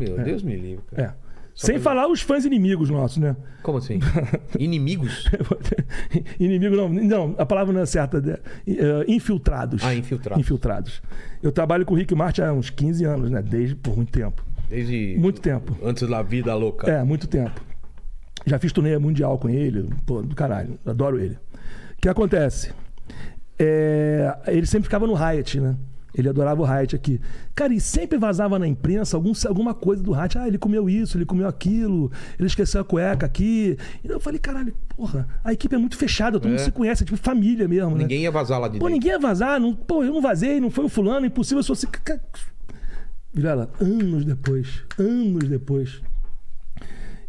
Speaker 1: Meu Deus me livre, cara.
Speaker 3: É. Sem falar os fãs inimigos nossos, né?
Speaker 1: Como assim? Inimigos?
Speaker 3: Inimigo não, não, a palavra não é certa. né? Eh, infiltrados.
Speaker 1: Ah, infiltrados.
Speaker 3: Infiltrados. Eu trabalho com o Rick Martin há uns 15 anos, né? Desde por muito tempo.
Speaker 1: Desde.
Speaker 3: Muito tempo.
Speaker 1: Antes da vida louca.
Speaker 3: É, muito tempo. Já fiz turnê mundial com ele, pô, do caralho, adoro ele. O que acontece? É, ele sempre ficava no Riot, né? Ele adorava o Riot aqui. Cara, e sempre vazava na imprensa algum, alguma coisa do Riot. Ah, ele comeu isso, ele comeu aquilo, ele esqueceu a cueca aqui. E eu falei, caralho, porra, a equipe é muito fechada, todo mundo se conhece, é tipo família mesmo, né?
Speaker 1: Ninguém ia vazar lá de
Speaker 3: Pô,
Speaker 1: dentro.
Speaker 3: ninguém ia vazar. Não, pô, eu não vazei, não foi o fulano, impossível, eu sou assim. ca- Vilela, anos depois, anos depois,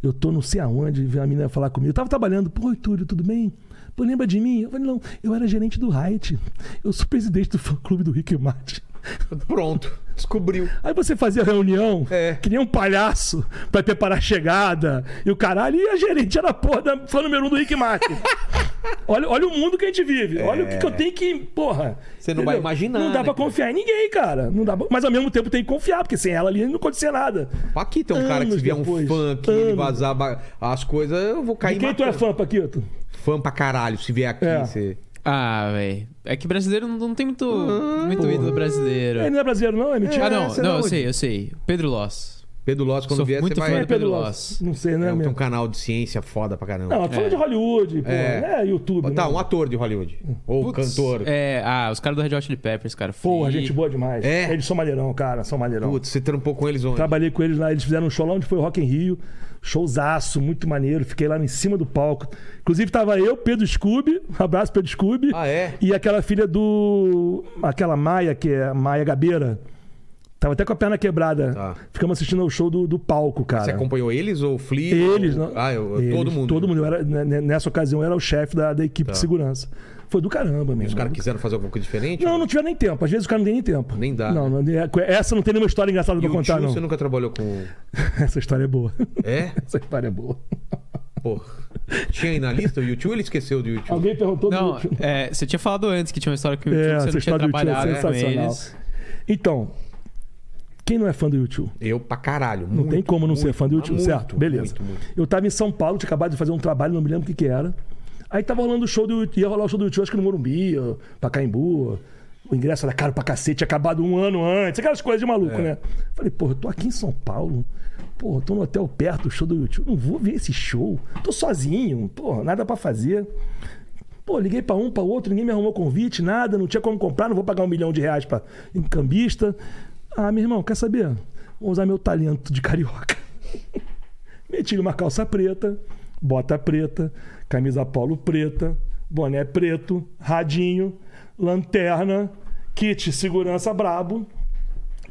Speaker 3: eu tô não sei aonde, veio a menina falar comigo. Eu tava trabalhando, pô, oi, Túlio, tudo bem? Pô, lembra de mim? Eu falei, não, eu era gerente do Riot. Eu sou presidente do fã clube do Rick Martin.
Speaker 1: Pronto. Descobriu.
Speaker 3: Aí você fazia reunião,
Speaker 1: É.
Speaker 3: que nem um palhaço, pra preparar a chegada e o caralho, e a gerente era a porra da fã número um do Rick Martin. olha, olha o mundo que a gente vive, olha o que, que eu tenho que. Porra.
Speaker 1: É. Você não vai imaginar,
Speaker 3: Não dá
Speaker 1: né,
Speaker 3: pra
Speaker 1: cara?
Speaker 3: confiar em ninguém, cara. Não dá pra- Mas ao mesmo tempo tem que confiar, porque sem ela ali não acontecia nada.
Speaker 1: Paquito é um cara que se
Speaker 3: Anos
Speaker 1: vier um
Speaker 3: depois.
Speaker 1: fã que ele
Speaker 3: Anos.
Speaker 1: vazar ba- as coisas, eu vou cair
Speaker 3: E quem tu é
Speaker 1: matando.
Speaker 3: fã, Paquito?
Speaker 1: Fã pra caralho, se vier aqui,
Speaker 3: É.
Speaker 1: você...
Speaker 2: Ah, velho. É que brasileiro não, não tem muito,
Speaker 1: Ah,
Speaker 2: muito
Speaker 3: porra.
Speaker 2: ídolo brasileiro.
Speaker 3: Ele não é brasileiro, não? É mentira.
Speaker 2: ah, não,
Speaker 1: sei
Speaker 2: não,
Speaker 1: lá
Speaker 2: eu
Speaker 1: onde.
Speaker 2: sei, eu sei. Pedro Loss.
Speaker 1: Pedro Loss, quando
Speaker 2: Sou
Speaker 1: vier,
Speaker 2: muito
Speaker 1: você
Speaker 2: fã
Speaker 1: vai...
Speaker 2: do
Speaker 3: É Pedro
Speaker 2: Pedro
Speaker 3: Loss.
Speaker 2: Loss.
Speaker 3: Não sei,
Speaker 1: É,
Speaker 3: né?
Speaker 1: tem um
Speaker 3: mesmo?
Speaker 1: canal de ciência foda pra caramba.
Speaker 3: Não, fala de Hollywood, pô.
Speaker 1: É.
Speaker 3: É, YouTube.
Speaker 1: tá,
Speaker 3: né?
Speaker 1: um ator de Hollywood. Ou
Speaker 2: Putz,
Speaker 1: cantor.
Speaker 2: É, ah, os caras do Red Hot Chili Peppers, cara.
Speaker 3: Porra,
Speaker 2: Flea.
Speaker 3: gente boa demais.
Speaker 1: É.
Speaker 3: Eles são maneirão, cara, são maneirão.
Speaker 1: Putz, você trampou com eles ontem.
Speaker 3: Trabalhei com eles lá, eles fizeram um show lá onde foi o Rock in Rio. Showzaço, muito maneiro. Fiquei lá em cima do palco. Inclusive tava eu, Pedro Scooby, um abraço Pedro Scooby.
Speaker 1: Ah, é?
Speaker 3: E aquela filha do. aquela Maia, que é a Maia Gabeira. Tava até com a perna quebrada.
Speaker 1: Tá.
Speaker 3: Ficamos assistindo ao show do, do palco, cara.
Speaker 1: Você acompanhou eles ou o Flea?
Speaker 3: Eles,
Speaker 1: ou...
Speaker 3: não.
Speaker 1: Ah, eu,
Speaker 3: Eles,
Speaker 1: todo mundo. Tá.
Speaker 3: Todo mundo. Eu era, né, né, nessa ocasião eu era o chefe da, da equipe de segurança. Foi do caramba mesmo.
Speaker 1: Os caras quiseram fazer alguma coisa diferente?
Speaker 3: Não, não tiver nem tempo. Às vezes o cara não tem nem tempo.
Speaker 1: Nem dá, né?
Speaker 3: Não, não, é, essa não tem nenhuma história engraçada
Speaker 1: E
Speaker 3: pra
Speaker 1: o
Speaker 3: contar,
Speaker 1: Tio,
Speaker 3: não.
Speaker 1: você nunca trabalhou com...
Speaker 3: Essa história é boa.
Speaker 1: É?
Speaker 3: Essa história é boa.
Speaker 1: Pô, tinha aí na lista o YouTube ele esqueceu do YouTube?
Speaker 3: Alguém perguntou do
Speaker 2: Não,
Speaker 3: YouTube.
Speaker 2: é, você tinha falado antes que tinha uma história que o
Speaker 3: É,
Speaker 2: YouTube você
Speaker 3: essa
Speaker 2: não tinha
Speaker 3: história do YouTube é
Speaker 2: trabalhado com
Speaker 3: sensacional.
Speaker 2: eles.
Speaker 3: Então, quem não é fã do YouTube?
Speaker 1: Eu pra caralho.
Speaker 3: Não tem como não ser fã do YouTube, certo? Beleza.
Speaker 1: Muito, muito.
Speaker 3: Eu tava em São Paulo, tinha acabado de fazer um trabalho, não me lembro o que que era. Aí tava rolando o show do YouTube, ia rolar o show do YouTube, acho que no Morumbi, ou Pacaembu. O ingresso era caro pra cacete, tinha acabado um ano antes, aquelas coisas de maluco,
Speaker 1: É.
Speaker 3: né? Falei, porra, eu tô aqui em São Paulo, porra, eu tô no hotel perto, do show do YouTube, não vou ver esse show, tô sozinho, porra, nada pra fazer. Pô, liguei pra um, pra outro, ninguém me arrumou convite, nada, não tinha como comprar, não vou pagar um milhão de reais pra em cambista. Ah, meu irmão, quer saber? Vou usar meu talento de carioca. Meti uma calça preta, bota preta, camisa polo preta, boné preto, radinho, lanterna, kit segurança brabo.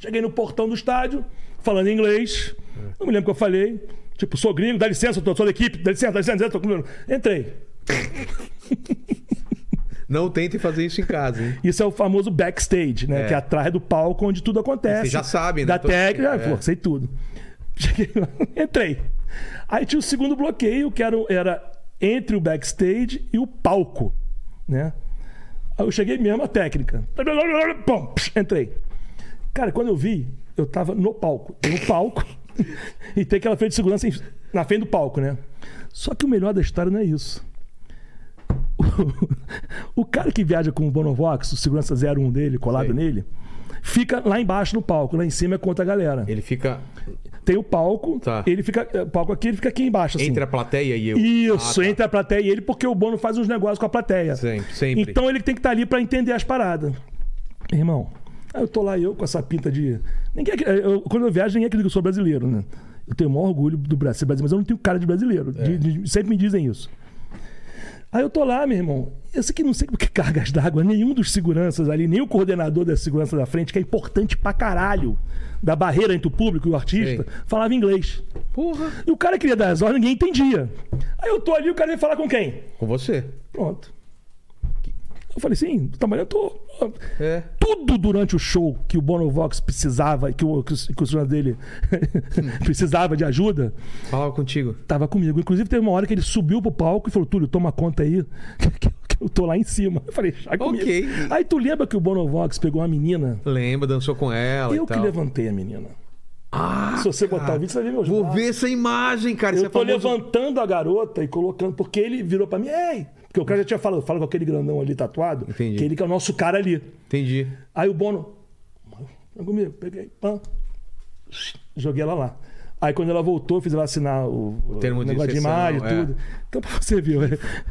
Speaker 3: Cheguei no portão do estádio, falando inglês. Não me lembro o que eu falei. Tipo, sou gringo, dá licença, eu tô, sou da equipe, dá licença, dá licença, dá licença, tô com... Entrei.
Speaker 1: Não tentem fazer isso em casa, hein?
Speaker 3: Isso é o famoso backstage, né?
Speaker 1: É.
Speaker 3: Que é atrás do palco onde tudo acontece.
Speaker 1: Você já sabe, né?
Speaker 3: Da
Speaker 1: Tô-
Speaker 3: técnica,
Speaker 1: é.
Speaker 3: pô, sei tudo. Cheguei lá, entrei. Aí tinha o segundo bloqueio, que era, era entre o backstage e o palco, né? Aí eu cheguei mesmo à técnica. Pum, psh, Entrei. Cara, quando eu vi, eu tava no palco. Tem um palco e tem aquela frente de segurança em- na frente do palco, né? Só que o melhor da história não é isso. O, cara que viaja com o Bonovox, o segurança 01 dele, colado
Speaker 1: Sei.
Speaker 3: nele, fica lá embaixo no palco, lá em cima é contra a galera.
Speaker 1: Ele fica
Speaker 3: Tem o palco,
Speaker 1: Tá.
Speaker 3: ele fica. é, o palco aqui, ele fica aqui embaixo, assim.
Speaker 1: entre a plateia e eu.
Speaker 3: Isso,
Speaker 1: Ah, tá.
Speaker 3: entre a plateia e ele, porque o Bono faz uns negócios com a plateia.
Speaker 1: Sempre, sempre.
Speaker 3: Então ele tem que estar ali pra entender as paradas. Irmão, aí eu tô lá eu com essa pinta de. Ninguém, acri- eu- quando eu viajo, ninguém acredita que eu sou brasileiro, né? Eu tenho o maior orgulho do Brasil, ser brasileiro, mas eu não tenho cara de brasileiro. De- de- sempre me dizem isso. Aí eu tô lá, meu irmão. Eu sei que não sei por que cargas d'água, nenhum dos seguranças ali, nem o coordenador da segurança da frente, que é importante pra caralho, da barreira entre o público e o artista,
Speaker 1: Sei.
Speaker 3: falava inglês.
Speaker 1: Porra.
Speaker 3: E o cara queria dar as ordens, ninguém entendia. Aí eu tô ali, o cara veio falar com quem?
Speaker 1: Com você.
Speaker 3: Pronto. Eu falei, sim, do tamanho eu tô.
Speaker 1: É.
Speaker 3: Tudo durante o show que o Bonovox precisava, que o, que o, que o senhor dele precisava de ajuda,
Speaker 1: Falava contigo.
Speaker 3: tava comigo. Inclusive, teve uma hora que ele subiu pro palco e falou: Túlio, toma conta aí, que, que eu tô lá em cima. Eu falei, já comigo.
Speaker 1: Ok.
Speaker 3: Aí tu lembra que o Bonovox pegou uma menina?
Speaker 1: Lembra, dançou com ela
Speaker 3: eu
Speaker 1: e
Speaker 3: que
Speaker 1: tal.
Speaker 3: levantei a menina. Ah, Se você botar o vídeo, você vai ver meus
Speaker 1: Vou
Speaker 3: braços.
Speaker 1: ver essa imagem, cara. Isso
Speaker 3: Eu
Speaker 1: é
Speaker 3: tô
Speaker 1: famoso.
Speaker 3: levantando a garota e colocando, porque ele virou pra mim, ei! Porque o cara já tinha falado, fala com aquele grandão ali tatuado,
Speaker 1: Entendi.
Speaker 3: que ele que é o nosso cara ali.
Speaker 1: Entendi.
Speaker 3: Aí o Bono. Vem comigo, peguei, pã, joguei ela lá. Aí quando ela voltou, eu fiz ela assinar o,
Speaker 1: termo de
Speaker 3: negócio de
Speaker 1: sessão,
Speaker 3: imagem
Speaker 1: é.
Speaker 3: tudo. Então pra você viu, é.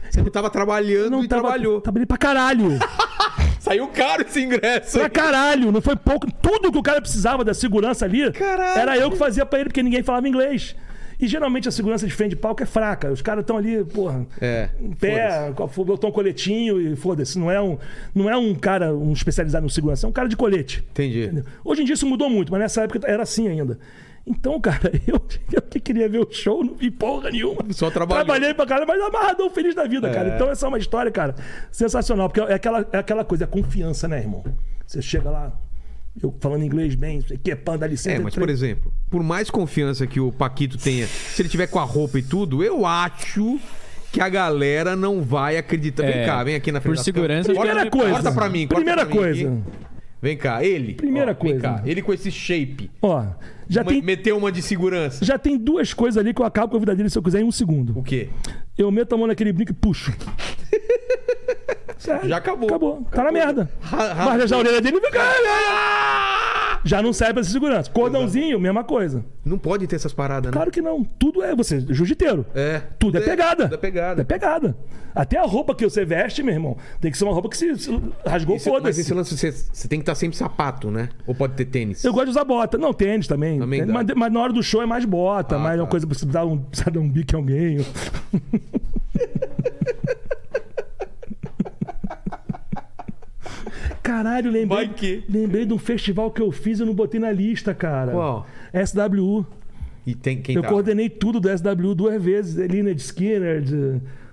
Speaker 1: Você não tava trabalhando e
Speaker 3: tava-
Speaker 1: trabalhou.
Speaker 3: Trabalhei pra caralho.
Speaker 1: Saiu caro esse ingresso.
Speaker 3: pra caralho. Não foi pouco. Tudo que o cara precisava da segurança ali
Speaker 1: Caralho.
Speaker 3: era eu que fazia pra ele, porque ninguém falava inglês. E geralmente a segurança de frente de palco é fraca. Os caras estão ali, porra.
Speaker 1: É.
Speaker 3: Em pé, com a- botou um coletinho e foda-se. Não, é um, não é um cara um especializado em segurança, é um cara de colete.
Speaker 1: Entendi.
Speaker 3: Entendeu? Hoje em dia isso mudou muito, mas nessa época era assim ainda. Então, cara, eu, eu que queria ver o show, não vi porra nenhuma.
Speaker 1: Só trabalhou.
Speaker 3: Trabalhei pra caralho, mas amarradão, feliz da vida, cara. Então essa é uma história, cara, sensacional. Porque é aquela, é aquela coisa, é confiança, né, irmão? Você chega lá, eu falando inglês bem, isso aqui é panda, dá licença.
Speaker 1: É, mas por exemplo, por mais confiança que o Paquito tenha, se ele tiver com a roupa e tudo, eu acho que a galera não vai acreditar. Vem
Speaker 2: É.
Speaker 1: cá, vem aqui na frente.
Speaker 2: Por
Speaker 1: da
Speaker 2: segurança,
Speaker 1: câmera.
Speaker 3: Primeira
Speaker 1: Corta-
Speaker 3: coisa.
Speaker 1: Corta pra mim, corta
Speaker 3: Primeira
Speaker 1: pra mim
Speaker 3: coisa.
Speaker 1: aqui. Vem cá, ele.
Speaker 3: Primeira
Speaker 1: vem
Speaker 3: coisa.
Speaker 1: cá, ele com esse shape.
Speaker 3: Ó, já
Speaker 1: Uma-
Speaker 3: tem,
Speaker 1: Meteu uma de segurança.
Speaker 3: já tem duas coisas ali que eu acabo com a vida dele se eu quiser em um segundo.
Speaker 1: O quê?
Speaker 3: Eu meto a mão naquele brinco e puxo. Sério.
Speaker 1: Já acabou.
Speaker 3: Acabou. Tá na merda.
Speaker 1: Ra- Ah! ra-
Speaker 3: Mas na orelha dele fica. Já não serve pra ser segurança. Cordãozinho, mesma coisa.
Speaker 1: Não pode ter essas paradas, né?
Speaker 3: Claro que não. Tudo é você, jiu-jiteiro.
Speaker 1: É.
Speaker 3: Tudo é, pegada.
Speaker 1: Tudo é pegada.
Speaker 3: É pegada. Até a roupa que você veste, meu irmão, tem que ser uma roupa que se, se rasgou,
Speaker 1: Esse- mas esse
Speaker 3: foda-se.
Speaker 1: lance, você, você tem que estar sempre sapato, né? Ou pode ter tênis?
Speaker 3: Eu gosto de usar bota. Não, tênis também.
Speaker 1: Também
Speaker 3: Tênis,
Speaker 1: dá.
Speaker 3: mas, mas na hora do show é mais bota,
Speaker 1: Ah,
Speaker 3: mais uma
Speaker 1: tá.
Speaker 3: coisa pra você dar um, precisa dar um bico em alguém. Caralho, lembrei,
Speaker 1: Vai que.
Speaker 3: lembrei de um festival que eu fiz e eu não botei na lista, cara.
Speaker 1: Qual?
Speaker 3: SWU.
Speaker 1: E tem quem
Speaker 3: Eu
Speaker 1: tá?
Speaker 3: coordenei tudo do SW duas vezes, Elina de Skinner, de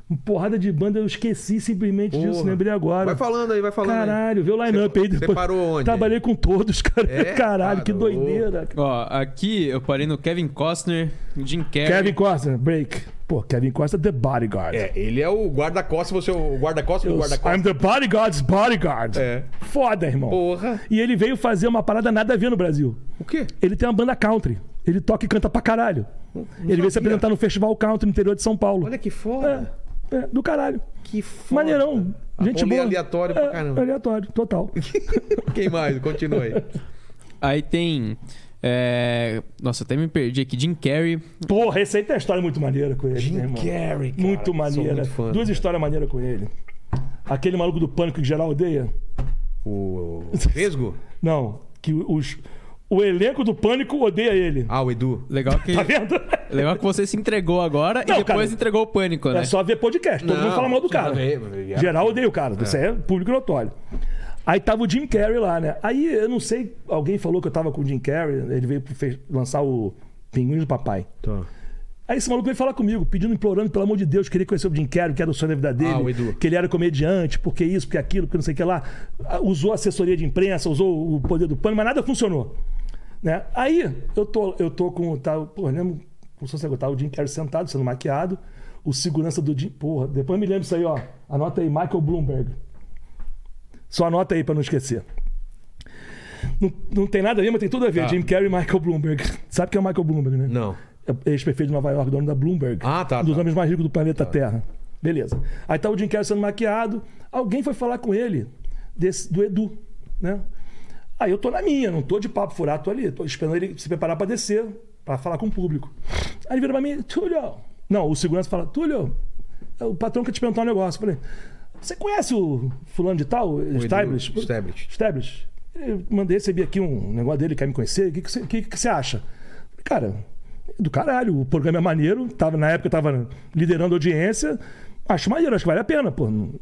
Speaker 3: uma porrada de banda, eu esqueci simplesmente disso,
Speaker 1: Porra.
Speaker 3: lembrei agora.
Speaker 1: Vai falando aí, vai falando aí.
Speaker 3: Caralho, vê o line-up
Speaker 1: Você-
Speaker 3: aí
Speaker 1: você
Speaker 3: depois.
Speaker 1: parou onde?
Speaker 3: Trabalhei com todos, cara.
Speaker 1: É?
Speaker 3: Caralho, que
Speaker 1: Parou.
Speaker 3: doideira.
Speaker 2: Ó, aqui eu parei no Kevin Costner, Jim Carrey.
Speaker 3: Kevin Costner, break. Pô, Kevin Costner, The Bodyguard.
Speaker 1: É, ele é o guarda-costas, você é o guarda-costas do
Speaker 3: Eu-
Speaker 1: guarda-costas.
Speaker 3: I'm the bodyguard's bodyguard.
Speaker 1: É.
Speaker 3: Foda, irmão.
Speaker 1: Porra.
Speaker 3: E ele veio fazer uma parada nada a ver no Brasil.
Speaker 1: O quê?
Speaker 3: Ele tem uma banda country. Ele toca e canta pra caralho. ele veio se
Speaker 1: sabia.
Speaker 3: apresentar no Festival Country no interior de São Paulo.
Speaker 1: Olha que foda.
Speaker 3: É, é, do caralho.
Speaker 1: Que foda.
Speaker 3: Maneirão. Gente
Speaker 1: Rolê
Speaker 3: boa.
Speaker 1: é
Speaker 3: É,
Speaker 1: aleatório pra caramba.
Speaker 3: Aleatório, total.
Speaker 1: Quem mais? Continua aí.
Speaker 2: Aí tem. é, Nossa, até me perdi aqui. Jim Carrey.
Speaker 3: Porra, esse aí tem uma é história muito maneira com ele. né, irmão?
Speaker 1: Carrey, cara.
Speaker 3: Muito
Speaker 1: Sou
Speaker 3: maneira.
Speaker 1: muito fã. né?
Speaker 3: Duas histórias maneiras com ele. Aquele maluco do pânico que geral odeia.
Speaker 1: O o Vesgo?
Speaker 3: Não, que os, o elenco do pânico odeia ele.
Speaker 1: Ah, Né? o Edu.
Speaker 2: Legal que.
Speaker 3: Tá vendo?
Speaker 2: Legal que você se entregou agora e
Speaker 3: Não,
Speaker 2: depois
Speaker 3: cara.
Speaker 2: entregou o pânico, né?
Speaker 3: É só ver podcast. Todo
Speaker 1: Não,
Speaker 3: mundo fala mal do
Speaker 1: precisa
Speaker 3: cara.
Speaker 1: ver, é.
Speaker 3: Geral odeia o cara. Isso é público notório. Aí tava o Jim Carrey lá, né? Aí eu não sei, alguém falou que eu tava com o Jim Carrey, ele veio pro fe- lançar o Pinguim do Papai.
Speaker 1: Tá.
Speaker 3: Aí esse maluco veio falar comigo, pedindo, implorando, pelo amor de Deus, queria conhecer o Jim Carrey, que era o sonho da vida dele,
Speaker 1: Ah, o Edu.
Speaker 3: que ele era comediante, porque isso, porque aquilo, porque não sei o que lá. Ah, Usou assessoria de imprensa, usou o poder do pano, mas nada funcionou. Né? Aí eu tô, eu tô com o tal, pô, eu lembro, como se fosse tá, o Jim Carrey sentado, sendo maquiado, o segurança do Jim, porra, depois me lembro isso aí, ó, anota aí, Michael Bloomberg. Só anota aí pra não esquecer. Não, não tem nada a ver, mas tem tudo a ver. Jim Carrey e Michael Bloomberg. Sabe quem é o Michael Bloomberg, né?
Speaker 1: Tá. Não.
Speaker 3: É ex-prefeito de Nova York, dono da Bloomberg.
Speaker 1: Ah, tá,
Speaker 3: Um dos
Speaker 1: tá.
Speaker 3: homens mais ricos do planeta Terra. Beleza. Aí tá o Jim Carrey sendo maquiado. Alguém foi falar com ele desse- do Edu, né? Aí eu tô na minha, não tô de papo furado, tô ali. Tô esperando ele se preparar pra descer, pra falar com o público. Aí ele vira pra mim, Túlio... Não, o segurança fala, Túlio, o patrão quer te perguntar um negócio. Eu falei, você conhece o fulano de tal, Stablish?
Speaker 1: Stablish.
Speaker 3: Stablish, eu mandei receber aqui um negócio dele, quer me conhecer, o que, que, você, o que que você acha? Cara, do caralho, o programa é maneiro, tava, na época eu tava liderando a audiência, Acho maneiro, acho que vale a pena, pô. Não-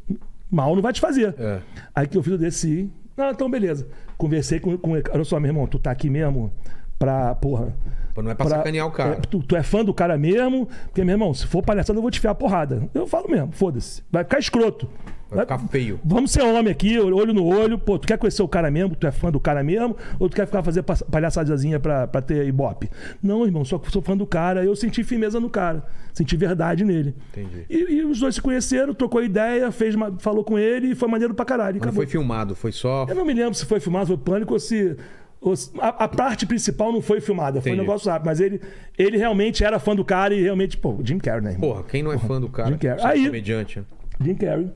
Speaker 3: Mal não vai te fazer.
Speaker 1: É.
Speaker 3: Aí que eu fiz, eu desci. Ah, então beleza. Conversei com, com ele. Olha só, meu irmão, tu tá aqui mesmo pra, porra.
Speaker 1: Pô, não é pra sacanear o cara.
Speaker 3: é, tu, tu é fã do cara mesmo, porque, meu irmão, se for palhaçada, eu vou te enfiar a porrada. Eu falo mesmo, foda-se. Vai ficar escroto.
Speaker 1: Vai ficar feio.
Speaker 3: Vamos ser homem aqui, olho no olho. Pô, tu quer conhecer o cara mesmo? Tu é fã do cara mesmo? Ou tu quer ficar fazer pa- palhaçadazinha pra, pra ter ibope? Não, irmão, só que sou fã do cara. Eu senti firmeza no cara. Senti verdade nele.
Speaker 1: Entendi.
Speaker 3: E, e os dois se conheceram, trocou ideia, fez, uma- falou com ele e foi maneiro pra
Speaker 1: Mas
Speaker 3: caralho.
Speaker 1: não
Speaker 3: acabou.
Speaker 1: foi filmado, foi só.
Speaker 3: Eu não me lembro se foi filmado, se foi pânico ou se. ou se- a, a parte principal não foi filmada, foi
Speaker 1: Entendi.
Speaker 3: um negócio rápido. Mas ele, ele realmente era fã do cara e realmente, pô, Jim Carrey, né? irmão?
Speaker 1: Porra, quem não é fã do cara?
Speaker 3: Jim Carrey.
Speaker 1: Só
Speaker 3: Aí-
Speaker 1: Comediante. né?
Speaker 3: Jim Carrey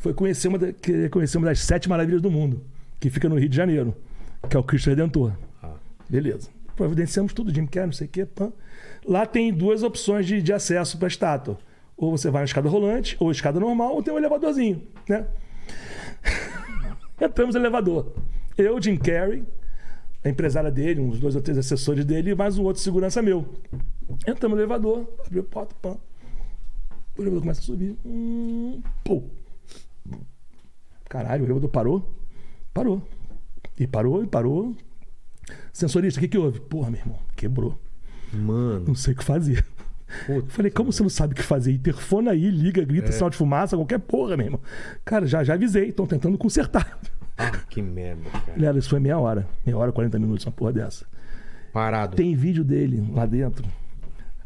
Speaker 3: foi conhecer uma, da- querer conhecer uma das sete maravilhas do mundo, que fica no Rio de Janeiro, que é o Cristo Redentor. Beleza. Providenciamos tudo, Jim Carrey, não sei o quê. Pã. Lá tem duas opções de, de acesso para a estátua. Ou você vai na escada rolante, ou escada normal, ou tem um elevadorzinho, né? Entramos no elevador. Eu, Jim Carrey, a empresária dele, uns dois ou três assessores dele, e mais um outro segurança meu. Entramos no elevador, abriu a porta, pã. O elevador começa a subir. Hum, pô. Caralho, o elevador parou? Parou. E parou, e parou. Sensorista, o que, que houve? Porra, meu irmão, quebrou.
Speaker 1: Mano.
Speaker 3: Não sei o que fazer.
Speaker 1: Puta.
Speaker 3: Falei, como você não sabe o que fazer? Interfona aí, liga, grita, sinal de fumaça, qualquer porra, meu irmão. Cara, já, já avisei, estão tentando consertar.
Speaker 1: Ah, que merda, cara.
Speaker 3: Galera, isso foi meia hora. Meia hora, 40 minutos, uma porra dessa.
Speaker 1: Parado.
Speaker 3: Tem vídeo dele lá dentro.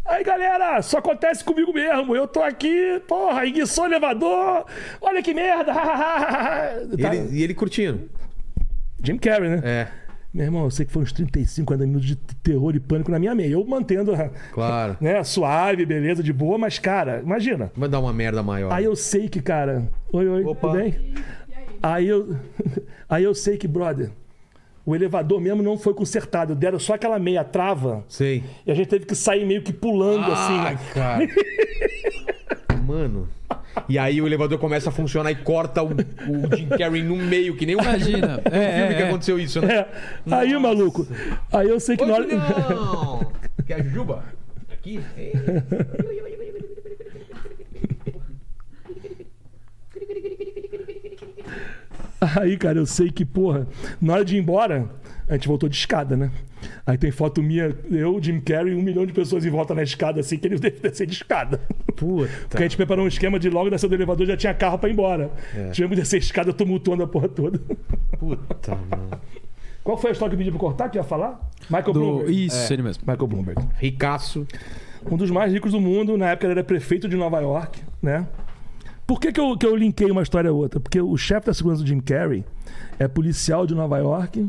Speaker 3: Aí, galera, só acontece comigo mesmo. Eu tô aqui, porra, enguiçou o elevador. Olha que merda.
Speaker 1: E
Speaker 3: Tá-
Speaker 1: ele, e ele curtindo.
Speaker 3: Jim Carrey, né?
Speaker 1: É,
Speaker 3: Meu irmão, eu sei que foi uns 35, 40 minutos de terror e pânico na minha meia. Eu mantendo, a-
Speaker 1: claro.
Speaker 3: né, suave, beleza, de boa, mas, cara, imagina.
Speaker 1: Vai dar uma merda maior.
Speaker 3: Aí eu sei que, cara. Oi, oi,
Speaker 1: Opa.
Speaker 3: tudo bem? Aí eu, aí eu sei que, brother, o elevador mesmo não foi consertado. Deram só aquela meia trava
Speaker 1: Sei.
Speaker 3: e a gente teve que sair meio que pulando
Speaker 1: Ai,
Speaker 3: assim.
Speaker 1: cara. Mano. E aí o elevador começa a funcionar e corta o, o Jim Carrey no meio, que nem um
Speaker 2: Imagina.
Speaker 1: É,
Speaker 2: É,
Speaker 1: filme
Speaker 2: é,
Speaker 1: que
Speaker 2: é.
Speaker 1: aconteceu isso, né?
Speaker 3: É. Aí, maluco. Aí eu sei que na
Speaker 1: Ô,
Speaker 3: hora.
Speaker 1: Julião! Quer a Juba? Aqui? É.
Speaker 3: Aí, cara, eu sei que, porra, na hora de ir embora, a gente voltou de escada, né? Aí tem foto minha, eu, Jim Carrey, e um milhão de pessoas em volta na escada, assim, que eles devem descer de escada.
Speaker 1: Puta.
Speaker 3: Porque a gente preparou um esquema de logo descer do elevador já tinha carro pra ir embora. Tivemos que descer a escada tumultuando a porra toda.
Speaker 1: Puta, mano.
Speaker 3: Qual foi a história que eu pedi pra cortar, que eu ia falar?
Speaker 2: Do...
Speaker 3: Michael Bloomberg.
Speaker 2: Isso, ele mesmo.
Speaker 3: Michael Bloomberg.
Speaker 1: Ricaço.
Speaker 3: Um dos mais ricos do mundo, na época ele era prefeito de Nova York, né? Por que, que, eu, que eu linkei uma história a outra? Porque o chefe da segurança do Jim Carrey é policial de Nova York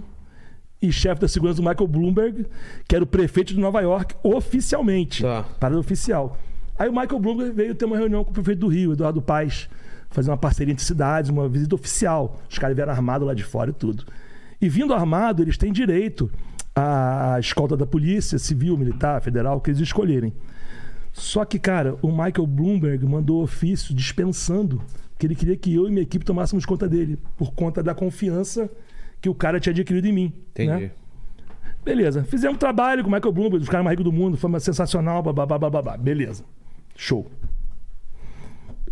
Speaker 3: e chefe da segurança do Michael Bloomberg, que era o prefeito de Nova York oficialmente.
Speaker 1: Tá.
Speaker 3: Parada oficial. Aí o Michael Bloomberg veio ter uma reunião com o prefeito do Rio, Eduardo Paes, fazer uma parceria entre cidades, uma visita oficial. Os caras vieram armados lá de fora e tudo. E vindo armado, eles têm direito à à escolta da polícia, civil, militar, federal, que eles escolherem. Só que, cara, o Michael Bloomberg mandou ofício dispensando, porque ele queria que eu e minha equipe tomássemos conta dele, por conta da confiança que o cara tinha adquirido em mim.
Speaker 1: Entendi.
Speaker 3: né? Beleza. Fizemos um trabalho com o Michael Bloomberg, dos caras mais ricos do mundo, foi uma sensacional, babá, babá. Beleza. Show.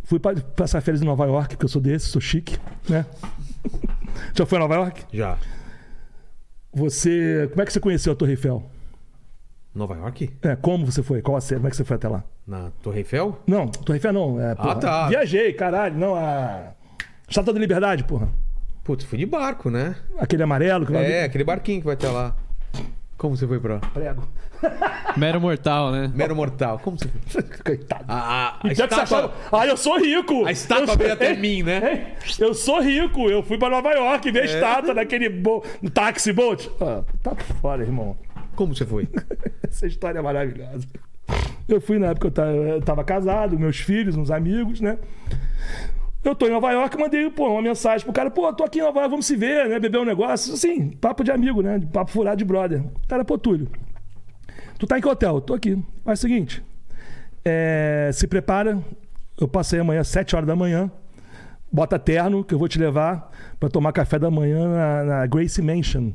Speaker 3: Fui pa- passar férias em Nova York, porque eu sou desse, sou chique, né? Já foi a Nova York?
Speaker 1: Já.
Speaker 3: Você. Como é que você conheceu a Torre Eiffel?
Speaker 1: Nova York?
Speaker 3: É, como você foi? Qual a série? Como é que você foi até lá?
Speaker 1: Na Torre Eiffel?
Speaker 3: Não, Torre Eiffel não. É, porra,
Speaker 1: tá.
Speaker 3: Viajei, caralho. Não, a. Estátua da Liberdade, porra.
Speaker 1: Putz, fui de barco, né?
Speaker 3: Aquele amarelo que vai
Speaker 1: É, aquele barquinho que vai até lá. Como você foi pra.
Speaker 3: prego.
Speaker 2: Mero mortal, né?
Speaker 1: Mero Mortal. Como você foi?
Speaker 3: Coitado.
Speaker 1: A, a, a
Speaker 3: E pior que você
Speaker 1: estátua-
Speaker 3: achava- Ah, eu sou rico!
Speaker 1: A estátua
Speaker 3: Eu sou-
Speaker 1: veio até
Speaker 3: Ei,
Speaker 1: mim, né?
Speaker 3: ei, Eu sou rico, eu fui pra Nova York
Speaker 1: É.
Speaker 3: ver a estátua daquele bo... no táxi boat. Ah, tá fora, irmão.
Speaker 1: Como você foi?
Speaker 3: Essa história é maravilhosa. Eu fui na época, eu ta- eu tava casado, meus filhos, uns amigos, né? Eu tô em Nova York, mandei pô, uma mensagem pro cara, pô, tô aqui em Nova York, vamos se ver, né? Beber um negócio. Assim, papo de amigo, né? De Papo furado de brother. Cara, pô, Túlio, tu tá em que hotel? Tô aqui. Faz o seguinte, é, se prepara, eu passei amanhã, 7 horas da manhã, bota terno, que eu vou te levar pra tomar café da manhã na, na Gracie Mansion,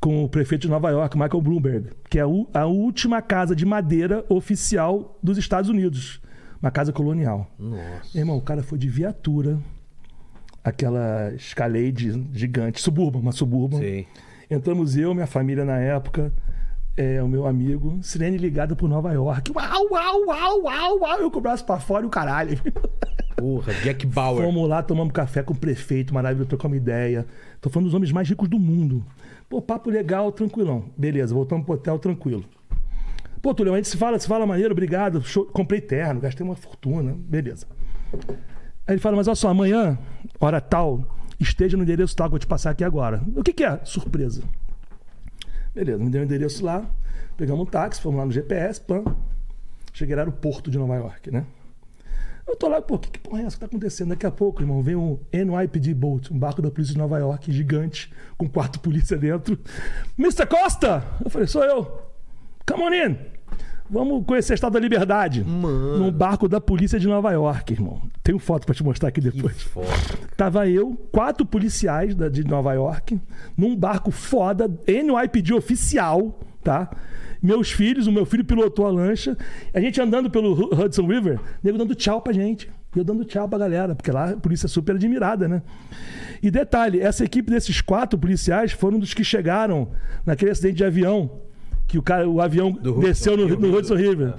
Speaker 3: com o prefeito de Nova York, Michael Bloomberg, que é a, u- a última casa de madeira oficial dos Estados Unidos. Uma casa colonial.
Speaker 1: Nossa.
Speaker 3: Meu irmão, o cara foi de viatura, aquela escalade gigante, suburban, uma suburban.
Speaker 1: Sim.
Speaker 3: Entramos eu, minha família na época, é, o meu amigo, sirene ligada por Nova York. Uau, uau, uau, uau, uau, eu com o braço pra fora e o caralho.
Speaker 1: Porra, Jack Bauer.
Speaker 3: Fomos lá, tomamos café com o prefeito, maravilhoso, trocamos ideia. Tô falando dos homens mais ricos do mundo. Pô, papo legal, tranquilão. Beleza, voltamos pro hotel tranquilo. Pô, Tulio, a gente se fala, se fala maneiro, obrigado. show, comprei terno, gastei uma fortuna, beleza. Aí ele fala, mas olha só, amanhã, hora tal, esteja no endereço tal que eu vou te passar aqui agora. O que, que é? Surpresa. Beleza, me deu o endereço lá, pegamos um táxi, fomos lá no GPS, pã. Cheguei no aeroporto de Nova York, né? Eu tô lá, pô, que, que porra é essa que tá acontecendo? Daqui a pouco, irmão, vem um NYPD Boat, um barco da polícia de Nova York, gigante, com quatro polícia dentro. Mr. Costa! Eu falei, sou eu. Come on in. Vamos conhecer o Estado da Liberdade. Mano. Num barco da polícia de Nova York, irmão. Tenho foto pra te mostrar aqui
Speaker 1: Que
Speaker 3: depois.
Speaker 1: foda.
Speaker 3: Tava eu, quatro policiais da- de Nova York, num barco foda, NYPD oficial, tá? Meus filhos, o meu filho pilotou a lancha. A gente andando pelo Hu- Hudson River, nego dando tchau pra gente. E eu dando tchau pra galera, porque lá a polícia é super admirada, né? E detalhe, essa equipe desses quatro policiais foram dos que chegaram naquele acidente de avião, que o, cara, o avião
Speaker 1: Do
Speaker 3: desceu
Speaker 1: Hudson
Speaker 3: no,
Speaker 1: River. É.
Speaker 3: no Hudson River.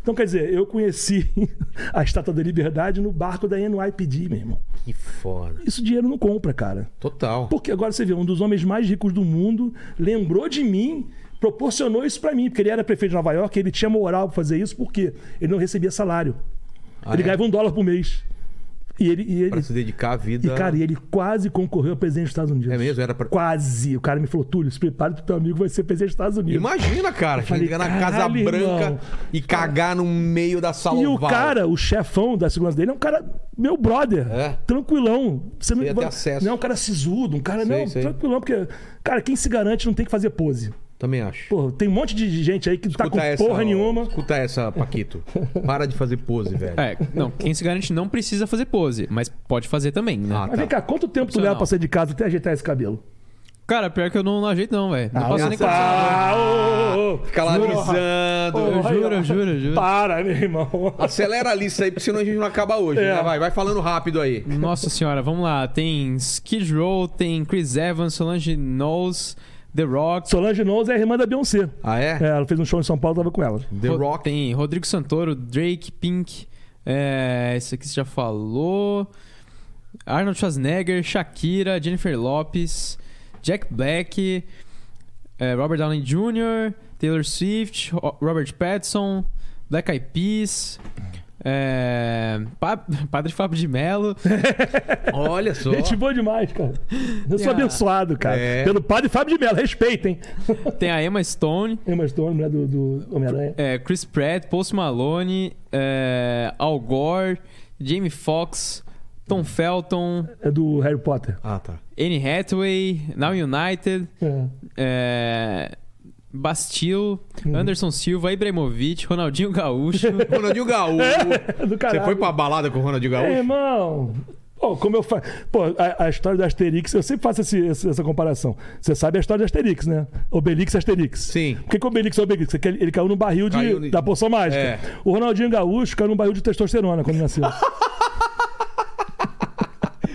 Speaker 3: Então, quer dizer, eu conheci a Estátua da Liberdade no barco da NYPD, meu irmão.
Speaker 1: Que foda.
Speaker 3: Isso dinheiro não compra, cara.
Speaker 1: Total.
Speaker 3: Porque agora você vê, um dos homens mais ricos do mundo lembrou de mim, proporcionou isso pra mim, porque ele era prefeito de Nova York, ele tinha moral pra fazer isso, porque ele não recebia salário.
Speaker 1: Ah,
Speaker 3: ele
Speaker 1: é?
Speaker 3: ganhava um dólar por mês. E ele. E, ele,
Speaker 1: Pra se dedicar à
Speaker 3: e,
Speaker 1: vida.
Speaker 3: cara, e ele quase concorreu a presidente dos Estados Unidos.
Speaker 1: É mesmo? Era pra-
Speaker 3: Quase. O cara me falou, Túlio, se prepara que teu amigo vai ser presidente dos Estados Unidos.
Speaker 1: Imagina, cara,
Speaker 3: falei,
Speaker 1: chegar na Casa
Speaker 3: "Caralho,
Speaker 1: Branca
Speaker 3: irmão."
Speaker 1: e cagar no meio da sala
Speaker 3: E o
Speaker 1: oval.
Speaker 3: cara, o chefão da segurança dele, é um cara, meu brother,
Speaker 1: É.
Speaker 3: tranquilão. Você não,
Speaker 1: ia ter acesso.
Speaker 3: não é um cara sisudo, um cara,
Speaker 1: Sei,
Speaker 3: não,
Speaker 1: sei.
Speaker 3: tranquilão, porque, cara, quem se garante não tem que fazer pose.
Speaker 1: Também acho.
Speaker 3: Pô, tem um monte de gente aí que não tá com
Speaker 1: Escuta essa,
Speaker 3: porra
Speaker 1: ó,
Speaker 3: nenhuma.
Speaker 1: Escuta essa, Paquito. Para de fazer pose, velho.
Speaker 2: É, não, quem se garante não precisa fazer pose, mas pode fazer também, né?
Speaker 1: Ah,
Speaker 3: Mas vem
Speaker 1: tá.
Speaker 3: cá, quanto tempo tu
Speaker 2: Opcional.
Speaker 3: leva pra sair de casa até ajeitar esse cabelo?
Speaker 2: Cara, pior que eu não, não ajeito não, velho. Não posso nem contar.
Speaker 3: ah, ô, ô, ô.
Speaker 1: né? Fica lá avisando.
Speaker 2: Eu
Speaker 3: Porra,
Speaker 2: juro,
Speaker 3: aí, ó.
Speaker 2: eu juro, eu juro.
Speaker 3: Para, meu irmão.
Speaker 1: Acelera a lista aí, porque senão a gente não acaba hoje.
Speaker 3: É.
Speaker 1: né? Vai, vai falando rápido aí.
Speaker 2: Nossa senhora, vamos lá. Tem Skid Row, tem Chris Evans, Solange Knowles, The Rock,
Speaker 3: Solange Knowles é a irmã da Beyoncé.
Speaker 1: Ah, é?
Speaker 3: É, ela fez um show em São Paulo, tava com ela.
Speaker 1: The
Speaker 2: Ro-
Speaker 1: Rock.
Speaker 2: Tem Rodrigo Santoro, Drake, Pink. É, isso aqui você já falou. Arnold Schwarzenegger, Shakira, Jennifer Lopes, Jack Black, é, Robert Downey Jr., Taylor Swift, Ro- Robert Pattinson, Black Eyed Peas, é, Pa- Padre Fábio de Mello.
Speaker 1: Olha só.
Speaker 3: Gente boa demais, cara. Eu sou
Speaker 2: Yeah.
Speaker 3: abençoado, cara.
Speaker 1: É.
Speaker 3: Pelo padre Fábio de Mello, respeitem.
Speaker 2: tem a Emma Stone,
Speaker 3: Emma Stone, mulher do, do Homem-Aranha.
Speaker 2: é, Chris Pratt, Post Malone, é, Al Gore, Jamie Foxx, Tom Felton...
Speaker 3: É do Harry Potter.
Speaker 1: Ah, tá.
Speaker 2: Anne Hathaway, Now United,
Speaker 3: É.
Speaker 2: é, Bastille,
Speaker 1: Uhum.
Speaker 2: Anderson Silva, Ibrahimovic, Ronaldinho Gaúcho.
Speaker 1: Ronaldinho Gaúcho.
Speaker 3: É do
Speaker 1: Você
Speaker 3: caralho.
Speaker 1: foi pra balada com o Ronaldinho
Speaker 3: É,
Speaker 1: Gaúcho?
Speaker 3: irmão. Pô, como eu faço. Pô, a, a história do Asterix, eu sempre faço esse- esse- essa comparação. Você sabe a história do Asterix, né? Obelix e Asterix.
Speaker 1: Sim.
Speaker 3: Por que, que o Obelix é Obelix? É que ele, ele caiu no barril de-
Speaker 1: Caiu no-
Speaker 3: da poção mágica.
Speaker 1: É.
Speaker 3: O Ronaldinho Gaúcho caiu no barril de testosterona quando nasceu.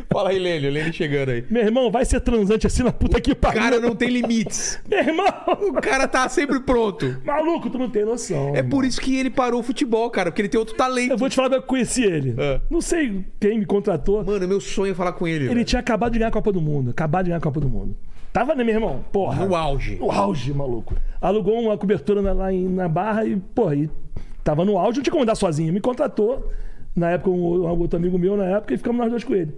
Speaker 1: Fala aí, Lênio. Lênio chegando aí.
Speaker 3: Meu irmão, vai ser transante assim na puta que pariu.
Speaker 1: Cara, não tem limites.
Speaker 3: Meu irmão!
Speaker 1: O cara tá sempre pronto.
Speaker 3: Maluco, tu não tem noção.
Speaker 1: É
Speaker 3: irmão.
Speaker 1: por isso que ele parou o futebol, cara, porque ele tem outro talento.
Speaker 3: Eu vou te falar como eu conheci ele.
Speaker 1: É.
Speaker 3: Não sei quem me contratou.
Speaker 1: Mano, meu sonho é falar com ele.
Speaker 3: Ele
Speaker 1: velho.
Speaker 3: tinha acabado de ganhar a Copa do Mundo. Acabado de ganhar a Copa do Mundo. Tava, né, meu irmão? Porra.
Speaker 1: No auge.
Speaker 3: No auge, maluco. Alugou uma cobertura na- lá em- na barra e, porra, e tava no auge, não tinha como andar sozinho. Me contratou, na época, um, um outro amigo meu, na época, e ficamos nós dois com ele.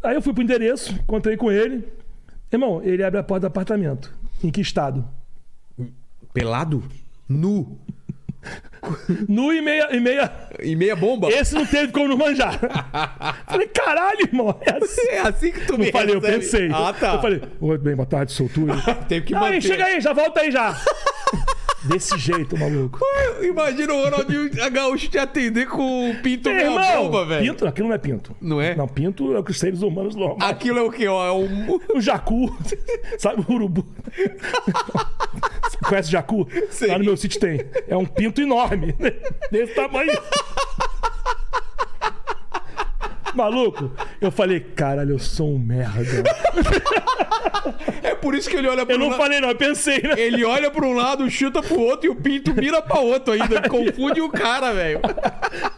Speaker 3: Aí eu fui pro endereço, encontrei com ele. Irmão, ele abre a porta do apartamento. Em que estado?
Speaker 1: Pelado? Nu.
Speaker 3: Nu e meia. E meia...
Speaker 1: E meia bomba?
Speaker 3: Esse não teve como não manjar. Falei, caralho, irmão, é assim.
Speaker 1: É assim que tu
Speaker 3: Não
Speaker 1: me
Speaker 3: falei, eu
Speaker 1: recebe?
Speaker 3: pensei.
Speaker 1: Ah, tá.
Speaker 3: Eu falei, oi, bem, boa tarde, sou o Túlio.
Speaker 1: Teve que
Speaker 3: Aí,
Speaker 1: manter.
Speaker 3: chega aí, já volta aí já. Desse jeito, maluco.
Speaker 1: Imagina o Ronaldinho Gaúcho te atender com o pinto
Speaker 3: Meu
Speaker 1: meia bomba, velho.
Speaker 3: pinto, aquilo não é pinto.
Speaker 1: Não é?
Speaker 3: Não, pinto é o que os seres humanos normais.
Speaker 1: Aquilo é o quê? Ó, é um...
Speaker 3: O jacu, sabe o urubu? Você Conhece jacu?
Speaker 1: Sei.
Speaker 3: né? Lá no meu sítio tem. É um pinto enorme, desse tamanho. Maluco, eu falei, caralho, eu sou um merda.
Speaker 1: É por isso que ele olha pro
Speaker 3: Eu não
Speaker 1: la-
Speaker 3: falei, não, eu pensei, né?
Speaker 1: Ele olha pra um lado, chuta pro outro e o pinto mira pra outro ainda. Confunde o cara, velho.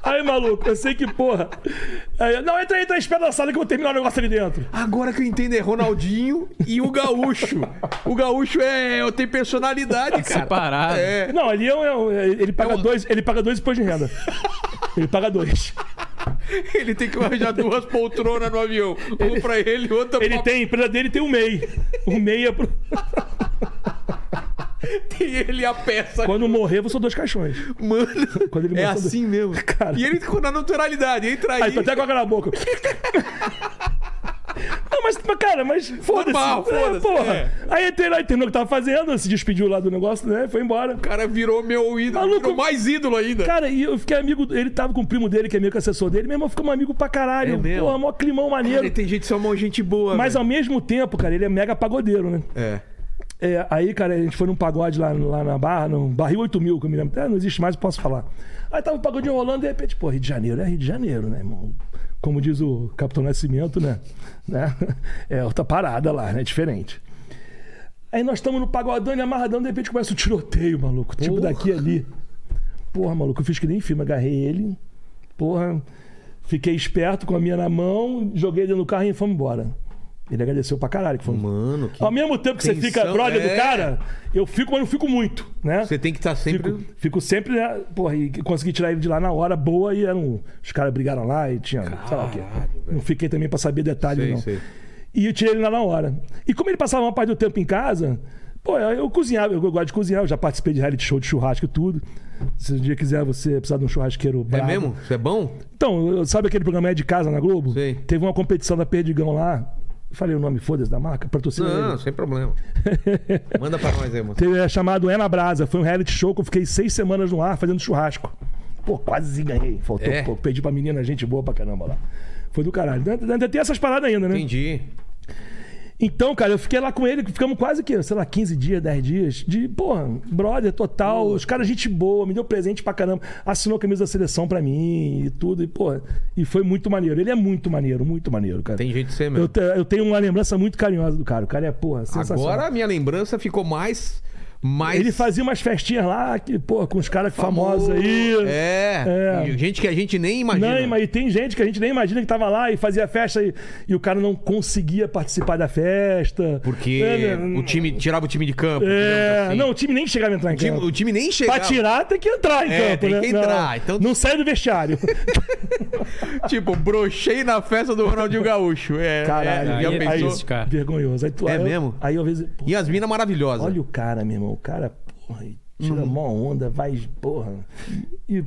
Speaker 3: Aí, maluco, eu sei que, porra. Aí eu, não, entra, entra, espera na sala que eu vou terminar o negócio ali dentro.
Speaker 1: Agora que eu entendo é Ronaldinho e o Gaúcho. O Gaúcho é. é- tem
Speaker 3: Tá
Speaker 1: personalidade, cara.
Speaker 2: Separado.
Speaker 1: É.
Speaker 3: Não, ali é um- é um- ele paga
Speaker 1: É um-
Speaker 3: dois, ele paga dois impostos de renda. Ele paga dois.
Speaker 1: Ele tem que arranjar duas poltronas no avião. Uma pra ele e outra
Speaker 3: Ele
Speaker 1: pra
Speaker 3: tem, a empresa dele tem o MEI. O MEI é pro...
Speaker 1: tem ele a peça.
Speaker 3: Quando morrer, eu sou dois caixões.
Speaker 1: Mano,
Speaker 3: Quando ele
Speaker 1: é
Speaker 3: morrer, eu sou dois-
Speaker 1: assim mesmo.
Speaker 3: Cara.
Speaker 1: E ele com na naturalidade, entra aí.
Speaker 3: Aí tô até com a água na boca. Não, mas, mas, cara, mas foda-se.
Speaker 1: Normal, foda-se,
Speaker 3: porra.
Speaker 1: é.
Speaker 3: Aí entrei lá, entendeu o que tava fazendo, se despediu lá do negócio, né? Foi embora.
Speaker 1: O cara virou meu ídolo,
Speaker 3: Maluco.
Speaker 1: virou mais ídolo ainda.
Speaker 3: Cara, e eu fiquei amigo. Ele tava com o primo dele, que é meio que assessor dele. Meu irmão ficou um amigo pra caralho.
Speaker 1: É mesmo?
Speaker 3: Porra, mó climão maneiro.
Speaker 1: Cara, tem gente só uma gente boa.
Speaker 3: Mas
Speaker 1: velho.
Speaker 3: ao mesmo tempo, cara, ele é mega pagodeiro, né?
Speaker 1: É.
Speaker 3: É, aí, cara, a gente foi num pagode lá, lá na Barra, no Barril 8000, que eu me lembro. até não existe mais, eu posso falar. Aí tava o pagode rolando, de repente, pô, Rio de Janeiro é Rio de Janeiro, né, irmão? Como diz o Capitão Nascimento, né? né? É outra parada lá, né? Diferente. Aí nós estamos no pagodão e amarradão, de repente começa o tiroteio, maluco. Tipo daqui e ali. Porra, maluco, eu fiz que nem filme, agarrei ele. Porra, fiquei esperto com a minha na mão, joguei ele no carro e fomos embora. Ele agradeceu pra caralho que fomos.
Speaker 1: Mano, que.
Speaker 3: Ao mesmo tempo que você
Speaker 1: Tensão,
Speaker 3: fica brother
Speaker 1: é.
Speaker 3: do cara, eu fico, mas não fico muito, né?
Speaker 1: Você tem que estar sempre.
Speaker 3: Fico, fico sempre, né? Porra, e consegui tirar ele de lá na hora boa e era um- os caras brigaram lá e tinha. sei lá o quê. Não fiquei também pra saber detalhe,
Speaker 1: Sei,
Speaker 3: não.
Speaker 1: sei. É
Speaker 3: E eu tirei ele lá na hora. E como ele passava uma parte do tempo em casa, pô, eu, eu cozinhava, eu, gosto de cozinhar, eu já participei de reality show de churrasco e tudo. Se um dia quiser você precisar de um churrasqueiro
Speaker 1: É
Speaker 3: brabo,
Speaker 1: mesmo? Você é bom?
Speaker 3: então, eu- sabe aquele programa É de Casa na Globo?
Speaker 1: Sei.
Speaker 3: Teve uma competição da Perdigão lá. Falei o nome, foda-se, da marca, patrocina
Speaker 1: Não,
Speaker 3: ele.
Speaker 1: sem problema. Manda pra nós aí, mano.
Speaker 3: Teve, é, chamado É na Brasa. Foi um reality show que eu fiquei seis semanas no ar fazendo churrasco. Pô, quase ganhei. Faltou
Speaker 1: É?
Speaker 3: pouco. Perdi pra menina, gente boa pra caramba lá. Foi do caralho. Ainda, ainda tem essas paradas ainda, né?
Speaker 1: Entendi.
Speaker 3: Então, cara, eu fiquei lá com ele, ficamos quase que, sei lá, 15 dias, 10 dias, de, porra, brother total, os caras, gente boa, me deu presente pra caramba, assinou a camisa da seleção pra mim e tudo, e, porra, e foi muito maneiro. Ele é muito maneiro, muito maneiro, cara.
Speaker 1: Tem jeito de ser
Speaker 3: eu,
Speaker 1: mesmo.
Speaker 3: te- eu tenho uma lembrança muito carinhosa do cara. O cara é, porra, sensacional.
Speaker 1: Agora a minha lembrança ficou mais. mais
Speaker 3: Ele fazia umas festinhas lá, que, porra, com os caras famosos
Speaker 1: famoso.
Speaker 3: aí.
Speaker 1: É.
Speaker 3: É.
Speaker 1: E Gente que a gente nem imagina.
Speaker 3: Não, mas e tem gente que a gente nem imagina que tava lá e fazia festa e, e o cara não conseguia participar da festa.
Speaker 1: Porque
Speaker 3: É, né?
Speaker 1: o time tirava o time de campo.
Speaker 3: É,
Speaker 1: digamos assim.
Speaker 3: não, o time nem chegava a entrar em
Speaker 1: O time-
Speaker 3: campo.
Speaker 1: o time nem
Speaker 3: Pra
Speaker 1: chegava.
Speaker 3: tirar, tem que entrar em
Speaker 1: É,
Speaker 3: campo,
Speaker 1: tem
Speaker 3: né?
Speaker 1: que
Speaker 3: Não,
Speaker 1: entrar, então-
Speaker 3: não sai do vestiário.
Speaker 1: Tipo, brochei na festa do Ronaldinho Gaúcho. É,
Speaker 3: Caralho.
Speaker 1: é,
Speaker 2: Aí
Speaker 1: já
Speaker 2: é
Speaker 1: pensou?
Speaker 2: triste, cara.
Speaker 3: Vergonhoso. Aí tu,
Speaker 1: É
Speaker 3: aí eu-
Speaker 1: mesmo?
Speaker 3: Aí eu às vezes, pô,
Speaker 1: E é as minas maravilhosas.
Speaker 3: olha o cara, meu irmão. O cara, porra, ele tira mó onda, vai, porra. E.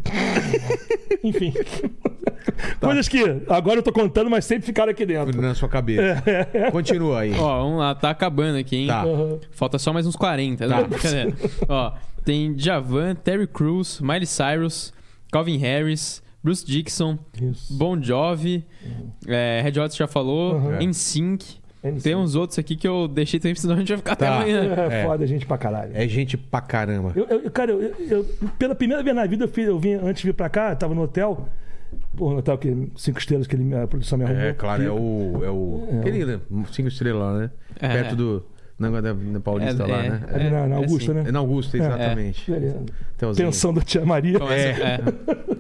Speaker 3: Enfim. Tá. Coisas que agora eu tô contando, mas sempre ficaram aqui dentro.
Speaker 1: Na sua cabeça.
Speaker 3: É,
Speaker 1: Continua aí.
Speaker 2: Ó, vamos lá, tá acabando aqui, hein?
Speaker 3: então.
Speaker 1: Tá.
Speaker 2: Falta só mais uns 40.
Speaker 1: Tá.
Speaker 2: Não, brincadeira. Ó, tem Javan, Terry Crews, Miley Cyrus, Calvin Harris, Bruce Dixon,
Speaker 3: Isso.
Speaker 2: Bon Jovi, é, Red Hot já falou,
Speaker 3: Uhum.
Speaker 2: NSYNC.
Speaker 3: NSYNC.
Speaker 2: Tem uns outros aqui que eu deixei também, senão a gente vai ficar até
Speaker 1: Tá.
Speaker 2: amanhã.
Speaker 3: um- É,
Speaker 1: É.
Speaker 3: foda, gente pra caralho.
Speaker 1: É gente pra caramba.
Speaker 3: Eu, eu- cara, eu, eu- pela primeira vez na vida, eu, fiz, eu vim antes de vir pra cá, eu tava no hotel. Porra, no hotel que cinco estrelas que ele, a produção me arrumou.
Speaker 1: É, claro, é o. É o. Aquele, né? Cinco estrelas lá, né?
Speaker 2: É.
Speaker 1: Perto do. Na, na- na Paulista
Speaker 2: É,
Speaker 1: lá,
Speaker 2: é.
Speaker 1: né?
Speaker 3: Ali na, na
Speaker 2: é
Speaker 3: Augusta,
Speaker 2: assim.
Speaker 1: É
Speaker 3: né?
Speaker 1: na Augusta, exatamente.
Speaker 3: Beleza.
Speaker 1: Hotelzinho.
Speaker 3: Pensão da Tia Maria.
Speaker 2: Começa,
Speaker 1: É.
Speaker 2: é.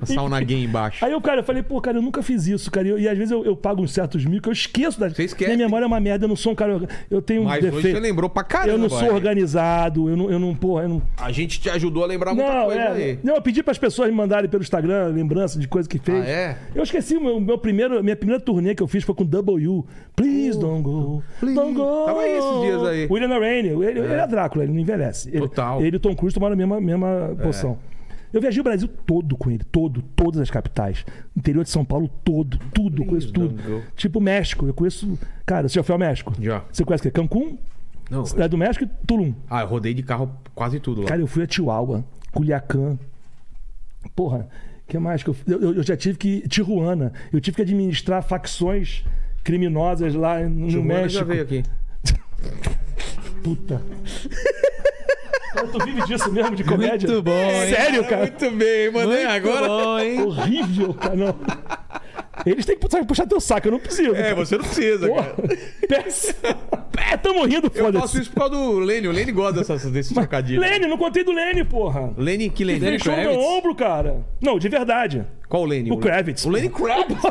Speaker 1: A sauna gay embaixo.
Speaker 3: Aí eu, cara, eu falei, pô, cara, eu nunca fiz isso, cara. E, eu- e às vezes eu, eu pago uns certos mil que eu esqueço da.
Speaker 1: Você esquece.
Speaker 3: Minha memória é uma merda, eu não sou um cara. orga- Eu tenho um
Speaker 1: Mas hoje você
Speaker 3: defeito.
Speaker 1: lembrou pra caramba.
Speaker 3: eu não sou
Speaker 1: aí.
Speaker 3: organizado, eu não, eu não, porra, eu não.
Speaker 1: A gente te ajudou a lembrar muita
Speaker 3: Não,
Speaker 1: coisa
Speaker 3: é,
Speaker 1: aí.
Speaker 3: não, eu pedi para as pessoas me mandarem pelo Instagram lembrança de coisa que fez.
Speaker 1: Ah, é?
Speaker 3: Eu esqueci, o meu, meu primeiro, minha primeira turnê que eu fiz foi com Double U. Please don't go. Don't go.
Speaker 1: Oh, Tava aí esses dias aí.
Speaker 3: William Rainey, ele, ele é Drácula, ele não envelhece. Ele-
Speaker 1: Total. É.
Speaker 3: Ele, e o Tom Cruise tomaram a mesma, mesma poção. Eu viajei o Brasil todo com ele, todo, todas as capitais. Interior de São Paulo todo, tudo, eu conheço tudo.
Speaker 1: don't go.
Speaker 3: Tipo México, eu conheço. Cara, você já foi ao México?
Speaker 1: Já.
Speaker 3: Você conhece o quê? Cancún,
Speaker 1: Não.
Speaker 3: Cidade do México e Tulum.
Speaker 1: Ah, eu rodei de carro quase tudo lá.
Speaker 3: Cara, eu fui a Chihuahua, Culiacán. Porra, que mais que eu, fui? eu eu- eu já tive que Tijuana, eu tive que administrar facções criminosas lá no
Speaker 1: Tijuana já
Speaker 3: México.
Speaker 1: veio aqui.
Speaker 3: Puta. Cara, tu vive disso mesmo de comédia?
Speaker 2: Muito bom, hein?
Speaker 3: É Sério, cara?
Speaker 1: Muito bem, mandei
Speaker 2: Muito
Speaker 1: agora.
Speaker 2: bom, hein?
Speaker 3: Horrível, cara. Não. Eles têm que puxar, puxar teu saco, eu não preciso.
Speaker 1: É,
Speaker 3: cara.
Speaker 1: você não precisa,
Speaker 3: Porra,
Speaker 1: cara.
Speaker 3: péssimo. É, tamo rindo,
Speaker 1: Eu faço
Speaker 3: foda-se.
Speaker 1: isso por causa do Lênin. O Lênin gosta dessas, desses trocadilhos.
Speaker 3: Lene, não contei do Lene, porra.
Speaker 1: Lênin, que Lênin? Lenny
Speaker 3: Fechou meu
Speaker 1: Kravitz?
Speaker 3: ombro, cara. Não, de verdade.
Speaker 1: Qual o Lênin?
Speaker 3: O Kravitz.
Speaker 1: O Lenny Kravitz.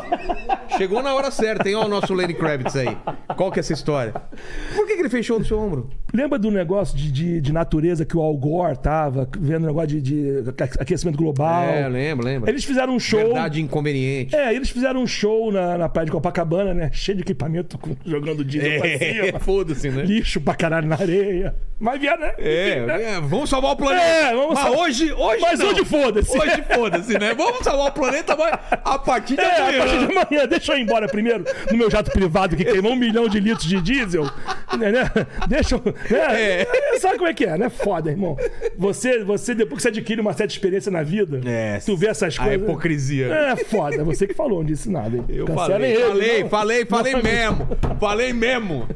Speaker 1: Chegou na hora certa, hein? Olha o nosso Lenny Kravitz aí. Qual que é essa história? Por que, que ele fechou no seu ombro?
Speaker 3: Lembra do negócio de, de, de natureza que o Al Gore tava vendo o negócio de, de aquecimento global?
Speaker 1: É, eu lembro, lembro.
Speaker 3: Eles fizeram um show.
Speaker 1: Verdade inconveniente.
Speaker 3: É, eles fizeram um show na, na praia de Copacabana, né? Cheio de equipamento, com- jogando diesel pra cima.
Speaker 1: É, foda-se, né?
Speaker 3: Lixo pra caralho na areia. Mas vieram, né? Enfim, né?
Speaker 1: É, é, vamos salvar o planeta.
Speaker 3: É, vamos
Speaker 1: mas
Speaker 3: salvar-
Speaker 1: hoje, hoje
Speaker 3: Mas
Speaker 1: não.
Speaker 3: hoje foda-se.
Speaker 1: Hoje foda-se, né? Vamos salvar o planeta, mas a partir de
Speaker 3: É, a
Speaker 1: amanhã.
Speaker 3: partir de amanhã, deixa eu ir embora primeiro no meu jato privado que queimou um milhão de litros de diesel. Né, né? Deixa eu. né? Sabe como é que é, né? Foda, irmão. Você, você, depois que você adquire uma certa experiência na vida,
Speaker 1: É,
Speaker 3: tu vê essas
Speaker 1: a
Speaker 3: coisas.
Speaker 1: hipocrisia. né?
Speaker 3: É foda, você que falou, não disse nada. hein?
Speaker 1: Eu
Speaker 3: Cancela
Speaker 1: falei,
Speaker 3: ele,
Speaker 1: falei,
Speaker 3: não.
Speaker 1: falei, falei mesmo. Falei mesmo.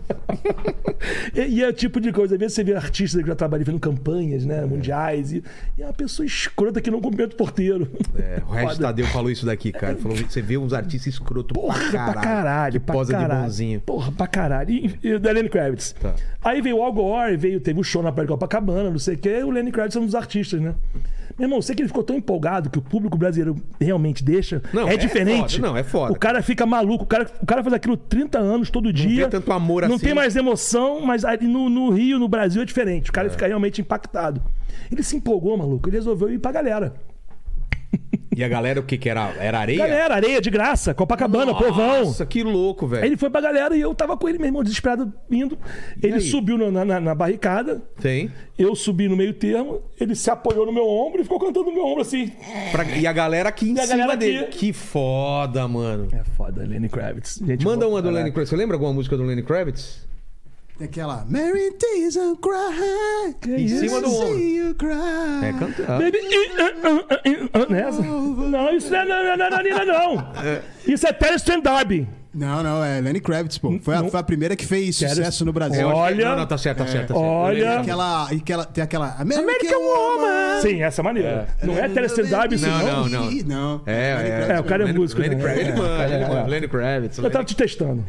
Speaker 3: E, e é o tipo de coisa, às vezes você vê artistas que já trabalham fazendo campanhas, né, mundiais, e, e é uma pessoa escrota que não cumprimenta o porteiro.
Speaker 1: É, o Regis Tadeu falou isso daqui, cara. Falou que você vê uns artistas escroto pra caralho.
Speaker 3: pra caralho,
Speaker 1: que
Speaker 3: pra
Speaker 1: posa
Speaker 3: caralho.
Speaker 1: de bonzinho.
Speaker 3: Porra, pra caralho. E, e o da Lenny Kravitz.
Speaker 1: Tá.
Speaker 3: Aí veio o Al Gore, veio, teve o show na Praia de Copacabana, não sei o quê. O Lenny Kravitz é um dos artistas, né? Meu irmão, sei que ele ficou tão empolgado que o público brasileiro realmente deixa.
Speaker 1: Não,
Speaker 3: é,
Speaker 1: é
Speaker 3: diferente.
Speaker 1: foda, não, é foda.
Speaker 3: O cara fica maluco. O cara, o cara faz aquilo 30 anos, todo dia.
Speaker 1: vê tanto amor
Speaker 3: Não
Speaker 1: assim.
Speaker 3: tem mais emoção, mas ali no, no Rio, no Brasil, é diferente. O cara fica realmente impactado. Ele se empolgou, maluco. Ele resolveu ir pra galera.
Speaker 1: E a galera, o que que era? Era areia?
Speaker 3: Galera, areia de graça, Copacabana, povão.
Speaker 1: Nossa, que louco, velho.
Speaker 3: Aí ele foi pra galera e eu tava com ele, meu irmão, desesperado, indo. ele
Speaker 1: aí?
Speaker 3: subiu na, na- na barricada,
Speaker 1: Tem.
Speaker 3: eu subi no meio termo, ele se apoiou no meu ombro e ficou cantando no meu ombro assim.
Speaker 1: Pra- E a galera aqui em
Speaker 3: E a
Speaker 1: cima
Speaker 3: galera aqui.
Speaker 1: dele. Que foda, mano.
Speaker 3: É foda, Lenny Kravitz. Gente
Speaker 1: Manda
Speaker 3: boa,
Speaker 1: uma do
Speaker 3: caralho.
Speaker 1: Lenny Kravitz. Você lembra alguma música do Lenny Kravitz?
Speaker 4: Tem aquela Mary Tyson cry.
Speaker 1: Em
Speaker 3: isso?
Speaker 1: cima do ombro.
Speaker 4: See you cry.
Speaker 1: É cantar.
Speaker 3: Baby, i- i- i- i- i- nessa? Não, isso não é nananina, não. Isso é Terry Stand-Up.
Speaker 4: Não, não, é Lenny Kravitz, pô. Foi a, foi a primeira que fez sucesso no Brasil.
Speaker 1: Eu acho que-
Speaker 3: Olha.
Speaker 1: Não, não, tá certo, tá certo. Tá certo.
Speaker 3: Olha.
Speaker 4: Aquela, e aquela, tem aquela American,
Speaker 3: American
Speaker 4: Woman.
Speaker 3: Sim, essa é maneira. Não é Terry Stand-Up isso,
Speaker 1: Não,
Speaker 3: não.
Speaker 1: não, não.
Speaker 4: Ih, não.
Speaker 1: É, é.
Speaker 4: Lenny Kravitz
Speaker 3: É, o cara é
Speaker 1: Lenny-
Speaker 3: músico,
Speaker 1: Lenny
Speaker 3: né?
Speaker 1: Kravitz,
Speaker 3: É,
Speaker 1: mano.
Speaker 3: cara é-
Speaker 1: mano, Lenny Kravitz.
Speaker 3: Eu
Speaker 1: Lenny
Speaker 3: tava te testando.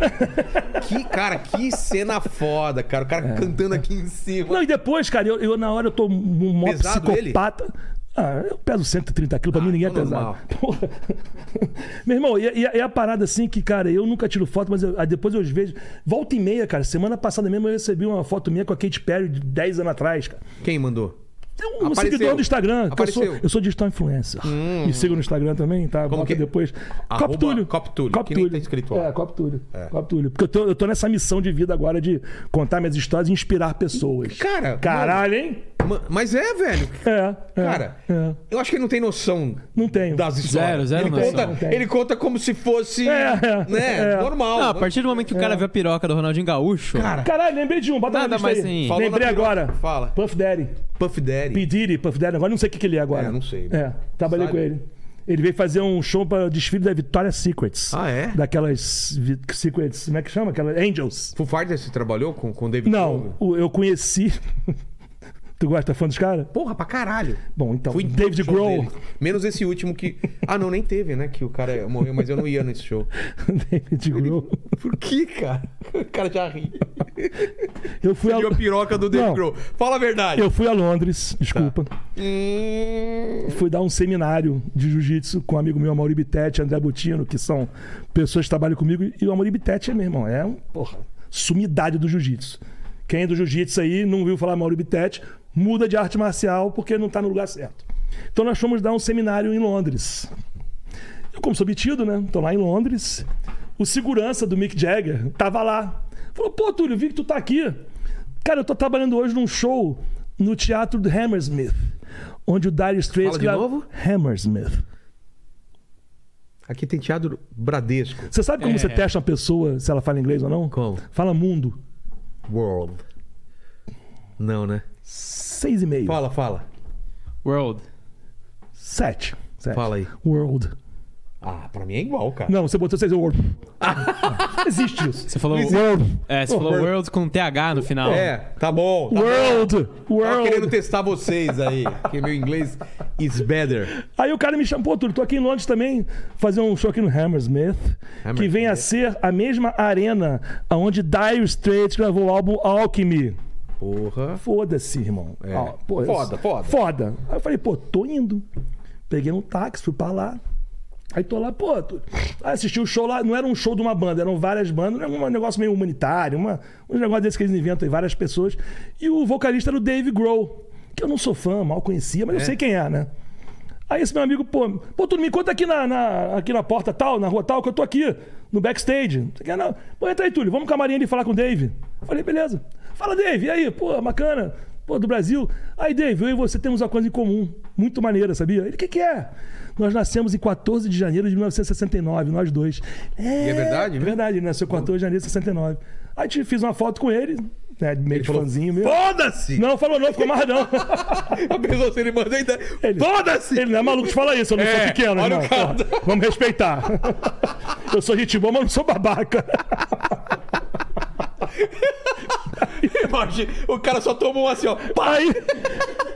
Speaker 1: Kravitz. Que, cara, que cena foda, cara. O cara cantando aqui em cima.
Speaker 3: Não, e depois, cara, eu, eu, na hora eu tô um mó
Speaker 1: Pesado ele?
Speaker 3: psicopata. Ah, eu peso 130 quilos, pra mim ninguém é
Speaker 1: então
Speaker 3: pesado.
Speaker 1: normal.
Speaker 3: Porra. Meu irmão, e, e a- e a parada assim que, cara, eu nunca tiro foto, mas eu- aí depois eu vejo. Volta e meia, cara. Semana passada mesmo eu recebi uma foto minha com a Kate Perry de 10 anos atrás, cara.
Speaker 1: Quem mandou?
Speaker 3: Tem um
Speaker 1: Apareceu.
Speaker 3: seguidor do Instagram. que eu sou- eu,
Speaker 1: Apareceu. Hum.
Speaker 3: sou, digital influencer. Me sigam no Instagram também, tá?
Speaker 1: Como
Speaker 3: Bota
Speaker 1: que- é?
Speaker 3: depois.
Speaker 1: Arroba
Speaker 3: Coptúlio.
Speaker 1: Coptúlio, que nem tá escrito lá.
Speaker 3: É, Coptúlio. Coptúlio. Porque eu tô, eu tô nessa missão de vida agora de contar minhas histórias e inspirar pessoas.
Speaker 1: Cara,
Speaker 3: Caralho, hein?
Speaker 1: Ma- Mas é, velho.
Speaker 3: É, é,
Speaker 1: Cara,
Speaker 3: é.
Speaker 1: eu acho que ele não tem noção
Speaker 3: Não tenho.
Speaker 1: das histórias.
Speaker 2: Zero, zero
Speaker 1: ele,
Speaker 2: noção.
Speaker 1: conta,
Speaker 2: Não
Speaker 3: tem.
Speaker 1: ele conta como se fosse
Speaker 3: É,
Speaker 1: né,
Speaker 3: é.
Speaker 1: normal.
Speaker 2: Não, a partir do momento que o cara vê a piroca do Ronaldinho Gaúcho,
Speaker 1: Cara,
Speaker 3: Caralho, lembrei de um. Bota
Speaker 2: Nada
Speaker 3: na lista
Speaker 2: mais
Speaker 3: aí.
Speaker 2: tem.
Speaker 1: Falou
Speaker 3: lembrei
Speaker 1: na piroca.
Speaker 3: agora.
Speaker 1: Fala.
Speaker 3: Puff Daddy.
Speaker 1: Puff Daddy.
Speaker 3: P. Diddy, Puff Daddy. Agora não sei o que, que ele é agora.
Speaker 1: É, não sei.
Speaker 3: É, trabalhei
Speaker 1: Sabe?
Speaker 3: com ele. Ele veio fazer um show para desfile da Victoria's Secrets.
Speaker 1: Ah, é?
Speaker 3: Daquelas vi- Secrets, como é que chama? Aquelas Angels.
Speaker 1: Foo Fighters se trabalhou com com o David Bowie?
Speaker 3: Não, o- eu conheci. tu gosta fã dos caras?
Speaker 1: Porra, pra caralho.
Speaker 3: Bom, então,
Speaker 1: Fui em todo
Speaker 3: David
Speaker 1: show
Speaker 3: Grohl.
Speaker 1: dele. Menos esse último que. Ah, não, nem teve, né? Que o cara morreu, mas eu não ia nesse show.
Speaker 3: David Grohl.
Speaker 1: Por que, cara? O cara já ri.
Speaker 3: Eu fui, a...
Speaker 1: E a piroca do David
Speaker 3: Não.
Speaker 1: Grohl. Fala a verdade.
Speaker 3: eu fui a Londres, desculpa.
Speaker 1: Tá. Hum,
Speaker 3: fui dar um seminário de jiu-jitsu com um amigo meu, Amaury Bittetti, André Butino, que são pessoas que trabalham comigo. E o Amaury Bittetti é, meu irmão, é um, porra, sumidade do jiu-jitsu. Quem é do jiu-jitsu aí não viu falar Amaury Bittetti, muda de arte marcial porque não tá no lugar certo. Então nós fomos dar um seminário em Londres. Eu, como sou obtido, né? Tô lá em Londres. O segurança do Mick Jagger tava lá. Falou, pô, Túlio, vi que tu tá aqui. Cara, eu tô trabalhando hoje num show no teatro do Hammersmith. Onde o Dire Straits...
Speaker 1: Fala de novo?
Speaker 3: Hammersmith.
Speaker 1: Aqui tem teatro Bradesco.
Speaker 3: Você sabe como
Speaker 2: É.
Speaker 3: você testa uma pessoa, se ela fala inglês ou não?
Speaker 1: Como?
Speaker 3: Fala mundo.
Speaker 1: World. Não, né?
Speaker 3: Seis e meio.
Speaker 1: Fala, fala.
Speaker 2: World.
Speaker 3: Sete. Sete.
Speaker 1: Fala aí.
Speaker 3: World.
Speaker 1: Ah, pra mim é igual, cara.
Speaker 3: Não, você botou seis. é World. Não Existe isso.
Speaker 2: Você falou,
Speaker 3: World.
Speaker 1: Tá
Speaker 2: é, você falou World com TH no final.
Speaker 1: É, tá bom. Tá bom.
Speaker 3: World.
Speaker 1: Tava
Speaker 3: World.
Speaker 1: querendo testar vocês aí. Porque meu inglês is better.
Speaker 3: Aí o cara me chamou, pô, Túlio, tô aqui em Londres também, fazer um show aqui no Hammersmith, que
Speaker 1: Hammersmith.
Speaker 3: vem a ser a mesma arena aonde Dire Straits gravou o álbum Alchemy.
Speaker 1: Porra.
Speaker 3: Foda-se, irmão.
Speaker 1: É.
Speaker 3: Ó, pô,
Speaker 1: Foda,
Speaker 3: eu-
Speaker 1: foda.
Speaker 3: Foda. Aí eu falei, pô, tô indo. Peguei um táxi, fui pra lá. Aí tô lá, pô, tô... Aí assisti o show lá, não era um show de uma banda, eram várias bandas, era um negócio meio humanitário, uma... um negócio desse que eles inventam aí, várias pessoas. E o vocalista era o Dave Grohl, que eu não sou fã, mal conhecia, mas eu sei quem é, né? Aí esse meu amigo, pô, pô, tu me conta aqui na, na- aqui na porta tal, na rua tal, que eu tô aqui, no backstage. Não sei o que, não. Pô, entra aí, Túlio, vamos no camarim ali falar com o Dave. Falei, beleza. Fala, Dave, e aí? Pô, bacana. Pô, do Brasil. Aí, Dave, eu e você temos uma coisa em comum. Muito maneira, sabia? Ele, o que que é? Nós nascemos em 14 de janeiro de 1969, nós dois. É,
Speaker 1: é verdade, né?
Speaker 3: verdade, ele nasceu 14 de janeiro de 69. Aí te fiz uma foto com ele, né, meio de
Speaker 1: falou,
Speaker 3: fãzinho mesmo.
Speaker 1: Foda-se!
Speaker 3: Não, falou não, ficou mais não.
Speaker 1: A pessoa, se ele mandou ainda.
Speaker 3: Ele-
Speaker 1: Foda-se!
Speaker 3: Ele não é maluco de falar isso, eu não
Speaker 1: É,
Speaker 3: sou pequeno,
Speaker 1: olha
Speaker 3: irmão.
Speaker 1: o cara.
Speaker 3: Pô, Vamos respeitar. Eu sou gente boa, mas não sou babaca.
Speaker 1: Imagina, o cara só tomou um assim, ó.
Speaker 3: Aí,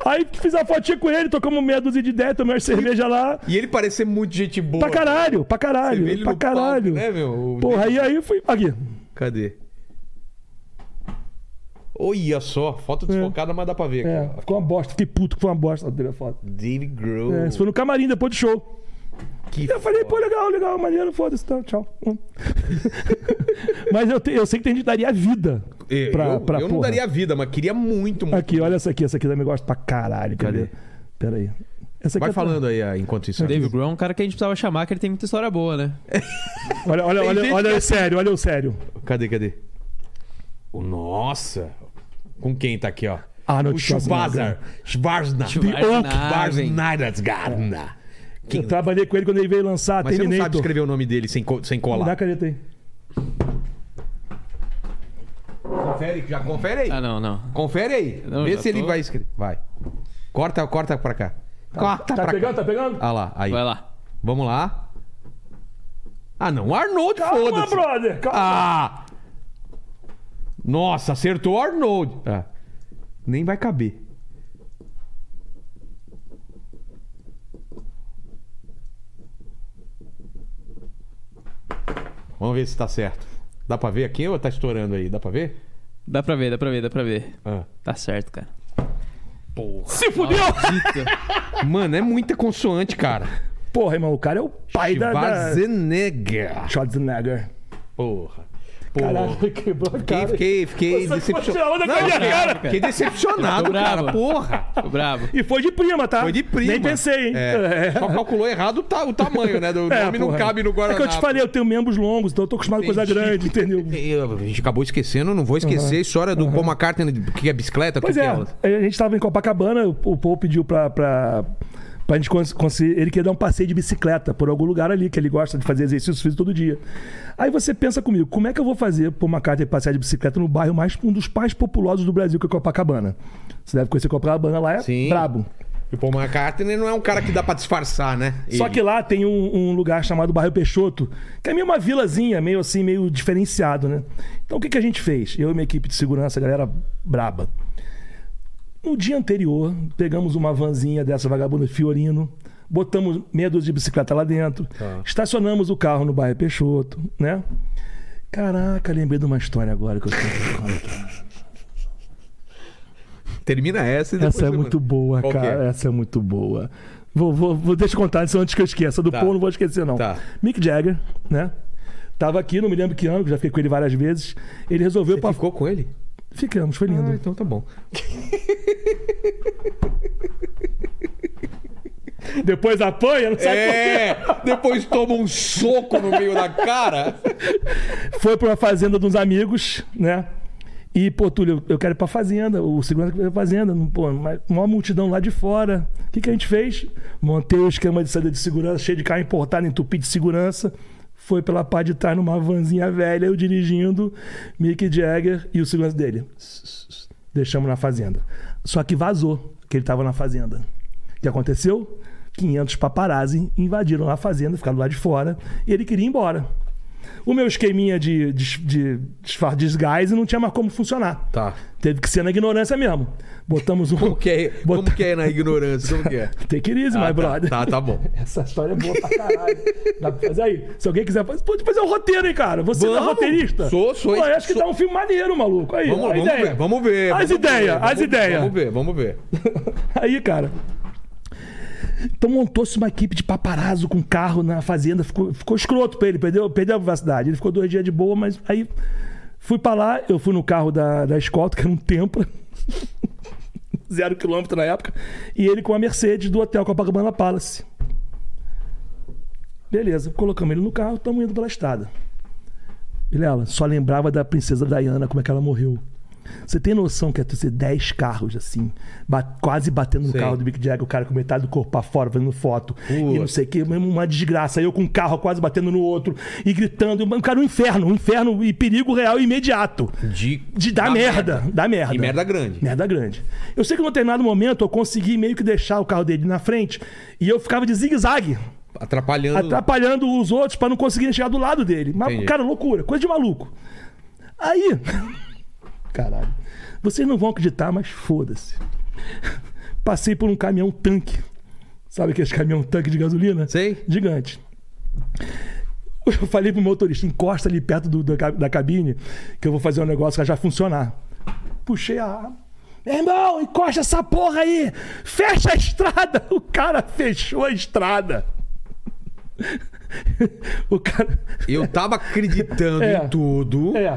Speaker 3: aí fiz a fotinha com ele, tocamos meia dúzia de ideia, tomei uma cerveja lá.
Speaker 1: E ele parece ser muito gente boa.
Speaker 3: Pra caralho, pra
Speaker 1: Você vê ele
Speaker 3: caralho, pra
Speaker 1: no palco,
Speaker 3: caralho.
Speaker 1: né, meu? O-
Speaker 3: Porra, e aí eu fui. Aqui.
Speaker 1: Cadê? Olha só, foto desfocada, mas dá pra ver.
Speaker 3: É,
Speaker 1: cara.
Speaker 3: ficou uma bosta, fiquei puto que foi uma bosta
Speaker 1: é
Speaker 3: dele a foto.
Speaker 1: Dave Grohl.
Speaker 3: É, isso foi no camarim depois do show.
Speaker 1: Que
Speaker 3: Eu falei, pô,
Speaker 1: foda.
Speaker 3: legal, legal, maneiro, foda-se, tá, tchau. Hum. mas eu, te- eu sei que tem gente que daria a vida
Speaker 1: Eu,
Speaker 3: pra,
Speaker 1: É, eu,
Speaker 3: pra
Speaker 1: eu não
Speaker 3: porra.
Speaker 1: daria a vida, mas queria muito. muito.
Speaker 3: Aqui, olha essa aqui. Essa aqui também gosto pra caralho. Quer
Speaker 1: Cadê?
Speaker 3: ver? Pera aí. Essa aqui
Speaker 1: Vai
Speaker 3: é-
Speaker 1: falando aí ah, enquanto isso.
Speaker 2: Dave Grohl é um cara que a gente precisava chamar, que ele tem muita história boa, né?
Speaker 3: Olha, olha,
Speaker 1: Tem
Speaker 3: olha,
Speaker 1: gente
Speaker 3: olha
Speaker 1: que- é assim.
Speaker 3: o sério, olha o sério.
Speaker 1: Cadê, cadê? O- Nossa! Com quem tá aqui, ó?
Speaker 3: Arnold
Speaker 1: o Schwarzenegger. Schwarzenegger.
Speaker 2: Schwarzenegger.
Speaker 1: Schwarzenegger. Quem-
Speaker 3: Eu trabalhei com ele quando ele veio lançar
Speaker 1: Mas você não sabe
Speaker 3: Terminator.
Speaker 1: escrever o nome dele sem, co- sem
Speaker 3: Dá a
Speaker 1: colar.
Speaker 3: caneta aí.
Speaker 1: Confere, já confere aí.
Speaker 2: Ah, não, não.
Speaker 1: Tá, Confere aí.
Speaker 2: Não,
Speaker 1: Vê
Speaker 2: já
Speaker 1: se ele
Speaker 2: tô.
Speaker 1: vai escrever. Vai. Corta, corta pra cá. Corta
Speaker 3: Tá
Speaker 1: pra
Speaker 3: pegando,
Speaker 1: cá.
Speaker 3: tá pegando?
Speaker 1: Ah lá, aí.
Speaker 2: Vai lá.
Speaker 1: Vamos lá. Ah, não. Arnold,
Speaker 3: Calma,
Speaker 1: foda-se.
Speaker 3: brother. Calma.
Speaker 1: Ah! Nossa, acertou o Arnold. Ah, Nem vai caber. Vamos ver se tá certo. Dá pra ver aqui ou tá estourando aí? Dá pra ver?
Speaker 2: Dá pra ver, dá pra ver, dá pra ver.
Speaker 1: Ah.
Speaker 2: Tá certo, cara.
Speaker 3: Se fudeu!
Speaker 1: Mano, é muita consoante, cara.
Speaker 3: Porra, irmão, o cara é o pai da. da...
Speaker 1: Schwarzenegger.
Speaker 3: Schwarzenegger.
Speaker 1: Porra.
Speaker 3: Caralho,
Speaker 1: Porra.
Speaker 3: quebrou a
Speaker 1: Fiquei,
Speaker 3: cara.
Speaker 1: fiquei, fiquei
Speaker 3: Você tirou
Speaker 1: decepcionado.
Speaker 3: onda com a minha cara.
Speaker 1: Fiquei
Speaker 2: Eu tô
Speaker 1: decepcionado,
Speaker 2: bravo.
Speaker 1: cara. Porra.
Speaker 2: Tô bravo.
Speaker 3: E foi de prima, tá?
Speaker 1: Foi de prima.
Speaker 3: Nem pensei, hein?
Speaker 1: É. Só calculou errado o, ta- o tamanho, né? Do
Speaker 3: É,
Speaker 1: nome não
Speaker 3: porra.
Speaker 1: cabe no
Speaker 3: É
Speaker 1: Guaraná.
Speaker 3: que eu te falei, eu tenho membros longos, então eu tô acostumado com coisa
Speaker 1: Entendi.
Speaker 3: grande, entendeu?
Speaker 1: Eu- A gente acabou esquecendo, não vou esquecer a história do Paul McCartney, de- que é bicicleta, o que
Speaker 3: Pois
Speaker 1: que
Speaker 3: é,
Speaker 1: ela-
Speaker 3: a gente tava em Copacabana, o- o Paul pediu pra. pra... Pra gente cons- conseguir. Ele queria dar um passeio de bicicleta por algum lugar ali, que ele gosta de fazer exercícios físicos todo dia. Aí você pensa comigo, como é que eu vou fazer por uma carta de passear de bicicleta no bairro mais um dos mais populosos do Brasil, que é Copacabana? Você deve conhecer Copacabana lá, é
Speaker 1: Sim.
Speaker 3: brabo.
Speaker 1: E o Paul McCartney não é um cara que dá pra disfarçar, né?
Speaker 3: Só
Speaker 1: Ele-
Speaker 3: que lá tem um, um lugar chamado Barrio Peixoto, que é meio uma vilazinha, meio assim, meio diferenciado, né? Então o que, que a gente fez? Eu e minha equipe de segurança, galera braba. No dia anterior, pegamos uma vanzinha dessa vagabunda Fiorino, botamos meia dúzia de bicicleta lá dentro,
Speaker 1: Tá.
Speaker 3: estacionamos o carro no Barrio Peixoto, né? Caraca, lembrei de uma história agora que eu tenho.
Speaker 1: Termina essa e depois
Speaker 3: Essa é
Speaker 1: você
Speaker 3: muito
Speaker 1: manda.
Speaker 3: boa,
Speaker 1: Qual que
Speaker 3: cara.
Speaker 1: é?
Speaker 3: Essa é muito boa. Vou, vou, vou deixa eu contar isso antes que eu esqueça. Do
Speaker 1: Tá.
Speaker 3: Paul não vou esquecer, não.
Speaker 1: Tá.
Speaker 3: Mick Jagger, né? Tava aqui, não me lembro que ano, já fiquei com ele várias vezes. Ele resolveu. pra-
Speaker 1: Você ficou com ele?
Speaker 3: Ficamos, foi lindo.
Speaker 1: Ah, então tá bom.
Speaker 3: Depois apanha, não sabe
Speaker 1: É! Depois toma um soco no meio da cara.
Speaker 3: por quê. Foi pra uma fazenda de uns amigos, né? E, pô, Túlio, eu quero ir pra fazenda. O segurança quer ir pra fazenda. não- Pô, mas uma multidão lá de fora. O que, que a gente fez? Montei o esquema de saída de segurança, cheio de carro importado, entupido de segurança. Foi pela parte de trás numa vanzinha velha, eu dirigindo, Mick Jagger e o segurança dele. Deixamos na fazenda. Só que vazou que ele tava na fazenda. O que aconteceu? 500 paparazzi invadiram a fazenda, ficaram lá de fora, e ele queria ir embora. O meu esqueminha de, de, de, de disguise não tinha mais como funcionar.
Speaker 1: Tá.
Speaker 3: Teve que ser na ignorância mesmo. Botamos um.
Speaker 1: Como que é,
Speaker 3: Bota-
Speaker 1: como que é na ignorância? Como que é?
Speaker 3: Take it easy, my brother.
Speaker 1: Tá, tá bom.
Speaker 3: Essa história é boa pra caralho. Dá pra fazer aí. Se alguém quiser fazer. Pode fazer um roteiro, hein, cara? Você não é
Speaker 1: Vamos.
Speaker 3: roteirista?
Speaker 1: Sou, sou.
Speaker 3: Pô, eu acho que
Speaker 1: Sou.
Speaker 3: dá um filme maneiro, maluco. Aí,
Speaker 1: Vamos,
Speaker 3: a
Speaker 1: vamos
Speaker 3: ideia.
Speaker 1: ver, vamos ver.
Speaker 3: As
Speaker 1: vamos
Speaker 3: ideias,
Speaker 1: ver,
Speaker 3: as
Speaker 1: vamos-
Speaker 3: ideias.
Speaker 1: Vamos ver, vamos ver.
Speaker 3: Aí, cara. Então montou-se uma equipe de paparazzo com carro na fazenda. Ficou, ficou escroto pra ele, perdeu, perdeu a privacidade. Ele ficou dois dias de boa, mas aí fui pra lá, eu fui no carro da, da Escolta, que era um Tempra. Zero quilômetro na época. E ele com a Mercedes do hotel Copacabana Palace. Beleza, colocamos ele no carro, estamos indo pela estrada. Vilela, só lembrava da princesa Diana, como é que ela morreu. Você tem noção que ia ter 10 carros, assim, ba- quase batendo no
Speaker 1: Sim.
Speaker 3: carro do Mick Jagger, o cara com metade do corpo pra fora, fazendo foto. E não
Speaker 1: Putz.
Speaker 3: sei o que, uma desgraça. Eu com um carro quase batendo no outro e gritando. Cara, um inferno, um inferno e perigo real imediato.
Speaker 1: De,
Speaker 3: De dar merda, Dá merda.
Speaker 1: E merda grande.
Speaker 3: Merda grande. Eu sei que num determinado momento eu consegui meio que deixar o carro dele na frente e eu ficava de zigue-zague,
Speaker 1: Atrapalhando.
Speaker 3: atrapalhando os outros pra não conseguirem chegar do lado dele. Mas,
Speaker 1: Hum. Entendi.
Speaker 3: cara, loucura, coisa de maluco. Aí. Caralho. Vocês não vão acreditar, mas foda-se. Passei por um caminhão tanque. Sabe aqueles caminhão tanque de gasolina?
Speaker 1: Sei.
Speaker 3: Gigante. Eu falei pro motorista, encosta ali perto do- da, ca- da cabine, que eu vou fazer um negócio que já funcionar. Puxei a arma. Meu irmão, encosta essa porra aí! Fecha a estrada! O cara fechou a estrada. O cara.
Speaker 1: Eu tava acreditando
Speaker 3: É.
Speaker 1: em tudo,
Speaker 3: É.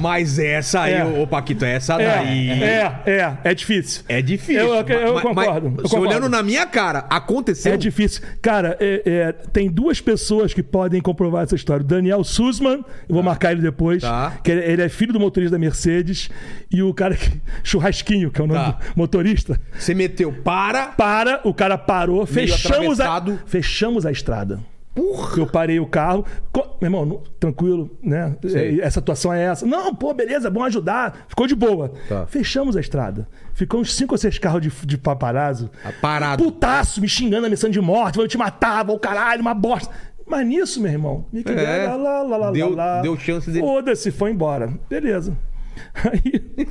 Speaker 1: mas essa aí,
Speaker 3: É.
Speaker 1: ô Paquito, essa
Speaker 3: É,
Speaker 1: daí.
Speaker 3: é, é, é difícil.
Speaker 1: É difícil.
Speaker 3: Eu- eu- eu
Speaker 1: Ma- ma-
Speaker 3: concordo,
Speaker 1: mas
Speaker 3: eu
Speaker 1: Se
Speaker 3: concordo.
Speaker 1: olhando na minha cara, aconteceu.
Speaker 3: É difícil. Cara, é- é, tem duas pessoas que podem comprovar essa história. O Daniel Sussman, eu vou marcar ele depois,
Speaker 1: Tá.
Speaker 3: que ele, ele é filho do motorista da Mercedes, e o cara que, Churrasquinho, que é o nome
Speaker 1: Tá.
Speaker 3: do motorista,
Speaker 1: Você meteu para.
Speaker 3: para, o cara parou, fechamos a,
Speaker 1: atravessado.
Speaker 3: fechamos a estrada.
Speaker 1: Porra!
Speaker 3: Eu parei o carro. Co- Meu irmão, não- tranquilo, né?
Speaker 1: Sei.
Speaker 3: É, Essa atuação é essa. Não, pô, beleza, bom ajudar. Ficou de boa.
Speaker 1: Tá.
Speaker 3: Fechamos a estrada. Ficou uns cinco ou seis carros de, de paparazzo.
Speaker 1: Ah, parado.
Speaker 3: Putaço, me xingando, ameaçando de morte. Eu te matava, o caralho, uma bosta. Mas nisso, meu irmão, Mick
Speaker 1: É.
Speaker 3: Jagger, né? lá, lá, lá, lá,
Speaker 1: Deu-
Speaker 3: lá.
Speaker 1: deu chance dele-
Speaker 3: Foda-se, foi embora. Beleza. Aí,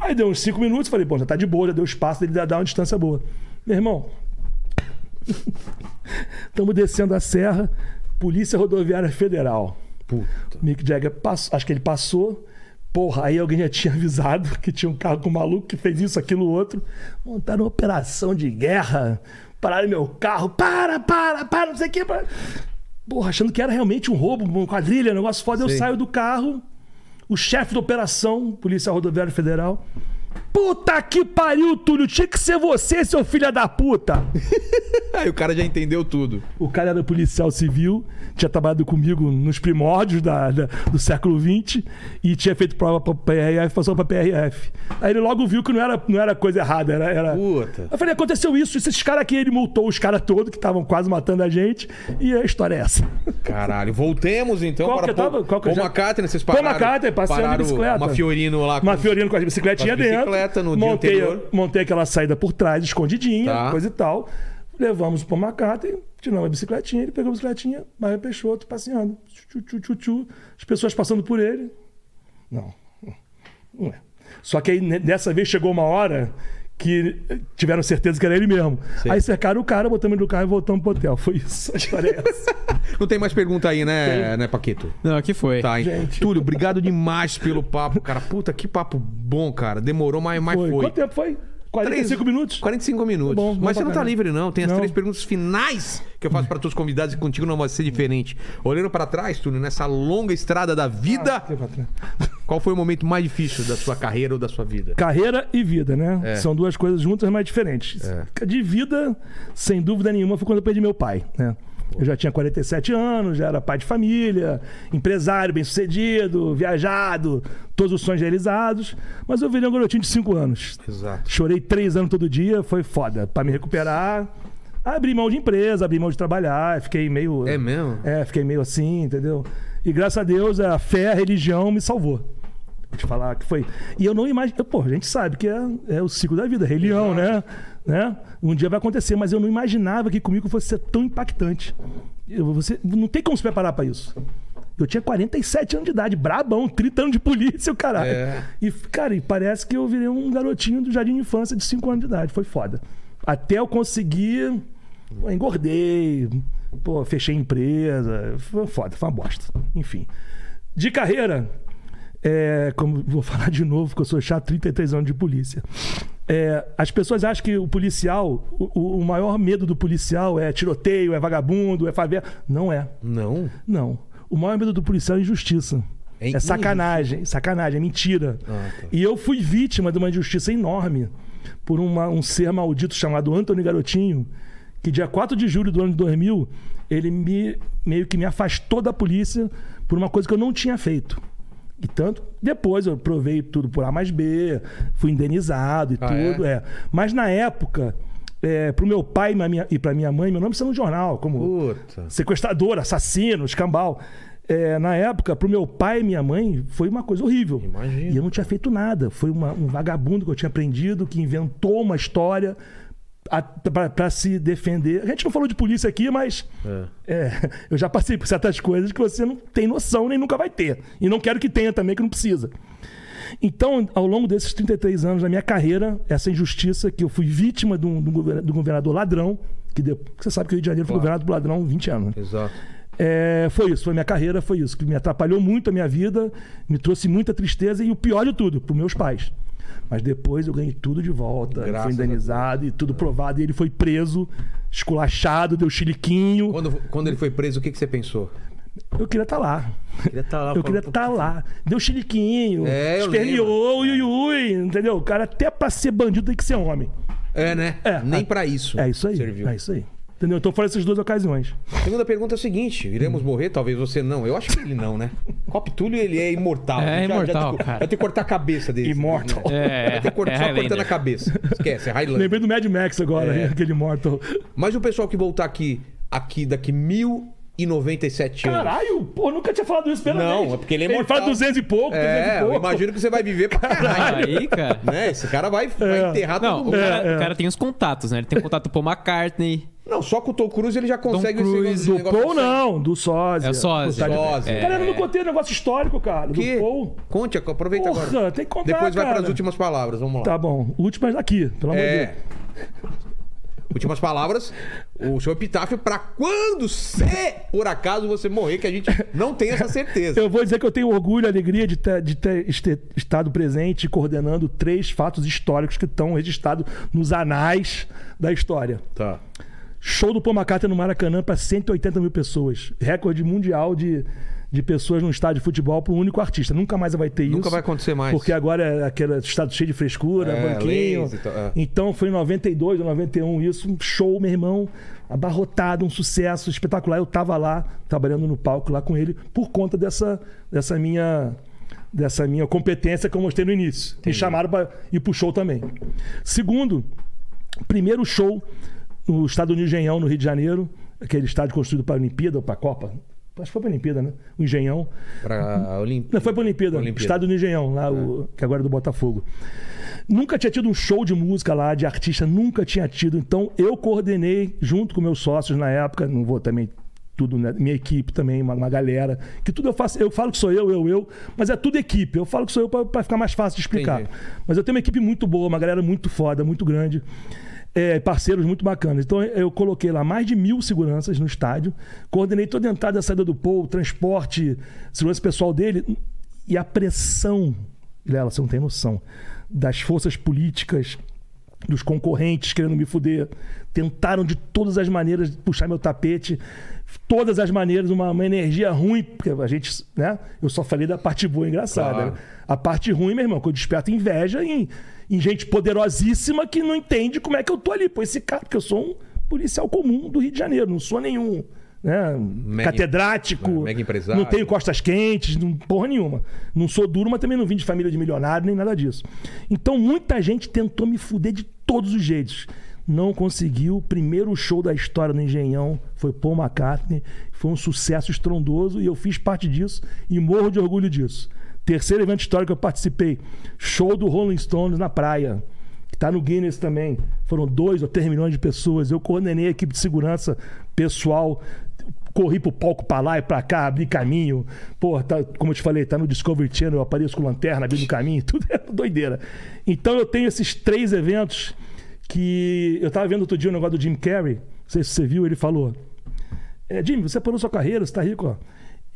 Speaker 3: aí deu uns cinco minutos, falei, bom, já tá de boa, já deu espaço dele dar dar uma distância boa. Meu irmão, Estamos descendo a serra, Polícia Rodoviária Federal.
Speaker 1: Puta.
Speaker 3: Mick Jagger passou, acho que ele passou. Porra, aí alguém já tinha avisado que tinha um carro com um maluco que fez isso, aquilo, outro. Montaram uma operação de guerra. Pararam meu carro. Para, para, para, não sei o que. Para. Porra, achando que era realmente um roubo, uma quadrilha, um negócio foda. Eu
Speaker 1: Sim.
Speaker 3: saio do carro. O chefe da operação, Polícia Rodoviária Federal. Puta que pariu, Túlio. Tinha que ser você, seu filho da puta.
Speaker 1: Aí o cara já entendeu tudo.
Speaker 3: O cara era policial civil, tinha trabalhado comigo nos primórdios da- da- do século XX e tinha feito prova pra PRF, passou pra PRF. Aí ele logo viu que não era, não era coisa errada, era. era...
Speaker 1: Puta.
Speaker 3: Eu falei, aconteceu isso, esses caras aqui, ele multou os caras todos que estavam quase matando a gente, e a história é essa.
Speaker 1: Caralho. Voltemos então
Speaker 3: Qual que
Speaker 1: para
Speaker 3: eu tava? Qual que eu
Speaker 1: Paul
Speaker 3: já-
Speaker 1: McCartney, vocês
Speaker 3: Paul
Speaker 1: pararam.
Speaker 3: McCartney, passeando de
Speaker 1: pararam
Speaker 3: bicicleta.
Speaker 1: Uma Fiorino lá. com-
Speaker 3: Uma Fiorino com as bicicletinhas
Speaker 1: Com as
Speaker 3: dentro.
Speaker 1: bicicleta no dia
Speaker 3: montei,
Speaker 1: anterior.
Speaker 3: montei aquela saída por trás, escondidinha,
Speaker 1: Tá.
Speaker 3: coisa e tal. Levamos pro Macate, tiramos a bicicletinha, ele pegou a bicicletinha, Maria Peixoto passeando. Tchu, tchu, tchu, tchu, as pessoas passando por ele. Não. Não é. Só que aí, ne- dessa vez, chegou uma hora que eh, tiveram certeza que era ele mesmo. Aí cercaram o cara, botamos ele no carro e voltamos pro hotel. Foi isso. A história é essa.
Speaker 1: Não tem mais pergunta aí, né, né Paquito?
Speaker 2: Não, aqui foi.
Speaker 1: Tá, hein?
Speaker 3: Gente.
Speaker 1: Túlio, obrigado demais pelo papo, cara. Puta, que papo bom, cara. Demorou, mas, mas
Speaker 3: Foi.
Speaker 1: foi.
Speaker 3: Quanto é? tempo foi? 45 minutos?
Speaker 1: 45 minutos.
Speaker 3: Tá bom, bom
Speaker 1: mas você
Speaker 3: pra
Speaker 1: não tá
Speaker 3: caramba.
Speaker 1: livre, não. Tem as
Speaker 3: Não.
Speaker 1: três perguntas finais que eu faço para todos os convidados e contigo não vai ser diferente. Olhando para trás, Túlio, nessa longa estrada da vida,
Speaker 3: Tempo atrás.
Speaker 1: qual foi o momento mais difícil da sua carreira ou da sua vida?
Speaker 3: Carreira e vida, né?
Speaker 1: É.
Speaker 3: São duas coisas juntas, mas diferentes. De vida, sem dúvida nenhuma, foi quando eu perdi meu pai, né? Eu já tinha 47 anos, já era pai de família, empresário bem-sucedido, viajado, todos os sonhos realizados, mas eu virei um garotinho de 5 anos.
Speaker 1: Exato.
Speaker 3: Chorei três anos todo dia, foi foda. Pra me recuperar, abri mão de empresa, abri mão de trabalhar, fiquei meio.
Speaker 1: É mesmo?
Speaker 3: É, fiquei meio assim, entendeu? E graças a Deus a fé, a religião me salvou. Vou te falar que foi. E eu não imagino. Pô, a gente sabe que é, é o ciclo da vida, religião, né? né? Um dia vai acontecer, mas eu não imaginava que comigo fosse ser tão impactante. Eu, você não tem como se preparar pra isso. Eu tinha 47 anos de idade, brabão, 30 anos de polícia, o caralho.
Speaker 1: É.
Speaker 3: E, cara, e parece que eu virei um garotinho do jardim de infância de 5 anos de idade. Foi foda. Até eu conseguir. pô, engordei. Pô, fechei empresa. Foi foda, foi uma bosta. Enfim. De carreira. é, como vou falar de novo, porque eu sou chato, 33 anos de polícia. É, as pessoas acham que o policial, o, o maior medo do policial é tiroteio, é vagabundo, é favela. Não é.
Speaker 1: Não.
Speaker 3: Não. O maior medo do policial é injustiça.
Speaker 1: É
Speaker 3: É,
Speaker 1: injustiça.
Speaker 3: sacanagem, sacanagem, é mentira.
Speaker 1: Ah, tá.
Speaker 3: E eu fui vítima de uma injustiça enorme por uma- um ser maldito chamado Antônio Garotinho, que dia 4 de julho do ano de 2000, ele me, meio que me afastou da polícia por uma coisa que eu não tinha feito. E tanto, depois eu provei tudo por A mais B, fui indenizado e
Speaker 1: Ah,
Speaker 3: tudo.
Speaker 1: é?
Speaker 3: é. Mas na época, é, pro meu pai e pra minha- e pra minha mãe, meu nome saiu no jornal, como
Speaker 1: Puta.
Speaker 3: sequestrador, assassino, escambau. É, na época, pro meu pai e minha mãe, foi uma coisa horrível.
Speaker 1: Imagino.
Speaker 3: E eu não tinha feito nada. Foi uma- um vagabundo que eu tinha prendido, que inventou uma história a- pra pra se defender. A gente não falou de polícia aqui, mas é, eu já passei por certas coisas que você não tem noção nem nunca vai ter. E não quero que tenha também, que não precisa. Então, ao longo desses 33 anos da minha carreira, essa injustiça que eu fui vítima de um, de um govern- de um governador ladrão, que de- você sabe que o Rio de Janeiro foi governado por ladrão 20 anos. né?
Speaker 1: Exato.
Speaker 3: É, foi isso, foi minha carreira, foi isso, que me atrapalhou muito a minha vida, me trouxe muita tristeza e o pior de tudo, para meus pais. Mas depois eu ganhei tudo de volta,
Speaker 1: Graças
Speaker 3: fui indenizado e tudo provado, e ele foi preso, esculachado, deu chiliquinho.
Speaker 1: Quando, quando ele foi preso, o que, que você pensou?
Speaker 3: Eu queria estar lá.
Speaker 1: Queria tá- estar lá.
Speaker 3: Eu queria estar lá. Deu chiliquinho,
Speaker 1: É, eu
Speaker 3: esperneou, ui, ui, entendeu? O cara até pra ser bandido tem que ser homem.
Speaker 1: É, né?
Speaker 3: É,
Speaker 1: Nem
Speaker 3: a-
Speaker 1: pra isso.
Speaker 3: É isso aí.
Speaker 1: Serviu.
Speaker 3: É isso aí. Entendeu? Então foram essas duas ocasiões.
Speaker 1: Segunda pergunta é a seguinte: iremos
Speaker 2: Hum.
Speaker 1: morrer? Talvez você não. Eu acho que ele não, né? Cop Túlio, ele é imortal.
Speaker 2: É
Speaker 1: Já- já
Speaker 2: imortal,
Speaker 1: tem que-
Speaker 2: cara.
Speaker 1: Vai ter que cortar a cabeça dele.
Speaker 3: Immortal.
Speaker 2: É,
Speaker 1: Vai ter que cortar,
Speaker 2: é
Speaker 1: só
Speaker 2: Highlander.
Speaker 1: cortando a cabeça. Esquece, é Highlander.
Speaker 3: Lembrei do Mad Max agora,
Speaker 1: É.
Speaker 3: aquele mortal.
Speaker 1: Mas o pessoal que voltar aqui, aqui daqui 1097 anos.
Speaker 3: Caralho, pô, nunca tinha falado isso pela
Speaker 1: Não,
Speaker 3: vez.
Speaker 1: é porque ele é
Speaker 3: Ele
Speaker 1: imortal.
Speaker 3: fala 200 e pouco, 300
Speaker 1: É,
Speaker 3: e
Speaker 1: eu
Speaker 3: pouco.
Speaker 1: imagino que você vai viver pra caralho.
Speaker 2: Aí, cara.
Speaker 1: Né? Esse cara vai, vai
Speaker 3: É.
Speaker 1: enterrar todo
Speaker 2: Não, o
Speaker 1: mundo.
Speaker 2: cara, o cara tem os contatos, né? Ele tem contato com o Paul McCartney.
Speaker 1: Não, só com o Tom Cruise ele já consegue
Speaker 2: Cruise,
Speaker 1: esse
Speaker 3: Do
Speaker 1: negócio- assim.
Speaker 3: Paul, não, do Sósia.
Speaker 2: É o Sósia.
Speaker 3: Tá de-
Speaker 1: Sósia.
Speaker 2: É.
Speaker 3: Cara, eu não contei um negócio histórico, cara.
Speaker 1: Que?
Speaker 3: Do Paul.
Speaker 1: Conte, aproveita
Speaker 3: Porra,
Speaker 1: agora.
Speaker 3: tem que contar,
Speaker 1: Depois vai
Speaker 3: cara.
Speaker 1: pras últimas palavras, vamos lá.
Speaker 3: Tá bom, últimas aqui, pelo amor de
Speaker 1: É.
Speaker 3: Deus.
Speaker 1: Últimas palavras, o seu epitáfio pra quando, se por acaso você morrer, que a gente não tem essa certeza.
Speaker 3: Eu vou dizer que eu tenho orgulho e alegria de ter, de ter este- estado presente e coordenando três fatos históricos que estão registrados nos anais da história.
Speaker 1: Tá.
Speaker 3: Show do Paul McCartney no Maracanã para 180 mil pessoas. Recorde mundial de, de pessoas num estádio de futebol para um único artista. Nunca mais vai ter isso.
Speaker 1: Nunca vai acontecer mais.
Speaker 3: Porque agora é aquele estado cheio de frescura,
Speaker 1: É,
Speaker 3: banquinho.
Speaker 1: laser e tal, é.
Speaker 3: Então foi em 92 ou 91 isso. Um show, meu irmão. Abarrotado, um sucesso espetacular. Eu tava lá, trabalhando no palco lá com ele, por conta dessa, dessa minha... Dessa minha competência que eu mostrei no início. Me chamaram para ir pro show também. Segundo, primeiro show no estádio do Engenhão, no Rio de Janeiro, aquele estádio construído para a Olimpíada ou para a Copa. Acho que foi para a Olimpíada, né? O Engenhão.
Speaker 1: Pra Olimpíada.
Speaker 3: Não, foi para a Olimpíada,
Speaker 1: Olimpíada.
Speaker 3: estádio do Engenhão, lá, o, que agora é do Botafogo. Nunca tinha tido um show de música lá, de artista, nunca tinha tido. Então, eu coordenei, junto com meus sócios na época, não vou também tudo, né? minha equipe também, uma, uma galera, que tudo eu faço, eu falo que sou eu, eu, eu, mas é tudo equipe. Eu falo que sou eu para ficar mais fácil de explicar.
Speaker 1: Entendi.
Speaker 3: Mas eu tenho uma equipe muito boa, uma galera muito foda, muito grande. é, parceiros muito bacanas. Então eu coloquei lá mais de mil seguranças no estádio, coordenei toda a entrada e a saída do povo, transporte, segurança pessoal dele e a pressão, Lela, você não tem noção, das forças políticas, dos concorrentes querendo me fuder. Tentaram de todas as maneiras puxar meu tapete, todas as maneiras, uma, uma energia ruim, porque a gente, né? Eu só falei da parte boa engraçada.
Speaker 1: Claro.
Speaker 3: né? A parte ruim, meu irmão, que eu desperto inveja em, em gente poderosíssima que não entende como é que eu tô ali. Pô, esse cara, porque eu sou um policial comum do Rio de Janeiro, não sou nenhum. Né?
Speaker 1: Mega-
Speaker 3: catedrático,
Speaker 1: é, mega empresário.
Speaker 3: não tenho costas quentes, não, porra nenhuma. Não sou duro, mas também não vim de família de milionário nem nada disso. Então muita gente tentou me fuder de todos os jeitos. Não conseguiu. O primeiro show da história do Engenhão foi Paul McCartney. Foi um sucesso estrondoso e eu fiz parte disso e morro de orgulho disso. Terceiro evento histórico que eu participei: show do Rolling Stones na praia que tá no Guinness também. Foram dois ou três milhões de pessoas. Eu coordenei a equipe de segurança pessoal. Corri pro palco pra lá e pra cá, abri caminho. Pô, tá, como eu te falei, tá no Discovery Channel, eu apareço com lanterna, abrindo caminho, tudo é doideira. Então eu tenho esses três eventos que eu tava vendo outro dia um negócio do Jim Carrey, não sei se você viu, ele falou: é, Jim, você parou sua carreira, você tá rico, ó.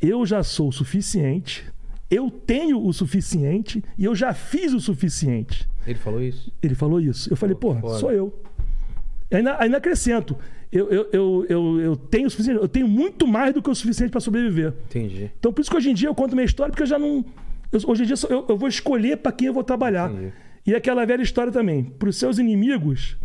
Speaker 3: Eu já sou o suficiente, eu tenho o suficiente e eu já fiz o suficiente.
Speaker 1: Ele falou isso?
Speaker 3: Ele falou isso. Eu falei, porra,
Speaker 1: foda.
Speaker 3: sou eu. Ainda, ainda acrescento. Eu, eu, eu, eu, eu tenho o suficiente, eu tenho muito mais do que o suficiente para sobreviver.
Speaker 1: Entendi.
Speaker 3: Então, por isso que hoje em dia eu conto minha história, porque eu já não. eu- hoje em dia eu, eu vou escolher para quem eu vou trabalhar.
Speaker 1: Entendi.
Speaker 3: E aquela velha história também. Para os seus inimigos,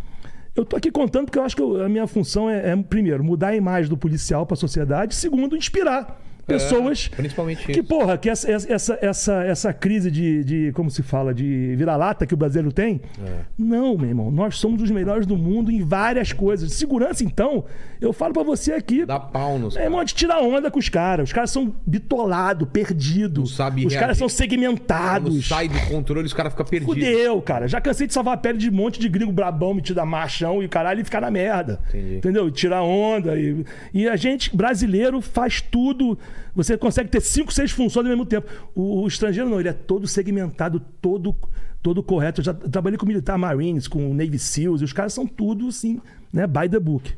Speaker 3: eu tô aqui contando porque eu acho que eu- a minha função é, é, primeiro, mudar a imagem do policial para a sociedade, segundo, inspirar pessoas.
Speaker 1: É, principalmente
Speaker 3: Que,
Speaker 1: isso.
Speaker 3: porra, que essa, essa- essa, essa, essa crise de, de, como se fala, de vira-lata que o brasileiro tem.
Speaker 1: É.
Speaker 3: Não, meu irmão, nós somos os melhores do mundo em várias coisas. Segurança, então, eu falo para você aqui.
Speaker 1: Dá pau nos
Speaker 3: É, monte tira onda com os caras. Os caras são bitolados, perdidos.
Speaker 1: Não sabe
Speaker 3: os caras
Speaker 1: reagir.
Speaker 3: são
Speaker 1: Quando
Speaker 3: segmentados.
Speaker 1: sai do controle, os caras ficam perdidos.
Speaker 3: Fudeu, cara. Já cansei de salvar a pele de um monte de gringo brabão, metido a machão e o caralho e ficar na merda.
Speaker 1: Entendi.
Speaker 3: Entendeu? E tirar onda. E, e a gente, brasileiro, faz tudo. Você consegue ter cinco, seis funções ao mesmo tempo. O, o estrangeiro não, ele é todo segmentado, todo, todo correto. Eu já trabalhei com militar Marines, com Navy SEALs, e os caras são tudo, assim, né? By the book.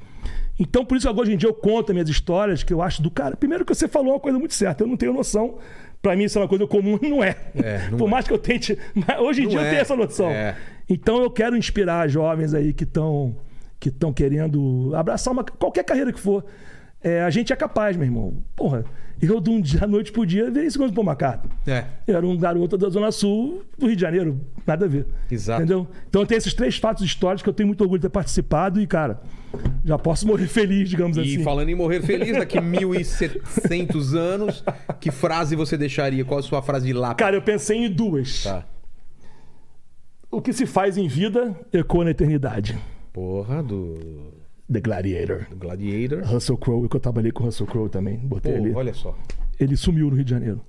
Speaker 3: Então, por isso que hoje em dia eu conto minhas histórias que eu acho do cara. Primeiro que você falou uma coisa muito certa, eu não tenho noção. Pra mim, isso é uma coisa comum, não é.
Speaker 1: É, não
Speaker 3: por
Speaker 1: é.
Speaker 3: mais que eu tente. mas hoje em
Speaker 1: Não
Speaker 3: dia eu
Speaker 1: é.
Speaker 3: tenho essa noção.
Speaker 1: É.
Speaker 3: Então eu quero inspirar jovens aí que estão que estão querendo abraçar uma, qualquer carreira que for. É, a gente é capaz, meu irmão. Porra, eu de um dia à noite pro dia virei segundo Paul McCartney.
Speaker 1: É.
Speaker 3: Eu era um garoto da Zona Sul do Rio de Janeiro, nada a ver.
Speaker 1: Exato.
Speaker 3: Entendeu? Então tem esses três fatos históricos que eu tenho muito orgulho de ter participado e, cara, já posso morrer feliz, digamos
Speaker 1: E
Speaker 3: assim.
Speaker 1: falando em morrer feliz, daqui 1700 anos, que frase você deixaria? Qual a sua frase de lápis?
Speaker 3: Cara, eu pensei em duas.
Speaker 1: Tá.
Speaker 3: O que se faz em vida ecoa na eternidade.
Speaker 1: Porra, do,
Speaker 3: The Gladiator.
Speaker 1: do Gladiator.
Speaker 3: Russell Crowe, que eu trabalhei com o Russell Crowe também. Botei ali.
Speaker 1: Pô, olha só.
Speaker 3: Ele sumiu no Rio de Janeiro.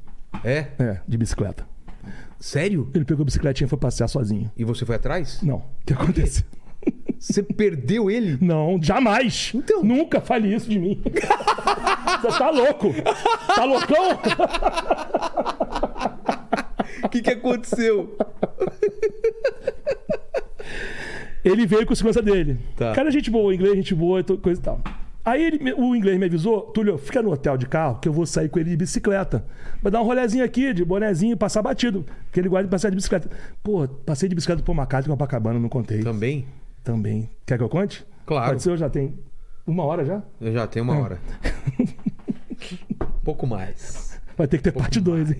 Speaker 1: É?
Speaker 3: É, de bicicleta.
Speaker 1: Sério?
Speaker 3: Ele pegou a bicicletinha e foi passear sozinho.
Speaker 1: E você foi atrás?
Speaker 3: Não. O que aconteceu?
Speaker 1: Você perdeu ele?
Speaker 3: Não, jamais.
Speaker 1: Então.
Speaker 3: Nunca fale isso de mim. Você tá louco? Tá loucão?
Speaker 1: O que, que aconteceu?
Speaker 3: Ele veio com a segurança dele.
Speaker 1: Tá.
Speaker 3: Cara, gente boa, inglês, gente boa, to- coisa e tal. Aí ele me- o inglês me avisou, Túlio, fica no hotel de carro que eu vou sair com ele de bicicleta. Vai dar um rolezinho aqui, de bonezinho, passar batido. Porque ele gosta de passar de bicicleta. Pô, passei de bicicleta por Macate com Copacabana, não contei.
Speaker 1: Também?
Speaker 3: Também. Quer que eu conte?
Speaker 1: Claro.
Speaker 3: Pode ser, eu já tenho uma hora já?
Speaker 1: Eu já tenho uma hora. Um Pouco mais.
Speaker 3: Vai ter que ter parte 2, hein?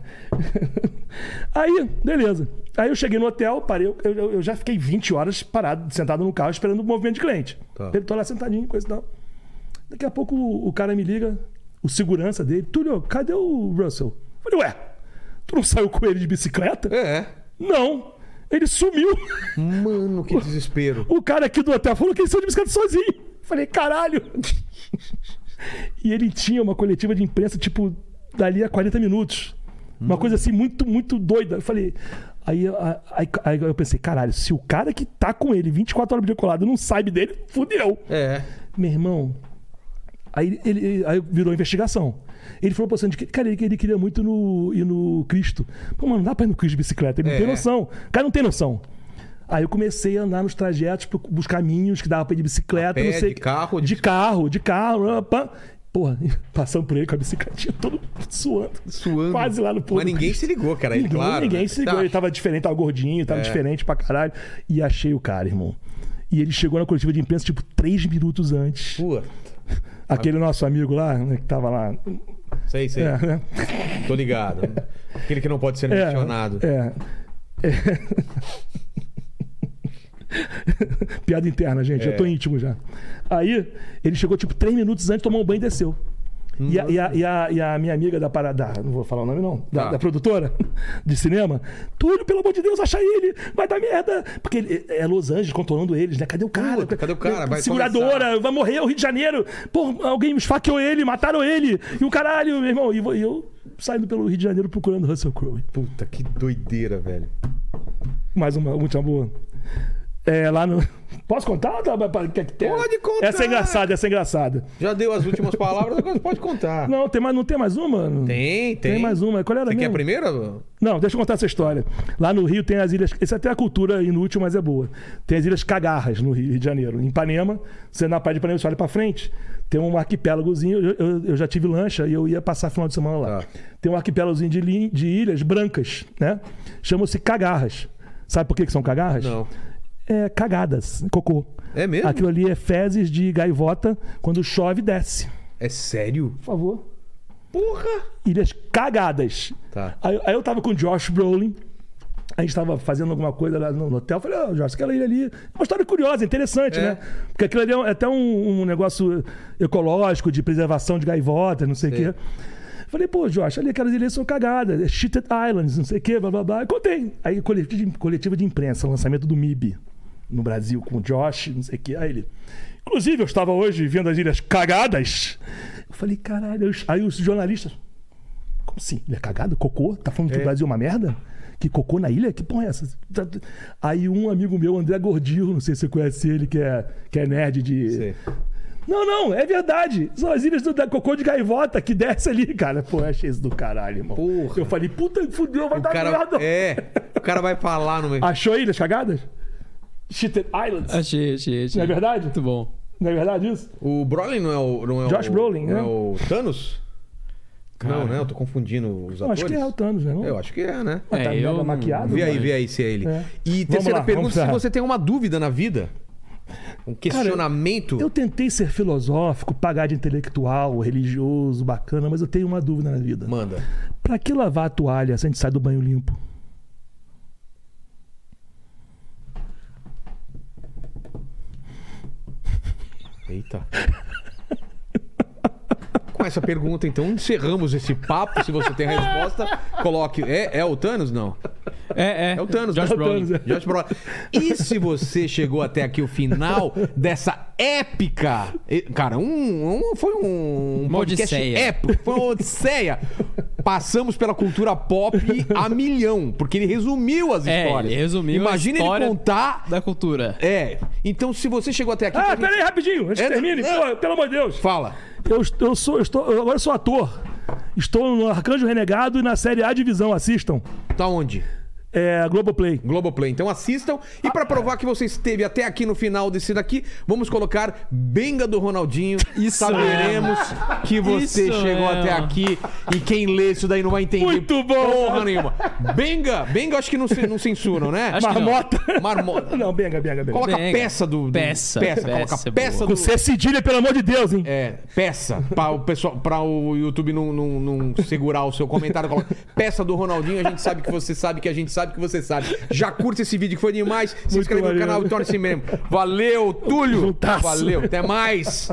Speaker 3: Aí, beleza. Aí eu cheguei no hotel, parei, eu, eu- eu já fiquei 20 horas parado, sentado no carro, esperando o movimento de cliente.
Speaker 1: Tá.
Speaker 3: Ele tô lá sentadinho, coisa e tal. Daqui a pouco o, o cara me liga, o segurança dele, Túlio, cadê o Russell? Eu falei, ué, tu não saiu com ele de bicicleta?
Speaker 1: É.
Speaker 3: Não. Ele sumiu.
Speaker 1: Mano, que desespero.
Speaker 3: O cara aqui do hotel falou que ele saiu de bicicleta sozinho. Falei, caralho. E ele tinha uma coletiva de imprensa, tipo, dali a 40 minutos. Uma coisa assim, muito, muito doida. Eu falei. Aí, a- aí- aí eu pensei, caralho, se o cara que tá com ele 24 horas de colado não sabe dele, fudeu.
Speaker 1: É.
Speaker 3: Meu irmão. Aí ele, ele- aí virou investigação. Ele falou pro Sandy que, cara, ele, ele queria muito no, ir no Cristo. Pô, mano, não dá pra ir no Cristo de bicicleta. Ele não
Speaker 1: É.
Speaker 3: tem noção. O cara não tem noção. Aí eu comecei a andar nos trajetos, pro- os caminhos que dava pra ir de bicicleta,
Speaker 1: A pé,
Speaker 3: não sei.
Speaker 1: de carro, de-
Speaker 3: de carro, de carro. ah, pá. Porra, passando por ele com a bicicletinha, todo suando.
Speaker 1: Suando.
Speaker 3: Quase lá no
Speaker 1: Mas ninguém se ligou, cara. Ele,
Speaker 3: Ninguém,
Speaker 1: claro.
Speaker 3: ninguém
Speaker 1: né? É.
Speaker 3: se ligou. Ele tava diferente, tava gordinho, tava diferente pra caralho. E achei o cara, irmão. E ele chegou na coletiva de imprensa, tipo, três minutos antes.
Speaker 1: Puta.
Speaker 3: Aquele nosso amigo lá, né, que tava lá.
Speaker 1: Sei, sei.
Speaker 3: É, né?
Speaker 1: Tô ligado. Aquele que não pode ser
Speaker 3: É,
Speaker 1: mencionado.
Speaker 3: é. Piada interna, gente. Eu tô
Speaker 1: É.
Speaker 3: íntimo já. Aí, ele chegou, tipo, três minutos antes, tomou um banho e desceu. E a, e a- e a- e a minha amiga da parada, não vou falar o nome não, da,
Speaker 1: Tá.
Speaker 3: da produtora de cinema, Túlio, pelo amor de Deus, acha ele, vai dar merda. Porque ele- é Los Angeles controlando eles, né? Cadê o cara?
Speaker 1: Puta, cadê o cara? Vai
Speaker 3: Seguradora,
Speaker 1: começar.
Speaker 3: vai morrer é o Rio de Janeiro. Pô, alguém esfaqueou ele, mataram ele. E o caralho, meu irmão. E vo- e eu saindo pelo Rio de Janeiro procurando Russell Crowe.
Speaker 1: Puta, que doideira, velho.
Speaker 3: Mais uma última boa. É, lá no. Posso contar? ou tá- Quer que tenha?
Speaker 1: Pode contar.
Speaker 3: Essa é engraçada, essa é engraçada.
Speaker 1: Já deu as últimas palavras, agora pode contar.
Speaker 3: Não, tem mais, não tem mais uma?
Speaker 1: Tem, tem.
Speaker 3: Tem mais uma. Qual era
Speaker 1: Você quer a
Speaker 3: mesmo?
Speaker 1: primeira?
Speaker 3: Não, deixa eu contar essa história. Lá no Rio tem as ilhas. Isso até é cultura inútil, mas é boa. Tem as ilhas Cagarras, no Rio de Janeiro. Em Ipanema, você na praia de Ipanema, você olha pra frente, tem um arquipélagozinho. Eu, eu- eu já tive lancha e eu ia passar final de semana lá.
Speaker 1: Tá.
Speaker 3: Tem um arquipélagozinho de, li- de ilhas brancas, né? Chamam-se Cagarras. Sabe por que, que são cagarras?
Speaker 1: Não.
Speaker 3: É cagadas, cocô.
Speaker 1: É mesmo?
Speaker 3: Aquilo ali é fezes de gaivota. Quando chove, desce.
Speaker 1: É sério?
Speaker 3: Por favor.
Speaker 1: Porra!
Speaker 3: Ilhas cagadas.
Speaker 1: Tá.
Speaker 3: Aí, aí eu tava com o Josh Brolin. A gente tava fazendo alguma coisa lá no no hotel. Eu falei, ó, Josh, aquela ilha ali. É uma história curiosa, interessante,
Speaker 1: É.
Speaker 3: né? Porque aquilo ali é um- é até um, um negócio ecológico, de preservação de gaivotas, não sei o
Speaker 1: Sim.
Speaker 3: quê. Falei, pô, Josh, ali aquelas ilhas são cagadas, é Cheated Islands, não sei o quê, blá blá blá. E contei. Aí coletivo de, coletivo de imprensa, lançamento do MIB no Brasil com o Josh, não sei o quê. Aí ele. Inclusive, eu estava hoje vendo as ilhas cagadas. Eu falei, caralho. Aí os- Aí os jornalistas. Como assim? Ilha cagada? Cocô? Tá falando que o Brasil é uma merda? Que cocô na ilha? Que porra é essa? Tá- Aí um amigo meu, André Gordillo, não sei se você conhece ele, que é, que é nerd de.
Speaker 1: Sei.
Speaker 3: Não, não, é verdade. São as ilhas do da cocô de gaivota que desce ali, cara. Pô, eu achei isso do caralho, irmão.
Speaker 1: Porra.
Speaker 3: Eu falei, puta, fudeu, vai
Speaker 1: O
Speaker 3: dar
Speaker 1: cara,
Speaker 3: merda.
Speaker 1: é, o cara vai falar no meio.
Speaker 3: Achou ilhas cagadas? Cheated Islands.
Speaker 2: Achei, achei, achei.
Speaker 3: Não é verdade?
Speaker 2: Muito bom.
Speaker 3: Não é verdade isso?
Speaker 1: O Brolin não é o. Não é
Speaker 3: Josh
Speaker 1: o,
Speaker 3: Brolin,
Speaker 1: não
Speaker 3: né?
Speaker 1: é o Thanos? Não, né? Eu tô confundindo os
Speaker 3: Eu
Speaker 1: atores.
Speaker 3: acho que é o Thanos, né? Não?
Speaker 1: Eu acho que é, né?
Speaker 3: Tá
Speaker 2: É, eu
Speaker 3: mega
Speaker 2: não-
Speaker 3: maquiado.
Speaker 1: Vê
Speaker 3: né?
Speaker 1: aí, vê aí se é ele.
Speaker 3: É.
Speaker 1: E
Speaker 3: Vamos
Speaker 1: terceira
Speaker 3: lá,
Speaker 1: pergunta:
Speaker 3: vamos lá.
Speaker 1: se você tem uma dúvida na vida, um questionamento.
Speaker 3: Eu tentei ser filosófico, pagar de intelectual, religioso, bacana, mas eu tenho uma dúvida na vida.
Speaker 1: Manda.
Speaker 3: Pra que lavar a toalha se a gente sai do banho limpo?
Speaker 1: Eita. Com essa pergunta, então, encerramos esse papo. Se você tem a resposta, coloque. É, é o Thanos? Não.
Speaker 2: É, é.
Speaker 1: É o Thanos,
Speaker 2: Josh
Speaker 1: né?
Speaker 2: Brolin.
Speaker 3: Thanos, é.
Speaker 1: Josh Brolin. E se você chegou até aqui o final dessa épica. e- Cara, um, um- foi um, um
Speaker 2: Uma
Speaker 1: podcast
Speaker 2: odisseia.
Speaker 1: épico. Foi uma odisseia. Passamos pela cultura pop a milhão, porque ele resumiu as
Speaker 2: É,
Speaker 1: histórias.
Speaker 2: ele resumiu a
Speaker 1: Imagina
Speaker 2: história
Speaker 1: ele contar.
Speaker 2: Da cultura.
Speaker 1: É. Então, se você chegou até aqui.
Speaker 3: Ah,
Speaker 1: pra gente-
Speaker 3: peraí, rapidinho, antes que
Speaker 1: É,
Speaker 3: termine.
Speaker 1: é.
Speaker 3: Pô, pelo amor de Deus.
Speaker 1: Fala.
Speaker 3: Eu, eu sou, eu estou, eu agora sou ator. Estou no Arcanjo Renegado e na série A Divisão. Assistam.
Speaker 1: Tá onde?
Speaker 3: É, Globoplay.
Speaker 1: Globoplay. Então assistam. E pra provar que você esteve até aqui no final desse daqui, vamos colocar Benga do Ronaldinho.
Speaker 2: Isso
Speaker 1: Saberemos que você
Speaker 2: Isso
Speaker 1: chegou
Speaker 2: mesmo.
Speaker 1: até aqui. E quem lê isso daí não vai entender
Speaker 3: Muito bom.
Speaker 1: porra nenhuma. Benga, Benga acho que não, ce- não censuram, né?
Speaker 2: Acho que não.
Speaker 3: Marmota.
Speaker 1: Marmota.
Speaker 3: Não, benga, benga, benga.
Speaker 1: Coloca
Speaker 2: Benga.
Speaker 1: peça do, do-
Speaker 2: Peça,
Speaker 1: peça,
Speaker 2: peça
Speaker 1: coloca
Speaker 2: é
Speaker 1: peça
Speaker 3: Com
Speaker 1: do
Speaker 3: C cedilha, pelo amor de Deus, hein?
Speaker 1: é, peça para o pessoal, para o YouTube não, não- não segurar o seu comentário, coloca peça do Ronaldinho, a gente sabe que você sabe que a gente sabe que você sabe. Já curta esse vídeo que foi demais, se inscreve no
Speaker 3: maneiro.
Speaker 1: canal e torne-se membro. Valeu, Túlio.
Speaker 3: Juntasso.
Speaker 1: Valeu, até mais.